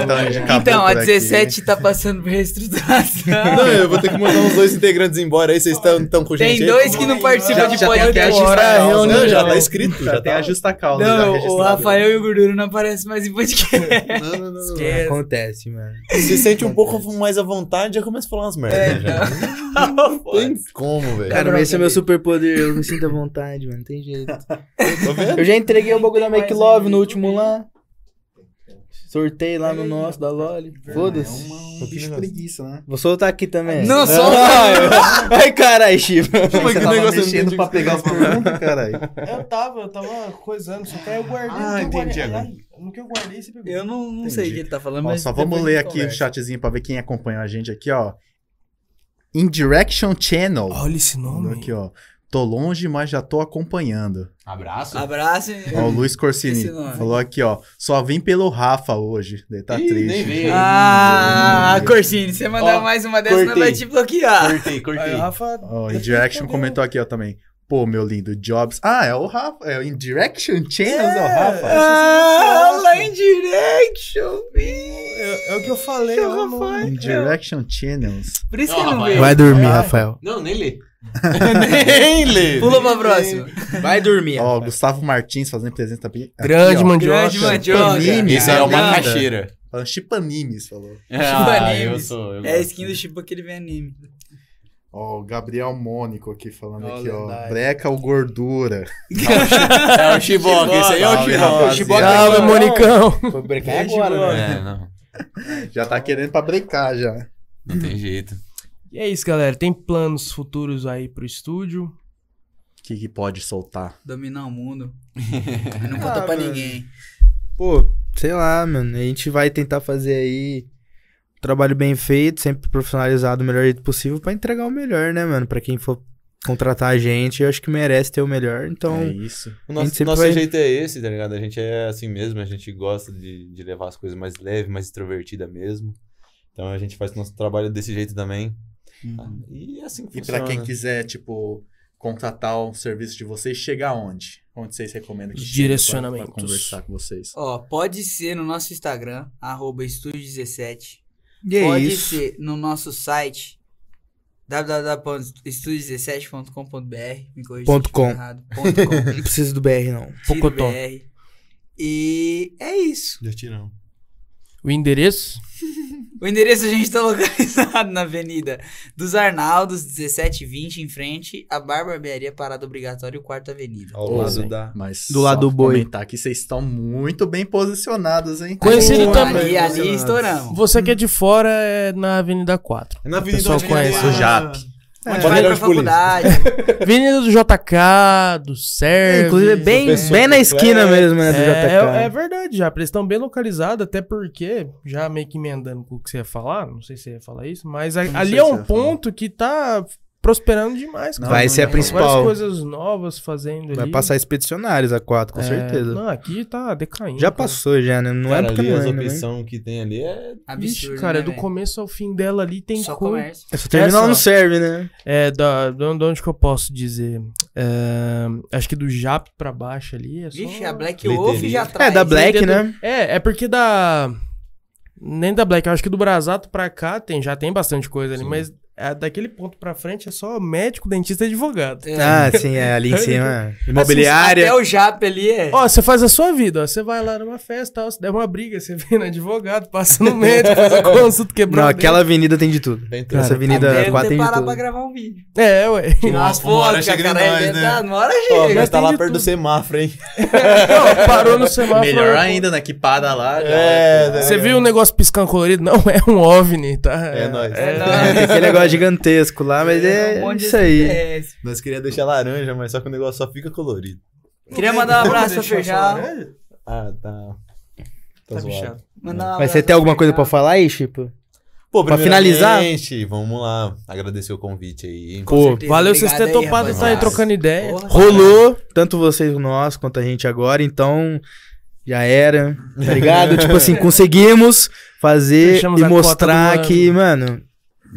Speaker 1: então a gente acabou
Speaker 4: Então, a
Speaker 1: por aqui.
Speaker 4: 17 tá passando por reestruturação.
Speaker 6: Não, eu vou ter que mandar uns dois integrantes embora aí. Vocês estão tão com gente
Speaker 4: Tem
Speaker 6: aí?
Speaker 4: dois que não participam
Speaker 1: Já-
Speaker 4: de
Speaker 1: já tem até a
Speaker 4: podcast.
Speaker 1: justa
Speaker 6: Bora,
Speaker 1: causa,
Speaker 6: reunião,
Speaker 1: né?
Speaker 6: já tá escrito,
Speaker 1: Já,
Speaker 6: já
Speaker 1: tem
Speaker 6: tá.
Speaker 1: a justa causa. já
Speaker 4: Não, o
Speaker 1: registrada.
Speaker 4: Rafael e o Gurduro não aparecem mais em podcast.
Speaker 6: Não, não, não, não.
Speaker 4: É.
Speaker 5: Acontece, mano.
Speaker 6: Se sente um pouco mais à vontade, já começa a falar umas
Speaker 4: É,
Speaker 6: merdas. né, já. Não tem como, velho.
Speaker 5: Cara, mas esse é meu superpoder, eu me sinto à vontade, mano, não tem jeito.
Speaker 6: Tô Tá vendo?
Speaker 5: Eu já entreguei o bagulho da Make Love no último lá. Sorteio lá no nosso, da Loli. Foda-se.
Speaker 1: É um, um bicho preguiça, né?
Speaker 5: Vou soltar aqui também.
Speaker 4: Não, só-
Speaker 5: Ah, eu- Ai, carai, Chico.
Speaker 6: Como é que
Speaker 1: Você
Speaker 6: o
Speaker 1: tava
Speaker 6: negócio é
Speaker 1: mexendo pra pegar as perguntas, caralho.
Speaker 7: Eu tava, eu tava coisando, só que aí eu guardei.
Speaker 6: Ah,
Speaker 7: no que eu
Speaker 6: entendi
Speaker 7: guardei-
Speaker 6: agora.
Speaker 7: ai, No que eu guardei, você pegou.
Speaker 4: Eu não, não
Speaker 1: Entendi.
Speaker 4: sei o que ele tá falando,
Speaker 1: Ó,
Speaker 4: mas.
Speaker 1: só vamos ler aqui o chatzinho pra ver quem acompanha a gente aqui, ó. Indirection Channel.
Speaker 2: Olha esse
Speaker 1: Mandou
Speaker 2: nome.
Speaker 1: Aqui, ó. Tô longe, mas já tô acompanhando.
Speaker 6: Abraço.
Speaker 4: Abraço.
Speaker 1: Ó, o Luiz
Speaker 4: Esse
Speaker 1: Corsini
Speaker 4: nome.
Speaker 1: falou aqui, ó. Só vim pelo Rafa hoje. Ele tá
Speaker 6: Ih,
Speaker 1: triste.
Speaker 6: nem veio.
Speaker 4: Ah, Corsini, se você mandar
Speaker 6: Ó,
Speaker 4: mais uma dessa, nós vai
Speaker 6: cortei.
Speaker 4: te bloquear.
Speaker 6: Cortei,
Speaker 7: Aí
Speaker 6: cortei.
Speaker 7: o Rafa.
Speaker 1: Ó, o Indirection comentou aqui, ó, também. Pô, meu lindo, Jobs. Ah, é o Rafa. É o Indirection Channels, é, o Rafa.
Speaker 4: Ah, lá em Direction, bicho.
Speaker 7: É, é o que eu falei, eu não-
Speaker 1: Indirection Channels.
Speaker 4: Por isso que ele não
Speaker 6: Ó,
Speaker 4: veio.
Speaker 5: Vai dormir,
Speaker 6: Ai.
Speaker 5: Rafael.
Speaker 6: Não, nem lê. nem lê.
Speaker 4: Pula pra próxima.
Speaker 5: Vai dormir.
Speaker 1: Ó, Gustavo Martins fazendo presente também. Aqui,
Speaker 2: Grande
Speaker 1: ó.
Speaker 2: mandioca.
Speaker 4: Grande mandioca.
Speaker 1: Panini,
Speaker 6: Isso aí é uma
Speaker 1: Nada.
Speaker 6: caixeira.
Speaker 1: Falando Chipanimes, falou.
Speaker 6: Ah,
Speaker 4: Animes.
Speaker 6: eu sou. eu
Speaker 4: Tipo É a
Speaker 6: gosto.
Speaker 4: skin do Shiba que ele vem anime.
Speaker 1: Ó, o Gabriel Mônico aqui falando
Speaker 5: Ó,
Speaker 1: aqui, ó.
Speaker 5: lendário.
Speaker 1: Breca ou gordura.
Speaker 6: É o Chibok, esse aí é o
Speaker 1: Salve,
Speaker 6: Chibok.
Speaker 1: rapaziada.
Speaker 6: O Chibok é
Speaker 2: Salve, Monicão.
Speaker 5: Foi brecar
Speaker 4: Grande boa.
Speaker 5: agora, né?
Speaker 6: É, não.
Speaker 1: Já tá querendo pra brecar, já.
Speaker 6: Não tem jeito.
Speaker 2: E é isso, galera. Tem planos futuros aí pro estúdio.
Speaker 1: O que, que pode soltar?
Speaker 4: Dominar o mundo. Mas não conta
Speaker 5: Ah,
Speaker 4: pra
Speaker 5: mano.
Speaker 4: ninguém.
Speaker 5: Pô, sei lá, mano. A gente vai tentar fazer aí um trabalho bem feito, sempre profissionalizado, o melhor jeito possível, pra entregar o melhor, né, mano? Pra quem for contratar a gente, eu acho que merece ter o melhor. Então,
Speaker 1: é isso.
Speaker 6: O
Speaker 5: A gente
Speaker 6: nosso,
Speaker 5: sempre
Speaker 6: nosso
Speaker 5: vai-
Speaker 6: jeito é esse, tá ligado? A gente é assim mesmo, a gente gosta de, de levar as coisas mais leve, mais extrovertida mesmo. Então a gente faz nosso trabalho desse jeito também. Ah, E é assim que
Speaker 1: E
Speaker 6: funciona.
Speaker 1: pra quem quiser, tipo, contratar um serviço de vocês, chegar onde? Onde vocês recomendam que chegue pra-
Speaker 2: Direcionamentos.
Speaker 1: Pra conversar com vocês.
Speaker 4: Ó, pode ser no nosso Instagram, arroba estúdio17.
Speaker 5: e é
Speaker 4: pode
Speaker 5: isso.
Speaker 4: ser no nosso site www.estúdio17.com.br me corrija se eu
Speaker 5: Ponto
Speaker 4: tiver
Speaker 5: com.
Speaker 4: errado. Ponto com.
Speaker 5: Não precisa do BR, não.
Speaker 4: Tiro
Speaker 2: Pocotó.
Speaker 4: BR. E é isso.
Speaker 6: Já tirou.
Speaker 2: O endereço?
Speaker 4: O endereço a gente tá localizado na Avenida dos Arnaldos, 1720, em frente à Barbearia Parada Obrigatória, quarta Avenida.
Speaker 6: Ao
Speaker 1: Ô,
Speaker 6: lado
Speaker 1: Zé,
Speaker 6: da.
Speaker 1: Mas
Speaker 5: Do
Speaker 1: só
Speaker 5: lado do boi.
Speaker 1: comentar que vocês estão muito bem posicionados, hein?
Speaker 2: Conhecido
Speaker 4: Boa,
Speaker 2: também.
Speaker 4: E ali estouramos.
Speaker 2: Você que é de fora é na Avenida 4.
Speaker 6: É na Avenida
Speaker 2: pessoal
Speaker 6: Avenida
Speaker 2: conhece
Speaker 6: da-
Speaker 1: o Jap.
Speaker 5: É.
Speaker 4: Onde
Speaker 6: Pode
Speaker 4: vai pra
Speaker 6: ligar de polícia.
Speaker 4: faculdade.
Speaker 2: Avenida do JK, do Serve.
Speaker 5: Inclusive, é bem,
Speaker 6: Pessoa
Speaker 5: bem na
Speaker 6: completa.
Speaker 5: esquina mesmo, né, do
Speaker 2: É,
Speaker 5: JK.
Speaker 2: é- é verdade, já. Eles estão bem localizados, até porque, já meio que emendando com o que você ia falar, não sei se você ia falar isso, mas a-
Speaker 1: sei
Speaker 2: ali
Speaker 1: se
Speaker 2: é
Speaker 1: eu
Speaker 2: um
Speaker 1: ia
Speaker 2: ponto que tá prosperando demais,
Speaker 1: Não,
Speaker 2: cara.
Speaker 5: Vai
Speaker 1: não
Speaker 5: ser a
Speaker 1: ia falar.
Speaker 2: Várias
Speaker 5: principal.
Speaker 2: coisas novas fazendo
Speaker 5: Vai
Speaker 2: ali.
Speaker 5: passar expedicionários a 4, com
Speaker 2: É,
Speaker 5: certeza.
Speaker 2: Não, aqui tá decaindo.
Speaker 5: Já
Speaker 2: cara.
Speaker 5: passou, já, né? Não
Speaker 6: Cara,
Speaker 5: é porque
Speaker 6: ali
Speaker 5: não
Speaker 6: as
Speaker 5: é, né?
Speaker 6: opções que tem ali é.
Speaker 4: Absurdo,
Speaker 2: Vixe, cara,
Speaker 4: né,
Speaker 2: do
Speaker 4: velho?
Speaker 2: começo ao fim dela ali tem
Speaker 4: Só
Speaker 2: coisa.
Speaker 4: comércio.
Speaker 5: É só terminar
Speaker 2: Essa-
Speaker 5: não serve, né?
Speaker 2: É, da, de onde de onde que eu posso dizer? É, acho que do Jap pra baixo ali é só...
Speaker 4: Vixe, a Black
Speaker 6: Bilheteria.
Speaker 4: Wolf já
Speaker 5: É,
Speaker 4: traz.
Speaker 5: da Black,
Speaker 2: dedo-
Speaker 5: né?
Speaker 2: É, é porque da... Nem da Black, eu acho que do Brasato pra cá tem, já tem bastante coisa ali,
Speaker 6: Sim.
Speaker 2: mas é, daquele ponto pra frente é só médico, dentista e advogado.
Speaker 4: É.
Speaker 5: Ah, sim, é ali em cima.
Speaker 4: Até
Speaker 5: Imobiliária.
Speaker 4: o Jap ali é.
Speaker 2: Ó, você faz a sua vida, ó, você vai lá numa festa, ó, se der uma briga, você vem no advogado, passa no médico, faz a consulta, quebrando.
Speaker 5: Não, aquela avenida tem de tudo.
Speaker 6: Vem tudo.
Speaker 5: Essa avenida
Speaker 4: Até
Speaker 5: 4 tem de
Speaker 4: parar pra
Speaker 5: tudo.
Speaker 4: gravar um vídeo.
Speaker 2: É, ué.
Speaker 4: Tirar umas
Speaker 6: uma hora
Speaker 4: fotos, que a
Speaker 6: chega em
Speaker 4: cara é
Speaker 6: nós, né?
Speaker 4: arrebentada. Uma hora
Speaker 6: Ó,
Speaker 4: chega.
Speaker 6: mas tá
Speaker 2: tem
Speaker 6: lá
Speaker 2: de
Speaker 6: perto do
Speaker 2: tudo.
Speaker 6: semáforo, hein?
Speaker 2: Não, parou no semáforo.
Speaker 1: Melhor ainda, né? Que para lá. já.
Speaker 6: É, tá
Speaker 2: Você
Speaker 6: ligado?
Speaker 2: viu um negócio piscando colorido? Não, é um OVNI, tá?
Speaker 6: É nóis.
Speaker 4: É, não,
Speaker 5: É, tem aquele negócio gigantesco lá, mas é,
Speaker 4: Um monte de
Speaker 5: isso aí.
Speaker 4: FPS.
Speaker 6: Nós queria deixar laranja, mas só que o negócio só fica colorido.
Speaker 4: Queria mandar um abraço pra Feijão.
Speaker 6: Ah, tá. Tá,
Speaker 2: Tá
Speaker 6: zoado.
Speaker 2: bichado.
Speaker 4: Mandar um
Speaker 5: Mas
Speaker 4: abraço
Speaker 5: você tem
Speaker 4: pra
Speaker 5: alguma coisa pra
Speaker 4: Feijão.
Speaker 5: falar aí, Chipo?
Speaker 6: Pô,
Speaker 5: Pra finalizar?
Speaker 6: primeiramente, Vamos lá, agradecer o convite aí.
Speaker 5: Pô,
Speaker 4: certeza.
Speaker 2: Valeu vocês
Speaker 4: Obrigado
Speaker 2: terem
Speaker 4: aí,
Speaker 2: topado
Speaker 4: rapaz.
Speaker 2: estar aí trocando ideia.
Speaker 4: Porra.
Speaker 5: Rolou, tanto vocês nós quanto a gente agora, então já era. Tá ligado? tipo assim, conseguimos fazer
Speaker 2: Fechamos
Speaker 5: e
Speaker 2: a
Speaker 5: mostrar
Speaker 2: cota do
Speaker 5: que, mano.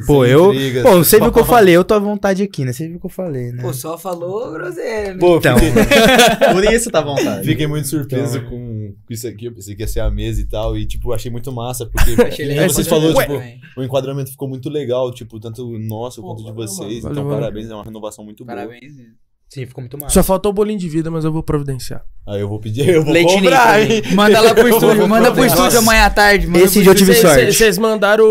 Speaker 5: Pô,
Speaker 6: Sem
Speaker 5: eu.
Speaker 6: intrigas.
Speaker 5: Bom, você viu o que eu falei, eu tô à vontade aqui, né? Você viu o que eu falei, né?
Speaker 4: Pô, só falou groselha, né?
Speaker 6: Pô,
Speaker 5: Então,
Speaker 1: Por isso tá à vontade.
Speaker 6: Fiquei muito surpreso com, com isso aqui. Eu pensei que ia ser a mesa e tal. E, tipo, achei muito massa, porque
Speaker 5: É,
Speaker 6: que nem vocês falou, tipo, o enquadramento ficou muito legal, tipo, tanto nosso
Speaker 7: Pô,
Speaker 6: quanto de
Speaker 7: valeu,
Speaker 6: vocês.
Speaker 2: mano.
Speaker 6: então,
Speaker 2: Valeu,
Speaker 6: parabéns, é uma renovação muito
Speaker 4: Parabéns. né?
Speaker 5: sim, ficou muito massa.
Speaker 2: Só faltou o bolinho de vida, mas eu vou providenciar.
Speaker 6: boa. Aí eu vou pedir, eu vou
Speaker 5: Leite
Speaker 6: comprar,
Speaker 5: Ninja,
Speaker 6: hein?
Speaker 4: Manda lá pro estúdio, manda pro
Speaker 6: Nossa.
Speaker 4: estúdio amanhã à tarde. manda
Speaker 5: Esse
Speaker 4: pro
Speaker 5: dia eu tive
Speaker 4: estúdio.
Speaker 5: sorte.
Speaker 2: Vocês mandaram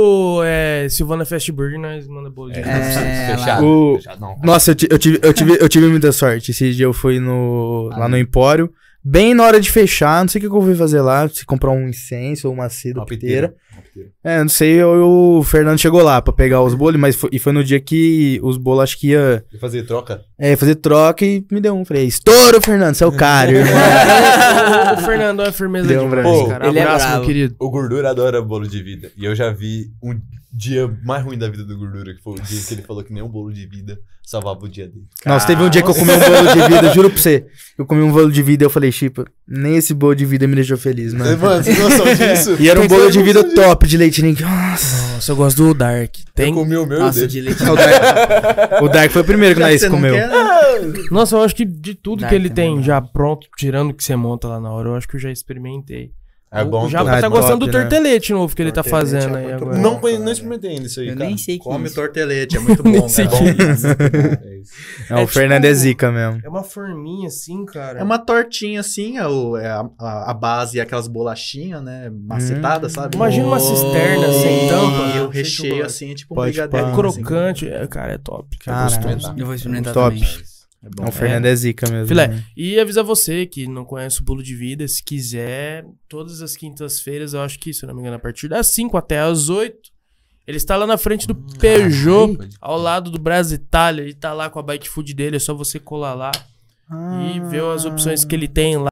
Speaker 2: é, Silvana Fastburger, nós mandamos bolinho de vida.
Speaker 4: É,
Speaker 6: fechado.
Speaker 5: O-
Speaker 6: fechado, não.
Speaker 5: Nossa, eu, ti- eu tive, eu, tive, eu tive muita sorte. Esse dia eu fui no, lá no Empório, bem na hora de fechar, não sei o que que eu fui fazer lá, se comprar um incenso ou uma seda,
Speaker 6: Uma
Speaker 5: piteira.
Speaker 6: piteira. Uma piteira.
Speaker 5: É, não sei, eu, eu- o Fernando chegou lá pra pegar os bolos, mas foi, e foi no dia que os bolos acho que ia
Speaker 6: E fazer troca?
Speaker 5: é, fazer troca e me deu um. Falei, estouro, Fernando, você é o cara, irmão.
Speaker 2: o, o Fernandão é firmeza
Speaker 5: Deu
Speaker 2: demais,
Speaker 6: pra mim.
Speaker 2: cara.
Speaker 4: Ele é
Speaker 2: Abraço, meu
Speaker 4: bravo.
Speaker 2: querido.
Speaker 6: O Gordura adora bolo de vida. E eu já vi um dia mais ruim da vida do Gordura, que foi o dia que ele falou que nenhum bolo de vida salvava o dia dele.
Speaker 5: Nossa, teve um dia que eu comi um bolo de vida, juro pra você. Eu comi um bolo de vida e eu falei, Chipa, nem esse bolo de vida me deixou feliz, mano.
Speaker 6: É, Mano, vocês noção disso?
Speaker 5: E era um
Speaker 6: Tem
Speaker 5: bolo de
Speaker 6: noção
Speaker 5: vida
Speaker 6: disso?
Speaker 5: top de leite ninja. Nossa.
Speaker 2: Nossa, eu gosto do Dark.
Speaker 6: Eu
Speaker 2: Tem...
Speaker 6: comi o meu e o
Speaker 4: Nossa,
Speaker 6: dele.
Speaker 4: de leite.
Speaker 5: O Dark, o Dark foi o primeiro que
Speaker 1: Já
Speaker 5: nós
Speaker 1: você não
Speaker 5: comeu.
Speaker 1: quer, né?
Speaker 2: Nossa, eu acho que de tudo
Speaker 4: Dark
Speaker 2: que ele
Speaker 4: é
Speaker 2: tem
Speaker 4: bom,
Speaker 2: já pronto, tirando o que você monta lá na hora, eu acho que eu já experimentei.
Speaker 6: É
Speaker 2: O-
Speaker 6: bom.
Speaker 2: o Japa
Speaker 5: cara.
Speaker 2: tá
Speaker 5: É
Speaker 2: gostando do
Speaker 5: top, né?
Speaker 2: tortelete novo que ele tá
Speaker 1: Tortelete é
Speaker 2: fazendo aí
Speaker 1: muito
Speaker 2: agora.
Speaker 1: bom.
Speaker 6: Não, conhe- não experimentei ainda isso aí,
Speaker 4: Eu
Speaker 6: cara.
Speaker 4: nem sei que
Speaker 1: Come
Speaker 4: é
Speaker 1: o
Speaker 4: isso.
Speaker 1: tortelete, é muito bom,
Speaker 2: sei
Speaker 1: cara.
Speaker 2: que-
Speaker 6: É isso.
Speaker 5: Não,
Speaker 2: É
Speaker 5: o Fernando
Speaker 2: tipo-
Speaker 5: é zica mesmo.
Speaker 2: É uma forminha assim, cara.
Speaker 1: É uma tortinha assim, é, o- é a, a- a base é aquelas bolachinhas, né? Macetadas, sabe?
Speaker 2: Imagina uma cisterna sem
Speaker 1: E
Speaker 2: tampa.
Speaker 1: o
Speaker 2: Não sei se eu
Speaker 1: recheio
Speaker 2: gosto.
Speaker 1: assim, é tipo um
Speaker 5: Pode
Speaker 1: brigadeiro.
Speaker 5: pá.
Speaker 2: É
Speaker 1: assim.
Speaker 2: crocante. É, cara, é top. Cara.
Speaker 5: Caralho.
Speaker 4: Eu vou experimentar
Speaker 5: Top.
Speaker 4: também.
Speaker 1: É
Speaker 5: Não,
Speaker 1: bom.
Speaker 5: o Fernando é zica mesmo.
Speaker 2: Filé.
Speaker 5: né?
Speaker 2: E avisar você que não conhece o Bolo de Vida, se quiser, todas as quintas-feiras, eu acho que, se eu não me engano, a partir das 5 até as 8. Ele está lá na frente do Peugeot, ao lado do Brasil Ah. Itália. Ele tá lá com a bike food dele, é só você colar lá e ver as opções que ele tem lá.